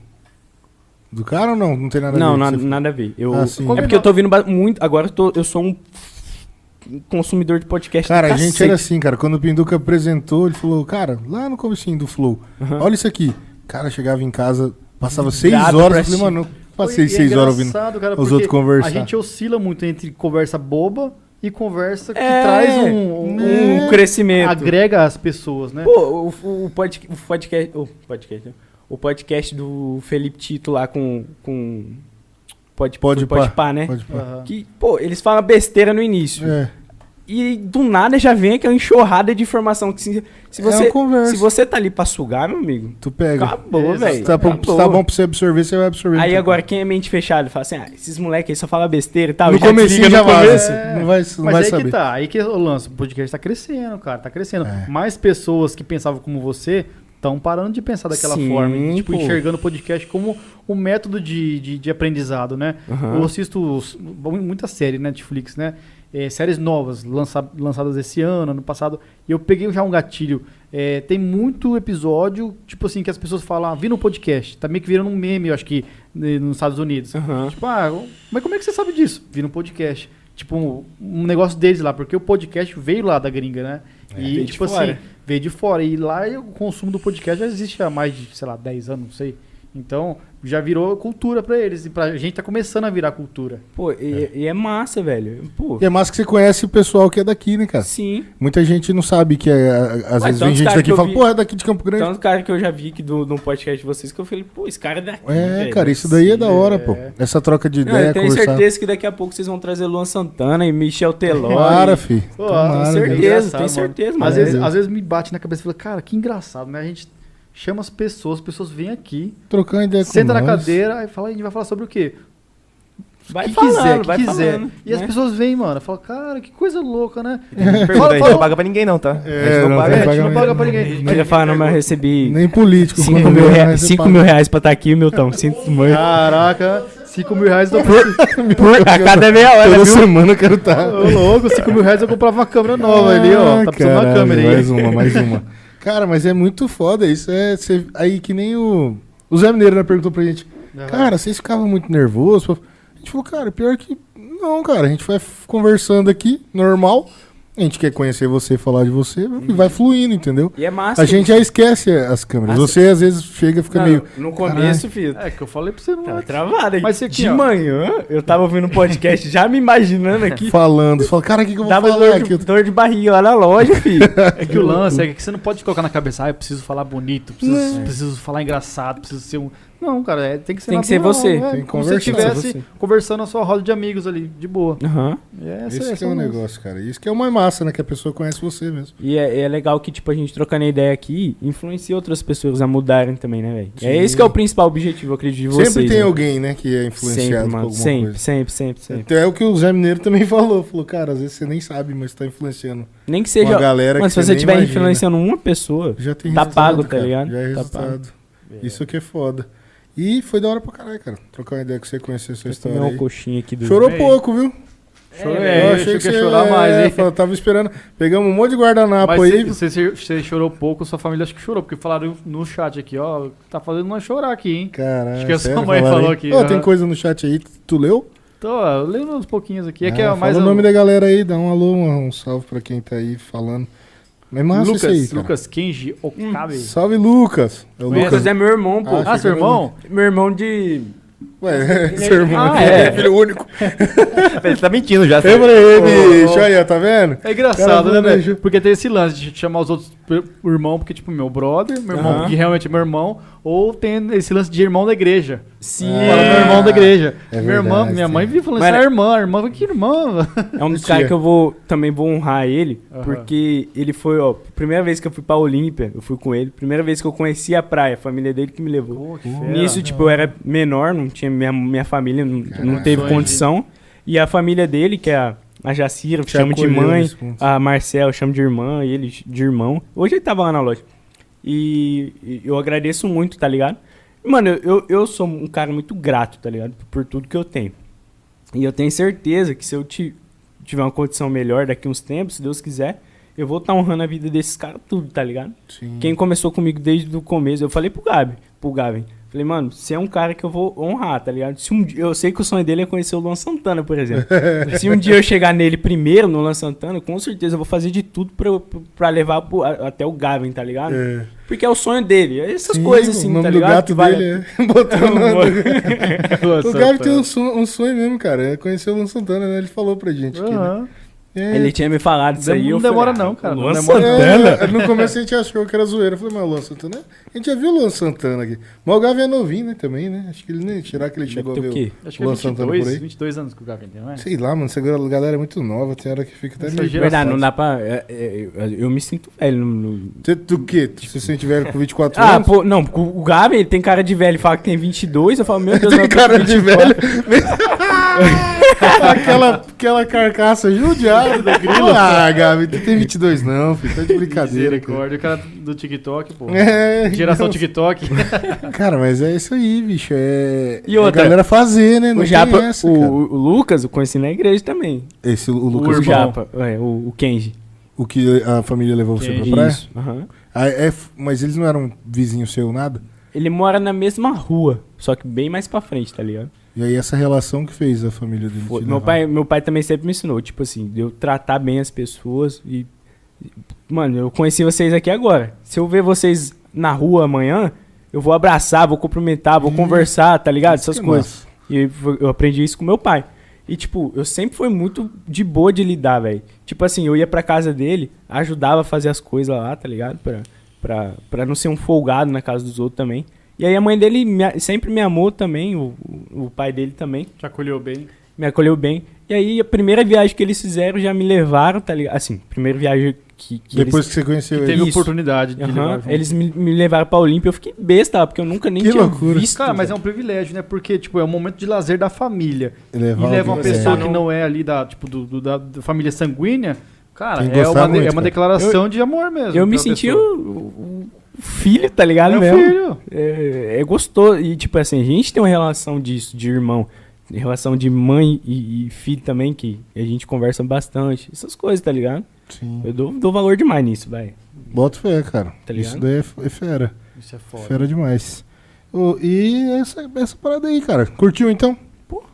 [SPEAKER 2] Do cara ou não? Não tem nada a
[SPEAKER 3] não,
[SPEAKER 2] ver.
[SPEAKER 3] nada,
[SPEAKER 2] Você-
[SPEAKER 3] nada a ver. Eu,
[SPEAKER 2] Ah, sim.
[SPEAKER 3] é porque eu tô ouvindo ba- muito. Agora eu, tô, eu sou um consumidor de podcast. do
[SPEAKER 2] Cara, a gente era
[SPEAKER 3] cacete.
[SPEAKER 2] assim, cara. Quando o Pinduca apresentou, ele falou, cara, lá no comecinho do Flow,
[SPEAKER 3] Aham.
[SPEAKER 2] olha isso aqui. Cara, chegava em casa, passava seis
[SPEAKER 3] Vidrado
[SPEAKER 2] horas,
[SPEAKER 3] pra
[SPEAKER 2] eu falei,
[SPEAKER 3] assistir.
[SPEAKER 2] mano, eu passei
[SPEAKER 1] E é
[SPEAKER 2] seis horas ouvindo.
[SPEAKER 1] engraçado, cara,
[SPEAKER 2] os
[SPEAKER 1] porque
[SPEAKER 2] outros conversar.
[SPEAKER 1] A gente oscila muito entre conversa boba e conversa que
[SPEAKER 3] É,
[SPEAKER 1] traz um, um-
[SPEAKER 3] um crescimento.
[SPEAKER 1] agrega as pessoas, né?
[SPEAKER 3] Pô, o, o, pod- o podcast. O podcast, né? O podcast do Felipe Tito lá com. com pode
[SPEAKER 2] Pode pá.
[SPEAKER 3] pode pá, né?
[SPEAKER 2] Pode pá.
[SPEAKER 1] Aham.
[SPEAKER 3] Que, pô, eles falam besteira no
[SPEAKER 1] Ah.
[SPEAKER 3] início.
[SPEAKER 2] É,
[SPEAKER 3] E do nada já vem aquela enxurrada de informação. Que se, se
[SPEAKER 2] É uma
[SPEAKER 3] você,
[SPEAKER 2] conversa.
[SPEAKER 3] se você tá ali pra sugar, meu amigo,
[SPEAKER 2] tu pega.
[SPEAKER 3] acabou,
[SPEAKER 1] Exato.
[SPEAKER 2] Se
[SPEAKER 3] velho.
[SPEAKER 2] tá, bom- se
[SPEAKER 3] acabou.
[SPEAKER 2] tá bom pra você absorver, você vai absorver.
[SPEAKER 3] Aí
[SPEAKER 2] Então,
[SPEAKER 3] agora, quem é mente fechada, fala assim, ah, esses moleques aí só falam besteira e tal.
[SPEAKER 2] no
[SPEAKER 3] e já desliga
[SPEAKER 2] comecinho
[SPEAKER 3] no
[SPEAKER 2] já
[SPEAKER 3] começo.
[SPEAKER 2] vaza.
[SPEAKER 1] É.
[SPEAKER 2] Não vai, não
[SPEAKER 1] Mas
[SPEAKER 2] vai
[SPEAKER 1] aí
[SPEAKER 2] saber.
[SPEAKER 1] que tá, aí que é o lance, o podcast tá crescendo, cara, tá crescendo.
[SPEAKER 2] É.
[SPEAKER 1] Mais pessoas que pensavam como você estão parando de pensar daquela
[SPEAKER 3] Sim,
[SPEAKER 1] forma, e, tipo,
[SPEAKER 3] pô.
[SPEAKER 1] enxergando o podcast como um método de, de, de aprendizado, né?
[SPEAKER 3] Aham.
[SPEAKER 1] Eu assisto s- mu- muita série, né, Netflix, né? É, séries novas, lança- lançadas esse ano, ano passado, e eu peguei já um gatilho. É, tem muito episódio, tipo assim, que as pessoas falam, ah, vi no podcast, tá meio que virando um meme, eu acho que, né, nos Estados Unidos.
[SPEAKER 3] Aham.
[SPEAKER 1] Tipo, ah, mas como é que você sabe disso? Vi no podcast. Tipo, um, um negócio deles lá, porque o podcast veio lá da gringa, né? e,
[SPEAKER 3] É, veio de
[SPEAKER 1] tipo
[SPEAKER 3] fora.
[SPEAKER 1] assim, veio de fora. E lá o consumo do podcast já existe há mais de, sei lá, 10 anos, não sei. Então, já virou cultura pra eles. E pra gente tá começando a virar cultura.
[SPEAKER 3] Pô, e e é. massa, velho. Pô,
[SPEAKER 2] E é massa que você conhece o pessoal que é daqui, né, cara?
[SPEAKER 3] sim.
[SPEAKER 2] Muita gente não sabe que é. Às
[SPEAKER 3] Ué,
[SPEAKER 2] vezes
[SPEAKER 3] tanto
[SPEAKER 2] vem gente
[SPEAKER 3] cara
[SPEAKER 2] daqui e
[SPEAKER 3] que eu
[SPEAKER 2] fala,
[SPEAKER 3] vi-
[SPEAKER 2] pô, é daqui de Campo Grande.
[SPEAKER 3] Tanto cara que eu já vi aqui do, no podcast de vocês que eu falei, pô, esse cara é daqui.
[SPEAKER 2] É,
[SPEAKER 3] velho.
[SPEAKER 2] cara, isso daí é da hora, pô. Essa troca de
[SPEAKER 3] Não,
[SPEAKER 2] ideia,
[SPEAKER 3] eu tenho
[SPEAKER 2] conversar.
[SPEAKER 3] certeza que daqui a pouco vocês vão trazer Luan Santana e Michel Teló.
[SPEAKER 2] Tomara,
[SPEAKER 3] e-
[SPEAKER 2] fi.
[SPEAKER 1] Pô,
[SPEAKER 2] Tomara,
[SPEAKER 3] tenho
[SPEAKER 2] Deus.
[SPEAKER 3] certeza,
[SPEAKER 1] né? Engraçado,
[SPEAKER 3] tenho certeza, mano.
[SPEAKER 1] Às,
[SPEAKER 2] É.
[SPEAKER 1] vezes, às vezes me bate na cabeça e fala, cara, que engraçado, né? A gente chama as pessoas, as pessoas vêm aqui,
[SPEAKER 2] Trocando ideia com
[SPEAKER 1] senta na
[SPEAKER 2] nós.
[SPEAKER 1] cadeira e fala, a gente vai falar sobre o quê?
[SPEAKER 3] Vai
[SPEAKER 1] que
[SPEAKER 3] falando,
[SPEAKER 1] quiser, que
[SPEAKER 3] vai
[SPEAKER 1] quiser.
[SPEAKER 3] falando.
[SPEAKER 1] e as
[SPEAKER 3] né?
[SPEAKER 1] pessoas vêm, mano, falam, cara, que coisa louca, né?
[SPEAKER 5] Pergunta, a gente
[SPEAKER 1] fala-
[SPEAKER 5] não paga pra ninguém, não, tá?
[SPEAKER 2] É,
[SPEAKER 5] a gente não,
[SPEAKER 2] não
[SPEAKER 5] paga.
[SPEAKER 1] É,
[SPEAKER 2] tem
[SPEAKER 1] a gente não
[SPEAKER 2] pagamento.
[SPEAKER 1] paga pra ninguém.
[SPEAKER 3] Eu ia falar, não, mas eu recebi
[SPEAKER 2] Nem político.
[SPEAKER 3] 5
[SPEAKER 2] quando
[SPEAKER 3] mil,
[SPEAKER 2] vem,
[SPEAKER 3] rea
[SPEAKER 2] mas você
[SPEAKER 3] cinco
[SPEAKER 2] paga. Ah,
[SPEAKER 3] mil reais pra estar aqui, Milton. Sinto muito.
[SPEAKER 1] Caraca, 5 mil reais eu
[SPEAKER 3] Por- a cada meia hora,
[SPEAKER 2] Toda
[SPEAKER 3] viu?
[SPEAKER 2] semana eu quero tá estar.
[SPEAKER 1] Ô, louco, 5 mil reais eu comprava uma câmera nova ali, ó. Tá precisando de uma câmera aí.
[SPEAKER 2] Mais uma, mais uma. Cara, mas é muito foda isso. É, cê- aí que nem o... O Zé Mineiro né, perguntou pra gente. Cara, vocês ficavam muito nervosos? A gente falou, cara, pior que... Não, cara. A gente vai f- conversando aqui, normal. A gente quer conhecer você, falar de você.
[SPEAKER 3] Uhum.
[SPEAKER 2] E vai fluindo, entendeu?
[SPEAKER 3] E é massa.
[SPEAKER 2] A gente já esquece as câmeras.
[SPEAKER 3] Ah,
[SPEAKER 2] Você, às vezes, chega e fica
[SPEAKER 3] Não,
[SPEAKER 2] meio...
[SPEAKER 3] No começo, filho.
[SPEAKER 1] é que eu falei pra você não.
[SPEAKER 3] Tava travado aí.
[SPEAKER 1] Mas você
[SPEAKER 3] de
[SPEAKER 1] aqui, ó.
[SPEAKER 3] manhã, eu tava ouvindo um podcast já me imaginando aqui.
[SPEAKER 2] falando. Você fala, cara, o que, que eu vou
[SPEAKER 3] Dava
[SPEAKER 2] falar
[SPEAKER 3] dor
[SPEAKER 2] aqui?
[SPEAKER 3] de, dor de barriga lá na loja, filho.
[SPEAKER 1] É que o lance é que você não pode colocar na cabeça, ah, eu preciso falar bonito, preciso, preciso falar engraçado, preciso ser um. É. Não, cara, é- tem que ser
[SPEAKER 3] Tem que ser
[SPEAKER 1] natural,
[SPEAKER 3] você.
[SPEAKER 1] É,
[SPEAKER 2] Tem que
[SPEAKER 1] como se você
[SPEAKER 2] conversar.
[SPEAKER 1] estivesse conversando na sua roda de amigos ali, de boa.
[SPEAKER 3] Aham.
[SPEAKER 1] É, essa-
[SPEAKER 2] Esse
[SPEAKER 1] essa
[SPEAKER 2] que é o
[SPEAKER 1] lance.
[SPEAKER 2] negócio, cara. Isso que é uma massa, né? Que a pessoa conhece você mesmo.
[SPEAKER 3] E é, é legal que, tipo, a gente trocando ideia aqui, influencia outras pessoas a mudarem também, né, velho? É
[SPEAKER 2] Sim.
[SPEAKER 3] esse que é o principal objetivo, eu acredito, de vocês.
[SPEAKER 2] sempre tem
[SPEAKER 3] né?
[SPEAKER 2] alguém, né? Que é influenciado
[SPEAKER 3] Sempre,
[SPEAKER 2] por
[SPEAKER 3] mano.
[SPEAKER 2] alguma
[SPEAKER 3] Sempre,
[SPEAKER 2] coisa.
[SPEAKER 3] sempre, sempre, sempre.
[SPEAKER 2] Então é o que o Zé Mineiro também falou. Falou, cara, às vezes você nem sabe, mas tá influenciando
[SPEAKER 3] Nem que
[SPEAKER 2] uma
[SPEAKER 3] seja.
[SPEAKER 2] galera
[SPEAKER 3] Mas
[SPEAKER 2] que
[SPEAKER 3] se você
[SPEAKER 2] nem
[SPEAKER 3] estiver
[SPEAKER 2] imagina.
[SPEAKER 3] influenciando uma pessoa,
[SPEAKER 2] Já tem
[SPEAKER 3] tá
[SPEAKER 2] resultado,
[SPEAKER 3] pago, tá
[SPEAKER 2] cara.
[SPEAKER 3] ligado?
[SPEAKER 2] Já é
[SPEAKER 3] Tá
[SPEAKER 2] resultado. Isso que é foda. E foi da hora pra caralho, cara. Trocar uma ideia com você, conhecer a sua
[SPEAKER 3] eu
[SPEAKER 2] história
[SPEAKER 3] tomei uma
[SPEAKER 2] aí.
[SPEAKER 3] coxinha aqui do.
[SPEAKER 2] Chorou
[SPEAKER 1] Ei.
[SPEAKER 2] pouco, viu?
[SPEAKER 1] Chorou, é, eu achei que ia chorar mais, hein?
[SPEAKER 2] Eu tava esperando. Pegamos um monte de guardanapo
[SPEAKER 1] Mas
[SPEAKER 2] aí.
[SPEAKER 1] você, você, você chorou pouco, sua família acho que chorou, porque falaram no chat aqui, ó, tá fazendo nós chorar aqui, hein?
[SPEAKER 2] Caralho.
[SPEAKER 1] Acho que a sua
[SPEAKER 2] sério,
[SPEAKER 1] mãe
[SPEAKER 2] falaram
[SPEAKER 1] falou
[SPEAKER 2] aí?
[SPEAKER 1] aqui,
[SPEAKER 2] Ô,
[SPEAKER 1] aham.
[SPEAKER 2] tem coisa no chat aí. Tu leu?
[SPEAKER 1] Então, ó, eu lembro uns pouquinhos aqui. É que
[SPEAKER 2] Ah,
[SPEAKER 1] é mais
[SPEAKER 2] fala o
[SPEAKER 1] um-
[SPEAKER 2] nome da galera aí, dá um alô, um, um salve pra quem tá aí falando. Mas é massa
[SPEAKER 1] Lucas,
[SPEAKER 2] isso aí, cara.
[SPEAKER 1] Lucas Kenji Okabe.
[SPEAKER 2] Salve, Lucas. É o
[SPEAKER 1] Conhece
[SPEAKER 2] Lucas.
[SPEAKER 3] Lucas é meu irmão, pô.
[SPEAKER 1] ah, seu irmão?
[SPEAKER 3] Meu irmão de.
[SPEAKER 2] Ué, seu irmão
[SPEAKER 1] Ah,
[SPEAKER 2] aqui
[SPEAKER 1] é.
[SPEAKER 2] filho único.
[SPEAKER 5] Ele tá mentindo já.
[SPEAKER 2] Eu falei,
[SPEAKER 1] Ô, ô.
[SPEAKER 2] bicho, aí, ó, tá vendo?
[SPEAKER 1] É engraçado,
[SPEAKER 2] Cara,
[SPEAKER 1] né,
[SPEAKER 2] beijo.
[SPEAKER 1] velho? Porque tem esse lance de chamar os outros per- irmão, porque, tipo, meu brother, meu irmão,
[SPEAKER 2] Aham.
[SPEAKER 1] que realmente é meu irmão, ou tem esse lance de irmão da igreja.
[SPEAKER 3] Sim.
[SPEAKER 1] Fala meu irmão da igreja.
[SPEAKER 2] É
[SPEAKER 1] minha irmã,
[SPEAKER 2] verdade,
[SPEAKER 1] minha
[SPEAKER 2] sim.
[SPEAKER 1] mãe vive falando,
[SPEAKER 3] Mas
[SPEAKER 1] isso é
[SPEAKER 3] era-
[SPEAKER 1] irmã, irmã, que irmã?
[SPEAKER 3] É um dos
[SPEAKER 2] Mentira.
[SPEAKER 3] caras que eu vou também vou honrar ele,
[SPEAKER 1] Aham.
[SPEAKER 3] porque ele foi, ó, primeira vez que eu fui pra Olímpia, eu fui com ele, primeira vez que eu conheci a praia, a família dele que me levou.
[SPEAKER 1] Pô, que né?
[SPEAKER 3] Nisso, tipo, eu era menor, não tinha minha, minha família, não, não teve
[SPEAKER 1] Sonho de-
[SPEAKER 3] condição. E a família dele, que é a, a Jacira,
[SPEAKER 2] Te
[SPEAKER 3] chama de
[SPEAKER 2] acolheu
[SPEAKER 3] mãe, Ah,
[SPEAKER 2] nesse ponto.
[SPEAKER 3] a Marcel chama de irmã, e ele de irmão. Hoje ele tava lá na loja. E, e eu agradeço muito, tá ligado? Mano, eu, eu, eu sou um cara muito grato, tá ligado? Por tudo que eu tenho. E eu tenho certeza que se eu ti- tiver uma condição melhor daqui uns tempos, se Deus quiser, eu vou estar honrando a vida desses caras tudo, tá ligado?
[SPEAKER 2] Sim.
[SPEAKER 3] Quem começou comigo desde o começo, eu falei pro Gabi, pro Gabi. Falei, mano, você é um cara que eu vou honrar, tá ligado? Se um dia- eu sei que o sonho dele é conhecer o Luan Santana, por exemplo. Se um dia eu chegar nele primeiro, no Luan Santana, com certeza eu vou fazer de tudo pra, pra levar pro- a- até o Gavin, tá ligado?
[SPEAKER 2] É.
[SPEAKER 3] Porque é o sonho dele. é Essas
[SPEAKER 2] Sim,
[SPEAKER 3] coisas assim,
[SPEAKER 2] o nome
[SPEAKER 3] tá
[SPEAKER 2] do
[SPEAKER 3] ligado?
[SPEAKER 2] gato
[SPEAKER 3] Que vale-
[SPEAKER 2] dele é... Botou o nome do- O Gabi tem um
[SPEAKER 1] uns.
[SPEAKER 2] sonho, um sonho mesmo, cara. É conhecer o Luan Santana, né? Ele falou pra gente aqui, né? É,
[SPEAKER 3] Ele tinha me falado isso aí.
[SPEAKER 1] Não
[SPEAKER 3] eu
[SPEAKER 1] demora
[SPEAKER 3] falei, ah,
[SPEAKER 1] não, cara, não
[SPEAKER 3] Luan
[SPEAKER 1] demora
[SPEAKER 3] Santana.
[SPEAKER 2] É, no começo a gente achou que era zoeira. Eu falei, mas o Luan Santana. A gente já viu o Luan Santana aqui. Mas o Gavi é novinho, né? Também, né? Acho que ele nem. Será que ele chegou a
[SPEAKER 3] Deve
[SPEAKER 2] ver
[SPEAKER 3] ter
[SPEAKER 2] o.
[SPEAKER 3] o quê?
[SPEAKER 1] Acho que é
[SPEAKER 2] Luan Santana
[SPEAKER 1] 22,
[SPEAKER 2] por aí?
[SPEAKER 1] 22 anos que o Gavin tem, não é?
[SPEAKER 2] Sei lá, mano. Essa galera é muito nova. Tem hora que fica até
[SPEAKER 1] Essa
[SPEAKER 2] meio.
[SPEAKER 1] geração.
[SPEAKER 3] Verdade, não dá pra. é, é, eu, eu me sinto velho. não- não-
[SPEAKER 2] Você- Do quê? Se você tiver com 24
[SPEAKER 3] Ah,
[SPEAKER 2] anos.
[SPEAKER 3] pô, não, o Gabi, ele tem cara de velho, fala que tem 22, eu falo, meu Deus,
[SPEAKER 2] Tem
[SPEAKER 3] eu tô
[SPEAKER 2] cara
[SPEAKER 3] com
[SPEAKER 2] de
[SPEAKER 3] 24.
[SPEAKER 2] velho. aquela, aquela carcaça judiada da grilo. Ah, Gabi, tu tem 22 não, filho. Tá de brincadeira, cara.
[SPEAKER 1] Misericórdia, o cara do TikTok, pô.
[SPEAKER 2] É,
[SPEAKER 1] Geração
[SPEAKER 2] não.
[SPEAKER 1] TikTok.
[SPEAKER 2] Cara, mas é isso aí, bicho. É,
[SPEAKER 3] E
[SPEAKER 2] é
[SPEAKER 3] outra,
[SPEAKER 2] a galera fazer, né? Não
[SPEAKER 3] O,
[SPEAKER 2] tem
[SPEAKER 3] Japa,
[SPEAKER 2] essa,
[SPEAKER 3] o,
[SPEAKER 2] cara.
[SPEAKER 3] o Lucas, eu conheci na igreja também.
[SPEAKER 2] Esse, o Lucas
[SPEAKER 3] o
[SPEAKER 2] Bom.
[SPEAKER 3] Japa, é, o, o Kenji.
[SPEAKER 2] O que a família levou você pra
[SPEAKER 1] Entendi.
[SPEAKER 2] praia?
[SPEAKER 3] Isso. aham.
[SPEAKER 2] Ah, é f- mas eles não eram vizinho seu, nada?
[SPEAKER 3] Ele mora na mesma rua, só que bem mais pra frente, tá ligado?
[SPEAKER 2] E aí essa relação que fez a família dele?
[SPEAKER 3] Foi-
[SPEAKER 2] te
[SPEAKER 3] Meu
[SPEAKER 2] levar?
[SPEAKER 3] pai, é meu pai também sempre me ensinou, tipo assim, de eu tratar bem as pessoas e. e, Mano, eu conheci vocês aqui agora. Se eu ver vocês na rua amanhã, eu vou abraçar, vou cumprimentar, vou
[SPEAKER 2] Hum.
[SPEAKER 3] conversar, tá ligado? Essas
[SPEAKER 2] Que é
[SPEAKER 3] coisas.
[SPEAKER 2] massa.
[SPEAKER 3] E foi- eu aprendi isso com meu pai. E, tipo, eu sempre fui muito de boa de lidar, velho. Tipo assim, eu ia pra casa dele, ajudava a fazer as coisas lá, tá ligado? Pra, pra, pra não ser um folgado na casa dos outros também. E aí a mãe dele me a- sempre me amou também, o, o o pai dele também,
[SPEAKER 1] Já colheu bem.
[SPEAKER 3] me acolheu bem. E aí a primeira viagem que eles fizeram já me levaram, tá ligado? Assim, primeira viagem que, que
[SPEAKER 2] Depois
[SPEAKER 3] eles...
[SPEAKER 2] que você conheceu
[SPEAKER 1] Teve
[SPEAKER 2] ele.
[SPEAKER 3] Isso.
[SPEAKER 1] oportunidade de
[SPEAKER 3] Aham,
[SPEAKER 1] levar junto.
[SPEAKER 3] eles me, me levaram pra Olímpia, eu fiquei besta, lá, porque eu nunca nem
[SPEAKER 2] Que
[SPEAKER 3] tinha
[SPEAKER 2] loucura.
[SPEAKER 3] visto.
[SPEAKER 1] Cara, mas é
[SPEAKER 3] velho.
[SPEAKER 1] um privilégio, né? Porque, tipo, é um momento de lazer da família.
[SPEAKER 3] um
[SPEAKER 2] levar
[SPEAKER 1] e leva uma
[SPEAKER 2] alguém-
[SPEAKER 1] pessoa
[SPEAKER 2] É.
[SPEAKER 1] que não é ali da, tipo, do, do- da, da família sanguínea, cara,
[SPEAKER 2] Tem que
[SPEAKER 1] é
[SPEAKER 2] gostar
[SPEAKER 1] uma, de-
[SPEAKER 2] muito,
[SPEAKER 1] é uma
[SPEAKER 2] cara.
[SPEAKER 1] declaração de amor mesmo.
[SPEAKER 3] Eu me
[SPEAKER 1] pela
[SPEAKER 3] senti o,
[SPEAKER 1] é pessoa.
[SPEAKER 3] o- o filho, tá ligado?
[SPEAKER 1] É o
[SPEAKER 3] mesmo?
[SPEAKER 1] filho.
[SPEAKER 3] É, é gostoso. E, tipo assim, a gente tem uma relação disso, de irmão. em Relação de mãe e, e filho também, que a gente conversa bastante. Essas coisas, tá ligado?
[SPEAKER 2] Sim.
[SPEAKER 3] Eu dou, dou valor demais nisso, velho.
[SPEAKER 2] Bota fé, cara.
[SPEAKER 3] Tá ligado?
[SPEAKER 2] Isso daí é f- é fera.
[SPEAKER 1] Isso é foda.
[SPEAKER 2] Fera demais. Ô, e essa, essa parada aí, cara. Curtiu então?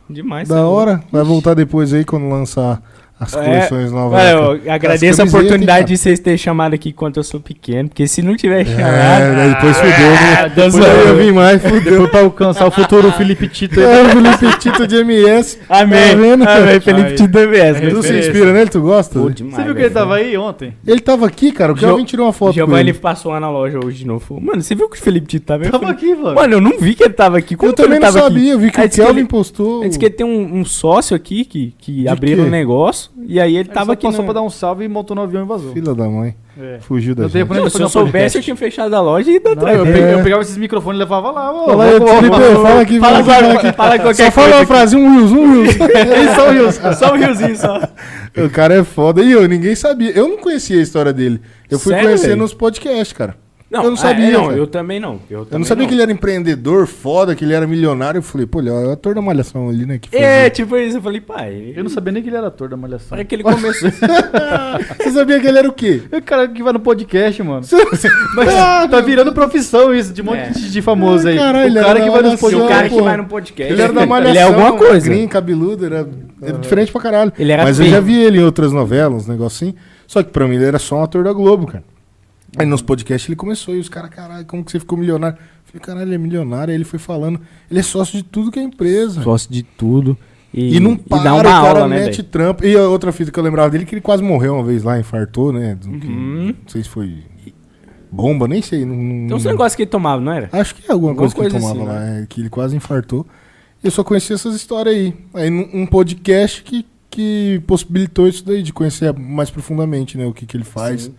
[SPEAKER 3] Demais.
[SPEAKER 2] da
[SPEAKER 3] tá louco.
[SPEAKER 2] hora. Vai voltar depois aí quando lançar as
[SPEAKER 3] É.
[SPEAKER 2] coleções novas.
[SPEAKER 3] Cara,
[SPEAKER 2] né, cara?
[SPEAKER 3] eu agradeço a
[SPEAKER 2] camisetas,
[SPEAKER 3] oportunidade
[SPEAKER 2] hein,
[SPEAKER 3] de vocês terem chamado aqui enquanto eu sou pequeno, porque se não tiver
[SPEAKER 2] É,
[SPEAKER 3] chamado.
[SPEAKER 2] daí depois fudeu, né?
[SPEAKER 1] Ah, Deus
[SPEAKER 2] Depois eu
[SPEAKER 1] manda.
[SPEAKER 2] ia vir mais, fudeu.
[SPEAKER 1] Depois pra alcançar o futuro Felipe Tito. aí.
[SPEAKER 2] É, o Felipe Tito de MS.
[SPEAKER 3] Amém.
[SPEAKER 2] Tá vendo, cara?
[SPEAKER 3] Amém, Felipe
[SPEAKER 1] Aí.
[SPEAKER 3] Tito da VS.
[SPEAKER 1] É
[SPEAKER 2] Tu se
[SPEAKER 1] referência.
[SPEAKER 2] inspira nele, tu gosta?
[SPEAKER 3] Pô, demais,
[SPEAKER 1] Você viu que
[SPEAKER 3] velho.
[SPEAKER 1] ele tava aí ontem?
[SPEAKER 2] Ele tava aqui, cara. O
[SPEAKER 3] Jo-
[SPEAKER 2] Kelvin tirou uma
[SPEAKER 3] O
[SPEAKER 2] foto com
[SPEAKER 3] Giovanni
[SPEAKER 2] ele.
[SPEAKER 3] passou lá na loja hoje de novo. Falou, Mano, você viu que o Felipe Tito tava aí? Eu
[SPEAKER 1] Tava
[SPEAKER 3] falei,
[SPEAKER 1] aqui, mano.
[SPEAKER 3] Mano, eu não vi que ele tava aqui. Como
[SPEAKER 2] eu
[SPEAKER 3] que ele
[SPEAKER 2] também não
[SPEAKER 3] tava aqui? Ah,
[SPEAKER 2] sabia. Eu vi que
[SPEAKER 3] Aí
[SPEAKER 2] o
[SPEAKER 3] disse que
[SPEAKER 2] Kelvin
[SPEAKER 3] ele-
[SPEAKER 2] postou.
[SPEAKER 3] Ele disse que ele tem um, um sócio aqui que, que
[SPEAKER 2] De
[SPEAKER 3] abriram
[SPEAKER 2] quê?
[SPEAKER 3] um negócio e aí ele
[SPEAKER 1] Ele
[SPEAKER 3] tava
[SPEAKER 1] só
[SPEAKER 3] aqui.
[SPEAKER 1] passou
[SPEAKER 3] no-
[SPEAKER 1] pra dar um salve e montou no avião e vazou.
[SPEAKER 2] Filha da mãe.
[SPEAKER 1] É.
[SPEAKER 2] Fugiu da
[SPEAKER 1] Não tem
[SPEAKER 2] gente.
[SPEAKER 1] problema.
[SPEAKER 3] Não, se eu soubesse, eu tinha fechado a loja e ido
[SPEAKER 1] Não,
[SPEAKER 3] atrás.
[SPEAKER 1] eu,
[SPEAKER 2] É.
[SPEAKER 1] pe- eu pegava esses microfones e levava lá. ô,
[SPEAKER 2] Fala aí,
[SPEAKER 1] ô, ô,
[SPEAKER 2] Felipe,
[SPEAKER 1] ô, ô,
[SPEAKER 2] fala aqui,
[SPEAKER 3] Fala
[SPEAKER 2] fala aqui,
[SPEAKER 3] agora, fala
[SPEAKER 2] Só
[SPEAKER 3] qualquer
[SPEAKER 2] fala
[SPEAKER 3] coisa.
[SPEAKER 2] uma frase, um Wills, um Wills.
[SPEAKER 1] Eles são rios.
[SPEAKER 3] Só um riozinho só.
[SPEAKER 2] o cara é foda. E eu, ninguém sabia. Eu não conhecia a história dele. Eu fui
[SPEAKER 3] Sério,
[SPEAKER 2] conhecer
[SPEAKER 3] velho?
[SPEAKER 2] nos podcasts, cara. Eu não sabia,
[SPEAKER 3] não,
[SPEAKER 2] velho.
[SPEAKER 3] eu também não. Eu,
[SPEAKER 2] Eu não sabia que ele era empreendedor, foda, que ele era milionário. Eu falei, pô, ele é o ator da malhação ali, né? Que fez
[SPEAKER 3] É, tipo isso. Eu falei, pai.
[SPEAKER 1] Eu não sabia nem que ele era ator da Malhação.
[SPEAKER 3] Para que ele começou.
[SPEAKER 2] Você sabia que ele era o quê?
[SPEAKER 1] É o cara que vai no podcast, mano. Mas tá virando profissão isso, de um monte
[SPEAKER 3] É.
[SPEAKER 1] de, de famoso aí.
[SPEAKER 2] Ah, caralho,
[SPEAKER 1] o cara que
[SPEAKER 2] ele era
[SPEAKER 1] vai
[SPEAKER 2] da
[SPEAKER 1] nos
[SPEAKER 2] Malhação,
[SPEAKER 3] o cara
[SPEAKER 1] podcasts.
[SPEAKER 3] que
[SPEAKER 2] porra.
[SPEAKER 3] vai no podcast.
[SPEAKER 2] Ele era da malhação. né?
[SPEAKER 3] Ele é alguma coisa. Ah.
[SPEAKER 2] Grim, cabeludo, era era diferente pra caralho.
[SPEAKER 3] Ele era
[SPEAKER 2] Mas eu
[SPEAKER 3] feio.
[SPEAKER 2] já vi ele em outras novelas, uns negocinho. Só que pra mim ele era só um ator da Globo, cara. Aí nos podcasts ele começou e os caras, caralho, como que você ficou milionário? Eu falei, caralho, ele é milionário. Aí ele foi falando, ele é sócio de tudo que é empresa.
[SPEAKER 3] Sócio de tudo. E,
[SPEAKER 2] E, não
[SPEAKER 3] e
[SPEAKER 2] para,
[SPEAKER 3] dá
[SPEAKER 2] o
[SPEAKER 3] uma
[SPEAKER 2] cara
[SPEAKER 3] aula, né,
[SPEAKER 2] mete
[SPEAKER 3] velho?
[SPEAKER 2] trampo. E a outra fita que eu lembrava dele, é que ele quase morreu uma vez lá, infartou, né? Do que-
[SPEAKER 3] Uhum.
[SPEAKER 2] não sei se foi bomba, nem sei. Não, não-
[SPEAKER 3] Então, esse negócio que ele tomava, não era?
[SPEAKER 2] Acho que é alguma,
[SPEAKER 3] alguma
[SPEAKER 2] coisa, que
[SPEAKER 3] coisa
[SPEAKER 2] ele tomava
[SPEAKER 3] assim,
[SPEAKER 2] lá, é, que ele quase infartou. Eu só conhecia essas histórias aí. Aí num um podcast que, que possibilitou isso daí, de conhecer mais profundamente, né? O que, que ele faz.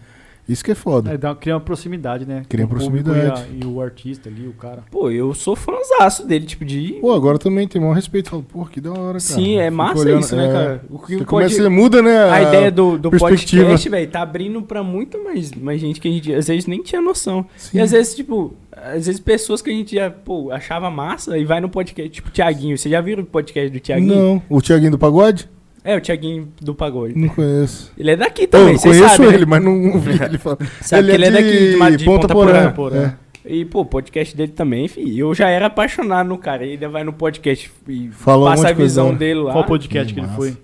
[SPEAKER 2] Isso que é foda.
[SPEAKER 1] É, dá, cria uma proximidade, né?
[SPEAKER 2] Cria
[SPEAKER 1] Com o público
[SPEAKER 2] proximidade.
[SPEAKER 1] E, a- e o artista ali, o cara.
[SPEAKER 3] Pô, eu sou fãzaço dele, tipo, de.
[SPEAKER 2] Pô, agora também tem maior respeito. Falo, pô, que da hora, cara.
[SPEAKER 3] Sim, é
[SPEAKER 2] Fico
[SPEAKER 3] massa
[SPEAKER 2] olhando,
[SPEAKER 3] isso, né,
[SPEAKER 2] é.
[SPEAKER 3] cara? O que
[SPEAKER 2] Você
[SPEAKER 3] pode-
[SPEAKER 2] começa, você muda, né?
[SPEAKER 3] A ideia do, do
[SPEAKER 2] perspectiva.
[SPEAKER 3] podcast, velho, tá abrindo pra muito mais, mais gente que a gente às vezes nem tinha noção.
[SPEAKER 2] Sim.
[SPEAKER 3] E às vezes, tipo, às vezes pessoas que a gente já, pô, achava massa e vai no podcast, tipo, Tiaguinho. Você já viu o podcast do Tiaguinho?
[SPEAKER 2] Não, o Tiaguinho do Pagode?
[SPEAKER 3] É, o Tiaguinho do Pagode.
[SPEAKER 2] Não conheço.
[SPEAKER 3] Ele é daqui
[SPEAKER 2] Eu
[SPEAKER 3] também, você
[SPEAKER 2] conheço
[SPEAKER 3] sabe. né?
[SPEAKER 2] ele, mas não não vi ele falar.
[SPEAKER 3] Sabe que ele é daqui, de Ma- de Ponta Porã.
[SPEAKER 2] Porã. É.
[SPEAKER 3] E, pô, o podcast dele também, enfim. Eu já era apaixonado no cara. Ele ainda vai no podcast e
[SPEAKER 2] Falou um monte
[SPEAKER 3] passa a
[SPEAKER 2] de coisa,
[SPEAKER 3] visão
[SPEAKER 2] né?
[SPEAKER 3] dele lá.
[SPEAKER 1] Qual podcast que ele
[SPEAKER 2] Massa.
[SPEAKER 1] foi?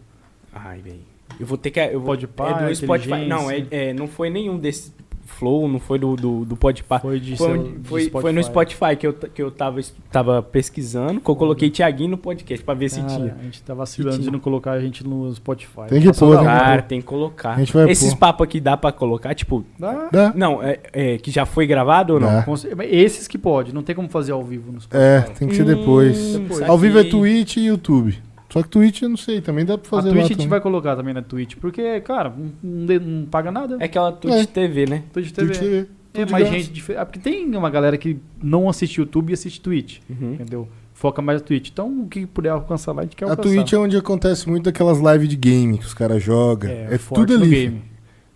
[SPEAKER 3] Ai, velho. Eu vou ter que. Eu vou,
[SPEAKER 1] Podpah,
[SPEAKER 3] é do Spotify.
[SPEAKER 1] Inteligência.
[SPEAKER 3] Não, é, é, não foi nenhum desse Flow, não foi do, do, do Podpah.
[SPEAKER 1] Foi de
[SPEAKER 3] Foi,
[SPEAKER 1] seu-
[SPEAKER 3] onde-
[SPEAKER 1] de
[SPEAKER 3] foi, foi no Spotify que eu, t- que eu tava, es- tava pesquisando, que eu coloquei
[SPEAKER 2] Uhum.
[SPEAKER 3] Tiaguinho no podcast pra ver se
[SPEAKER 1] Cara,
[SPEAKER 3] tinha.
[SPEAKER 1] a gente tá vacilando
[SPEAKER 3] Se tinha.
[SPEAKER 1] de não colocar a gente no Spotify. um
[SPEAKER 2] Tem que
[SPEAKER 1] Passou
[SPEAKER 2] pôr,
[SPEAKER 1] da
[SPEAKER 2] né?
[SPEAKER 1] hora.
[SPEAKER 3] Cara, tem que colocar.
[SPEAKER 2] A gente vai
[SPEAKER 3] Esses
[SPEAKER 2] pôr.
[SPEAKER 3] papos aqui dá pra colocar, tipo.
[SPEAKER 1] Dá.
[SPEAKER 2] Dá.
[SPEAKER 3] Não, é, é, que já foi gravado ou não?
[SPEAKER 2] Dá.
[SPEAKER 1] Com cer- mas Esses que pode, não tem como fazer ao vivo no Spotify.
[SPEAKER 2] Ah. É, tem que ser depois.
[SPEAKER 3] Hum,
[SPEAKER 1] Tá
[SPEAKER 3] isso
[SPEAKER 2] Ao vivo é
[SPEAKER 3] aqui.
[SPEAKER 2] Twitch e YouTube. Só que Twitch eu não sei, também dá pra
[SPEAKER 1] A
[SPEAKER 2] fazer
[SPEAKER 1] Twitch
[SPEAKER 2] lá
[SPEAKER 1] a gente
[SPEAKER 2] também.
[SPEAKER 1] vai colocar também na Twitch, porque, cara, não, não de- não paga nada.
[SPEAKER 3] É aquela Twitch
[SPEAKER 2] É.
[SPEAKER 3] TV, né?
[SPEAKER 1] Twitch TV.
[SPEAKER 2] Twitch TV.
[SPEAKER 1] É
[SPEAKER 2] de
[SPEAKER 1] mais
[SPEAKER 2] graça.
[SPEAKER 1] gente diferente. Ah, porque tem uma galera que não assiste YouTube e assiste Twitch.
[SPEAKER 3] Uhum.
[SPEAKER 1] Entendeu? Foca mais no Twitch. Então, o que puder alcançar lá, a gente quer
[SPEAKER 2] A
[SPEAKER 1] alcançar.
[SPEAKER 2] Twitch é onde acontece muito aquelas lives de game que os caras jogam. É,
[SPEAKER 1] forte
[SPEAKER 2] tudo
[SPEAKER 1] no
[SPEAKER 2] ali. filho.
[SPEAKER 1] game.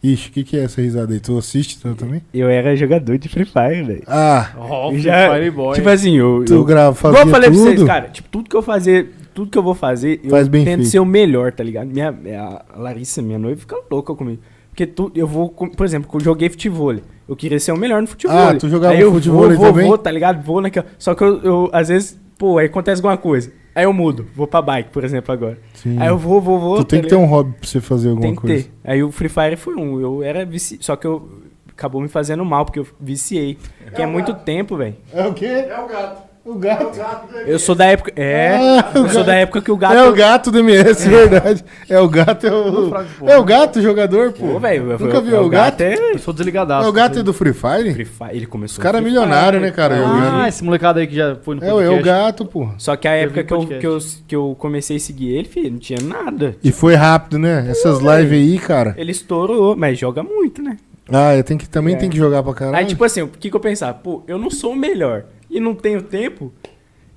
[SPEAKER 2] Ixi, o que, que é essa risada aí? Tu assiste tu também?
[SPEAKER 3] Eu era jogador de Free Fire, velho.
[SPEAKER 2] Ah,
[SPEAKER 1] Ó, Free
[SPEAKER 3] Já-
[SPEAKER 1] Fire Boy.
[SPEAKER 3] Tipo assim, eu.
[SPEAKER 2] tu
[SPEAKER 3] eu-
[SPEAKER 2] grava, fazia
[SPEAKER 3] Igual eu falei
[SPEAKER 2] tudo.
[SPEAKER 3] pra vocês, cara, tipo, tudo que eu fazer, tudo que eu vou fazer, eu
[SPEAKER 2] Faz bem
[SPEAKER 3] tento
[SPEAKER 2] feito.
[SPEAKER 3] ser o melhor, tá ligado? Minha, minha- a Larissa, minha noiva, fica louca comigo. Porque tu, eu vou, com- por exemplo, eu joguei futebol. Eu queria ser o melhor no futebol.
[SPEAKER 2] Ah, tu jogava
[SPEAKER 3] aí eu
[SPEAKER 2] futevôlei
[SPEAKER 3] vou,
[SPEAKER 2] também?
[SPEAKER 3] Vou, vou, tá ligado? Vou naquela. Só que eu, eu, às vezes, pô, aí acontece alguma coisa. Aí eu mudo, vou pra bike, por exemplo, agora.
[SPEAKER 2] Sim.
[SPEAKER 3] Aí eu vou, vou, vou. tá
[SPEAKER 2] tu tem que ter um hobby pra você fazer alguma
[SPEAKER 3] Tem que
[SPEAKER 2] coisa.
[SPEAKER 3] ter. Aí o Free Fire foi um. Eu era vici... Só que eu. Acabou me fazendo mal, porque eu viciei. Que é muito tempo, velho.
[SPEAKER 2] É o quê?
[SPEAKER 4] É o gato.
[SPEAKER 2] O
[SPEAKER 4] É o
[SPEAKER 2] gato.
[SPEAKER 4] gato. né?
[SPEAKER 3] Eu sou da época. É.
[SPEAKER 2] Ah, o
[SPEAKER 3] eu sou da época que o gato.
[SPEAKER 2] É o gato do MS, verdade. É o gato, é
[SPEAKER 1] Não
[SPEAKER 2] o.
[SPEAKER 1] fraga, pô.
[SPEAKER 2] É o gato jogador, pô.
[SPEAKER 3] Pô, velho. eu-
[SPEAKER 2] Nunca
[SPEAKER 3] eu-
[SPEAKER 2] viu
[SPEAKER 3] eu-
[SPEAKER 2] o gato?
[SPEAKER 3] É...
[SPEAKER 1] Eu sou desligadaço.
[SPEAKER 2] É o gato
[SPEAKER 1] Sei.
[SPEAKER 2] é do Free Fire?
[SPEAKER 3] Free Fire, Ele começou.
[SPEAKER 2] Os caras
[SPEAKER 3] no Free
[SPEAKER 2] milionários, né, cara?
[SPEAKER 1] Ah, esse molecada aí que já foi no
[SPEAKER 2] é, o- é
[SPEAKER 1] podcast.
[SPEAKER 2] o gato, pô.
[SPEAKER 3] Fire. Só que a
[SPEAKER 1] vi
[SPEAKER 3] época
[SPEAKER 1] um
[SPEAKER 3] que eu,
[SPEAKER 1] podcast.
[SPEAKER 3] que, eu, que eu comecei a seguir ele, filho, não tinha nada.
[SPEAKER 2] E foi rápido, né? Essas lives aí, cara.
[SPEAKER 3] Ele estourou, mas joga muito, né?
[SPEAKER 2] Ah, eu tenho que, também
[SPEAKER 3] É.
[SPEAKER 2] tem que jogar pra caralho.
[SPEAKER 3] Aí, tipo assim, o que, que eu pensava? Pô, eu não sou o melhor e não tenho tempo.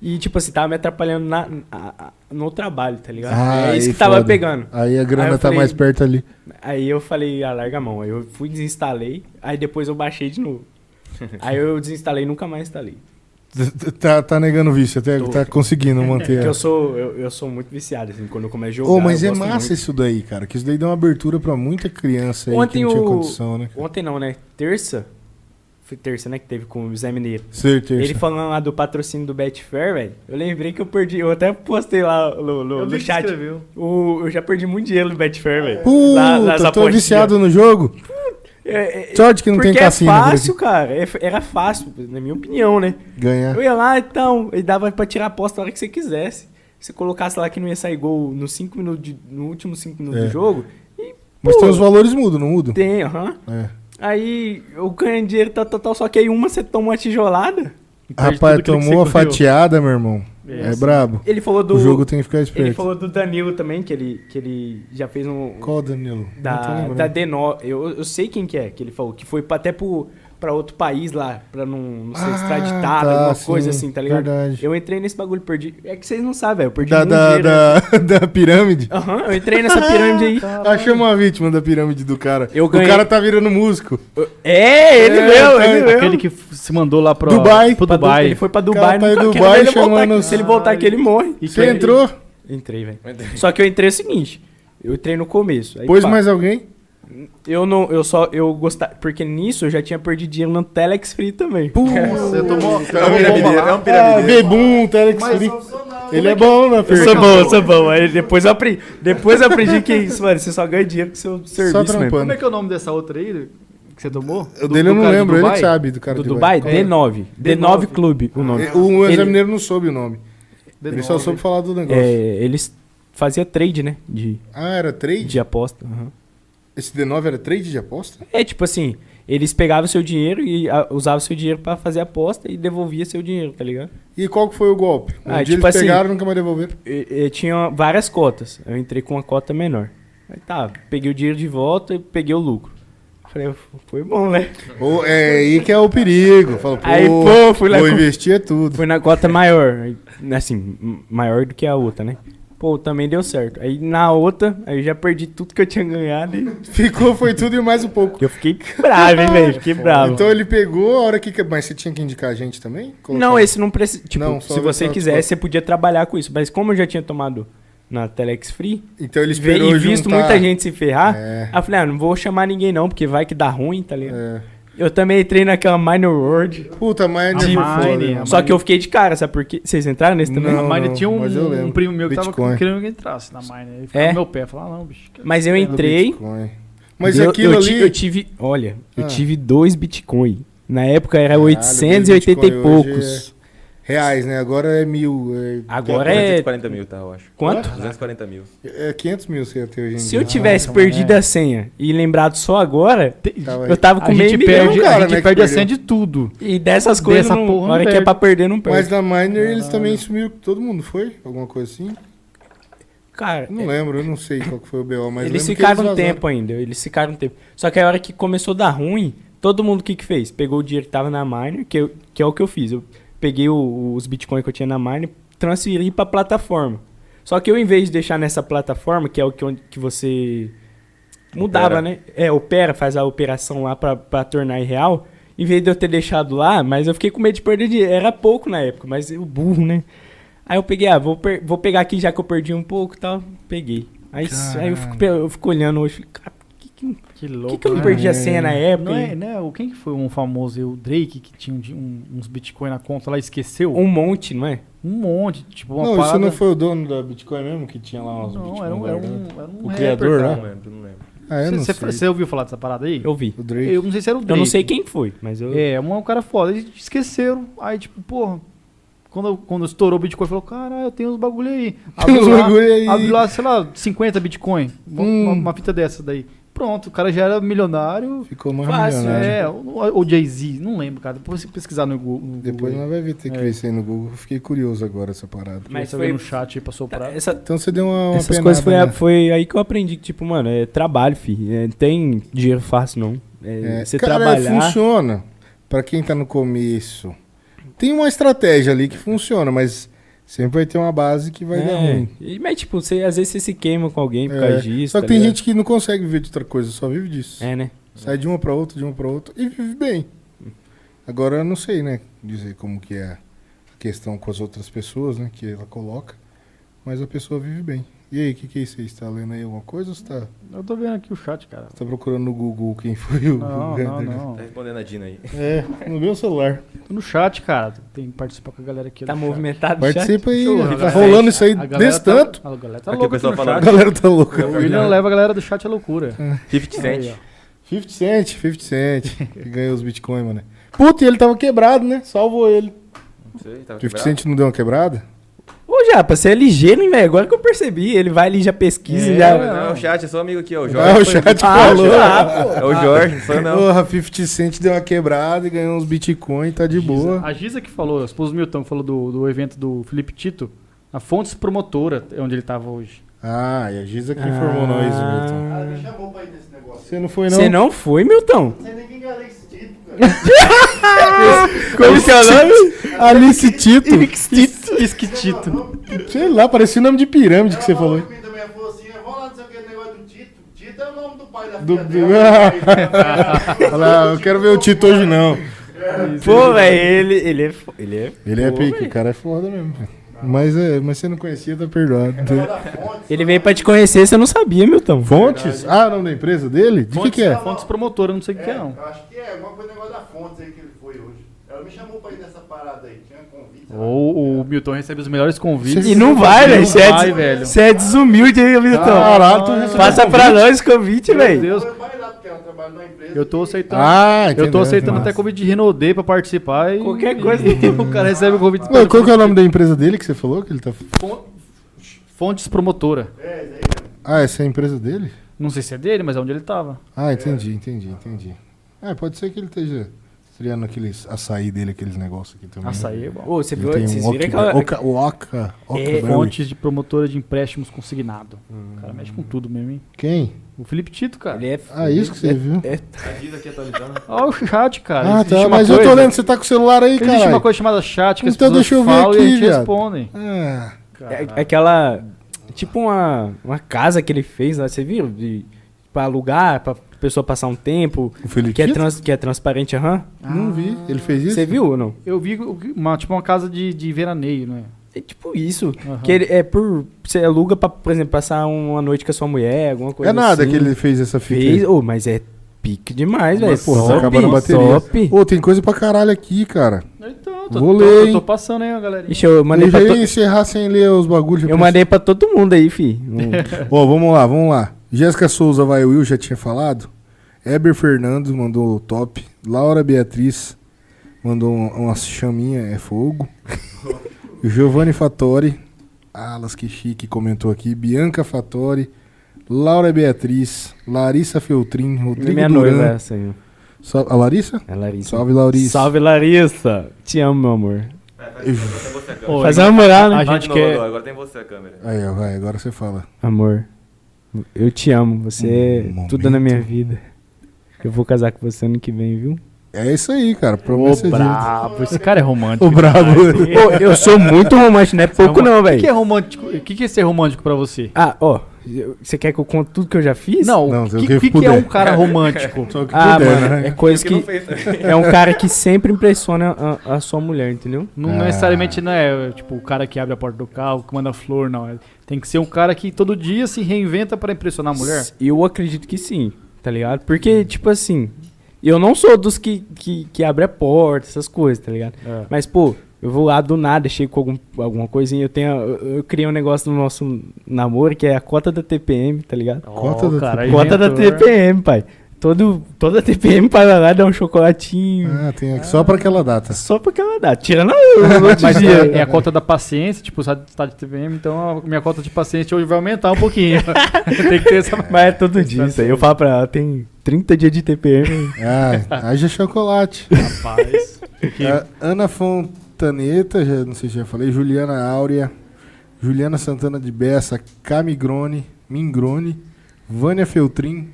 [SPEAKER 3] E, tipo assim, tava me atrapalhando na, a- a- no trabalho, tá ligado?
[SPEAKER 2] Ah,
[SPEAKER 3] é isso
[SPEAKER 2] aí
[SPEAKER 3] que tava
[SPEAKER 2] foda.
[SPEAKER 3] pegando.
[SPEAKER 2] Aí a grana
[SPEAKER 3] Aí eu
[SPEAKER 2] tá
[SPEAKER 3] falei-
[SPEAKER 2] mais perto ali.
[SPEAKER 3] Aí eu falei, ah, larga a mão. Aí eu fui, desinstalei. Aí depois eu baixei de novo. aí eu desinstalei e nunca mais instalei.
[SPEAKER 2] Tá, tá negando o vício, até tá conseguindo manter.
[SPEAKER 3] Porque eu sou, eu, eu sou muito viciado, assim, quando eu começo a jogar.
[SPEAKER 2] Ô, mas
[SPEAKER 3] eu
[SPEAKER 2] é
[SPEAKER 3] gosto
[SPEAKER 2] massa
[SPEAKER 3] muito.
[SPEAKER 2] isso daí, cara. Que isso daí dá uma abertura pra muita criança aí
[SPEAKER 3] Ontem
[SPEAKER 2] que não tinha
[SPEAKER 3] o-
[SPEAKER 2] condição, né?
[SPEAKER 3] Ontem não, né? Terça? Foi terça, né? Que teve com o Zé Mineiro.
[SPEAKER 2] Certeza.
[SPEAKER 3] Ele falando lá do patrocínio do Betfair, velho. Eu lembrei que eu perdi. Eu até postei lá no, no-
[SPEAKER 1] Eu
[SPEAKER 3] no
[SPEAKER 1] vi que
[SPEAKER 3] chat.
[SPEAKER 1] escreveu.
[SPEAKER 3] O- eu já perdi muito dinheiro no Betfair, velho. Lá- lá
[SPEAKER 2] Puta,
[SPEAKER 3] nas
[SPEAKER 2] tô
[SPEAKER 3] apostinhas.
[SPEAKER 2] viciado no jogo.
[SPEAKER 3] É, é,
[SPEAKER 2] Sorte que não tem
[SPEAKER 3] porque
[SPEAKER 2] cassino. né,
[SPEAKER 3] é
[SPEAKER 2] por
[SPEAKER 3] fácil, cara. É f- Era fácil, na minha opinião, né?
[SPEAKER 2] aqui. Ganhar.
[SPEAKER 3] Eu ia lá, então, e dava pra tirar a aposta a hora que você quisesse. Se colocasse lá que não ia sair gol nos cinco minutos de- no último 5 minutos
[SPEAKER 2] É.
[SPEAKER 3] do jogo, e,
[SPEAKER 2] Mas
[SPEAKER 3] pô,
[SPEAKER 2] tem os valores mudam, não mudam?
[SPEAKER 3] tem, aham.
[SPEAKER 2] É.
[SPEAKER 3] Aí eu ganho dinheiro, tal, tal, tal, só que aí uma você toma uma tijolada.
[SPEAKER 1] Perde
[SPEAKER 2] Rapaz,
[SPEAKER 1] tudo aquilo Então, que
[SPEAKER 2] tomou a
[SPEAKER 1] você correu.
[SPEAKER 2] fatiada, meu irmão. É,
[SPEAKER 1] Isso.
[SPEAKER 2] brabo.
[SPEAKER 3] Ele falou do.
[SPEAKER 2] O jogo tem que ficar
[SPEAKER 3] ele
[SPEAKER 2] esperto.
[SPEAKER 3] falou do Danilo também, que ele, que ele já fez um.
[SPEAKER 2] Qual, Danilo? Não tô
[SPEAKER 3] Da,
[SPEAKER 2] lembrando.
[SPEAKER 3] da Denó. Eu, eu sei quem que é que ele falou, que foi pra- até pro. pra outro país lá, pra não, não ser
[SPEAKER 2] Ah,
[SPEAKER 3] extraditado,
[SPEAKER 2] tá,
[SPEAKER 3] alguma
[SPEAKER 2] sim,
[SPEAKER 3] coisa assim, tá ligado?
[SPEAKER 2] verdade.
[SPEAKER 3] Eu entrei nesse bagulho, perdi. É que vocês não sabem, velho. Eu perdi
[SPEAKER 2] Da,
[SPEAKER 3] muito
[SPEAKER 2] da,
[SPEAKER 3] dinheiro. né?
[SPEAKER 2] da, da pirâmide.
[SPEAKER 3] Aham, eu entrei nessa pirâmide aí.
[SPEAKER 2] Achamos a vítima da pirâmide do cara.
[SPEAKER 3] Ah, Eu
[SPEAKER 2] o
[SPEAKER 3] ganhei.
[SPEAKER 2] cara tá virando músico.
[SPEAKER 3] É, ele
[SPEAKER 2] É,
[SPEAKER 3] meu,
[SPEAKER 2] é,
[SPEAKER 3] ele meu.
[SPEAKER 1] tá, Aquele que f- se mandou lá pro
[SPEAKER 2] Dubai.
[SPEAKER 1] Pro
[SPEAKER 3] Pra Du-
[SPEAKER 1] Dubai.
[SPEAKER 3] Ele foi pra
[SPEAKER 2] cara
[SPEAKER 3] Dubai,
[SPEAKER 2] tá em
[SPEAKER 3] nunca- eu quero
[SPEAKER 2] Dubai
[SPEAKER 3] ver ele voltar
[SPEAKER 2] chamando
[SPEAKER 3] aqui.
[SPEAKER 2] os-
[SPEAKER 3] Se ele voltar aqui, ele morre.
[SPEAKER 1] E
[SPEAKER 2] Você
[SPEAKER 1] que-
[SPEAKER 2] entrou?
[SPEAKER 3] Entrei, velho. Só que eu entrei o seguinte, eu entrei no começo. Aí,
[SPEAKER 2] Pôs
[SPEAKER 3] pá,
[SPEAKER 2] mais alguém?
[SPEAKER 3] Eu não, eu só, eu gostava, porque nisso eu já tinha perdido dinheiro no Telex Free também.
[SPEAKER 4] Você tomou.
[SPEAKER 5] É um piramideiro, é um
[SPEAKER 2] Ah,
[SPEAKER 5] piramideiro.
[SPEAKER 2] Bebum, Telex
[SPEAKER 4] Mas
[SPEAKER 2] Free.
[SPEAKER 4] opcional.
[SPEAKER 2] Ele é bom na
[SPEAKER 3] Eu sou
[SPEAKER 2] pergunta.
[SPEAKER 3] bom, eu sou bom. Aí depois eu aprendi, depois eu aprendi que é isso, mano. Você só ganha dinheiro com seu
[SPEAKER 2] Só
[SPEAKER 3] serviço, mano.
[SPEAKER 1] Como
[SPEAKER 2] trampando.
[SPEAKER 1] é que é o nome dessa outra aí que você tomou?
[SPEAKER 3] é?
[SPEAKER 2] O dele eu não
[SPEAKER 1] cara de
[SPEAKER 2] lembro, ele
[SPEAKER 1] Dubai?
[SPEAKER 2] que sabe do cara
[SPEAKER 3] Do
[SPEAKER 2] de É.
[SPEAKER 3] Dubai, D9. D9
[SPEAKER 1] D9.
[SPEAKER 3] Clube, o nome.
[SPEAKER 2] O
[SPEAKER 3] Ele-
[SPEAKER 2] examineiro não soube o nome. Ele só soube falar do negócio.
[SPEAKER 3] É, eles faziam trade, né? De,
[SPEAKER 2] Ah, era trade?
[SPEAKER 3] de aposta. aham.
[SPEAKER 2] Esse D9 era trade de aposta?
[SPEAKER 3] É, tipo assim, eles pegavam seu dinheiro e ah, usavam seu dinheiro pra fazer aposta e devolvia seu dinheiro, tá ligado?
[SPEAKER 2] E qual que foi o golpe? Um
[SPEAKER 3] Ah,
[SPEAKER 2] dia
[SPEAKER 3] tipo
[SPEAKER 2] eles
[SPEAKER 3] assim-
[SPEAKER 2] pegaram e nunca mais devolveram.
[SPEAKER 3] E, e tinha várias cotas. Eu entrei com uma cota menor. Aí tá, peguei o dinheiro de volta e peguei o lucro. Falei, foi bom, né?
[SPEAKER 2] Ou- é aí que é o perigo. Fala, pô,
[SPEAKER 3] Aí, pô, fui lá
[SPEAKER 2] vou
[SPEAKER 3] com-
[SPEAKER 2] investir é tudo.
[SPEAKER 3] Foi na cota maior. Assim, m- maior do que a outra, né? Pô, também deu certo. Aí na outra, aí eu já perdi tudo que eu tinha ganhado e
[SPEAKER 2] Ficou, foi tudo e mais um pouco.
[SPEAKER 3] eu fiquei bravo, hein, velho? Fiquei bravo.
[SPEAKER 2] Então ele pegou a hora que. Mas você tinha que indicar a gente também? Colocar-
[SPEAKER 3] Não, esse não precisa. Tipo,
[SPEAKER 2] Não, só
[SPEAKER 3] se você
[SPEAKER 2] essa
[SPEAKER 3] quiser,
[SPEAKER 2] cota.
[SPEAKER 3] você podia trabalhar com isso. Mas como eu já tinha tomado na Telex Free,
[SPEAKER 2] Então ele
[SPEAKER 3] e ve-
[SPEAKER 2] esperou
[SPEAKER 3] e visto
[SPEAKER 2] juntar-
[SPEAKER 3] muita gente se ferrar,
[SPEAKER 2] É.
[SPEAKER 3] aí eu falei, ah, não vou chamar ninguém não, porque vai que dá ruim, tá ligado?
[SPEAKER 2] É.
[SPEAKER 3] Eu também entrei naquela Minor World.
[SPEAKER 2] Puta, mas
[SPEAKER 1] De
[SPEAKER 2] foda,
[SPEAKER 1] Mine,
[SPEAKER 2] né?
[SPEAKER 1] a
[SPEAKER 3] Só que eu fiquei de cara, sabe por quê? Vocês entraram nesse também?
[SPEAKER 2] Não,
[SPEAKER 1] a Mine
[SPEAKER 2] não,
[SPEAKER 1] tinha
[SPEAKER 2] mas eu
[SPEAKER 1] um,
[SPEAKER 2] lembro.
[SPEAKER 1] um primo meu que
[SPEAKER 2] Bitcoin.
[SPEAKER 1] tava querendo que eu entrasse na Mine. né? Ele ficava
[SPEAKER 3] É?
[SPEAKER 1] no meu pé. Falava, não, bicho. que-
[SPEAKER 3] Mas eu
[SPEAKER 2] Era do
[SPEAKER 3] entrei.
[SPEAKER 2] Bitcoin. Mas
[SPEAKER 3] eu,
[SPEAKER 2] aquilo
[SPEAKER 3] eu ti-
[SPEAKER 2] ali.
[SPEAKER 3] eu tive, olha, eu
[SPEAKER 2] Ah.
[SPEAKER 3] tive dois Bitcoin. Na época era
[SPEAKER 2] Caralho,
[SPEAKER 3] 880
[SPEAKER 2] dois
[SPEAKER 3] e
[SPEAKER 2] Bitcoin é
[SPEAKER 3] poucos.
[SPEAKER 2] Reais, né? Agora é mil. É,
[SPEAKER 3] Agora é.
[SPEAKER 5] 240 mil, tá, eu acho.
[SPEAKER 3] Quanto?
[SPEAKER 5] 240 mil.
[SPEAKER 2] é 500 mil você ia ter hoje em
[SPEAKER 3] Se
[SPEAKER 2] dia.
[SPEAKER 3] eu tivesse
[SPEAKER 1] mano,
[SPEAKER 3] perdido
[SPEAKER 1] é.
[SPEAKER 3] a senha e lembrado só agora,
[SPEAKER 2] Tava aí.
[SPEAKER 3] eu tava com
[SPEAKER 1] A
[SPEAKER 3] meio
[SPEAKER 1] gente
[SPEAKER 3] milhão.
[SPEAKER 1] perde,
[SPEAKER 2] cara,
[SPEAKER 1] a, gente
[SPEAKER 2] né, que
[SPEAKER 1] perde a
[SPEAKER 2] perdeu.
[SPEAKER 1] senha de tudo.
[SPEAKER 3] E dessas coisas,
[SPEAKER 1] Dessa
[SPEAKER 3] não,
[SPEAKER 1] porra
[SPEAKER 3] na hora
[SPEAKER 1] não
[SPEAKER 3] que é
[SPEAKER 1] perde.
[SPEAKER 3] pra Ah. perder, não perde.
[SPEAKER 2] Ah, Mas na Miner eles também sumiram com todo mundo, foi? Alguma coisa assim?
[SPEAKER 3] Cara, é
[SPEAKER 2] Não lembro, eu não sei qual que foi o BO, mas
[SPEAKER 3] eles
[SPEAKER 2] lembro que
[SPEAKER 3] ficaram um
[SPEAKER 2] vazaram.
[SPEAKER 3] tempo ainda, eles ficaram um tempo. Só que a hora que começou a dar ruim, todo mundo o que que fez? Pegou o dinheiro que tava na miner, que, eu- que é o que eu fiz. Eu peguei o- os bitcoins que eu tinha na miner, transferi pra plataforma. Só que eu, em vez de deixar nessa plataforma, que é o que, onde, que você mudava,
[SPEAKER 5] Opera.
[SPEAKER 3] né? É, opera, faz a operação lá pra, pra tornar em real. Em vez de eu ter deixado lá, mas eu fiquei com medo de perder dinheiro. Era pouco na época, mas o burro, né? Aí eu peguei, ah, vou, per- vou pegar aqui já que eu perdi um pouco e tal. Peguei. Aí, s- aí eu, fico, pe- eu fico olhando hoje, falei, cara, por que, que, por
[SPEAKER 1] Que
[SPEAKER 3] que,
[SPEAKER 1] louco.
[SPEAKER 3] que eu não
[SPEAKER 1] né?
[SPEAKER 3] perdi a senha na época?
[SPEAKER 1] Não é,
[SPEAKER 3] hein?
[SPEAKER 1] né? O quem que foi um famoso, aí, o Drake, que tinha um di- um- uns Bitcoin na conta lá, esqueceu? Um,
[SPEAKER 3] Um monte, não é?
[SPEAKER 1] monte, tipo uma
[SPEAKER 2] Não,
[SPEAKER 1] parada...
[SPEAKER 2] isso não foi o dono da Bitcoin mesmo que tinha lá uns
[SPEAKER 1] Não,
[SPEAKER 2] Bitcoin
[SPEAKER 1] era um, era um,
[SPEAKER 2] guardado?
[SPEAKER 1] era um
[SPEAKER 2] O
[SPEAKER 1] rapper,
[SPEAKER 2] criador,
[SPEAKER 1] cara.
[SPEAKER 2] né?
[SPEAKER 5] Não lembro, não lembro.
[SPEAKER 2] Ah, eu não
[SPEAKER 1] Você-
[SPEAKER 2] sei.
[SPEAKER 1] Você você ouviu falar dessa parada aí?
[SPEAKER 3] Eu vi.
[SPEAKER 2] O Drake.
[SPEAKER 1] Eu não sei se era o Drake.
[SPEAKER 3] Eu não sei quem foi, mas eu.
[SPEAKER 1] É, um é um cara foda. Eles esqueceram. Aí, tipo, porra. Quando, eu- quando estourou o Bitcoin, falou: caralho, eu tenho uns bagulho aí.
[SPEAKER 2] Tem uns
[SPEAKER 1] Abriu lá-
[SPEAKER 2] bagulho aí.
[SPEAKER 1] Abriu lá, sei lá, 50 Bitcoin. Uma,
[SPEAKER 2] Hum.
[SPEAKER 1] uma- uma fita dessa daí. Pronto, o cara já era milionário.
[SPEAKER 2] Ficou mais
[SPEAKER 3] Fácil,
[SPEAKER 2] milionário.
[SPEAKER 1] É, ou, ou Jay-Z, não lembro, cara. Depois você pesquisar no Google. no
[SPEAKER 2] Depois
[SPEAKER 1] Google.
[SPEAKER 2] nós vai ver, ter que
[SPEAKER 1] É.
[SPEAKER 2] ver isso aí no Google. Eu Fiquei curioso agora essa parada.
[SPEAKER 3] Mas
[SPEAKER 1] Você
[SPEAKER 3] foi-
[SPEAKER 1] vê no chat aí, passou
[SPEAKER 3] Tá,
[SPEAKER 1] pra.
[SPEAKER 3] essa-
[SPEAKER 2] Então você deu uma, uma
[SPEAKER 3] essas coisas foi, a-
[SPEAKER 2] penada, né?
[SPEAKER 3] foi aí que eu aprendi que, tipo, mano, é trabalho, filho. É, não tem dinheiro fácil, não. É,
[SPEAKER 2] É,
[SPEAKER 3] você
[SPEAKER 2] cara,
[SPEAKER 3] trabalhar.
[SPEAKER 2] funciona. Pra quem tá no começo. Tem uma estratégia ali que funciona, mas sempre vai ter uma base que vai dar
[SPEAKER 3] é,
[SPEAKER 2] ruim.
[SPEAKER 3] e- mas, tipo, você, às vezes você se queima com alguém por causa
[SPEAKER 2] É,
[SPEAKER 3] disso.
[SPEAKER 2] Só que
[SPEAKER 3] tá
[SPEAKER 2] tem
[SPEAKER 3] ligado?
[SPEAKER 2] gente que não consegue viver de outra coisa, só vive disso.
[SPEAKER 3] É, né?
[SPEAKER 2] Sai de uma pra outra, de uma pra outra e vive bem. Agora eu não sei, né, dizer como que é a questão com as outras pessoas, né, que ela coloca, mas a pessoa vive bem. E aí, o que, que é isso aí? Você tá lendo aí alguma coisa ou você tá, você
[SPEAKER 1] Eu tô vendo aqui o chat, cara.
[SPEAKER 2] tá procurando no Google quem foi o
[SPEAKER 1] Não,
[SPEAKER 2] o
[SPEAKER 1] não,
[SPEAKER 2] Gander?
[SPEAKER 1] não.
[SPEAKER 5] Tá respondendo a Dina aí.
[SPEAKER 2] É, no meu celular.
[SPEAKER 1] Tô no chat, cara. Tem que participar com a galera aqui.
[SPEAKER 3] Tá
[SPEAKER 2] é
[SPEAKER 1] do chat.
[SPEAKER 3] movimentado já.
[SPEAKER 2] Participa aí,
[SPEAKER 1] Deixa eu
[SPEAKER 2] tá
[SPEAKER 1] ver.
[SPEAKER 2] rolando isso aí
[SPEAKER 1] A galera
[SPEAKER 2] desse
[SPEAKER 1] tá-
[SPEAKER 2] tanto.
[SPEAKER 1] A galera tá
[SPEAKER 5] Aqui o
[SPEAKER 1] louca. aqui
[SPEAKER 5] pessoal
[SPEAKER 1] no
[SPEAKER 5] falando.
[SPEAKER 2] A
[SPEAKER 1] chat.
[SPEAKER 2] galera tá louca.
[SPEAKER 1] É, O William leva a galera do chat à loucura.
[SPEAKER 5] 50
[SPEAKER 1] Aí,
[SPEAKER 5] Cent.
[SPEAKER 1] ó.
[SPEAKER 2] 50 Cent, 50 Cent, que ganhou os Bitcoin, mano. Puta, e ele tava quebrado, né? Salvou ele.
[SPEAKER 5] Não sei,
[SPEAKER 2] 50
[SPEAKER 5] tava quebrado.
[SPEAKER 2] Cent não deu uma quebrada?
[SPEAKER 3] Ô, Japa, você é ligeiro, hein, velho? Agora que eu percebi. Ele vai ali, já pesquisa,
[SPEAKER 1] É,
[SPEAKER 5] Não,
[SPEAKER 3] já.
[SPEAKER 5] não, é o chat, é só amigo aqui, ó. O
[SPEAKER 2] Ah,
[SPEAKER 5] Jorge.
[SPEAKER 2] o
[SPEAKER 5] foi-
[SPEAKER 2] chat
[SPEAKER 3] Ah,
[SPEAKER 2] falou.
[SPEAKER 3] já, pô.
[SPEAKER 5] É o Jorge, não sou eu, não.
[SPEAKER 2] Porra, 50 Cent deu uma quebrada e ganhou uns Bitcoin, tá de boa.
[SPEAKER 1] A Giza que falou, a esposa do Milton que falou do, do evento do Felipe Tito, a Fontes Promotora, é onde ele tava hoje.
[SPEAKER 2] Ah, e a Giza que informou nós, Milton.
[SPEAKER 4] Ah, me chamou pra ir nesse negócio.
[SPEAKER 2] Você não foi, não?
[SPEAKER 3] Você não foi, Milton?
[SPEAKER 4] Não sei nem quem que é Alex Tito,
[SPEAKER 2] Como que é o nome? Alice Tito.
[SPEAKER 1] Esquitito.
[SPEAKER 2] Sei lá, parecia o nome de pirâmide que você falou.
[SPEAKER 4] Minha mãe também falou assim, eu vou lá, não sei o que, negócio do Tito. Tito é o nome do pai da
[SPEAKER 2] Do-
[SPEAKER 4] filha
[SPEAKER 2] do-
[SPEAKER 4] dela.
[SPEAKER 2] Fala, "Ah, eu quero ver o Tito hoje não.
[SPEAKER 3] Pô, velho, ele, ele é. fo- Ele é,
[SPEAKER 2] Ele é
[SPEAKER 3] pô,
[SPEAKER 2] pique,
[SPEAKER 3] véi.
[SPEAKER 2] o cara é foda mesmo. velho. Mas, é, mas você não conhecia, tá perdoado.
[SPEAKER 3] Ele veio pra te conhecer, você não sabia, Milton.
[SPEAKER 2] Fontes? Ah, o nome da empresa dele? De que que é?
[SPEAKER 1] Fontes promotora, não sei o que
[SPEAKER 4] É,
[SPEAKER 1] é, não.
[SPEAKER 4] eu acho que é, alguma coisa negócio da fontes aí que ele foi hoje. Ela me chamou pra ir nessa parada aí, tinha convite. sei lá.
[SPEAKER 1] Ou o Milton recebe os melhores convites.
[SPEAKER 3] E não vai, velho. Você
[SPEAKER 1] vai,
[SPEAKER 3] é,
[SPEAKER 1] velho.
[SPEAKER 3] des... você é desumilde aí, Milton.
[SPEAKER 2] Caralho, tu recebeu
[SPEAKER 3] Passa pra nós o convite,
[SPEAKER 1] Meu
[SPEAKER 3] velho.
[SPEAKER 1] Deus,
[SPEAKER 4] Eu falei, vai lá, porque ela trabalha na empresa.
[SPEAKER 1] eu tô
[SPEAKER 4] que-
[SPEAKER 1] aceitando.
[SPEAKER 2] Ah,
[SPEAKER 1] Então, eu tô
[SPEAKER 2] entendeu,
[SPEAKER 1] aceitando
[SPEAKER 2] massa.
[SPEAKER 1] até convite de Renaudet pra participar e.
[SPEAKER 3] Qualquer coisa.
[SPEAKER 1] e o cara recebe o convite
[SPEAKER 2] Ué, qual que é o nome da empresa dele que você falou? Que ele tá...
[SPEAKER 1] Fon- Fontes promotora.
[SPEAKER 4] É, isso aí mesmo.
[SPEAKER 2] Ah, essa é a empresa dele?
[SPEAKER 1] Não sei se é dele, mas é onde ele tava.
[SPEAKER 2] Ah, entendi, entendi, entendi. É, pode ser que ele esteja criando aqueles açaí dele, aqueles negócios aqui também.
[SPEAKER 1] Açaí é bom.
[SPEAKER 3] Ô, você
[SPEAKER 2] Ele
[SPEAKER 3] viu?
[SPEAKER 2] tem
[SPEAKER 3] Vocês
[SPEAKER 2] um
[SPEAKER 3] viram
[SPEAKER 2] oca,
[SPEAKER 3] aquela.
[SPEAKER 2] oca, oca,
[SPEAKER 3] É,
[SPEAKER 2] Ocaberry.
[SPEAKER 1] Fontes de promotora de empréstimos consignado.
[SPEAKER 2] Hum.
[SPEAKER 1] O cara mexe com tudo mesmo, hein?
[SPEAKER 2] Quem?
[SPEAKER 1] O Felipe Tito, cara.
[SPEAKER 3] Ele é.
[SPEAKER 2] Ah, isso que você
[SPEAKER 3] é-
[SPEAKER 2] viu?
[SPEAKER 3] é-
[SPEAKER 5] A Diz aqui atualizando. É,
[SPEAKER 1] Olha o chat, cara.
[SPEAKER 2] é- ah,
[SPEAKER 1] Existe
[SPEAKER 2] tá,
[SPEAKER 1] uma
[SPEAKER 2] mas eu tô
[SPEAKER 1] coisa-
[SPEAKER 2] olhando, você tá com o celular aí,
[SPEAKER 1] Existe uma
[SPEAKER 2] cara.
[SPEAKER 1] coisa chamada chat que
[SPEAKER 2] Então
[SPEAKER 1] as pessoas
[SPEAKER 2] deixa eu ver
[SPEAKER 1] falam e
[SPEAKER 2] aqui,
[SPEAKER 1] a gente
[SPEAKER 2] viado.
[SPEAKER 1] respondem.
[SPEAKER 2] Ah,
[SPEAKER 3] É é aquela. Tipo uma, uma casa que ele fez lá, você viu? De, pra alugar, pra pessoa passar um tempo.
[SPEAKER 2] o Felipe
[SPEAKER 3] Que é,
[SPEAKER 2] Tito?
[SPEAKER 3] trans, que é transparente, aham.
[SPEAKER 2] Não vi, ele fez isso?
[SPEAKER 3] Você viu ou não?
[SPEAKER 1] Eu vi o que- uma, tipo uma casa de, de veraneio, né?
[SPEAKER 3] É tipo isso.
[SPEAKER 1] Aham.
[SPEAKER 3] Que ele- é por. Você aluga pra, por exemplo, passar uma noite com a sua mulher, alguma coisa
[SPEAKER 2] É nada
[SPEAKER 3] assim.
[SPEAKER 2] que ele fez essa fita
[SPEAKER 3] fez.
[SPEAKER 2] aí.
[SPEAKER 3] Ô, mas é pique demais, velho.
[SPEAKER 2] Mas, porra, tá acabando a bateria.
[SPEAKER 3] top.
[SPEAKER 2] Ô, tem coisa pra caralho aqui, cara.
[SPEAKER 1] Então,
[SPEAKER 2] tô-
[SPEAKER 1] tô,
[SPEAKER 2] Vou tô- ler, tô hein?
[SPEAKER 1] passando aí, galerinha.
[SPEAKER 3] Ixi, eu mandei,
[SPEAKER 2] eu
[SPEAKER 3] pra
[SPEAKER 2] já
[SPEAKER 3] to-
[SPEAKER 2] ia encerrar sem ler os bagulhos. já
[SPEAKER 3] eu mandei pra todo mundo aí, fi. Um-
[SPEAKER 2] Ó, vamos lá, vamos lá. Jéssica Souza vai, Will já tinha falado. Eber Fernando mandou o top. Laura Beatriz mandou um- uma chaminha, é fogo. Giovanni Fattori, alas que chique, comentou aqui. Bianca Fattori, Laura Beatriz, Larissa Feltrin, Rodrigo
[SPEAKER 3] minha
[SPEAKER 2] Duran.
[SPEAKER 3] noiva, essa aí.
[SPEAKER 2] Sa- a Larissa?
[SPEAKER 3] É Larissa.
[SPEAKER 2] Salve, Larissa.
[SPEAKER 3] Salve, Larissa. Te amo, meu amor.
[SPEAKER 1] Oi.
[SPEAKER 3] Fazer uma moral, né?
[SPEAKER 1] A gente quer-
[SPEAKER 5] Agora, agora tem você a câmera.
[SPEAKER 2] Aí, ó, vai, agora você fala.
[SPEAKER 3] Amor, eu te amo. Você
[SPEAKER 2] Um
[SPEAKER 3] é tudo na minha vida. Eu vou casar com você ano que vem, viu?
[SPEAKER 2] É isso aí, cara.
[SPEAKER 1] Ô,
[SPEAKER 2] Promessa de...
[SPEAKER 1] brabo. Esse cara é romântico.
[SPEAKER 2] O brabo.
[SPEAKER 3] Ô, eu sou muito romântico, não é pouco
[SPEAKER 1] Esse é
[SPEAKER 3] não,
[SPEAKER 1] O que é
[SPEAKER 3] velho.
[SPEAKER 1] romântico? O que que é ser romântico pra você?
[SPEAKER 3] Ah, ó. eu- Você quer que eu conte tudo que eu já fiz?
[SPEAKER 1] Não,
[SPEAKER 2] Não,
[SPEAKER 1] o
[SPEAKER 2] se eu
[SPEAKER 1] que,
[SPEAKER 2] que
[SPEAKER 1] que que é
[SPEAKER 2] puder.
[SPEAKER 1] um cara romântico?
[SPEAKER 2] Só que
[SPEAKER 3] Ah,
[SPEAKER 2] puder,
[SPEAKER 3] mano,
[SPEAKER 2] né?
[SPEAKER 3] é coisa
[SPEAKER 5] Porque
[SPEAKER 3] que...
[SPEAKER 5] não fez também.
[SPEAKER 3] É um cara que sempre impressiona a, a sua mulher, entendeu?
[SPEAKER 1] Não
[SPEAKER 2] Ah.
[SPEAKER 1] necessariamente não é tipo o cara que abre a porta do carro, que manda flor, não. É- Tem que ser um cara que todo dia se reinventa pra impressionar a mulher.
[SPEAKER 3] Eu acredito que sim, tá ligado? Porque, tipo assim, eu não sou dos que, que, que abre a porta, essas coisas, tá ligado?
[SPEAKER 1] É.
[SPEAKER 3] Mas, pô, eu vou lá do nada, chego com algum, alguma coisinha, eu tenho. Eu, eu criei um negócio no nosso namoro que é a cota da TPM, tá ligado?
[SPEAKER 2] Cota da
[SPEAKER 1] cara,
[SPEAKER 3] Cota da
[SPEAKER 1] inventor.
[SPEAKER 3] TPM, pai. Todo, toda TPM para lá dá um chocolatinho.
[SPEAKER 2] Ah, tem aqui. Só pra aquela data.
[SPEAKER 3] Só porque ela dá. Tira na no outro
[SPEAKER 1] Mas
[SPEAKER 3] dia.
[SPEAKER 1] é, é a cota da paciência, tipo, sabe, tá de TVM, então a minha cota de paciência hoje vai aumentar um pouquinho. Tem que ter essa.
[SPEAKER 3] Mas é todo dia isso aí. Eu falo pra ela, tem 30 dias de TPM.
[SPEAKER 2] Ah, haja chocolate.
[SPEAKER 1] Rapaz.
[SPEAKER 2] A É, Ana Fontaneta, já, não sei se já falei, Juliana Áurea, Juliana Santana de Bessa, Camigrone, Mingrone, Vânia Feltrin,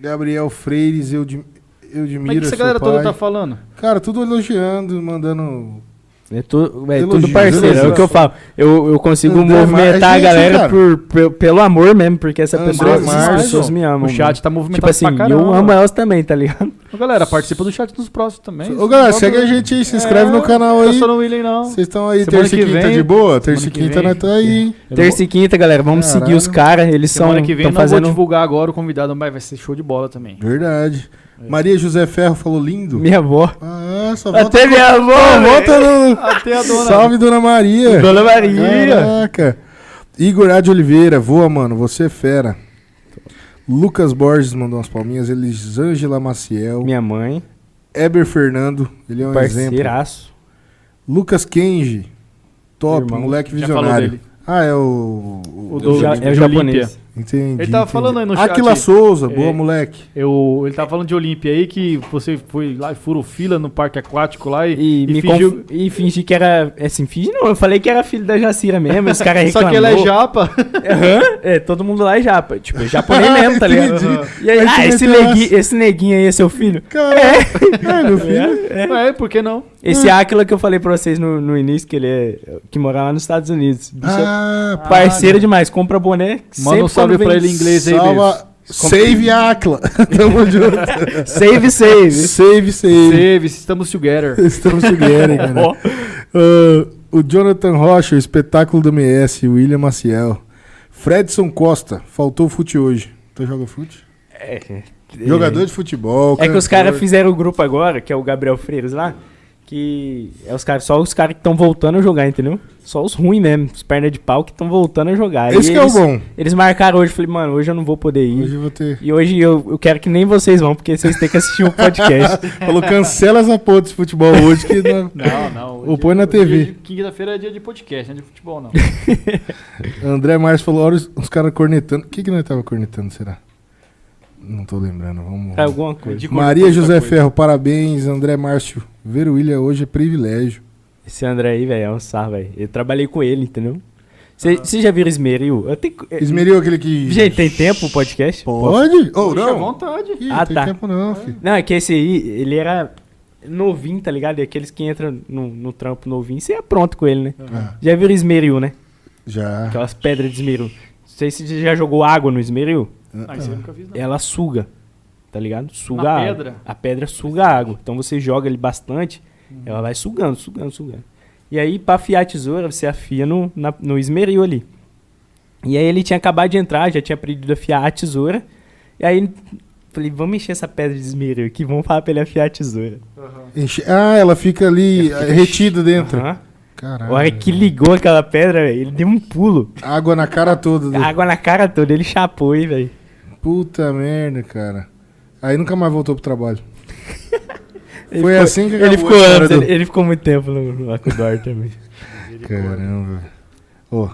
[SPEAKER 2] Gabriel Freires, Eudim,
[SPEAKER 1] Mas o
[SPEAKER 2] Eudmira,
[SPEAKER 1] que essa
[SPEAKER 2] seu
[SPEAKER 1] galera toda
[SPEAKER 2] pai.
[SPEAKER 1] tá falando?
[SPEAKER 2] Cara, tudo elogiando, mandando...
[SPEAKER 3] É, tu, é tudo
[SPEAKER 2] Elogio,
[SPEAKER 3] parceiro, é o
[SPEAKER 2] elogio.
[SPEAKER 3] que eu falo. Eu, eu consigo
[SPEAKER 2] André Mar-
[SPEAKER 3] movimentar
[SPEAKER 2] é
[SPEAKER 3] a
[SPEAKER 2] gente,
[SPEAKER 3] galera
[SPEAKER 2] cara.
[SPEAKER 3] por, pe- pelo amor mesmo, porque
[SPEAKER 1] Ah,
[SPEAKER 3] essa
[SPEAKER 2] André
[SPEAKER 3] pessoa,
[SPEAKER 2] Março.
[SPEAKER 3] as pessoas me amam.
[SPEAKER 1] o chat
[SPEAKER 3] mano.
[SPEAKER 1] tá movimentado
[SPEAKER 3] tipo assim,
[SPEAKER 1] pra caramba.
[SPEAKER 3] eu amo elas também, tá ligado?
[SPEAKER 1] Ô, galera, participa do chat nos próximos também.
[SPEAKER 2] Ô, galera, segue a gente aí, se inscreve no canal
[SPEAKER 1] Não
[SPEAKER 2] aí.
[SPEAKER 1] só no William, não.
[SPEAKER 2] Vocês estão aí,
[SPEAKER 1] É, tá Semana
[SPEAKER 2] terça e
[SPEAKER 1] que
[SPEAKER 2] quinta
[SPEAKER 1] vem-
[SPEAKER 2] de boa? Terça e
[SPEAKER 1] Semana que
[SPEAKER 2] quinta
[SPEAKER 1] vem-
[SPEAKER 2] nós tá aí, hein?
[SPEAKER 3] Terça e quinta, galera, vamos
[SPEAKER 2] Caralho.
[SPEAKER 3] seguir os caras, eles são,
[SPEAKER 1] Semana que vem
[SPEAKER 3] estão
[SPEAKER 1] não fazendo... vou
[SPEAKER 3] fazendo...
[SPEAKER 1] divulgar agora o convidado, mas vai ser show de bola também.
[SPEAKER 2] Verdade.
[SPEAKER 1] É.
[SPEAKER 2] Maria José Ferro falou lindo.
[SPEAKER 3] Minha
[SPEAKER 1] Então,
[SPEAKER 3] avó.
[SPEAKER 2] Ah, só
[SPEAKER 1] tá
[SPEAKER 2] volta...
[SPEAKER 3] Até minha avó,
[SPEAKER 2] Só
[SPEAKER 3] velho.
[SPEAKER 2] volta no...
[SPEAKER 1] Até a dona.
[SPEAKER 2] Salve, Dona Maria.
[SPEAKER 3] Dona Maria.
[SPEAKER 2] Caraca. Igor A. de Oliveira, voa, mano, você é fera. Lucas Borges mandou umas palminhas. Elisângela Maciel.
[SPEAKER 3] Minha mãe,
[SPEAKER 2] Eber Fernando, ele é um exemplo.
[SPEAKER 3] parceiraço.
[SPEAKER 2] Lucas Kenji, top,
[SPEAKER 3] Irmão.
[SPEAKER 2] moleque
[SPEAKER 1] Já falou
[SPEAKER 2] visionário.
[SPEAKER 1] dele.
[SPEAKER 2] Ah, é o. o-
[SPEAKER 1] O do-
[SPEAKER 3] Ja-
[SPEAKER 1] de
[SPEAKER 3] é o
[SPEAKER 1] Olímpia.
[SPEAKER 3] japonês.
[SPEAKER 2] Entendi.
[SPEAKER 1] Ele tava
[SPEAKER 2] entendi.
[SPEAKER 1] falando aí no chat.
[SPEAKER 2] Aquila Souza, boa
[SPEAKER 1] É.
[SPEAKER 2] moleque.
[SPEAKER 1] Eu, ele tava falando de Olímpia aí, que você foi lá e furou fila no parque aquático lá e,
[SPEAKER 3] E, me
[SPEAKER 1] fingiu-
[SPEAKER 3] conf- e fingi que era. Assim, fingi não, eu falei que era filho da Jacira mesmo, os caras
[SPEAKER 1] Só
[SPEAKER 3] reclamou.
[SPEAKER 1] que ele é japa.
[SPEAKER 3] Aham, é, todo mundo lá é japa. Tipo, é japonês mesmo, tá ligado?
[SPEAKER 2] Entendi.
[SPEAKER 3] E aí,
[SPEAKER 2] Aí você
[SPEAKER 3] ah, esse,
[SPEAKER 2] meteu
[SPEAKER 3] negui-
[SPEAKER 2] essa.
[SPEAKER 3] esse neguinho aí é seu filho? Tá
[SPEAKER 2] Caralho, é, meu filho.
[SPEAKER 3] É, é.
[SPEAKER 1] É, por que não?
[SPEAKER 3] Esse Áquila que eu falei pra vocês no, no início, que ele é. que mora lá nos Estados Unidos. Bicho, é
[SPEAKER 2] Ah,
[SPEAKER 3] parceiro demais, compra boné.
[SPEAKER 1] Manda um salve pra ele em inglês aí, Davis.
[SPEAKER 2] salva. Save a Aquila. Tamo junto.
[SPEAKER 3] Save, save.
[SPEAKER 2] Save, save.
[SPEAKER 1] Davis, estamos together.
[SPEAKER 2] Estamos together, cara.
[SPEAKER 3] Ó,
[SPEAKER 2] Ah, o Jonathan Rocha, o espetáculo do MS, William Maciel. Fredson Costa, faltou fute hoje. Tu joga fute?
[SPEAKER 3] é,
[SPEAKER 2] Jogador de futebol.
[SPEAKER 3] É que os
[SPEAKER 2] cantor.
[SPEAKER 3] caras fizeram o grupo agora, que é o Gabriel Freiras lá, que é os caras, só os caras que estão voltando a jogar, entendeu? Só os ruins mesmo, os perna de pau que estão voltando a jogar.
[SPEAKER 2] Esse
[SPEAKER 3] E
[SPEAKER 2] que é o
[SPEAKER 3] eles-
[SPEAKER 2] bom.
[SPEAKER 3] Eles marcaram hoje, falei, mano, hoje eu não vou poder ir.
[SPEAKER 2] Hoje eu vou ter.
[SPEAKER 3] E hoje eu, eu quero que nem vocês vão, porque vocês têm que assistir o podcast.
[SPEAKER 2] Falou, cancela essa porra desse futebol hoje que não-
[SPEAKER 1] Não, não.
[SPEAKER 2] Ou põe na
[SPEAKER 1] Hoje é
[SPEAKER 2] TV.
[SPEAKER 1] dia de- Quinta-feira é dia de podcast, não é de futebol, não.
[SPEAKER 2] André Marques falou, olha os, os caras cornetando. O que que nós tava cornetando, será? Não tô lembrando, vamos...
[SPEAKER 3] É alguma coisa.
[SPEAKER 2] Maria José Ferro, parabéns, André Márcio. Ver o William hoje é privilégio.
[SPEAKER 3] Esse André aí, velho, é um sarro, velho. Eu trabalhei com ele, entendeu? Vocês já viram Esmeril? Eu tenho... é-
[SPEAKER 2] Esmeriu aquele que...
[SPEAKER 3] Gente, tem tempo o podcast?
[SPEAKER 2] Pode? Ou
[SPEAKER 1] Fica à
[SPEAKER 2] não?
[SPEAKER 1] vontade.
[SPEAKER 2] Ih,
[SPEAKER 3] Ah,
[SPEAKER 2] tem
[SPEAKER 3] tá.
[SPEAKER 2] tempo não, filho.
[SPEAKER 3] Não, é que esse aí, ele era novinho, tá ligado? E aqueles que entram no, no trampo novinho, você é pronto com ele, né?
[SPEAKER 2] Ah,
[SPEAKER 3] Já viram esmeril, né?
[SPEAKER 2] já.
[SPEAKER 3] Aquelas pedras de esmeril. Não sei se você já jogou água no esmeril.
[SPEAKER 1] Ah, isso eu nunca fiz, não.
[SPEAKER 3] Ela suga, tá ligado? Suga
[SPEAKER 1] Na
[SPEAKER 3] a
[SPEAKER 1] pedra?
[SPEAKER 3] água. A pedra suga a água. Então você joga ele bastante, ela vai sugando, sugando, sugando. E aí, pra afiar a tesoura, você afia no, na- no esmeril ali. E aí ele tinha acabado de entrar, já tinha aprendido a afiar a tesoura. E aí, falei, vamos encher essa pedra de esmeril aqui, vamos falar pra ele afiar a tesoura.
[SPEAKER 2] Enche- Ah, ela fica ali eh, retida dentro.
[SPEAKER 3] Aham. A
[SPEAKER 2] Caralho.
[SPEAKER 3] hora que ligou aquela pedra, velho, ele deu um pulo.
[SPEAKER 2] Água na cara toda. do-
[SPEAKER 3] Água na cara toda, ele chapou, hein, velho.
[SPEAKER 2] Puta merda, cara. Aí nunca mais voltou pro trabalho.
[SPEAKER 3] Ele
[SPEAKER 2] Foi
[SPEAKER 3] ficou-
[SPEAKER 2] assim que
[SPEAKER 3] Ele
[SPEAKER 2] acabou a
[SPEAKER 3] ficou
[SPEAKER 2] história
[SPEAKER 3] anos,
[SPEAKER 2] do-
[SPEAKER 3] ele, ele ficou muito tempo no, no Aquador também.
[SPEAKER 2] Caramba. Ó,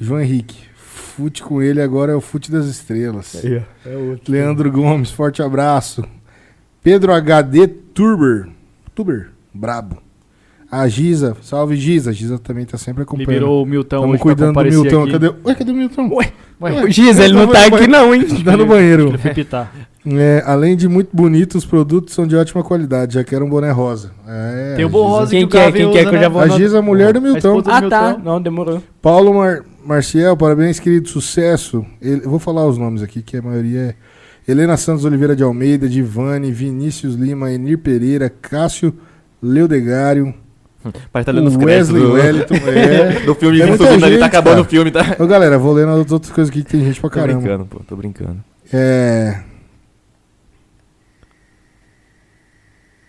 [SPEAKER 2] João Henrique. Fute com ele agora é o fute das estrelas.
[SPEAKER 3] Aí, ó, é outro.
[SPEAKER 2] Leandro Gomes, forte abraço. Pedro HD Turber. Tuber, brabo. A Giza, salve Giza. A Giza também tá sempre acompanhando.
[SPEAKER 1] Liberou o Milton
[SPEAKER 2] Estamos
[SPEAKER 1] hoje
[SPEAKER 2] cuidando
[SPEAKER 1] pra
[SPEAKER 2] do
[SPEAKER 1] comparecer
[SPEAKER 2] Milton.
[SPEAKER 1] aqui.
[SPEAKER 2] Cadê? Ué, cadê o Milton?
[SPEAKER 3] Ué,
[SPEAKER 1] Ué,
[SPEAKER 2] Ué,
[SPEAKER 3] O Giz, ele não tá aqui não, hein?
[SPEAKER 2] Tá no banheiro.
[SPEAKER 1] Ele foi pitar.
[SPEAKER 2] É, além de muito bonito, os produtos são de ótima qualidade. Já quero um boné rosa. É,
[SPEAKER 1] Tem o
[SPEAKER 2] a
[SPEAKER 1] bom
[SPEAKER 2] Giza-
[SPEAKER 1] rosa
[SPEAKER 3] Quem
[SPEAKER 1] que
[SPEAKER 3] que
[SPEAKER 1] o
[SPEAKER 3] é?
[SPEAKER 1] Gavi
[SPEAKER 3] Quem que
[SPEAKER 1] usa,
[SPEAKER 3] é que eu já
[SPEAKER 1] né?
[SPEAKER 3] vou-
[SPEAKER 2] A Giz é a mulher do Milton.
[SPEAKER 1] esposa-
[SPEAKER 3] Ah, tá.
[SPEAKER 1] Milton.
[SPEAKER 3] Não, demorou.
[SPEAKER 2] Paulo Mar Marcial, parabéns, querido, sucesso. Ele- eu vou falar os nomes aqui, que a maioria é Helena Santos Oliveira de Almeida, Divane, Vinícius Lima, Enir Pereira, Cássio Leudegário,
[SPEAKER 5] Parece tá lendo os
[SPEAKER 2] o
[SPEAKER 5] créditos
[SPEAKER 2] Wesley
[SPEAKER 5] do,
[SPEAKER 2] Wellington. É.
[SPEAKER 5] do filme
[SPEAKER 2] É
[SPEAKER 5] vindo
[SPEAKER 2] muita
[SPEAKER 5] subindo ali,
[SPEAKER 2] gente,
[SPEAKER 5] tá acabando
[SPEAKER 2] cara.
[SPEAKER 5] o filme, tá?
[SPEAKER 2] Ô, galera, vou lendo as outras coisas aqui que tem gente pra
[SPEAKER 5] Tô
[SPEAKER 2] caramba.
[SPEAKER 5] brincando, pô, tô brincando.
[SPEAKER 2] É...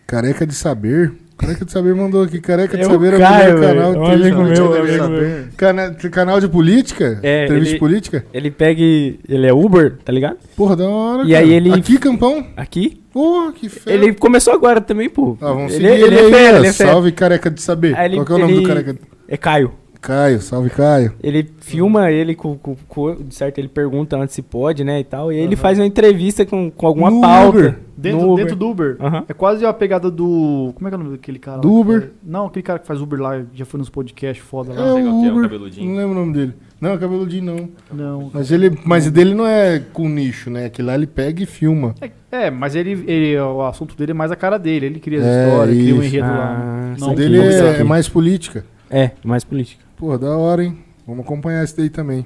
[SPEAKER 2] Careca de Saber? Careca de Saber mandou aqui. Careca de
[SPEAKER 3] É o
[SPEAKER 2] Saber é
[SPEAKER 3] Caio,
[SPEAKER 2] o
[SPEAKER 3] velho.
[SPEAKER 2] primeiro
[SPEAKER 3] É um
[SPEAKER 2] canal. que-
[SPEAKER 3] amigo meu, é um
[SPEAKER 2] Careca de
[SPEAKER 3] amigo
[SPEAKER 2] Saber. Cana- Canal de política?
[SPEAKER 3] É,
[SPEAKER 2] Entrevista de
[SPEAKER 3] ele-
[SPEAKER 2] política?
[SPEAKER 3] Ele pega e... Ele é Uber, tá ligado?
[SPEAKER 2] Porra, da hora.
[SPEAKER 3] E
[SPEAKER 2] cara.
[SPEAKER 3] aí ele-
[SPEAKER 2] Aqui, Campão?
[SPEAKER 3] Aqui.
[SPEAKER 2] Porra, que fera.
[SPEAKER 3] Ele começou agora também, pô.
[SPEAKER 2] Ah, vamos
[SPEAKER 3] ele,
[SPEAKER 2] seguir ele,
[SPEAKER 3] ele é
[SPEAKER 2] aí,
[SPEAKER 3] fera,
[SPEAKER 2] ó.
[SPEAKER 3] ele é fera.
[SPEAKER 2] Salve Careca de Saber.
[SPEAKER 3] Aí ele-
[SPEAKER 2] Qual que é o nome do
[SPEAKER 3] ele-
[SPEAKER 2] careca?
[SPEAKER 3] É Caio.
[SPEAKER 2] Caio, salve Caio.
[SPEAKER 3] Ele filma ele com, com, com- de certo, ele pergunta antes se pode, né, e tal. E aí ele faz uma entrevista com, com alguma
[SPEAKER 2] No
[SPEAKER 3] pauta.
[SPEAKER 2] Uber.
[SPEAKER 1] Dentro,
[SPEAKER 3] No
[SPEAKER 1] dentro do Uber.
[SPEAKER 3] Aham.
[SPEAKER 1] É quase a pegada do. Como é que é o nome daquele cara?
[SPEAKER 2] Do
[SPEAKER 1] lá que
[SPEAKER 2] Uber.
[SPEAKER 1] faz- Não, aquele cara que faz Uber lá, já foi nos podcasts foda
[SPEAKER 2] É
[SPEAKER 1] lá.
[SPEAKER 5] sei
[SPEAKER 2] o
[SPEAKER 5] qual que é, o
[SPEAKER 2] Uber.
[SPEAKER 5] cabeludinho.
[SPEAKER 2] Não lembro o nome dele. Não, é cabeludinho não.
[SPEAKER 1] Então, Não.
[SPEAKER 2] Mas ele, mas dele não é com nicho, né? Aquele lá ele pega e filma.
[SPEAKER 1] É, mas ele, ele- o assunto dele é mais a cara dele. Ele cria as
[SPEAKER 2] É,
[SPEAKER 1] histórias, cria um
[SPEAKER 2] isso.
[SPEAKER 1] enredo lá.
[SPEAKER 3] Ah,
[SPEAKER 1] Não,
[SPEAKER 2] O
[SPEAKER 3] saquei,
[SPEAKER 2] dele
[SPEAKER 1] não,
[SPEAKER 2] é,
[SPEAKER 3] saquei.
[SPEAKER 2] é mais política.
[SPEAKER 3] É, mais política.
[SPEAKER 2] Pô, da hora, hein? Vamos acompanhar esse daí também.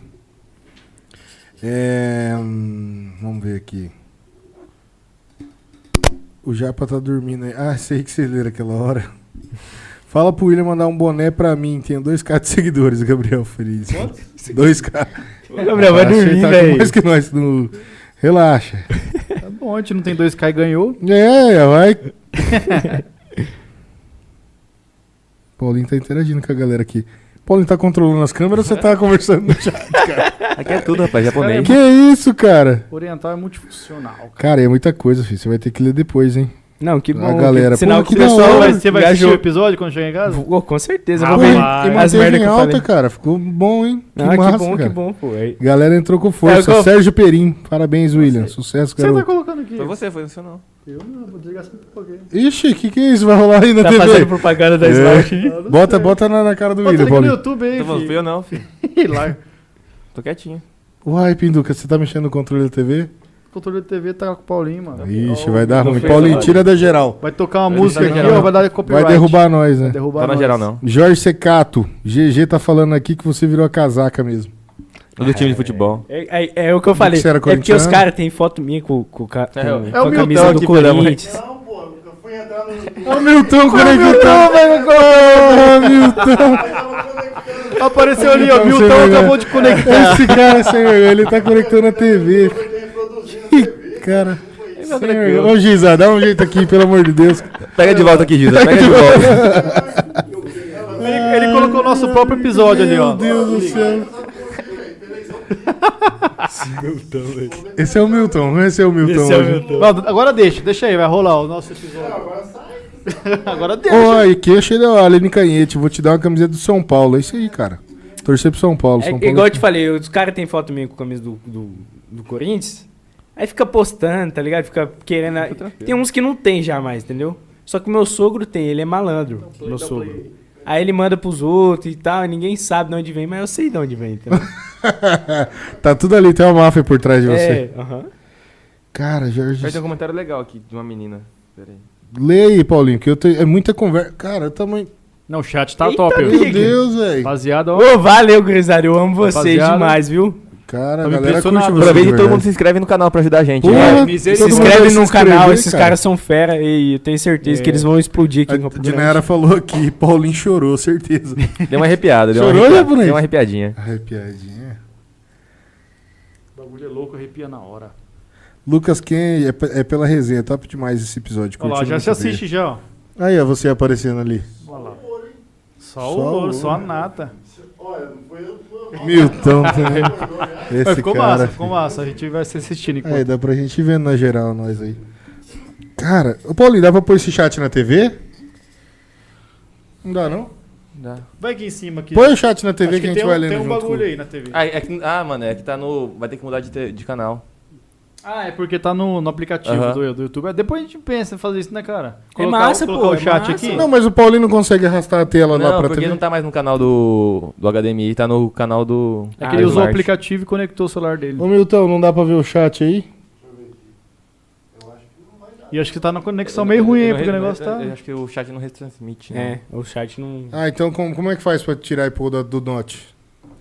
[SPEAKER 2] É, hum, vamos ver aqui. O Japa tá dormindo aí. Ah, sei que vocês leram aquela hora. Fala pro William mandar um boné pra mim. Tenho 2k de seguidores, Gabriel Feliz. 2k.
[SPEAKER 3] Gabriel, vai
[SPEAKER 2] Acho que
[SPEAKER 3] dormir,
[SPEAKER 2] tá com
[SPEAKER 3] velho.
[SPEAKER 2] mais que nós no... Relaxa.
[SPEAKER 1] Tá bom, a gente não tem dois Kai ganhou.
[SPEAKER 2] É, vai. Paulinho tá interagindo com a galera aqui. Paulinho tá controlando as câmeras ou você tá conversando no chat?
[SPEAKER 5] Aqui é tudo, rapaz, japonês.
[SPEAKER 2] Que isso, cara?
[SPEAKER 1] Oriental é multifuncional, cara.
[SPEAKER 2] Cara, é muita coisa, filho. Você vai ter que ler depois, hein?
[SPEAKER 3] Não, que
[SPEAKER 2] A
[SPEAKER 3] bom.
[SPEAKER 2] galera,
[SPEAKER 3] que, sinal
[SPEAKER 2] pô,
[SPEAKER 3] que o
[SPEAKER 2] que da
[SPEAKER 3] pessoal
[SPEAKER 2] hora.
[SPEAKER 1] Vai, você vai assistir o
[SPEAKER 3] engajou.
[SPEAKER 1] episódio quando chegar em casa?
[SPEAKER 3] Vou- com certeza.
[SPEAKER 1] Ah,
[SPEAKER 3] vou
[SPEAKER 1] vai.
[SPEAKER 3] ver
[SPEAKER 2] E
[SPEAKER 1] As
[SPEAKER 2] manteve
[SPEAKER 3] merda
[SPEAKER 2] em
[SPEAKER 3] que eu
[SPEAKER 2] alta,
[SPEAKER 3] falei.
[SPEAKER 2] cara. Ficou bom, hein? Que
[SPEAKER 3] Ah,
[SPEAKER 2] massa,
[SPEAKER 3] que bom,
[SPEAKER 2] cara.
[SPEAKER 3] que bom, pô. Aí-
[SPEAKER 2] Galera entrou com
[SPEAKER 3] É, o que
[SPEAKER 2] força.
[SPEAKER 3] eu-
[SPEAKER 2] Sérgio Perim, parabéns, William. Sucesso,
[SPEAKER 1] Você tá
[SPEAKER 2] garoto.
[SPEAKER 1] colocando aqui.
[SPEAKER 5] Foi você, foi o seu não.
[SPEAKER 1] Eu não, vou desligar essa porra aqui.
[SPEAKER 2] Ixi, o que, que é isso? Vai rolar aí na
[SPEAKER 3] Tá fazendo
[SPEAKER 2] TV?
[SPEAKER 3] propaganda da
[SPEAKER 2] É.
[SPEAKER 3] Slash.
[SPEAKER 1] Ah, não
[SPEAKER 2] Bota,
[SPEAKER 1] sei.
[SPEAKER 2] bota na, na cara do
[SPEAKER 1] Bota
[SPEAKER 2] William,
[SPEAKER 1] aqui no
[SPEAKER 2] Paulinho.
[SPEAKER 1] YouTube aí,
[SPEAKER 5] Tô falando, fui
[SPEAKER 1] filho.
[SPEAKER 5] eu não, filho.
[SPEAKER 1] Ih, lá.
[SPEAKER 5] Tô quietinho.
[SPEAKER 2] Uai, Pinduca, você tá mexendo no controle da TV?
[SPEAKER 1] O controle da TV tá com o Paulinho, mano.
[SPEAKER 2] Ixi,
[SPEAKER 5] Não,
[SPEAKER 2] vai dar
[SPEAKER 5] não
[SPEAKER 2] ruim.
[SPEAKER 5] foi
[SPEAKER 2] Paulinho,
[SPEAKER 5] gravado.
[SPEAKER 2] tira da geral.
[SPEAKER 1] Vai tocar uma
[SPEAKER 5] Ele
[SPEAKER 1] música
[SPEAKER 5] tá
[SPEAKER 1] aqui,
[SPEAKER 5] geral.
[SPEAKER 1] ó, vai dar copyright.
[SPEAKER 2] né? Vai derrubar nós, né?
[SPEAKER 1] Vai derrubar
[SPEAKER 5] Tá na
[SPEAKER 1] nós.
[SPEAKER 5] geral, não.
[SPEAKER 2] Jorge Secato, GG tá falando aqui que você virou a casaca mesmo.
[SPEAKER 5] Do time de futebol.
[SPEAKER 3] É, é- é o que eu falei.
[SPEAKER 2] Você era
[SPEAKER 3] é porque os
[SPEAKER 2] corintiano?
[SPEAKER 3] caras têm foto minha com, com, o ca- com,
[SPEAKER 5] É, é
[SPEAKER 3] com
[SPEAKER 5] o
[SPEAKER 3] a
[SPEAKER 1] Milton
[SPEAKER 3] camisa do
[SPEAKER 5] aqui, filha da mãe.
[SPEAKER 3] Corinthians.
[SPEAKER 4] Não, pô, eu fui entrar no.
[SPEAKER 2] Ô, Milton, conectão, velho. Ô, Milton.
[SPEAKER 4] Eu tava conectando.
[SPEAKER 1] Apareceu ali, ó.
[SPEAKER 2] Então,
[SPEAKER 1] Milton
[SPEAKER 2] sem vergonha.
[SPEAKER 1] acabou de conectar.
[SPEAKER 2] Esse cara, sem vergonha, ele tá conectando a TV.
[SPEAKER 4] Eu tô reproduzindo a TV.
[SPEAKER 2] Cara,
[SPEAKER 1] Tá
[SPEAKER 2] sem
[SPEAKER 5] tranquilo.
[SPEAKER 2] vergonha. Ô, Giza, dá um jeito aqui, pelo amor de Deus.
[SPEAKER 5] Pega de volta aqui, Giza. Pega de volta.
[SPEAKER 1] Ele, ele colocou o nosso próprio episódio ali, ó.
[SPEAKER 2] Meu Deus do céu. Esse é o Milton, não esse é o Milton
[SPEAKER 3] Esse é o
[SPEAKER 2] hoje.
[SPEAKER 3] Milton.
[SPEAKER 1] Não, agora deixa, deixa aí, vai rolar o nosso episódio. Agora deixa.
[SPEAKER 2] Oi, é que eu achei da hora, Aline Canhete. Vou te dar uma camiseta do São Paulo. É isso aí, cara. Torcer pro São Paulo. São
[SPEAKER 3] É,
[SPEAKER 2] Paulo.
[SPEAKER 3] igual eu te falei, os caras têm foto minha com a camisa do, do, do Corinthians. Aí fica postando, tá ligado? Fica querendo. a- Tem uns que não tem jamais, entendeu? Só que o meu sogro tem, ele é malandro. meu sogro. Aí ele manda pros outros e tal, e ninguém sabe de onde vem, mas eu sei de onde vem, entendeu?
[SPEAKER 2] Tá tudo ali, tem uma máfia por trás de você.
[SPEAKER 3] é, aham.
[SPEAKER 2] Cara, Jorge.
[SPEAKER 5] Mas tem um comentário legal aqui de uma menina. Pera aí.
[SPEAKER 2] Lê aí, Paulinho, que eu tenho. É muita conversa. Cara, eu também.
[SPEAKER 1] Não, o chat tá
[SPEAKER 3] Eita,
[SPEAKER 1] top,
[SPEAKER 3] meu
[SPEAKER 1] viu?
[SPEAKER 2] Meu Deus, velho.
[SPEAKER 1] Rapaziada, ó.
[SPEAKER 3] Ô, valeu, Grisari, eu amo vocês
[SPEAKER 1] Rapaziada.
[SPEAKER 3] demais, viu?
[SPEAKER 2] Cara,
[SPEAKER 1] Tá
[SPEAKER 2] a
[SPEAKER 1] me
[SPEAKER 2] galera
[SPEAKER 1] impressionado.
[SPEAKER 2] curte você.
[SPEAKER 5] Aproveita
[SPEAKER 2] de
[SPEAKER 5] e todo mundo
[SPEAKER 2] verdade.
[SPEAKER 5] se inscreve no canal pra ajudar a gente.
[SPEAKER 2] Porra,
[SPEAKER 5] né?
[SPEAKER 2] todo
[SPEAKER 1] se
[SPEAKER 2] mundo
[SPEAKER 3] Se
[SPEAKER 2] vai
[SPEAKER 3] inscreve no
[SPEAKER 2] inscrever,
[SPEAKER 3] canal, esses caras são fera e eu tenho certeza
[SPEAKER 1] É.
[SPEAKER 3] que eles vão explodir aqui em
[SPEAKER 2] A
[SPEAKER 3] Campo Grande.
[SPEAKER 2] Dinara falou aqui, Paulinho chorou, certeza.
[SPEAKER 5] né? Deu uma arrepiada. Deu
[SPEAKER 2] Chorou,
[SPEAKER 5] uma
[SPEAKER 2] japonês?
[SPEAKER 5] arrepiada. Deu uma arrepiadinha.
[SPEAKER 2] Ai, piadinha.
[SPEAKER 1] O bagulho é louco, arrepia na hora.
[SPEAKER 2] Lucas Ken é, pe- é pela resenha, top demais esse episódio.
[SPEAKER 1] Olha lá,
[SPEAKER 2] curti
[SPEAKER 1] já
[SPEAKER 2] muito
[SPEAKER 1] se assiste
[SPEAKER 2] dele.
[SPEAKER 1] já, ó.
[SPEAKER 2] Aí, ó, você aparecendo ali.
[SPEAKER 1] Olha lá. Só,
[SPEAKER 2] Só
[SPEAKER 1] o
[SPEAKER 2] o
[SPEAKER 1] ouro,
[SPEAKER 2] ouro.
[SPEAKER 1] só a nata.
[SPEAKER 4] Olha, não foi eu. foi eu.
[SPEAKER 2] Milton também. Esse
[SPEAKER 1] Mas ficou
[SPEAKER 2] cara.
[SPEAKER 1] massa, ficou massa. A gente vai se assistindo enquanto.
[SPEAKER 2] Aí, dá pra gente ir vendo na geral nós aí. Cara, ô Paulinho, dá pra pôr esse chat na TV? Não dá, não?
[SPEAKER 5] Dá.
[SPEAKER 1] Vai aqui em cima aqui.
[SPEAKER 2] Põe o chat na TV
[SPEAKER 1] Acho
[SPEAKER 2] que, a gente
[SPEAKER 1] tem um,
[SPEAKER 2] vai lendo
[SPEAKER 1] Tem um
[SPEAKER 2] junto.
[SPEAKER 1] bagulho aí na TV.
[SPEAKER 5] Ah, é que- ah, mano, é que tá no. Vai ter que mudar de, te- de canal.
[SPEAKER 1] Ah, é porque tá no, no aplicativo
[SPEAKER 5] Aham.
[SPEAKER 1] do, do YouTube. É, Depois a gente pensa em fazer isso, né, cara?
[SPEAKER 3] massa, pô,
[SPEAKER 1] colocar o
[SPEAKER 3] é
[SPEAKER 1] chat
[SPEAKER 3] massa.
[SPEAKER 1] aqui.
[SPEAKER 2] Não, mas o Paulinho não consegue arrastar a tela lá
[SPEAKER 5] não,
[SPEAKER 2] pra
[SPEAKER 5] porque
[SPEAKER 2] TV.
[SPEAKER 5] não tá mais no canal do, do HDMI, tá no canal do.
[SPEAKER 1] É
[SPEAKER 3] Ah,
[SPEAKER 1] que ele
[SPEAKER 5] do
[SPEAKER 1] usou o
[SPEAKER 5] Smart.
[SPEAKER 1] aplicativo e conectou o celular dele.
[SPEAKER 2] Ô Milton, não dá pra ver o chat aí?
[SPEAKER 1] E acho que tá na conexão meio ruim aí, porque o negócio tá.
[SPEAKER 5] Eu acho que o chat não retransmite. né?
[SPEAKER 3] É, o chat não.
[SPEAKER 2] Ah, então como, como é que faz pra tirar e pôr do, do Note?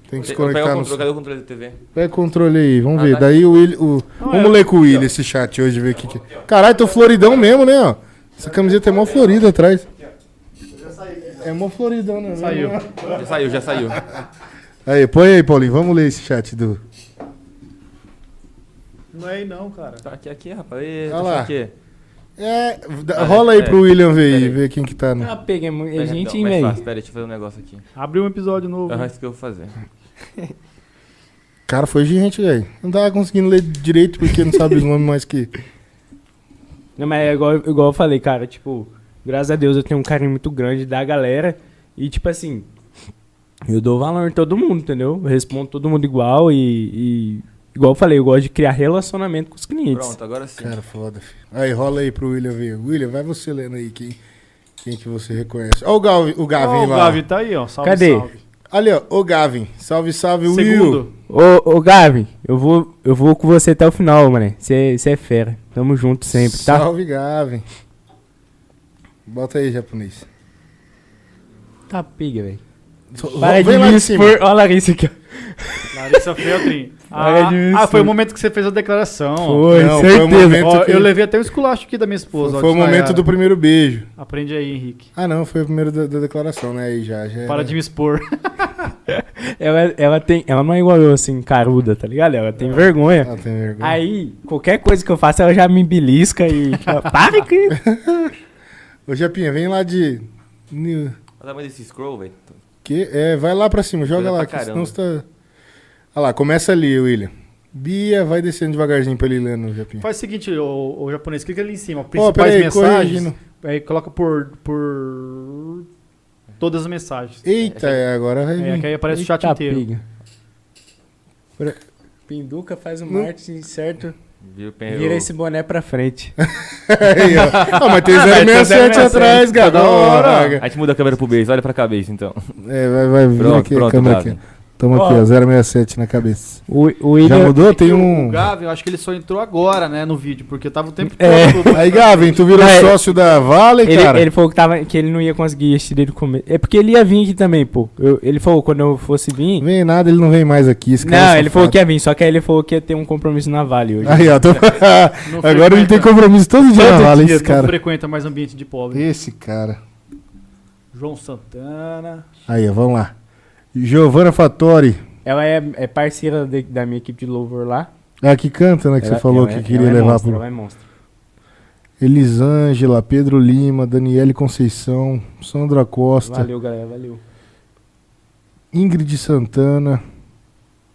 [SPEAKER 2] Tem que se
[SPEAKER 5] Eu- eu
[SPEAKER 2] conectar
[SPEAKER 5] pego o
[SPEAKER 2] no...
[SPEAKER 5] controle, cadê o controle da TV?
[SPEAKER 2] Pega o controle aí, vamos
[SPEAKER 5] Ah,
[SPEAKER 2] ver.
[SPEAKER 5] tá.
[SPEAKER 2] Daí o Will... o- Vamos ler com o Will esse chat hoje, ver o que que... Caralho, tô floridão mesmo, né, ó? Essa camiseta é mó florida atrás. É mó floridão, né?
[SPEAKER 1] Saiu.
[SPEAKER 5] Já saiu, já saiu.
[SPEAKER 2] Aí, põe aí, Paulinho. Vamos ler esse chat do.
[SPEAKER 1] Não é aí não, cara.
[SPEAKER 5] Tá aqui, aqui, rapaz. Ê,
[SPEAKER 2] Olha lá.
[SPEAKER 5] tá aqui.
[SPEAKER 2] É, da-
[SPEAKER 5] Ah,
[SPEAKER 2] rola aí
[SPEAKER 5] é.
[SPEAKER 2] pro William ver aí,
[SPEAKER 5] Pera aí.
[SPEAKER 2] ver quem que tá. No...
[SPEAKER 3] Ah, peguei muito.
[SPEAKER 5] Pera,
[SPEAKER 3] gente,
[SPEAKER 5] então, mais fácil.
[SPEAKER 3] velho.
[SPEAKER 5] Pera, deixa eu fazer um negócio aqui.
[SPEAKER 1] Abriu um episódio novo.
[SPEAKER 5] Aham, isso que eu vou fazer.
[SPEAKER 2] Cara, foi gente, velho. Não tava conseguindo ler direito porque não sabe os nomes mais que.
[SPEAKER 3] Não, mas é igual, igual eu falei, cara, tipo, graças a Deus eu tenho um carinho muito grande da galera. E, tipo assim, eu dou valor em todo mundo, entendeu? Eu respondo todo mundo igual e, e- Igual eu falei, eu gosto de criar relacionamento com os clientes.
[SPEAKER 5] Pronto, agora sim.
[SPEAKER 2] Cara, foda. filho. Aí, rola aí pro William ver. William, vai você lendo aí quem, quem que você reconhece. Ó, o, Gal, o Gavin
[SPEAKER 1] Ó,
[SPEAKER 2] lá.
[SPEAKER 1] o Gavi tá aí, ó. Salve,
[SPEAKER 3] Cadê?
[SPEAKER 1] salve.
[SPEAKER 2] Ali, ó. Ô, Gavin. Salve, salve, Will.
[SPEAKER 1] Segundo.
[SPEAKER 3] Ô, ô Gavin, eu vou, eu vou com você até o final, mano. Você é fera. Tamo junto sempre, tá?
[SPEAKER 2] Salve, Gavin. Bota aí, japonês.
[SPEAKER 3] Tá piga, velho.
[SPEAKER 2] So-
[SPEAKER 3] Para de
[SPEAKER 2] vem lá
[SPEAKER 3] me
[SPEAKER 2] de cima.
[SPEAKER 3] expor. Olha a Larissa aqui, ó.
[SPEAKER 1] Larissa Feltrin.
[SPEAKER 3] Olha
[SPEAKER 1] Ah,
[SPEAKER 3] disso.
[SPEAKER 1] ah, foi o momento que você fez a declaração. ó.
[SPEAKER 3] Foi,
[SPEAKER 2] Não, foi
[SPEAKER 3] certeza.
[SPEAKER 2] o momento
[SPEAKER 1] Ó,
[SPEAKER 2] que-
[SPEAKER 1] eu levei até o esculacho aqui da minha esposa. ó,
[SPEAKER 2] Foi o
[SPEAKER 1] de Nayara.
[SPEAKER 2] momento do primeiro beijo.
[SPEAKER 1] Aprende aí, Henrique.
[SPEAKER 2] Ah, não, foi o primeiro da, da declaração, né? Aí já, já.
[SPEAKER 1] Para
[SPEAKER 2] era-
[SPEAKER 1] de me expor.
[SPEAKER 3] Ela, ela, tem, ela não é igual eu, assim, caruda, tá ligado? Ela tem vergonha.
[SPEAKER 2] Ah, tem vergonha.
[SPEAKER 3] Aí, qualquer coisa que eu faço, ela já me belisca e. fala, Para que.
[SPEAKER 2] Ô, Japinha, vem lá de. New-
[SPEAKER 5] Olha o tamanho desse scroll, velho.
[SPEAKER 2] Que? É, vai lá pra cima, joga
[SPEAKER 5] Coisa
[SPEAKER 2] lá,
[SPEAKER 5] pra
[SPEAKER 2] que senão
[SPEAKER 5] caramba.
[SPEAKER 2] você tá. Olha lá, começa ali, William. Bia, vai descendo devagarzinho pra ele ir lendo, Japinha.
[SPEAKER 1] Faz o seguinte, o, japonês, clica ali em cima.
[SPEAKER 2] Ó,
[SPEAKER 1] Principais
[SPEAKER 2] peraí,
[SPEAKER 1] mensagens.
[SPEAKER 2] corrigindo.
[SPEAKER 1] Aí coloca por, por todas as mensagens.
[SPEAKER 2] Eita, é, agora vai
[SPEAKER 1] É,
[SPEAKER 2] vir.
[SPEAKER 1] que aí aparece o chat
[SPEAKER 6] Eita,
[SPEAKER 1] inteiro.
[SPEAKER 6] piga.
[SPEAKER 3] Pinduca faz o
[SPEAKER 2] Não. É,
[SPEAKER 3] marketing certo,
[SPEAKER 5] Viu, Pen?
[SPEAKER 3] vira
[SPEAKER 5] Eu-
[SPEAKER 3] esse boné pra frente.
[SPEAKER 2] Aí, ó. Ah, mas tem 067 atrás, cara. tá Da hora. cara.
[SPEAKER 5] A gente muda a câmera pro beijo, olha pra cabeça então.
[SPEAKER 2] É, vai, vai vir
[SPEAKER 5] Pronto,
[SPEAKER 2] aqui a
[SPEAKER 5] pronto,
[SPEAKER 2] câmera
[SPEAKER 5] Gabi.
[SPEAKER 2] aqui. Toma aqui, ó, 067 na cabeça.
[SPEAKER 6] O, o
[SPEAKER 2] Já
[SPEAKER 6] William.
[SPEAKER 2] mudou? Tem
[SPEAKER 1] É O
[SPEAKER 2] um.
[SPEAKER 1] Gavi, eu acho que ele só entrou agora, né, no vídeo, porque tava o tempo todo.
[SPEAKER 3] É.
[SPEAKER 2] Aí, Gavin, tu virou
[SPEAKER 3] Vai.
[SPEAKER 2] sócio da Vale,
[SPEAKER 3] Ele,
[SPEAKER 2] cara?
[SPEAKER 3] ele falou que, tava, que ele não ia conseguir assistir desde o começo. É porque ele ia vir aqui também, pô. Eu- ele falou quando eu fosse vir.
[SPEAKER 2] Vem nada, ele não vem mais aqui. Esse cara é
[SPEAKER 3] Não, ele
[SPEAKER 2] safado.
[SPEAKER 3] falou que ia vir, só que aí ele falou que ia ter um compromisso na Vale hoje.
[SPEAKER 2] Aí, ó, tô-
[SPEAKER 1] Não
[SPEAKER 2] agora ele tem
[SPEAKER 1] frequenta-
[SPEAKER 2] compromisso todo dia na
[SPEAKER 1] Todo
[SPEAKER 2] Vale,
[SPEAKER 1] dia
[SPEAKER 2] esse
[SPEAKER 1] Não
[SPEAKER 2] cara.
[SPEAKER 1] frequenta mais ambiente de pobre.
[SPEAKER 2] Esse cara.
[SPEAKER 1] João Santana.
[SPEAKER 2] Aí, ó, vamos lá. Giovanna Fattori.
[SPEAKER 3] Ela é, é parceira de- da minha equipe de louvor lá.
[SPEAKER 2] É a que canta, né? Que
[SPEAKER 3] Ela-
[SPEAKER 2] você falou
[SPEAKER 3] ela
[SPEAKER 2] que
[SPEAKER 3] é-
[SPEAKER 2] queria
[SPEAKER 3] ela é
[SPEAKER 2] levar
[SPEAKER 3] monstro,
[SPEAKER 2] pro.
[SPEAKER 3] Ela é monstro.
[SPEAKER 2] Elisângela, Pedro Lima, Daniele Conceição, Sandra Costa,
[SPEAKER 3] Valeu, galera, valeu.
[SPEAKER 2] Ingrid Santana.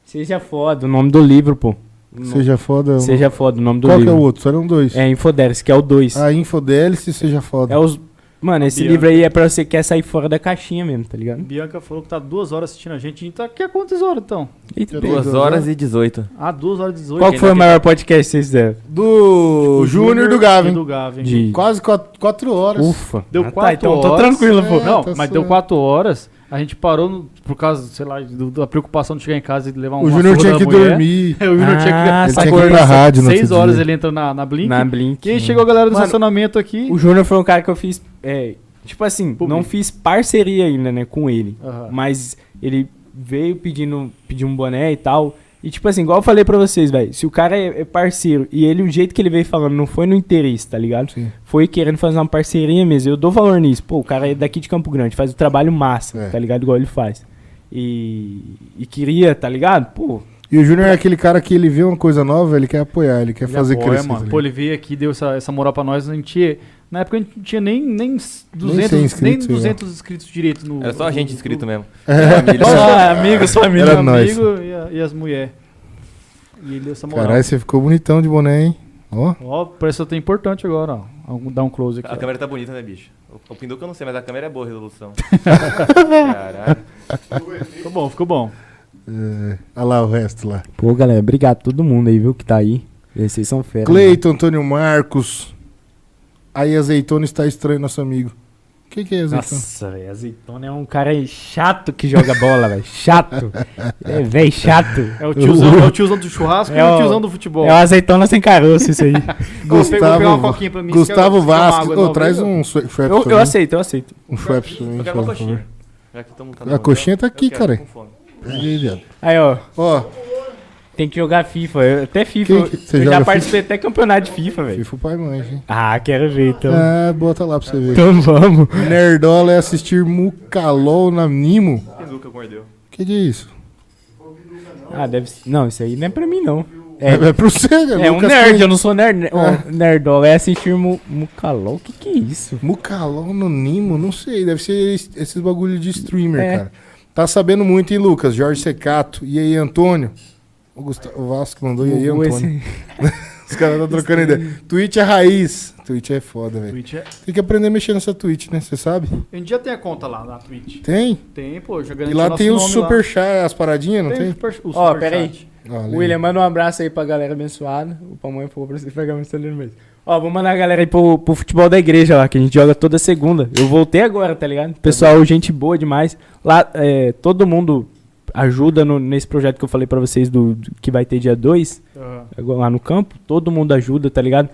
[SPEAKER 3] Seja foda, o nome do livro, pô.
[SPEAKER 2] Seja foda. um-
[SPEAKER 3] Seja foda, o nome do
[SPEAKER 2] Qual que é
[SPEAKER 3] livro.
[SPEAKER 2] o outro? Ah, Só eram dois.
[SPEAKER 3] É Infodelics, que é o 2.
[SPEAKER 2] A Infodélice, seja foda.
[SPEAKER 3] É os. Mano, esse
[SPEAKER 1] Bianca.
[SPEAKER 3] livro aí é pra você que quer sair fora da caixinha mesmo, tá ligado?
[SPEAKER 1] Bianca falou que tá duas horas assistindo a gente. A gente tá aqui há quantas horas, então?
[SPEAKER 3] Eita,
[SPEAKER 2] Tem
[SPEAKER 5] Duas
[SPEAKER 2] duas né?
[SPEAKER 5] horas e 18.
[SPEAKER 1] Ah, duas horas e 18.
[SPEAKER 3] Qual que foi o maior podcast que vocês fizeram?
[SPEAKER 2] Do Júnior do Gavin.
[SPEAKER 1] Do Gavin.
[SPEAKER 3] De...
[SPEAKER 2] Quase quatro, quatro horas.
[SPEAKER 3] Ufa.
[SPEAKER 1] Deu
[SPEAKER 3] Ah,
[SPEAKER 1] quatro
[SPEAKER 3] tá, então Tô
[SPEAKER 1] horas.
[SPEAKER 3] tranquilo, pô.
[SPEAKER 2] É,
[SPEAKER 1] Não,
[SPEAKER 2] tá
[SPEAKER 1] mas
[SPEAKER 2] suave.
[SPEAKER 1] deu quatro horas. A gente parou no- por causa, sei lá, do- da preocupação de chegar em casa e levar um
[SPEAKER 2] O Júnior tinha que dormir.
[SPEAKER 1] o Júnior
[SPEAKER 3] Ah,
[SPEAKER 1] tinha
[SPEAKER 2] Ele
[SPEAKER 1] que.
[SPEAKER 3] sacou.
[SPEAKER 2] tinha que ir pra
[SPEAKER 3] Seis
[SPEAKER 2] rádio no
[SPEAKER 1] Seis
[SPEAKER 2] outro
[SPEAKER 1] horas
[SPEAKER 2] dia.
[SPEAKER 1] ele entra na, na Blink.
[SPEAKER 3] Na Blink.
[SPEAKER 1] E aí chegou a galera do
[SPEAKER 3] Mano,
[SPEAKER 1] estacionamento aqui.
[SPEAKER 3] O Júnior foi um cara que eu fiz. é, tipo assim,
[SPEAKER 1] Publi.
[SPEAKER 3] não fiz parceria ainda, né, com ele.
[SPEAKER 6] Tá.
[SPEAKER 1] Aham.
[SPEAKER 3] Mas ele veio pedindo, pediu um boné e tal. E tipo assim, igual eu falei pra vocês, velho, se o cara é, é parceiro e ele, o jeito que ele veio falando, não foi no interesse, tá ligado?
[SPEAKER 2] Sim.
[SPEAKER 3] Foi querendo fazer uma parceria mesmo. Eu dou valor nisso. Pô, o cara é daqui de Campo Grande, faz o trabalho massa,
[SPEAKER 2] É.
[SPEAKER 3] tá ligado? Igual ele faz. E, e queria, tá ligado? Pô,
[SPEAKER 2] E o Júnior é aquele cara que ele vê uma coisa nova, ele quer apoiar, ele quer fazer
[SPEAKER 1] apoia,
[SPEAKER 2] crescer.
[SPEAKER 1] é mano.
[SPEAKER 2] tá
[SPEAKER 1] Pô,
[SPEAKER 2] ligado?
[SPEAKER 1] ele veio aqui, deu essa, essa moral pra nós. A gente, na época a gente não tinha nem, nem 200,
[SPEAKER 2] cem
[SPEAKER 1] nem,
[SPEAKER 2] inscritos,
[SPEAKER 1] 200 inscritos direito no.
[SPEAKER 5] Era só a gente
[SPEAKER 1] no- é
[SPEAKER 5] inscrito mesmo.
[SPEAKER 2] É.
[SPEAKER 3] só amigos, família.
[SPEAKER 2] Era
[SPEAKER 1] Meu
[SPEAKER 2] nóis.
[SPEAKER 1] amigo e, a- e as mulheres. E ele deu essa moral.
[SPEAKER 2] Caralho, você ficou bonitão de boné, hein? Ó.
[SPEAKER 1] Ó, parece até importante agora, ó. Algum- Dá um close aqui.
[SPEAKER 5] A
[SPEAKER 1] ó.
[SPEAKER 5] câmera tá bonita, né, bicho? O- O Pinduca eu não sei, mas a câmera é boa a resolução. Caralho.
[SPEAKER 1] Ficou bom, ficou bom.
[SPEAKER 2] É, olha lá o resto lá.
[SPEAKER 6] Pô, galera, obrigado a todo mundo aí, viu, que tá aí. Vocês são fera. né?
[SPEAKER 2] Cleiton, Antônio Marcos. Aí azeitona está estranho, nosso amigo. O que, que é azeitona?
[SPEAKER 3] Nossa, velho, azeitona é um cara chato que joga bola, velho. Chato. É, velho, chato.
[SPEAKER 1] É o tiozão, é o tiozão do churrasco
[SPEAKER 3] É
[SPEAKER 1] e o
[SPEAKER 3] o-
[SPEAKER 1] tiozão do futebol.
[SPEAKER 3] É uma azeitona sem caroço isso aí.
[SPEAKER 1] Vou pegar uma
[SPEAKER 2] Gustavo,
[SPEAKER 1] coquinha pra mim, é
[SPEAKER 2] Gustavo
[SPEAKER 1] você quer uma
[SPEAKER 2] Vasco.
[SPEAKER 1] água
[SPEAKER 2] Ô,
[SPEAKER 1] nova
[SPEAKER 2] traz
[SPEAKER 1] aí, ó?
[SPEAKER 2] um Schweppes pra
[SPEAKER 3] Eu, eu
[SPEAKER 2] mim.
[SPEAKER 3] aceito, eu aceito.
[SPEAKER 2] Um Schweppes pra mim.
[SPEAKER 5] Eu quero
[SPEAKER 2] por
[SPEAKER 5] uma
[SPEAKER 2] favor.
[SPEAKER 5] coxinha. Já que todo mundo tá
[SPEAKER 2] A coxinha tá
[SPEAKER 5] eu
[SPEAKER 2] aqui,
[SPEAKER 5] quero, tô
[SPEAKER 2] cara.
[SPEAKER 5] com fome.
[SPEAKER 2] Aí, viado.
[SPEAKER 3] Aí, ó,
[SPEAKER 2] Ó,
[SPEAKER 3] tem que jogar FIFA. Eu- até FIFA.
[SPEAKER 2] Quem
[SPEAKER 3] eu-
[SPEAKER 2] que- você
[SPEAKER 3] eu
[SPEAKER 2] joga
[SPEAKER 3] já participei até campeonato de FIFA, velho.
[SPEAKER 2] FIFA pai e mãe, hein?
[SPEAKER 3] Ah, quero ver, então.
[SPEAKER 2] Ah, bota lá pra você ver.
[SPEAKER 3] Então vamos.
[SPEAKER 2] Nerdola é assistir Mucalol na Nimo.
[SPEAKER 5] Pinduca mordeu.
[SPEAKER 2] Que que é isso?
[SPEAKER 3] Ah, deve ser. Não, isso aí não é pra mim, não.
[SPEAKER 2] É,
[SPEAKER 3] É,
[SPEAKER 2] é pro você, cara.
[SPEAKER 3] é um
[SPEAKER 2] Lucas
[SPEAKER 3] nerd,
[SPEAKER 2] Cunha.
[SPEAKER 3] eu não sou nerd. né? Ó, nerdola é assistir mu Mucalol. Que que é isso?
[SPEAKER 2] Mucalol no Nimo? Não sei. Deve ser es- esses bagulho de streamer,
[SPEAKER 3] É.
[SPEAKER 2] cara. Tá sabendo muito, hein, Lucas? Jorge Secato. E aí, Antônio? O, Gustavo, o Vasco mandou. E aí,
[SPEAKER 3] O- o
[SPEAKER 2] Antônio? Os caras estão trocando ideia. Twitch é raiz. Twitch é foda, velho.
[SPEAKER 1] Twitch é-
[SPEAKER 2] Tem que aprender a mexer nessa Twitch, né? Você sabe?
[SPEAKER 1] A gente já tem a conta lá na Twitch.
[SPEAKER 2] Tem.
[SPEAKER 1] Tem, pô, já
[SPEAKER 2] E
[SPEAKER 1] garantiu
[SPEAKER 2] lá
[SPEAKER 1] nosso
[SPEAKER 2] tem o
[SPEAKER 1] nome
[SPEAKER 2] super
[SPEAKER 1] lá.
[SPEAKER 2] chat, as paradinhas, não
[SPEAKER 1] Tem o
[SPEAKER 2] tem?
[SPEAKER 1] super- o
[SPEAKER 3] Ó,
[SPEAKER 1] super
[SPEAKER 3] pera aí.
[SPEAKER 1] chat.
[SPEAKER 2] Olha aí.
[SPEAKER 3] William, manda um abraço aí pra galera abençoada. O Pamonha falou pra você pegar meu celular mesmo. Ó, vou mandar a galera aí pro, pro futebol da igreja lá, que a gente joga toda segunda. Eu voltei agora, tá ligado? Pessoal, gente boa demais. Lá, é, todo mundo ajuda no- nesse projeto que eu falei pra vocês do, do- que vai ter dia 2,
[SPEAKER 1] Aham.
[SPEAKER 3] lá no campo. Todo mundo ajuda, tá ligado?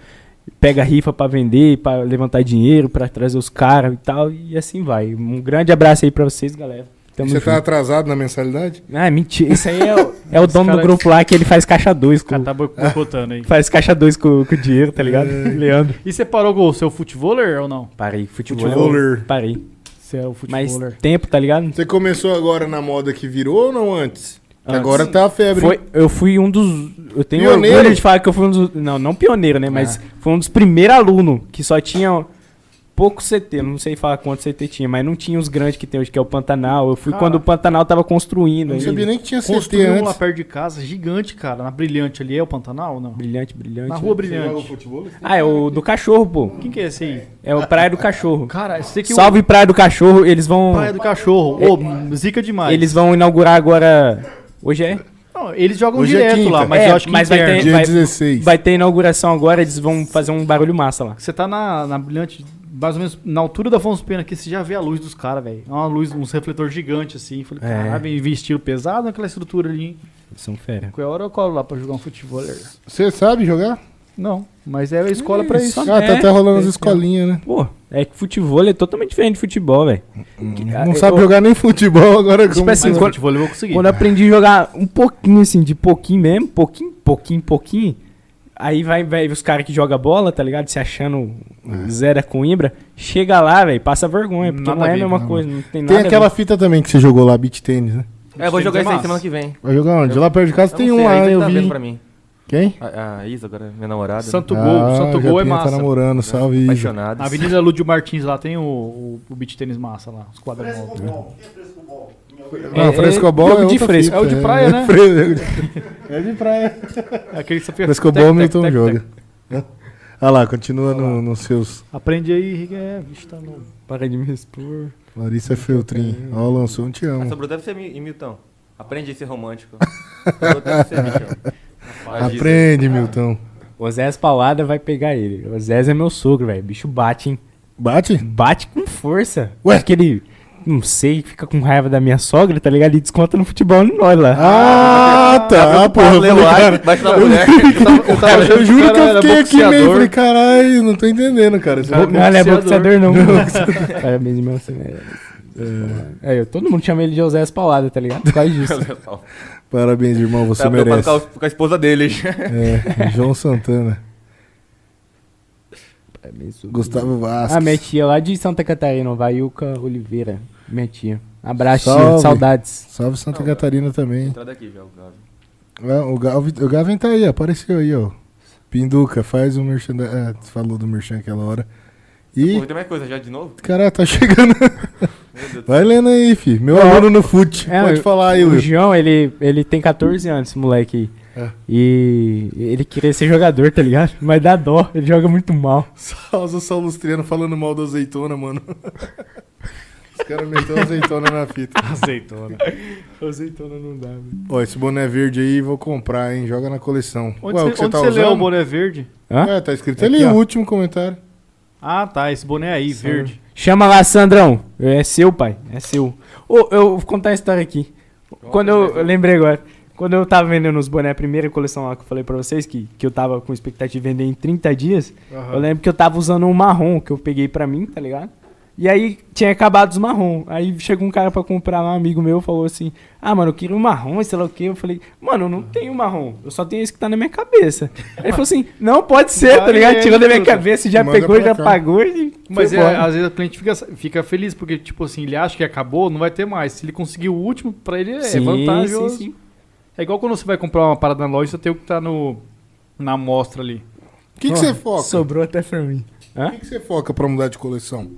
[SPEAKER 3] Pega rifa pra vender, pra levantar dinheiro, pra trazer os caras e tal. E assim vai. Um grande abraço aí pra vocês, galera. Tamo
[SPEAKER 2] Você
[SPEAKER 3] junto.
[SPEAKER 2] tá atrasado na mensalidade?
[SPEAKER 3] Ah, mentira. Isso aí é o, é o dono do
[SPEAKER 1] cara-
[SPEAKER 3] grupo lá que ele faz caixa 2
[SPEAKER 1] O
[SPEAKER 3] com,
[SPEAKER 1] cara tá boicotando aí.
[SPEAKER 3] Faz caixa 2 com, com o dinheiro, tá ligado?
[SPEAKER 1] É.
[SPEAKER 3] Leandro.
[SPEAKER 1] E você parou com o seu futeboler ou não?
[SPEAKER 3] Parei, futebol. é
[SPEAKER 2] Futeboler.
[SPEAKER 3] Parei.
[SPEAKER 1] Você é o
[SPEAKER 3] Mas
[SPEAKER 1] futeboler.
[SPEAKER 3] tempo, tá ligado?
[SPEAKER 2] Você começou agora na moda que virou ou não antes? Que
[SPEAKER 3] Antes.
[SPEAKER 2] Agora tá a febre.
[SPEAKER 3] Foi, eu fui um dos. Eu tenho
[SPEAKER 2] Pioneiro.
[SPEAKER 1] É.
[SPEAKER 3] orgulho de falar que eu fui um dos. Não, não pioneiro, né? Mas foi um dos primeiros alunos que só tinha pouco CT, não sei falar quanto CT tinha, mas não tinha os grandes que tem hoje, que é o Pantanal. Eu fui
[SPEAKER 1] Cara.
[SPEAKER 3] quando o Pantanal tava construindo.
[SPEAKER 2] Não
[SPEAKER 3] ainda.
[SPEAKER 2] sabia nem que tinha CT
[SPEAKER 1] Construiu um lá
[SPEAKER 2] antes.
[SPEAKER 1] perto de casa, gigante, cara. Na Brilhante ali, é o Pantanal ou não?
[SPEAKER 3] Brilhante, brilhante.
[SPEAKER 1] Na Rua
[SPEAKER 2] Joga
[SPEAKER 1] Brilhante.
[SPEAKER 2] futebol?
[SPEAKER 3] Ah, é o do cachorro, pô.
[SPEAKER 1] Quem que é esse aí?
[SPEAKER 3] É o Praia do Cachorro.
[SPEAKER 1] Cara, esse aqui é o
[SPEAKER 3] Salve Praia do Cachorro, eles vão.
[SPEAKER 1] Praia do Cachorro. Ô, zica demais.
[SPEAKER 3] Eles vão inaugurar agora. Hoje é?
[SPEAKER 1] Não, eles jogam
[SPEAKER 2] Hoje é
[SPEAKER 1] direto
[SPEAKER 2] quinta.
[SPEAKER 1] lá, mas
[SPEAKER 3] É,
[SPEAKER 1] eu acho que
[SPEAKER 3] mas vai
[SPEAKER 1] interno.
[SPEAKER 3] ter-
[SPEAKER 2] Dia
[SPEAKER 3] Vai-
[SPEAKER 2] 16.
[SPEAKER 3] Vai ter inauguração agora, eles vão fazer um barulho massa lá.
[SPEAKER 1] Você tá na, na brilhante, mais ou menos na altura da Afonso Pena aqui, você já vê a luz dos caras, velho. É uma luz, uns refletor gigante assim. Falei,
[SPEAKER 3] É.
[SPEAKER 1] caralho, investiram pesado naquela estrutura ali, hein?
[SPEAKER 3] Eles são fera.
[SPEAKER 1] Qual hora eu colo lá pra jogar um futebol?
[SPEAKER 2] Você sabe jogar?
[SPEAKER 1] Não, mas é a escola pra isso.
[SPEAKER 2] Ah, tá
[SPEAKER 3] É,
[SPEAKER 2] até rolando as
[SPEAKER 3] esse
[SPEAKER 2] escolinhas, né?
[SPEAKER 3] Pô, é que futebol é totalmente diferente de futebol, velho.
[SPEAKER 2] Não
[SPEAKER 3] é. Ah, eu-
[SPEAKER 2] sabe jogar nem futebol agora.
[SPEAKER 3] Tipo
[SPEAKER 2] como-
[SPEAKER 3] assim,
[SPEAKER 1] Mas
[SPEAKER 3] quando-
[SPEAKER 1] futebol eu vou conseguir.
[SPEAKER 3] Quando eu aprendi a jogar um pouquinho, assim, de pouquinho mesmo, pouquinho, pouquinho, pouquinho, aí vai, vai os caras que jogam bola, tá ligado? Se achando Zé da Coimbra, chega lá, velho, passa vergonha, porque
[SPEAKER 1] Nada
[SPEAKER 3] não
[SPEAKER 1] a
[SPEAKER 3] é É. a
[SPEAKER 1] ver,
[SPEAKER 3] mesma
[SPEAKER 2] nada a
[SPEAKER 3] coisa, não tem nada.
[SPEAKER 2] Tem
[SPEAKER 3] a
[SPEAKER 2] aquela
[SPEAKER 3] ver.
[SPEAKER 2] fita também que você jogou lá, beat tênis, né?
[SPEAKER 5] É, eu vou
[SPEAKER 1] Tem
[SPEAKER 5] jogar
[SPEAKER 1] que
[SPEAKER 5] isso aí
[SPEAKER 1] massa.
[SPEAKER 5] semana que vem.
[SPEAKER 2] Vai jogar onde? Lá perto de casa
[SPEAKER 5] Eu
[SPEAKER 2] tem
[SPEAKER 5] não
[SPEAKER 2] um
[SPEAKER 5] sei, a
[SPEAKER 2] lá,
[SPEAKER 5] Isa
[SPEAKER 2] eu
[SPEAKER 5] tá
[SPEAKER 2] vi.
[SPEAKER 5] vendo pra mim.
[SPEAKER 2] Quem?
[SPEAKER 5] A, a Isa agora, minha namorada. né?
[SPEAKER 1] Santo Gol, Santo Gol é
[SPEAKER 2] Japinha
[SPEAKER 1] massa.
[SPEAKER 2] Tá namorando, salve. Isa.
[SPEAKER 5] Apaixonados.
[SPEAKER 1] Na Avenida Lúdio Martins lá tem o, o, o beat tênis massa lá, os quadros
[SPEAKER 4] Fresco
[SPEAKER 1] novos.
[SPEAKER 4] bom. O que é fresco bom? Minha opinião.
[SPEAKER 2] Não,
[SPEAKER 3] É-
[SPEAKER 2] frescobol
[SPEAKER 3] é
[SPEAKER 2] é,
[SPEAKER 3] jogo de
[SPEAKER 2] outra
[SPEAKER 3] fresco.
[SPEAKER 2] fita,
[SPEAKER 1] É o de praia, né?
[SPEAKER 2] É de praia.
[SPEAKER 1] É aquele que você fica-
[SPEAKER 2] Frescobol o
[SPEAKER 1] tec, tec,
[SPEAKER 2] Milton
[SPEAKER 1] tec,
[SPEAKER 2] joga.
[SPEAKER 1] tec.
[SPEAKER 2] Olha lá, continua no- nos seus.
[SPEAKER 1] Aprende aí, Rick. É, bicho, tá louco.
[SPEAKER 3] Para de me expor.
[SPEAKER 2] Larissa Feltrin. Ó, lançou um te
[SPEAKER 5] Ah,
[SPEAKER 2] amo.
[SPEAKER 5] sobrou deve ser mi- e Milton. Aprende a ser romântico. sobrou deve ser Milton. Rapaz, Isa.
[SPEAKER 2] Aprende, Milton.
[SPEAKER 3] O Zé Paulada vai pegar ele. O Zé é meu sogro, velho. Bicho bate, hein?
[SPEAKER 2] Bate?
[SPEAKER 3] Bate com força.
[SPEAKER 2] Ué?
[SPEAKER 3] Aquele, não sei, fica com raiva da minha sogra, tá ligado? E desconta no futebol em nós lá.
[SPEAKER 2] Ah, tá, porra. Eu, falei, cara,
[SPEAKER 5] Bate na mulher.
[SPEAKER 1] Eu, tava-
[SPEAKER 2] eu juro que eu fiquei aqui meio. Falei,
[SPEAKER 1] boxeador.
[SPEAKER 2] caralho, não tô entendendo, cara. Esse
[SPEAKER 1] Cara,
[SPEAKER 2] bo-
[SPEAKER 3] não, ele é
[SPEAKER 1] boxeador.
[SPEAKER 3] boxeador, não. Parabéns, meu assim, é, é, eu- todo mundo chama ele de José Espalada, tá ligado? Por causa disso.
[SPEAKER 2] Parabéns, irmão, você
[SPEAKER 5] Tá preocupado
[SPEAKER 2] merece.
[SPEAKER 5] com a- com a esposa dele.
[SPEAKER 2] É, João Santana. Gustavo Vasco.
[SPEAKER 3] Ah, minha tia lá de Santa Catarina, Vaiuca Oliveira. Minha tia. Abraço, tia.
[SPEAKER 2] Salve.
[SPEAKER 3] Saudades.
[SPEAKER 2] Salve Santa
[SPEAKER 5] Não,
[SPEAKER 2] Catarina também.
[SPEAKER 5] Entrada aqui já, o Gavi.
[SPEAKER 2] Ah, O Gavin, o Gavin tá aí, apareceu aí, ó. Pinduca, faz o merchan. da- Ah, tu falou do merchan aquela hora.
[SPEAKER 5] Pô,
[SPEAKER 2] E,
[SPEAKER 5] tem mais coisa já de novo?
[SPEAKER 2] caralho, tá chegando.
[SPEAKER 5] Meu Deus.
[SPEAKER 2] Vai lendo aí, fi. Meu aluno no fute.
[SPEAKER 3] É,
[SPEAKER 2] Pode
[SPEAKER 3] eu-
[SPEAKER 2] falar aí,
[SPEAKER 3] o
[SPEAKER 2] Will.
[SPEAKER 3] João, ele, ele tem 14 anos, esse moleque aí.
[SPEAKER 2] É.
[SPEAKER 3] E ele queria ser jogador, tá ligado? Mas dá dó, ele joga muito mal.
[SPEAKER 2] Salve o Saulo Lustriano falando mal da azeitona, mano. Os caras meteram azeitona na fita.
[SPEAKER 1] Azeitona.
[SPEAKER 3] Azeitona não dá, velho.
[SPEAKER 2] Ó, esse boné verde aí vou comprar, hein? Joga na coleção.
[SPEAKER 1] Onde
[SPEAKER 2] Ué,
[SPEAKER 1] você, onde você leu o boné verde?
[SPEAKER 3] boné?
[SPEAKER 2] tá É, tá escrito
[SPEAKER 3] É
[SPEAKER 2] ali
[SPEAKER 3] aqui,
[SPEAKER 2] o
[SPEAKER 3] ó.
[SPEAKER 2] último comentário.
[SPEAKER 1] Ah, tá. Esse boné aí,
[SPEAKER 3] Sandro.
[SPEAKER 1] verde.
[SPEAKER 3] Chama lá, Sandrão. É seu, pai. É seu. Ô, eu vou contar a história aqui. Quando eu, eu lembrei agora. Quando eu tava vendendo os boné, a primeira coleção lá que eu falei pra vocês, que, que eu tava com expectativa de vender em 30 dias, eu lembro que eu tava usando um marrom que eu peguei pra mim, tá ligado? E aí tinha acabado os marrom. Aí chegou um cara pra comprar lá, um amigo meu, falou assim: Ah, mano, eu queria um marrom, sei lá o quê. Eu falei: Mano, eu não tenho marrom, eu só tenho esse que tá na minha cabeça. Ele falou assim: Não pode ser, tá
[SPEAKER 1] Vai,
[SPEAKER 3] ligado?
[SPEAKER 1] é,
[SPEAKER 3] Tirou da minha
[SPEAKER 1] fruta.
[SPEAKER 3] cabeça, já
[SPEAKER 2] Manda
[SPEAKER 3] pegou,
[SPEAKER 2] pra
[SPEAKER 3] já
[SPEAKER 2] cá.
[SPEAKER 3] pagou e.
[SPEAKER 1] Mas
[SPEAKER 3] foi
[SPEAKER 1] é,
[SPEAKER 3] embora.
[SPEAKER 1] às vezes o cliente fica, fica feliz, porque, tipo assim, ele acha que acabou, não vai ter mais. Se ele conseguir o último, pra ele é vantajoso.
[SPEAKER 3] sim, sim.
[SPEAKER 1] É igual quando você vai comprar uma parada na loja, você tem o que tá no, na amostra ali.
[SPEAKER 2] O que que você foca?
[SPEAKER 3] Sobrou até pra mim.
[SPEAKER 2] O que que você foca pra mudar de coleção?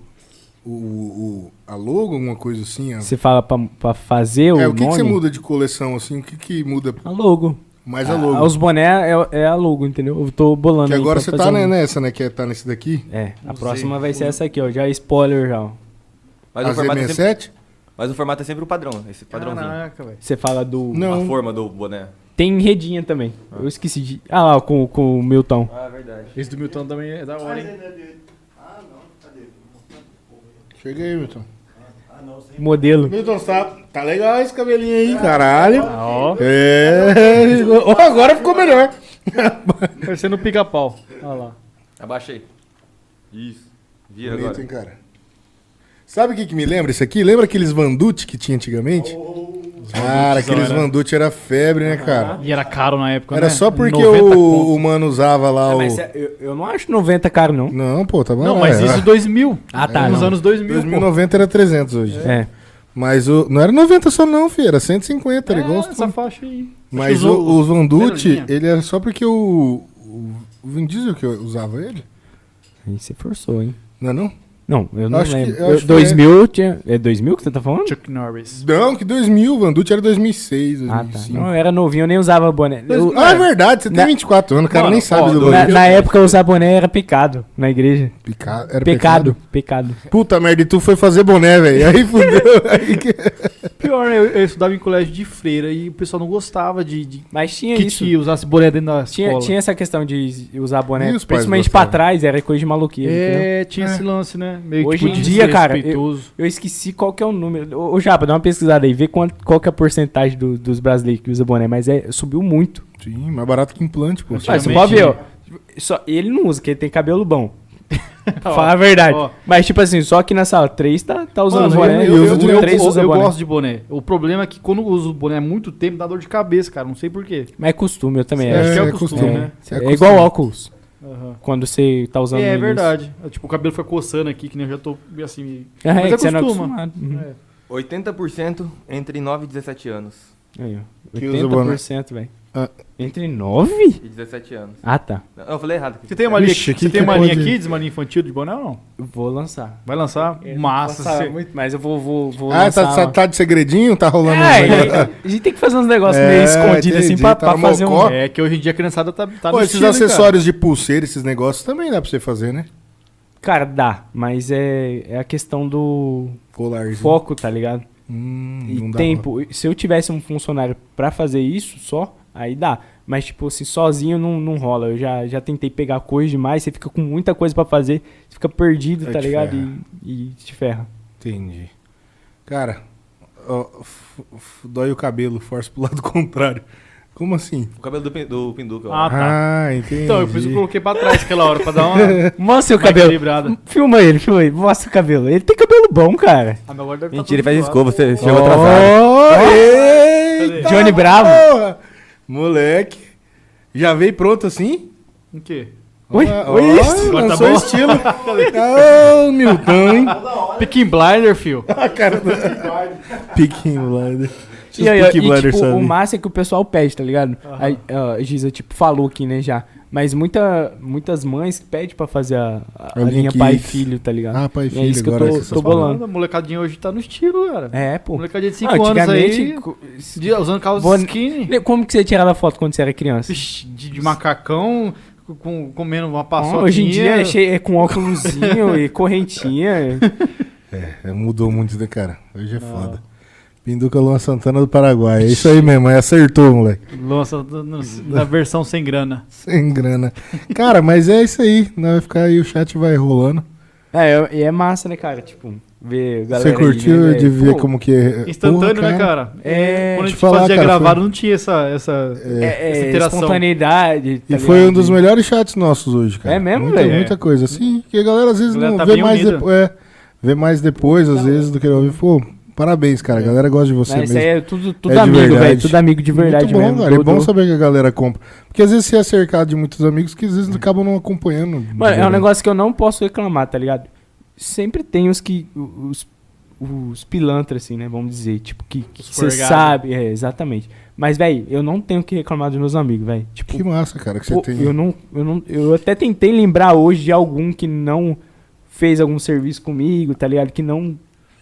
[SPEAKER 2] O, o, o- a logo, alguma coisa assim? a-
[SPEAKER 3] Você fala pra, pra fazer o
[SPEAKER 2] é, o que,
[SPEAKER 3] nome?
[SPEAKER 2] que você muda de coleção, assim? O que, que muda
[SPEAKER 3] A logo.
[SPEAKER 2] mais a
[SPEAKER 3] Ah,
[SPEAKER 2] logo?
[SPEAKER 3] os boné é, é a logo, entendeu? Eu tô bolando
[SPEAKER 2] que
[SPEAKER 3] aí
[SPEAKER 2] agora
[SPEAKER 3] pra
[SPEAKER 2] você
[SPEAKER 3] fazer
[SPEAKER 2] tá
[SPEAKER 3] um-
[SPEAKER 2] né, nessa, né? Que é, tá nesse daqui?
[SPEAKER 3] É, a
[SPEAKER 5] Não
[SPEAKER 3] próxima
[SPEAKER 5] sei.
[SPEAKER 3] vai ser essa aqui, ó. Já é spoiler já, ó.
[SPEAKER 5] Mas
[SPEAKER 2] a
[SPEAKER 5] o, formato é sempre,
[SPEAKER 2] Z67?
[SPEAKER 5] mas o formato é sempre o padrão, esse padrãozinho.
[SPEAKER 1] Caraca, velho.
[SPEAKER 3] Você fala do...
[SPEAKER 5] A
[SPEAKER 2] Não.
[SPEAKER 5] forma do boné.
[SPEAKER 3] Tem redinha também. Eu esqueci de... Ah lá, com, com o Milton.
[SPEAKER 5] Ah, verdade.
[SPEAKER 1] Esse do Milton também é da hora, hein?
[SPEAKER 2] Chega aí, Milton.
[SPEAKER 3] Modelo.
[SPEAKER 2] Milton, tá, tá legal esse cabelinho aí, caralho.
[SPEAKER 1] Ó,
[SPEAKER 2] É. ó, agora ficou melhor.
[SPEAKER 1] parecendo um pica-pau. Olha lá.
[SPEAKER 5] Abaixa aí. Isso. Vira
[SPEAKER 2] Bonito,
[SPEAKER 5] agora.
[SPEAKER 2] hein, cara? Sabe o que, que me lembra isso aqui? Lembra aqueles Vandute que tinha antigamente? Cara, aqueles Vandute era febre, né, cara?
[SPEAKER 1] E era caro na época, né?
[SPEAKER 2] Era só porque
[SPEAKER 1] 90
[SPEAKER 2] o,
[SPEAKER 1] conto.
[SPEAKER 2] o mano usava lá
[SPEAKER 3] Ah,
[SPEAKER 2] o.
[SPEAKER 3] mas cê- eu, eu não acho 90 caro, não.
[SPEAKER 2] Não, pô, tá bom.
[SPEAKER 1] Não, mas isso 2000.
[SPEAKER 3] Ah,
[SPEAKER 2] É.
[SPEAKER 3] tá,
[SPEAKER 1] Nos
[SPEAKER 3] não.
[SPEAKER 1] anos 2000, 2009.
[SPEAKER 2] 2090 era 300 hoje.
[SPEAKER 3] É.
[SPEAKER 2] Mas o. Não era 90 só, não, filho. Era 150, ele gosta.
[SPEAKER 1] essa faixa aí.
[SPEAKER 2] Mas
[SPEAKER 1] É, Os-
[SPEAKER 2] o, o Vanducci,
[SPEAKER 1] Verolhinha.
[SPEAKER 2] ele era só porque o. O o Vin Diesel que eu usava ele?
[SPEAKER 3] Aí você forçou, hein?
[SPEAKER 2] Não é não?
[SPEAKER 3] Não, eu não
[SPEAKER 2] Acho que-
[SPEAKER 3] lembro.
[SPEAKER 2] eu acho
[SPEAKER 3] Eu-
[SPEAKER 2] que
[SPEAKER 3] 2000 tinha. É 2000 que você tá falando?
[SPEAKER 1] Chuck Norris.
[SPEAKER 2] Não, que 2000, o Vanducci era 2006,
[SPEAKER 3] Ah, tá.
[SPEAKER 2] 2005.
[SPEAKER 3] Não, eu era novinho, eu nem usava boné. Eu-
[SPEAKER 2] Ah, é verdade, você tem
[SPEAKER 3] Na-
[SPEAKER 2] 24 anos, o cara
[SPEAKER 1] Mano,
[SPEAKER 2] nem sabe
[SPEAKER 1] ó,
[SPEAKER 2] do
[SPEAKER 1] do-
[SPEAKER 3] na,
[SPEAKER 2] Vanducci.
[SPEAKER 3] na época eu usar boné era pecado na igreja.
[SPEAKER 2] Pica- Era
[SPEAKER 3] Pecado, pecado.
[SPEAKER 2] Puta merda, e tu foi fazer boné, velho. Aí fudeu. Aí que-
[SPEAKER 1] Pior, né? eu, eu estudava em colégio de freira e o pessoal não gostava de, de
[SPEAKER 3] Mas tinha
[SPEAKER 1] que
[SPEAKER 3] isso.
[SPEAKER 1] te usasse boné dentro da
[SPEAKER 3] Tinha,
[SPEAKER 1] escola.
[SPEAKER 3] tinha essa questão de usar boné,
[SPEAKER 2] E os pais
[SPEAKER 3] principalmente pra
[SPEAKER 2] gostavam?
[SPEAKER 3] trás, era coisa de maluqueira. entendeu?
[SPEAKER 1] É, tinha esse lance, né? Meio
[SPEAKER 3] Hoje
[SPEAKER 1] tipo,
[SPEAKER 3] em dia, cara,
[SPEAKER 1] desrespeitoso.
[SPEAKER 3] Eu esqueci qual que é o número. Ô, ô, Japa, dá uma pesquisada aí, vê quanto, qual que é a porcentagem do- dos brasileiros que usa boné, mas é, subiu muito.
[SPEAKER 2] Sim, mais barato que implante, pô.
[SPEAKER 1] Mas-
[SPEAKER 3] Mas o Bob, ó, só, ele não usa, porque ele tem cabelo bom.
[SPEAKER 1] Ó,
[SPEAKER 3] Fala a verdade.
[SPEAKER 1] ó.
[SPEAKER 3] Mas, tipo assim, só que na sala 3 tá, tá usando
[SPEAKER 1] Mano,
[SPEAKER 3] boné.
[SPEAKER 1] eu, eu,
[SPEAKER 2] uso
[SPEAKER 1] eu,
[SPEAKER 2] de-
[SPEAKER 1] eu-
[SPEAKER 3] três
[SPEAKER 1] eu-
[SPEAKER 3] usa
[SPEAKER 1] eu
[SPEAKER 3] boné.
[SPEAKER 1] gosto de boné. O problema é que quando eu uso boné há muito tempo, dá dor de cabeça, cara. Não sei porquê.
[SPEAKER 3] Mas é costume, eu também
[SPEAKER 1] acho
[SPEAKER 3] acho.
[SPEAKER 1] que é o
[SPEAKER 2] é
[SPEAKER 1] costume,
[SPEAKER 2] costume,
[SPEAKER 1] né?
[SPEAKER 3] É,
[SPEAKER 2] costume.
[SPEAKER 3] igual óculos, quando você tá usando
[SPEAKER 1] É,
[SPEAKER 3] no
[SPEAKER 1] é
[SPEAKER 3] início.
[SPEAKER 1] verdade. Eu, tipo, o cabelo foi coçando aqui, que nem eu já tô assim. me-
[SPEAKER 3] É,
[SPEAKER 1] Mas
[SPEAKER 3] que
[SPEAKER 1] é
[SPEAKER 3] você não é
[SPEAKER 1] costuma.
[SPEAKER 3] acostumado. Uhum.
[SPEAKER 1] É.
[SPEAKER 5] 80% entre 9 e 17 anos.
[SPEAKER 1] É.
[SPEAKER 3] Uhum. Aí, ó.
[SPEAKER 2] Que usa boné.
[SPEAKER 3] 80%, velho.
[SPEAKER 2] Ah.
[SPEAKER 3] Entre 9?
[SPEAKER 5] E 17 anos.
[SPEAKER 3] Ah, tá.
[SPEAKER 5] Não, eu falei errado.
[SPEAKER 1] Você tem uma linha,
[SPEAKER 2] Ixi,
[SPEAKER 1] aqui? você
[SPEAKER 2] que
[SPEAKER 1] tem uma
[SPEAKER 2] coisa
[SPEAKER 1] linha
[SPEAKER 2] de-
[SPEAKER 1] kids, uma linha infantil de boné ou não?
[SPEAKER 3] Eu Vou lançar.
[SPEAKER 1] Vai lançar?
[SPEAKER 3] É,
[SPEAKER 1] Massa.
[SPEAKER 3] Nossa,
[SPEAKER 1] você-
[SPEAKER 3] muito, mas eu vou, vou, vou
[SPEAKER 2] Ah,
[SPEAKER 3] lançar.
[SPEAKER 2] tá, tá,
[SPEAKER 3] uma-
[SPEAKER 2] tá de segredinho? Tá rolando uns negócios?
[SPEAKER 3] É, a gente tem que fazer uns negócios meio
[SPEAKER 2] É,
[SPEAKER 3] escondidos assim
[SPEAKER 2] entendi,
[SPEAKER 3] pra,
[SPEAKER 2] tá
[SPEAKER 3] pra
[SPEAKER 2] no
[SPEAKER 3] fazer
[SPEAKER 2] mocó.
[SPEAKER 3] um.
[SPEAKER 1] É que hoje em dia a criançada tá, tá
[SPEAKER 2] Pô,
[SPEAKER 1] no
[SPEAKER 2] esses
[SPEAKER 1] estilo, cara.
[SPEAKER 2] acessórios de pulseira, esses negócios, também dá pra você fazer, né?
[SPEAKER 3] Cara, dá, mas é, é a questão do
[SPEAKER 2] Colarzinho.
[SPEAKER 3] foco, tá ligado?
[SPEAKER 2] Hum,
[SPEAKER 3] E
[SPEAKER 2] não dá
[SPEAKER 3] tempo. Se eu tivesse um funcionário pra fazer isso só, aí dá. Mas, tipo, assim, sozinho não, não rola. Eu já, já tentei pegar coisa demais, você fica com muita coisa pra fazer, você fica perdido,
[SPEAKER 2] Aí
[SPEAKER 3] tá
[SPEAKER 2] te
[SPEAKER 3] ligado?
[SPEAKER 2] ferra.
[SPEAKER 3] E, e te ferra.
[SPEAKER 2] Entendi. Cara, ó, f- f- dói o cabelo, força pro lado contrário. Como assim?
[SPEAKER 5] O cabelo do, pin- do Pinduca. ó.
[SPEAKER 1] Ah, tá.
[SPEAKER 2] Ah, entendi.
[SPEAKER 1] Então, eu por isso que eu coloquei pra trás aquela hora, pra dar uma,
[SPEAKER 3] Mostra o
[SPEAKER 1] uma
[SPEAKER 3] cabelo.
[SPEAKER 1] equilibrada.
[SPEAKER 3] Filma ele, filma ele. Mostra o cabelo. Ele tem cabelo bom, cara.
[SPEAKER 1] Ah, meu agora deve tá
[SPEAKER 5] Mentira, ele faz
[SPEAKER 1] todo
[SPEAKER 5] escova, você chegou atrasado.
[SPEAKER 3] Oh,
[SPEAKER 2] Eita,
[SPEAKER 3] um Johnny Bravo.
[SPEAKER 2] porra! Moleque. Já veio pronto assim?
[SPEAKER 1] zoado. O quê?
[SPEAKER 3] Oi?
[SPEAKER 2] Ah,
[SPEAKER 3] Oi?
[SPEAKER 2] ó,
[SPEAKER 3] isso?
[SPEAKER 1] Agora tá
[SPEAKER 2] lançou
[SPEAKER 1] bom?
[SPEAKER 2] estilo. Ô, Milton, hein?
[SPEAKER 1] Picking Blinder, fio.
[SPEAKER 2] Peaky Blinder. Deixa os
[SPEAKER 3] E aí,
[SPEAKER 2] Peaky
[SPEAKER 3] e,
[SPEAKER 2] Blinders
[SPEAKER 3] tipo, o
[SPEAKER 2] saber.
[SPEAKER 3] massa é que o pessoal pede, tá ligado? Aí, ó, a Giza, tipo, falou aqui, né, já. Mas muita, muitas mães pedem pra fazer a,
[SPEAKER 2] A
[SPEAKER 3] a, a
[SPEAKER 2] linha
[SPEAKER 3] linha pai e
[SPEAKER 2] Kids.
[SPEAKER 3] filho, tá ligado?
[SPEAKER 2] Ah, pai e
[SPEAKER 3] é
[SPEAKER 2] filho,
[SPEAKER 3] isso que eu
[SPEAKER 2] agora
[SPEAKER 3] tô-
[SPEAKER 2] é que você
[SPEAKER 3] tô
[SPEAKER 2] tá falando.
[SPEAKER 3] bolando.
[SPEAKER 1] A molecadinha hoje tá no estilo, cara.
[SPEAKER 3] É, pô.
[SPEAKER 1] Molecadinha de
[SPEAKER 3] Não,
[SPEAKER 1] 5 anos aí,
[SPEAKER 3] co-
[SPEAKER 1] de- usando calça
[SPEAKER 3] Bon-
[SPEAKER 1] skinny,
[SPEAKER 3] Como que você tirava foto quando você era criança?
[SPEAKER 1] Ixi, de, de macacão, com- comendo uma paçoquinha.
[SPEAKER 3] Bom, hoje em dia é, cheio- é com óculosinho e correntinha.
[SPEAKER 2] É, mudou muito, né, cara? Hoje
[SPEAKER 3] Ah.
[SPEAKER 2] é foda. Pinduca Luan Santana do Paraguai. É isso aí mesmo, aí acertou, moleque.
[SPEAKER 1] Lança do- no- na versão sem grana.
[SPEAKER 2] Sem grana. Cara, mas é isso aí. Não vai ficar aí, o chat vai rolando.
[SPEAKER 3] É, e é massa, né, cara? Tipo, ver
[SPEAKER 2] Você
[SPEAKER 3] galera aí,
[SPEAKER 2] curtiu
[SPEAKER 3] né,
[SPEAKER 2] de
[SPEAKER 3] velho?
[SPEAKER 2] ver
[SPEAKER 3] Pô,
[SPEAKER 2] como que é.
[SPEAKER 1] Instantâneo,
[SPEAKER 2] Porra,
[SPEAKER 1] né, cara?
[SPEAKER 3] É,
[SPEAKER 1] Quando a
[SPEAKER 2] te
[SPEAKER 1] gente
[SPEAKER 2] falar,
[SPEAKER 1] fazia
[SPEAKER 2] cara,
[SPEAKER 1] gravado,
[SPEAKER 2] foi-
[SPEAKER 1] não tinha essa, essa,
[SPEAKER 3] É, é,
[SPEAKER 1] essa interação.
[SPEAKER 3] espontaneidade.
[SPEAKER 2] E
[SPEAKER 3] tá
[SPEAKER 2] foi
[SPEAKER 3] ligado?
[SPEAKER 2] um dos melhores chats nossos hoje, cara.
[SPEAKER 3] É mesmo,
[SPEAKER 2] Muita-
[SPEAKER 3] velho?
[SPEAKER 2] Muita coisa, sim. Que a galera às
[SPEAKER 1] A
[SPEAKER 2] vezes
[SPEAKER 1] galera
[SPEAKER 2] não
[SPEAKER 1] tá
[SPEAKER 2] vê
[SPEAKER 1] bem
[SPEAKER 2] mais
[SPEAKER 1] unida.
[SPEAKER 2] depois. É, vê mais depois, às vezes, do que ouvir. Pô, parabéns, cara. A galera gosta de você
[SPEAKER 3] É. Mas
[SPEAKER 2] mesmo.
[SPEAKER 3] isso aí é tudo, tudo
[SPEAKER 2] É de
[SPEAKER 3] amigo,
[SPEAKER 2] verdade.
[SPEAKER 3] velho. Tudo amigo de verdade
[SPEAKER 2] Muito bom,
[SPEAKER 3] mesmo.
[SPEAKER 2] cara. É
[SPEAKER 3] do-
[SPEAKER 2] bom
[SPEAKER 3] do-
[SPEAKER 2] saber que a galera compra. Porque às vezes você é cercado de muitos amigos que às vezes acabam não acompanhando.
[SPEAKER 3] Mano, é um negócio que eu não posso reclamar, tá ligado? Sempre tem os que. Os, os pilantras, assim, né? Vamos dizer. Tipo, que que
[SPEAKER 1] Os
[SPEAKER 3] você
[SPEAKER 1] forgado.
[SPEAKER 3] sabe. É, exatamente. Mas, velho, eu não tenho o que reclamar dos meus amigos, velho. Tipo,
[SPEAKER 2] Que massa, cara, que você
[SPEAKER 3] pô,
[SPEAKER 2] tem.
[SPEAKER 3] eu, não, eu não. Eu até tentei lembrar hoje de algum que não fez algum serviço comigo, tá ligado? Que não.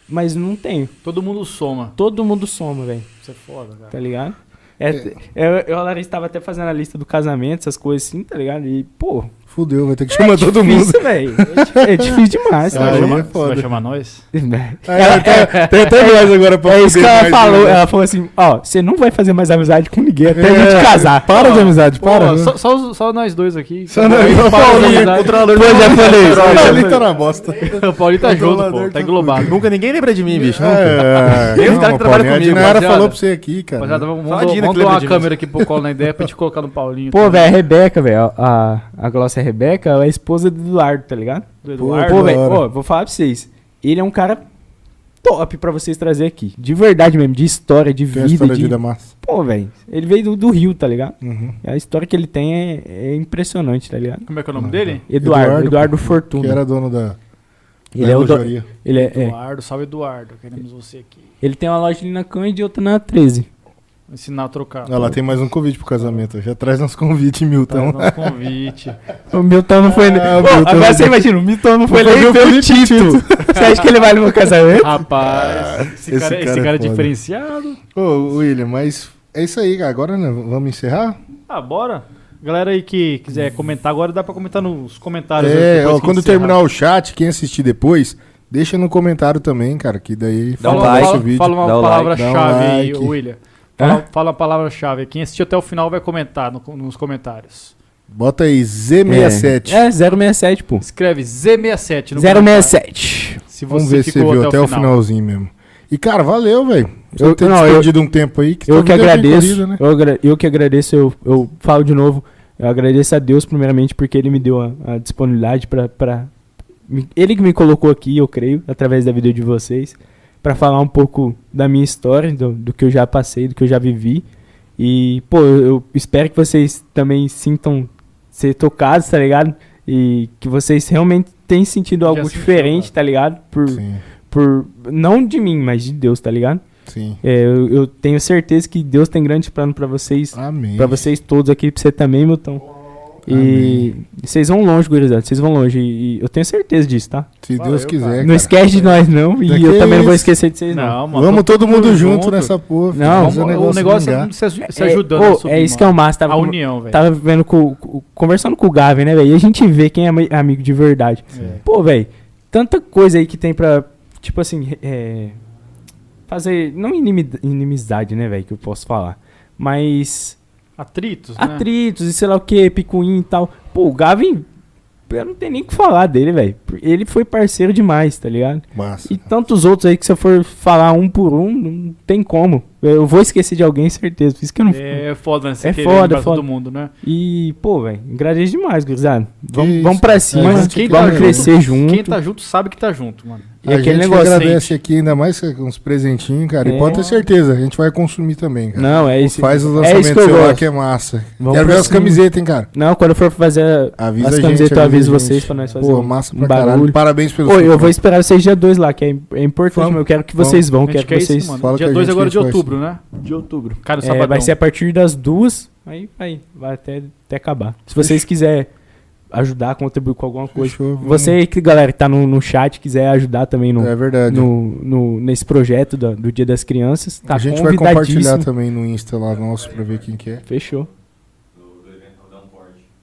[SPEAKER 3] Mas não tenho.
[SPEAKER 1] Todo mundo soma.
[SPEAKER 3] Todo mundo soma, velho.
[SPEAKER 1] Isso é foda, cara.
[SPEAKER 3] tá ligado? É, Eu, eu, a Larissa tava até fazendo a lista do casamento, essas coisas assim, tá ligado? E, pô,
[SPEAKER 2] Fudeu, vai ter que chamar todo mundo.
[SPEAKER 3] É difícil, velho. É di- É, difícil demais,
[SPEAKER 1] Você vai,
[SPEAKER 2] Aí
[SPEAKER 3] cara.
[SPEAKER 1] chamar,
[SPEAKER 2] é
[SPEAKER 1] você
[SPEAKER 2] foda.
[SPEAKER 1] vai chamar nós?
[SPEAKER 2] Aí, ela tá- tem até nós agora pra
[SPEAKER 3] É isso que
[SPEAKER 2] fuder
[SPEAKER 3] ela
[SPEAKER 2] mais
[SPEAKER 3] falou.
[SPEAKER 2] ainda.
[SPEAKER 3] Ela falou assim: ó, você não vai fazer mais amizade com ninguém até a
[SPEAKER 2] É,
[SPEAKER 3] gente casar.
[SPEAKER 2] Para de amizade, para.
[SPEAKER 1] Pô,
[SPEAKER 2] né?
[SPEAKER 1] só, só os- só nós dois aqui. né?
[SPEAKER 2] Só nós dois.
[SPEAKER 1] Paulo,
[SPEAKER 2] Paulinho,
[SPEAKER 1] amizade.
[SPEAKER 5] Controlador
[SPEAKER 2] Pô,
[SPEAKER 5] de
[SPEAKER 2] já falei isso.
[SPEAKER 5] Droga.
[SPEAKER 2] Ali tá na bosta.
[SPEAKER 1] né? O Paulinho tá junto, pô.
[SPEAKER 2] Controlador
[SPEAKER 1] Tá
[SPEAKER 2] tá
[SPEAKER 1] englobado.
[SPEAKER 5] Nunca ninguém lembra É de mim, bicho. Nunca.
[SPEAKER 2] É,
[SPEAKER 5] Nem os
[SPEAKER 2] não,
[SPEAKER 5] caras que trabalham
[SPEAKER 2] Paulinho, A
[SPEAKER 5] comigo,
[SPEAKER 2] Dinara
[SPEAKER 1] rapaziada.
[SPEAKER 2] falou pra você aqui,
[SPEAKER 1] Rapaziada,
[SPEAKER 2] cara.
[SPEAKER 1] vamos,
[SPEAKER 5] Só a
[SPEAKER 1] vamos,
[SPEAKER 5] Dina
[SPEAKER 1] vamos
[SPEAKER 5] que
[SPEAKER 1] dar
[SPEAKER 5] lembra
[SPEAKER 1] uma
[SPEAKER 5] disso.
[SPEAKER 1] câmera aqui pro colo na ideia pra gente colocar no Paulinho.
[SPEAKER 3] Pô,
[SPEAKER 1] também.
[SPEAKER 3] velho, a Rebeca, velho, a, a Glócia Rebeca é a esposa do Eduardo, tá ligado?
[SPEAKER 1] Do
[SPEAKER 2] pô,
[SPEAKER 1] Eduardo.
[SPEAKER 3] Pô,
[SPEAKER 2] da
[SPEAKER 3] velho,
[SPEAKER 2] hora.
[SPEAKER 3] ó, vou falar pra vocês. Ele é um cara top pra vocês trazer aqui. De verdade mesmo, de história, de
[SPEAKER 2] Tem a
[SPEAKER 3] vida.
[SPEAKER 2] história de
[SPEAKER 3] De...
[SPEAKER 2] vida massa.
[SPEAKER 3] Pô, velho, ele veio do, do Rio, tá ligado?
[SPEAKER 2] Uhum.
[SPEAKER 3] A história que ele tem é, é impressionante, tá ligado?
[SPEAKER 1] Como é que é o nome dele?
[SPEAKER 3] Eduardo,
[SPEAKER 2] Eduardo,
[SPEAKER 3] Eduardo,
[SPEAKER 2] Que
[SPEAKER 3] Fortuna.
[SPEAKER 2] era dono da.
[SPEAKER 3] Ele
[SPEAKER 2] da
[SPEAKER 3] é o do-
[SPEAKER 2] lojaria.
[SPEAKER 3] Ele, é- é.
[SPEAKER 1] Eduardo, salve Eduardo. Queremos você aqui.
[SPEAKER 3] ele tem uma loja ali na Cândido e outra na 13.
[SPEAKER 1] Ensinar a trocar.
[SPEAKER 2] Ah, lá tá tem mais um convite pro casamento. Já traz uns convites, Milton.
[SPEAKER 1] Traz nosso um convite.
[SPEAKER 3] O Milton não
[SPEAKER 2] Ah,
[SPEAKER 3] foi.
[SPEAKER 2] o
[SPEAKER 3] Pô,
[SPEAKER 2] Milton
[SPEAKER 3] agora
[SPEAKER 2] não-
[SPEAKER 3] você imagina, o Milton não foi
[SPEAKER 2] Foi
[SPEAKER 3] nem
[SPEAKER 2] ver
[SPEAKER 3] pelo
[SPEAKER 2] o Felipe
[SPEAKER 3] Tito. Você acha que ele um vai no meu casamento?
[SPEAKER 2] Ah,
[SPEAKER 1] Rapaz, esse,
[SPEAKER 2] Esse
[SPEAKER 1] cara, esse
[SPEAKER 2] cara é
[SPEAKER 1] cara é
[SPEAKER 2] foda.
[SPEAKER 1] diferenciado.
[SPEAKER 2] Ô, William, mas é isso aí, cara. Agora né, vamos encerrar?
[SPEAKER 1] Ah, bora. Galera aí que quiser comentar agora, dá pra comentar nos comentários.
[SPEAKER 2] É,
[SPEAKER 1] depois
[SPEAKER 2] ó,
[SPEAKER 1] que
[SPEAKER 2] quando
[SPEAKER 1] encerrar.
[SPEAKER 2] terminar o chat, quem assistir depois, deixa no comentário também, cara, que daí
[SPEAKER 5] Dá
[SPEAKER 2] fala
[SPEAKER 5] um
[SPEAKER 1] Fala,
[SPEAKER 2] do
[SPEAKER 5] like,
[SPEAKER 2] nosso
[SPEAKER 1] fala-
[SPEAKER 2] vídeo.
[SPEAKER 1] fala uma
[SPEAKER 5] dá o like,
[SPEAKER 1] palavra-chave
[SPEAKER 2] dá um
[SPEAKER 1] aí,
[SPEAKER 2] like.
[SPEAKER 1] William. Fala, fala a palavra-chave. Quem assistiu até o final vai comentar no- nos comentários.
[SPEAKER 2] Bota aí Z67.
[SPEAKER 3] É, 067, pô.
[SPEAKER 1] Escreve Z67 no comentário,
[SPEAKER 3] 067.
[SPEAKER 1] Se você
[SPEAKER 3] É,
[SPEAKER 2] Vamos ver se você
[SPEAKER 1] ficou
[SPEAKER 2] viu até, o finalzinho mesmo. E, cara, valeu, velho. Eu
[SPEAKER 3] Eu-
[SPEAKER 2] tenho
[SPEAKER 3] não, eu-
[SPEAKER 2] perdido um tempo aí.
[SPEAKER 3] Eu
[SPEAKER 2] tua
[SPEAKER 3] que
[SPEAKER 2] vida é bem
[SPEAKER 3] agradeço.
[SPEAKER 2] corrida, né?
[SPEAKER 3] eu, agra- eu que agradeço, eu, eu falo de novo. Eu agradeço a Deus, primeiramente, porque ele me deu a, a disponibilidade pra- pra. me- Ele que me colocou aqui, eu creio, através da vida de vocês, pra falar um pouco da minha história, do, do que eu já passei, do que eu já vivi. E, pô, eu, eu espero que vocês também sintam ser tocados, tá ligado? E que vocês realmente tenham sentido
[SPEAKER 1] Já
[SPEAKER 3] algo
[SPEAKER 1] senti,
[SPEAKER 3] diferente, tá ligado? Por,
[SPEAKER 2] Sim,
[SPEAKER 3] por. Não de mim, mas de Deus, tá ligado?
[SPEAKER 2] sim.
[SPEAKER 3] É, eu, eu tenho certeza que Deus tem grandes planos pra vocês,
[SPEAKER 2] Amém.
[SPEAKER 3] Pra vocês todos aqui, pra você também, Milton. E
[SPEAKER 2] Amém.
[SPEAKER 3] vocês vão longe, gurizada, vocês vão longe. E, e eu tenho certeza disso, tá?
[SPEAKER 2] Se
[SPEAKER 1] Valeu,
[SPEAKER 2] Deus
[SPEAKER 1] cara.
[SPEAKER 2] quiser,
[SPEAKER 3] não
[SPEAKER 2] É, cara.
[SPEAKER 3] esquece de nós, não. E
[SPEAKER 2] Que
[SPEAKER 3] eu também não vou
[SPEAKER 2] isso?
[SPEAKER 3] esquecer de vocês, não.
[SPEAKER 1] Não, mano.
[SPEAKER 2] Vamos
[SPEAKER 1] tô-
[SPEAKER 2] todo mundo junto,
[SPEAKER 1] junto.
[SPEAKER 2] nessa porra. filho.
[SPEAKER 3] Não,
[SPEAKER 2] Fazer
[SPEAKER 1] Vamos- o negócio é
[SPEAKER 2] vingar.
[SPEAKER 1] se, aju- se ajudando.
[SPEAKER 3] É,
[SPEAKER 1] a
[SPEAKER 3] ô,
[SPEAKER 1] subir,
[SPEAKER 3] é isso que é o massa. Tava,
[SPEAKER 1] A
[SPEAKER 3] con-
[SPEAKER 1] união, velho.
[SPEAKER 3] tava vendo com, com- conversando com o Gavi, né, velho? E a gente vê quem é ami- amigo de verdade.
[SPEAKER 1] É.
[SPEAKER 3] Pô, velho, tanta coisa aí que tem pra, tipo assim, é, fazer, não inimid- inimizade, né, velho, que eu posso falar. Mas
[SPEAKER 1] Atritos, né?
[SPEAKER 3] atritos e sei lá o que, picuinha e tal. Pô, o Gavin, eu não tenho nem o que falar dele, velho. Ele foi parceiro demais, tá ligado?
[SPEAKER 2] Massa.
[SPEAKER 3] E tantos outros aí que se eu for falar um por um, não tem como. Eu vou esquecer de alguém, certeza. Por isso que eu não.
[SPEAKER 1] É foda, né? Você
[SPEAKER 3] É
[SPEAKER 1] querer
[SPEAKER 3] foda,
[SPEAKER 1] lembrar
[SPEAKER 3] é foda.
[SPEAKER 1] todo mundo, né?
[SPEAKER 3] E, pô, velho, agradeço demais, gurizada.
[SPEAKER 2] isso,
[SPEAKER 3] Vamos, vamos pra cima,
[SPEAKER 2] Mas
[SPEAKER 1] Mano, quem tá
[SPEAKER 3] vamos
[SPEAKER 1] junto-
[SPEAKER 3] crescer junto.
[SPEAKER 1] Quem tá junto sabe que tá junto, mano.
[SPEAKER 3] E
[SPEAKER 2] a
[SPEAKER 3] aquele
[SPEAKER 2] gente que
[SPEAKER 3] negócio.
[SPEAKER 2] agradece aqui ainda mais com uns presentinhos, cara. E
[SPEAKER 3] É.
[SPEAKER 2] pode ter certeza, a gente vai consumir também, cara.
[SPEAKER 3] Não, é isso.
[SPEAKER 2] Faz os
[SPEAKER 3] é isso que
[SPEAKER 2] lançamentos
[SPEAKER 3] eu
[SPEAKER 2] seu lá
[SPEAKER 3] gosto.
[SPEAKER 2] que é massa.
[SPEAKER 3] Vamos
[SPEAKER 2] Quero
[SPEAKER 3] pra
[SPEAKER 2] ver as
[SPEAKER 3] cima.
[SPEAKER 2] camisetas, hein, cara.
[SPEAKER 3] Não, quando eu for fazer
[SPEAKER 2] Avisa
[SPEAKER 3] as
[SPEAKER 2] a gente.
[SPEAKER 3] camisetas, eu aviso
[SPEAKER 2] avisa a
[SPEAKER 3] vocês
[SPEAKER 2] gente.
[SPEAKER 3] pra nós fazer
[SPEAKER 2] Pô,
[SPEAKER 3] um-
[SPEAKER 2] massa
[SPEAKER 3] um
[SPEAKER 2] pra
[SPEAKER 3] barulho.
[SPEAKER 2] caralho. Parabéns pelo
[SPEAKER 3] Ô,
[SPEAKER 2] seu
[SPEAKER 3] eu vou
[SPEAKER 2] trampo.
[SPEAKER 3] esperar vocês dia 2 lá, que é, é importante,
[SPEAKER 2] Vamos,
[SPEAKER 3] mas eu quero que
[SPEAKER 2] vamos.
[SPEAKER 3] vocês vão,
[SPEAKER 1] A gente
[SPEAKER 3] quero que
[SPEAKER 1] quer é isso,
[SPEAKER 3] vocês.
[SPEAKER 1] mano.
[SPEAKER 2] Fala
[SPEAKER 1] Dia
[SPEAKER 2] com a
[SPEAKER 1] 2
[SPEAKER 2] gente
[SPEAKER 1] agora
[SPEAKER 2] que
[SPEAKER 1] de
[SPEAKER 2] a gente
[SPEAKER 1] outubro, né?
[SPEAKER 5] De outubro.
[SPEAKER 1] Cara,
[SPEAKER 3] É,
[SPEAKER 1] sabadão.
[SPEAKER 3] vai ser a partir das duas, aí vai, vai até, até acabar. Se vocês quiserem ajudar, contribuir com alguma coisa.
[SPEAKER 2] Fechou, vamos.
[SPEAKER 3] Você que, galera, que tá no, no chat, quiser ajudar também no,
[SPEAKER 2] É verdade.
[SPEAKER 3] no, no- nesse projeto da- do, Dia das Crianças, tá
[SPEAKER 2] a gente vai
[SPEAKER 3] convidadíssimo.
[SPEAKER 2] compartilhar também no Insta lá nosso pra ver quem que é.
[SPEAKER 3] Fechou.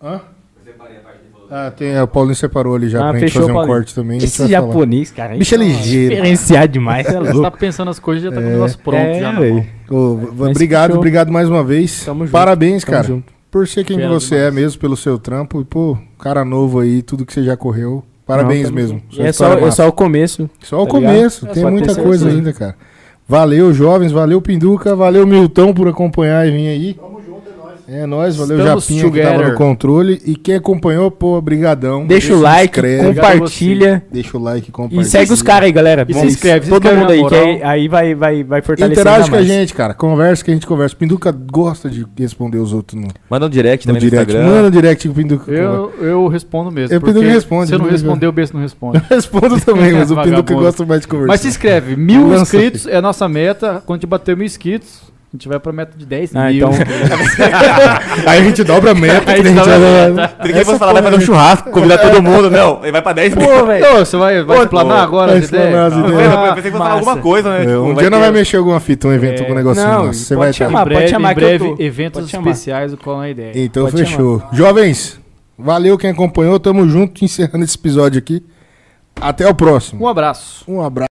[SPEAKER 2] Hã? Ah, tem, a Paulinho separou ali já
[SPEAKER 3] Ah,
[SPEAKER 2] pra gente
[SPEAKER 3] fechou,
[SPEAKER 2] fazer um
[SPEAKER 3] Paulinho.
[SPEAKER 2] corte também. a gente
[SPEAKER 3] Esse
[SPEAKER 2] vai falar.
[SPEAKER 3] japonês, cara,
[SPEAKER 2] Bicho é
[SPEAKER 3] isso
[SPEAKER 2] ligeiro.
[SPEAKER 3] Diferenciado demais, é
[SPEAKER 1] Você tá
[SPEAKER 3] louco.
[SPEAKER 1] pensando as coisas e já tá com o
[SPEAKER 2] É.
[SPEAKER 1] negócio pronto.
[SPEAKER 3] É,
[SPEAKER 1] já na
[SPEAKER 3] véi.
[SPEAKER 1] mão.
[SPEAKER 2] Ô, v-
[SPEAKER 3] Mas
[SPEAKER 2] obrigado,
[SPEAKER 3] fechou.
[SPEAKER 2] obrigado mais uma vez.
[SPEAKER 3] Tamo junto,
[SPEAKER 2] Parabéns,
[SPEAKER 3] Tamo
[SPEAKER 2] cara,
[SPEAKER 3] junto.
[SPEAKER 2] por ser quem
[SPEAKER 1] Fera
[SPEAKER 2] você é
[SPEAKER 1] demais.
[SPEAKER 2] mesmo, pelo seu trampo. E, pô, cara novo aí, tudo que você já correu. Parabéns
[SPEAKER 3] Não, tamo
[SPEAKER 2] mesmo.
[SPEAKER 3] junto.
[SPEAKER 2] Sua
[SPEAKER 3] E É só,
[SPEAKER 2] história
[SPEAKER 3] é
[SPEAKER 2] massa.
[SPEAKER 3] só o começo.
[SPEAKER 2] Só o
[SPEAKER 3] tá ligado?
[SPEAKER 2] começo,
[SPEAKER 3] É,
[SPEAKER 2] tem
[SPEAKER 3] só
[SPEAKER 2] muita
[SPEAKER 3] ter
[SPEAKER 2] coisa
[SPEAKER 3] certeza.
[SPEAKER 2] ainda, cara. Valeu, jovens, valeu, Pinduca, valeu, Milton, por acompanhar e vir aí. Tamo junto, é nóis. É nóis, valeu,
[SPEAKER 1] Estamos
[SPEAKER 2] Japinha, que tava
[SPEAKER 1] together.
[SPEAKER 2] no controle. E quem acompanhou, pô, brigadão.
[SPEAKER 3] Deixa o
[SPEAKER 2] Se
[SPEAKER 3] like,
[SPEAKER 2] inscreve,
[SPEAKER 1] com-
[SPEAKER 3] compartilha
[SPEAKER 2] Deixa o like, compartilha.
[SPEAKER 3] e segue os caras aí, galera.
[SPEAKER 1] E se
[SPEAKER 3] Vamos-
[SPEAKER 1] inscreve, se
[SPEAKER 3] Todo
[SPEAKER 1] inscreve
[SPEAKER 3] mundo
[SPEAKER 1] na
[SPEAKER 3] aí, que
[SPEAKER 1] moral.
[SPEAKER 3] aí, aí vai, vai, vai fortalecer
[SPEAKER 2] Interage
[SPEAKER 3] ainda
[SPEAKER 2] com a
[SPEAKER 3] mais.
[SPEAKER 2] gente, cara. Conversa que a gente conversa. Pinduca gosta de responder os outros no,
[SPEAKER 5] Manda um
[SPEAKER 3] tá
[SPEAKER 5] direct
[SPEAKER 2] no
[SPEAKER 5] também no
[SPEAKER 2] direct.
[SPEAKER 5] Instagram.
[SPEAKER 2] Manda um direct pro Pinduca.
[SPEAKER 1] Eu, eu respondo mesmo.
[SPEAKER 2] Eu pedi
[SPEAKER 1] porque
[SPEAKER 2] que responde,
[SPEAKER 1] Se eu não
[SPEAKER 2] eu pedi que-
[SPEAKER 1] responder, o Besta não responde.
[SPEAKER 2] Respondo também, mas o Pinduca
[SPEAKER 1] Vagabundo.
[SPEAKER 2] gosta mais de conversar.
[SPEAKER 1] Mas se inscreve. Mil
[SPEAKER 2] Lança.
[SPEAKER 1] inscritos é a nossa meta. Quando a gente bater mil inscritos, a gente vai pra meta de 10
[SPEAKER 3] Ah,
[SPEAKER 1] mil.
[SPEAKER 3] então,
[SPEAKER 2] Aí a gente dobra a meta. que a gente
[SPEAKER 1] dobra a
[SPEAKER 2] vai-
[SPEAKER 5] Porque
[SPEAKER 2] Essa
[SPEAKER 5] você fala, vai
[SPEAKER 2] porra
[SPEAKER 5] fazer um churrasco, convidar todo mundo. Não, ele vai pra 10 mil.
[SPEAKER 1] Pô, velho. Você vai, vai explanar agora
[SPEAKER 2] vai
[SPEAKER 1] as ideias?
[SPEAKER 2] explanar as
[SPEAKER 1] Não,
[SPEAKER 2] ideias.
[SPEAKER 5] Eu
[SPEAKER 1] vai-
[SPEAKER 3] Ah,
[SPEAKER 5] pensei que você ia falar
[SPEAKER 1] massa.
[SPEAKER 5] alguma coisa, né?
[SPEAKER 2] É,
[SPEAKER 5] Tipo,
[SPEAKER 2] um
[SPEAKER 5] vai
[SPEAKER 2] dia não
[SPEAKER 5] ter-
[SPEAKER 2] vai mexer alguma fita, um evento,
[SPEAKER 1] É,
[SPEAKER 2] algum negocinho.
[SPEAKER 3] não,
[SPEAKER 2] nosso. Você
[SPEAKER 3] pode
[SPEAKER 2] vai tá.
[SPEAKER 1] Em
[SPEAKER 3] chamar.
[SPEAKER 2] estar.
[SPEAKER 3] Ah, pode
[SPEAKER 1] breve,
[SPEAKER 3] chamar
[SPEAKER 1] em
[SPEAKER 3] que eu
[SPEAKER 1] breve
[SPEAKER 3] tô.
[SPEAKER 1] eventos
[SPEAKER 3] Pode chamar.
[SPEAKER 1] especiais do Colão a Ideia.
[SPEAKER 2] Então
[SPEAKER 3] Pode
[SPEAKER 2] fechou. Jovens, valeu quem acompanhou. Tamo junto, encerrando esse episódio aqui. Até o próximo.
[SPEAKER 1] Um abraço.
[SPEAKER 2] Um abraço.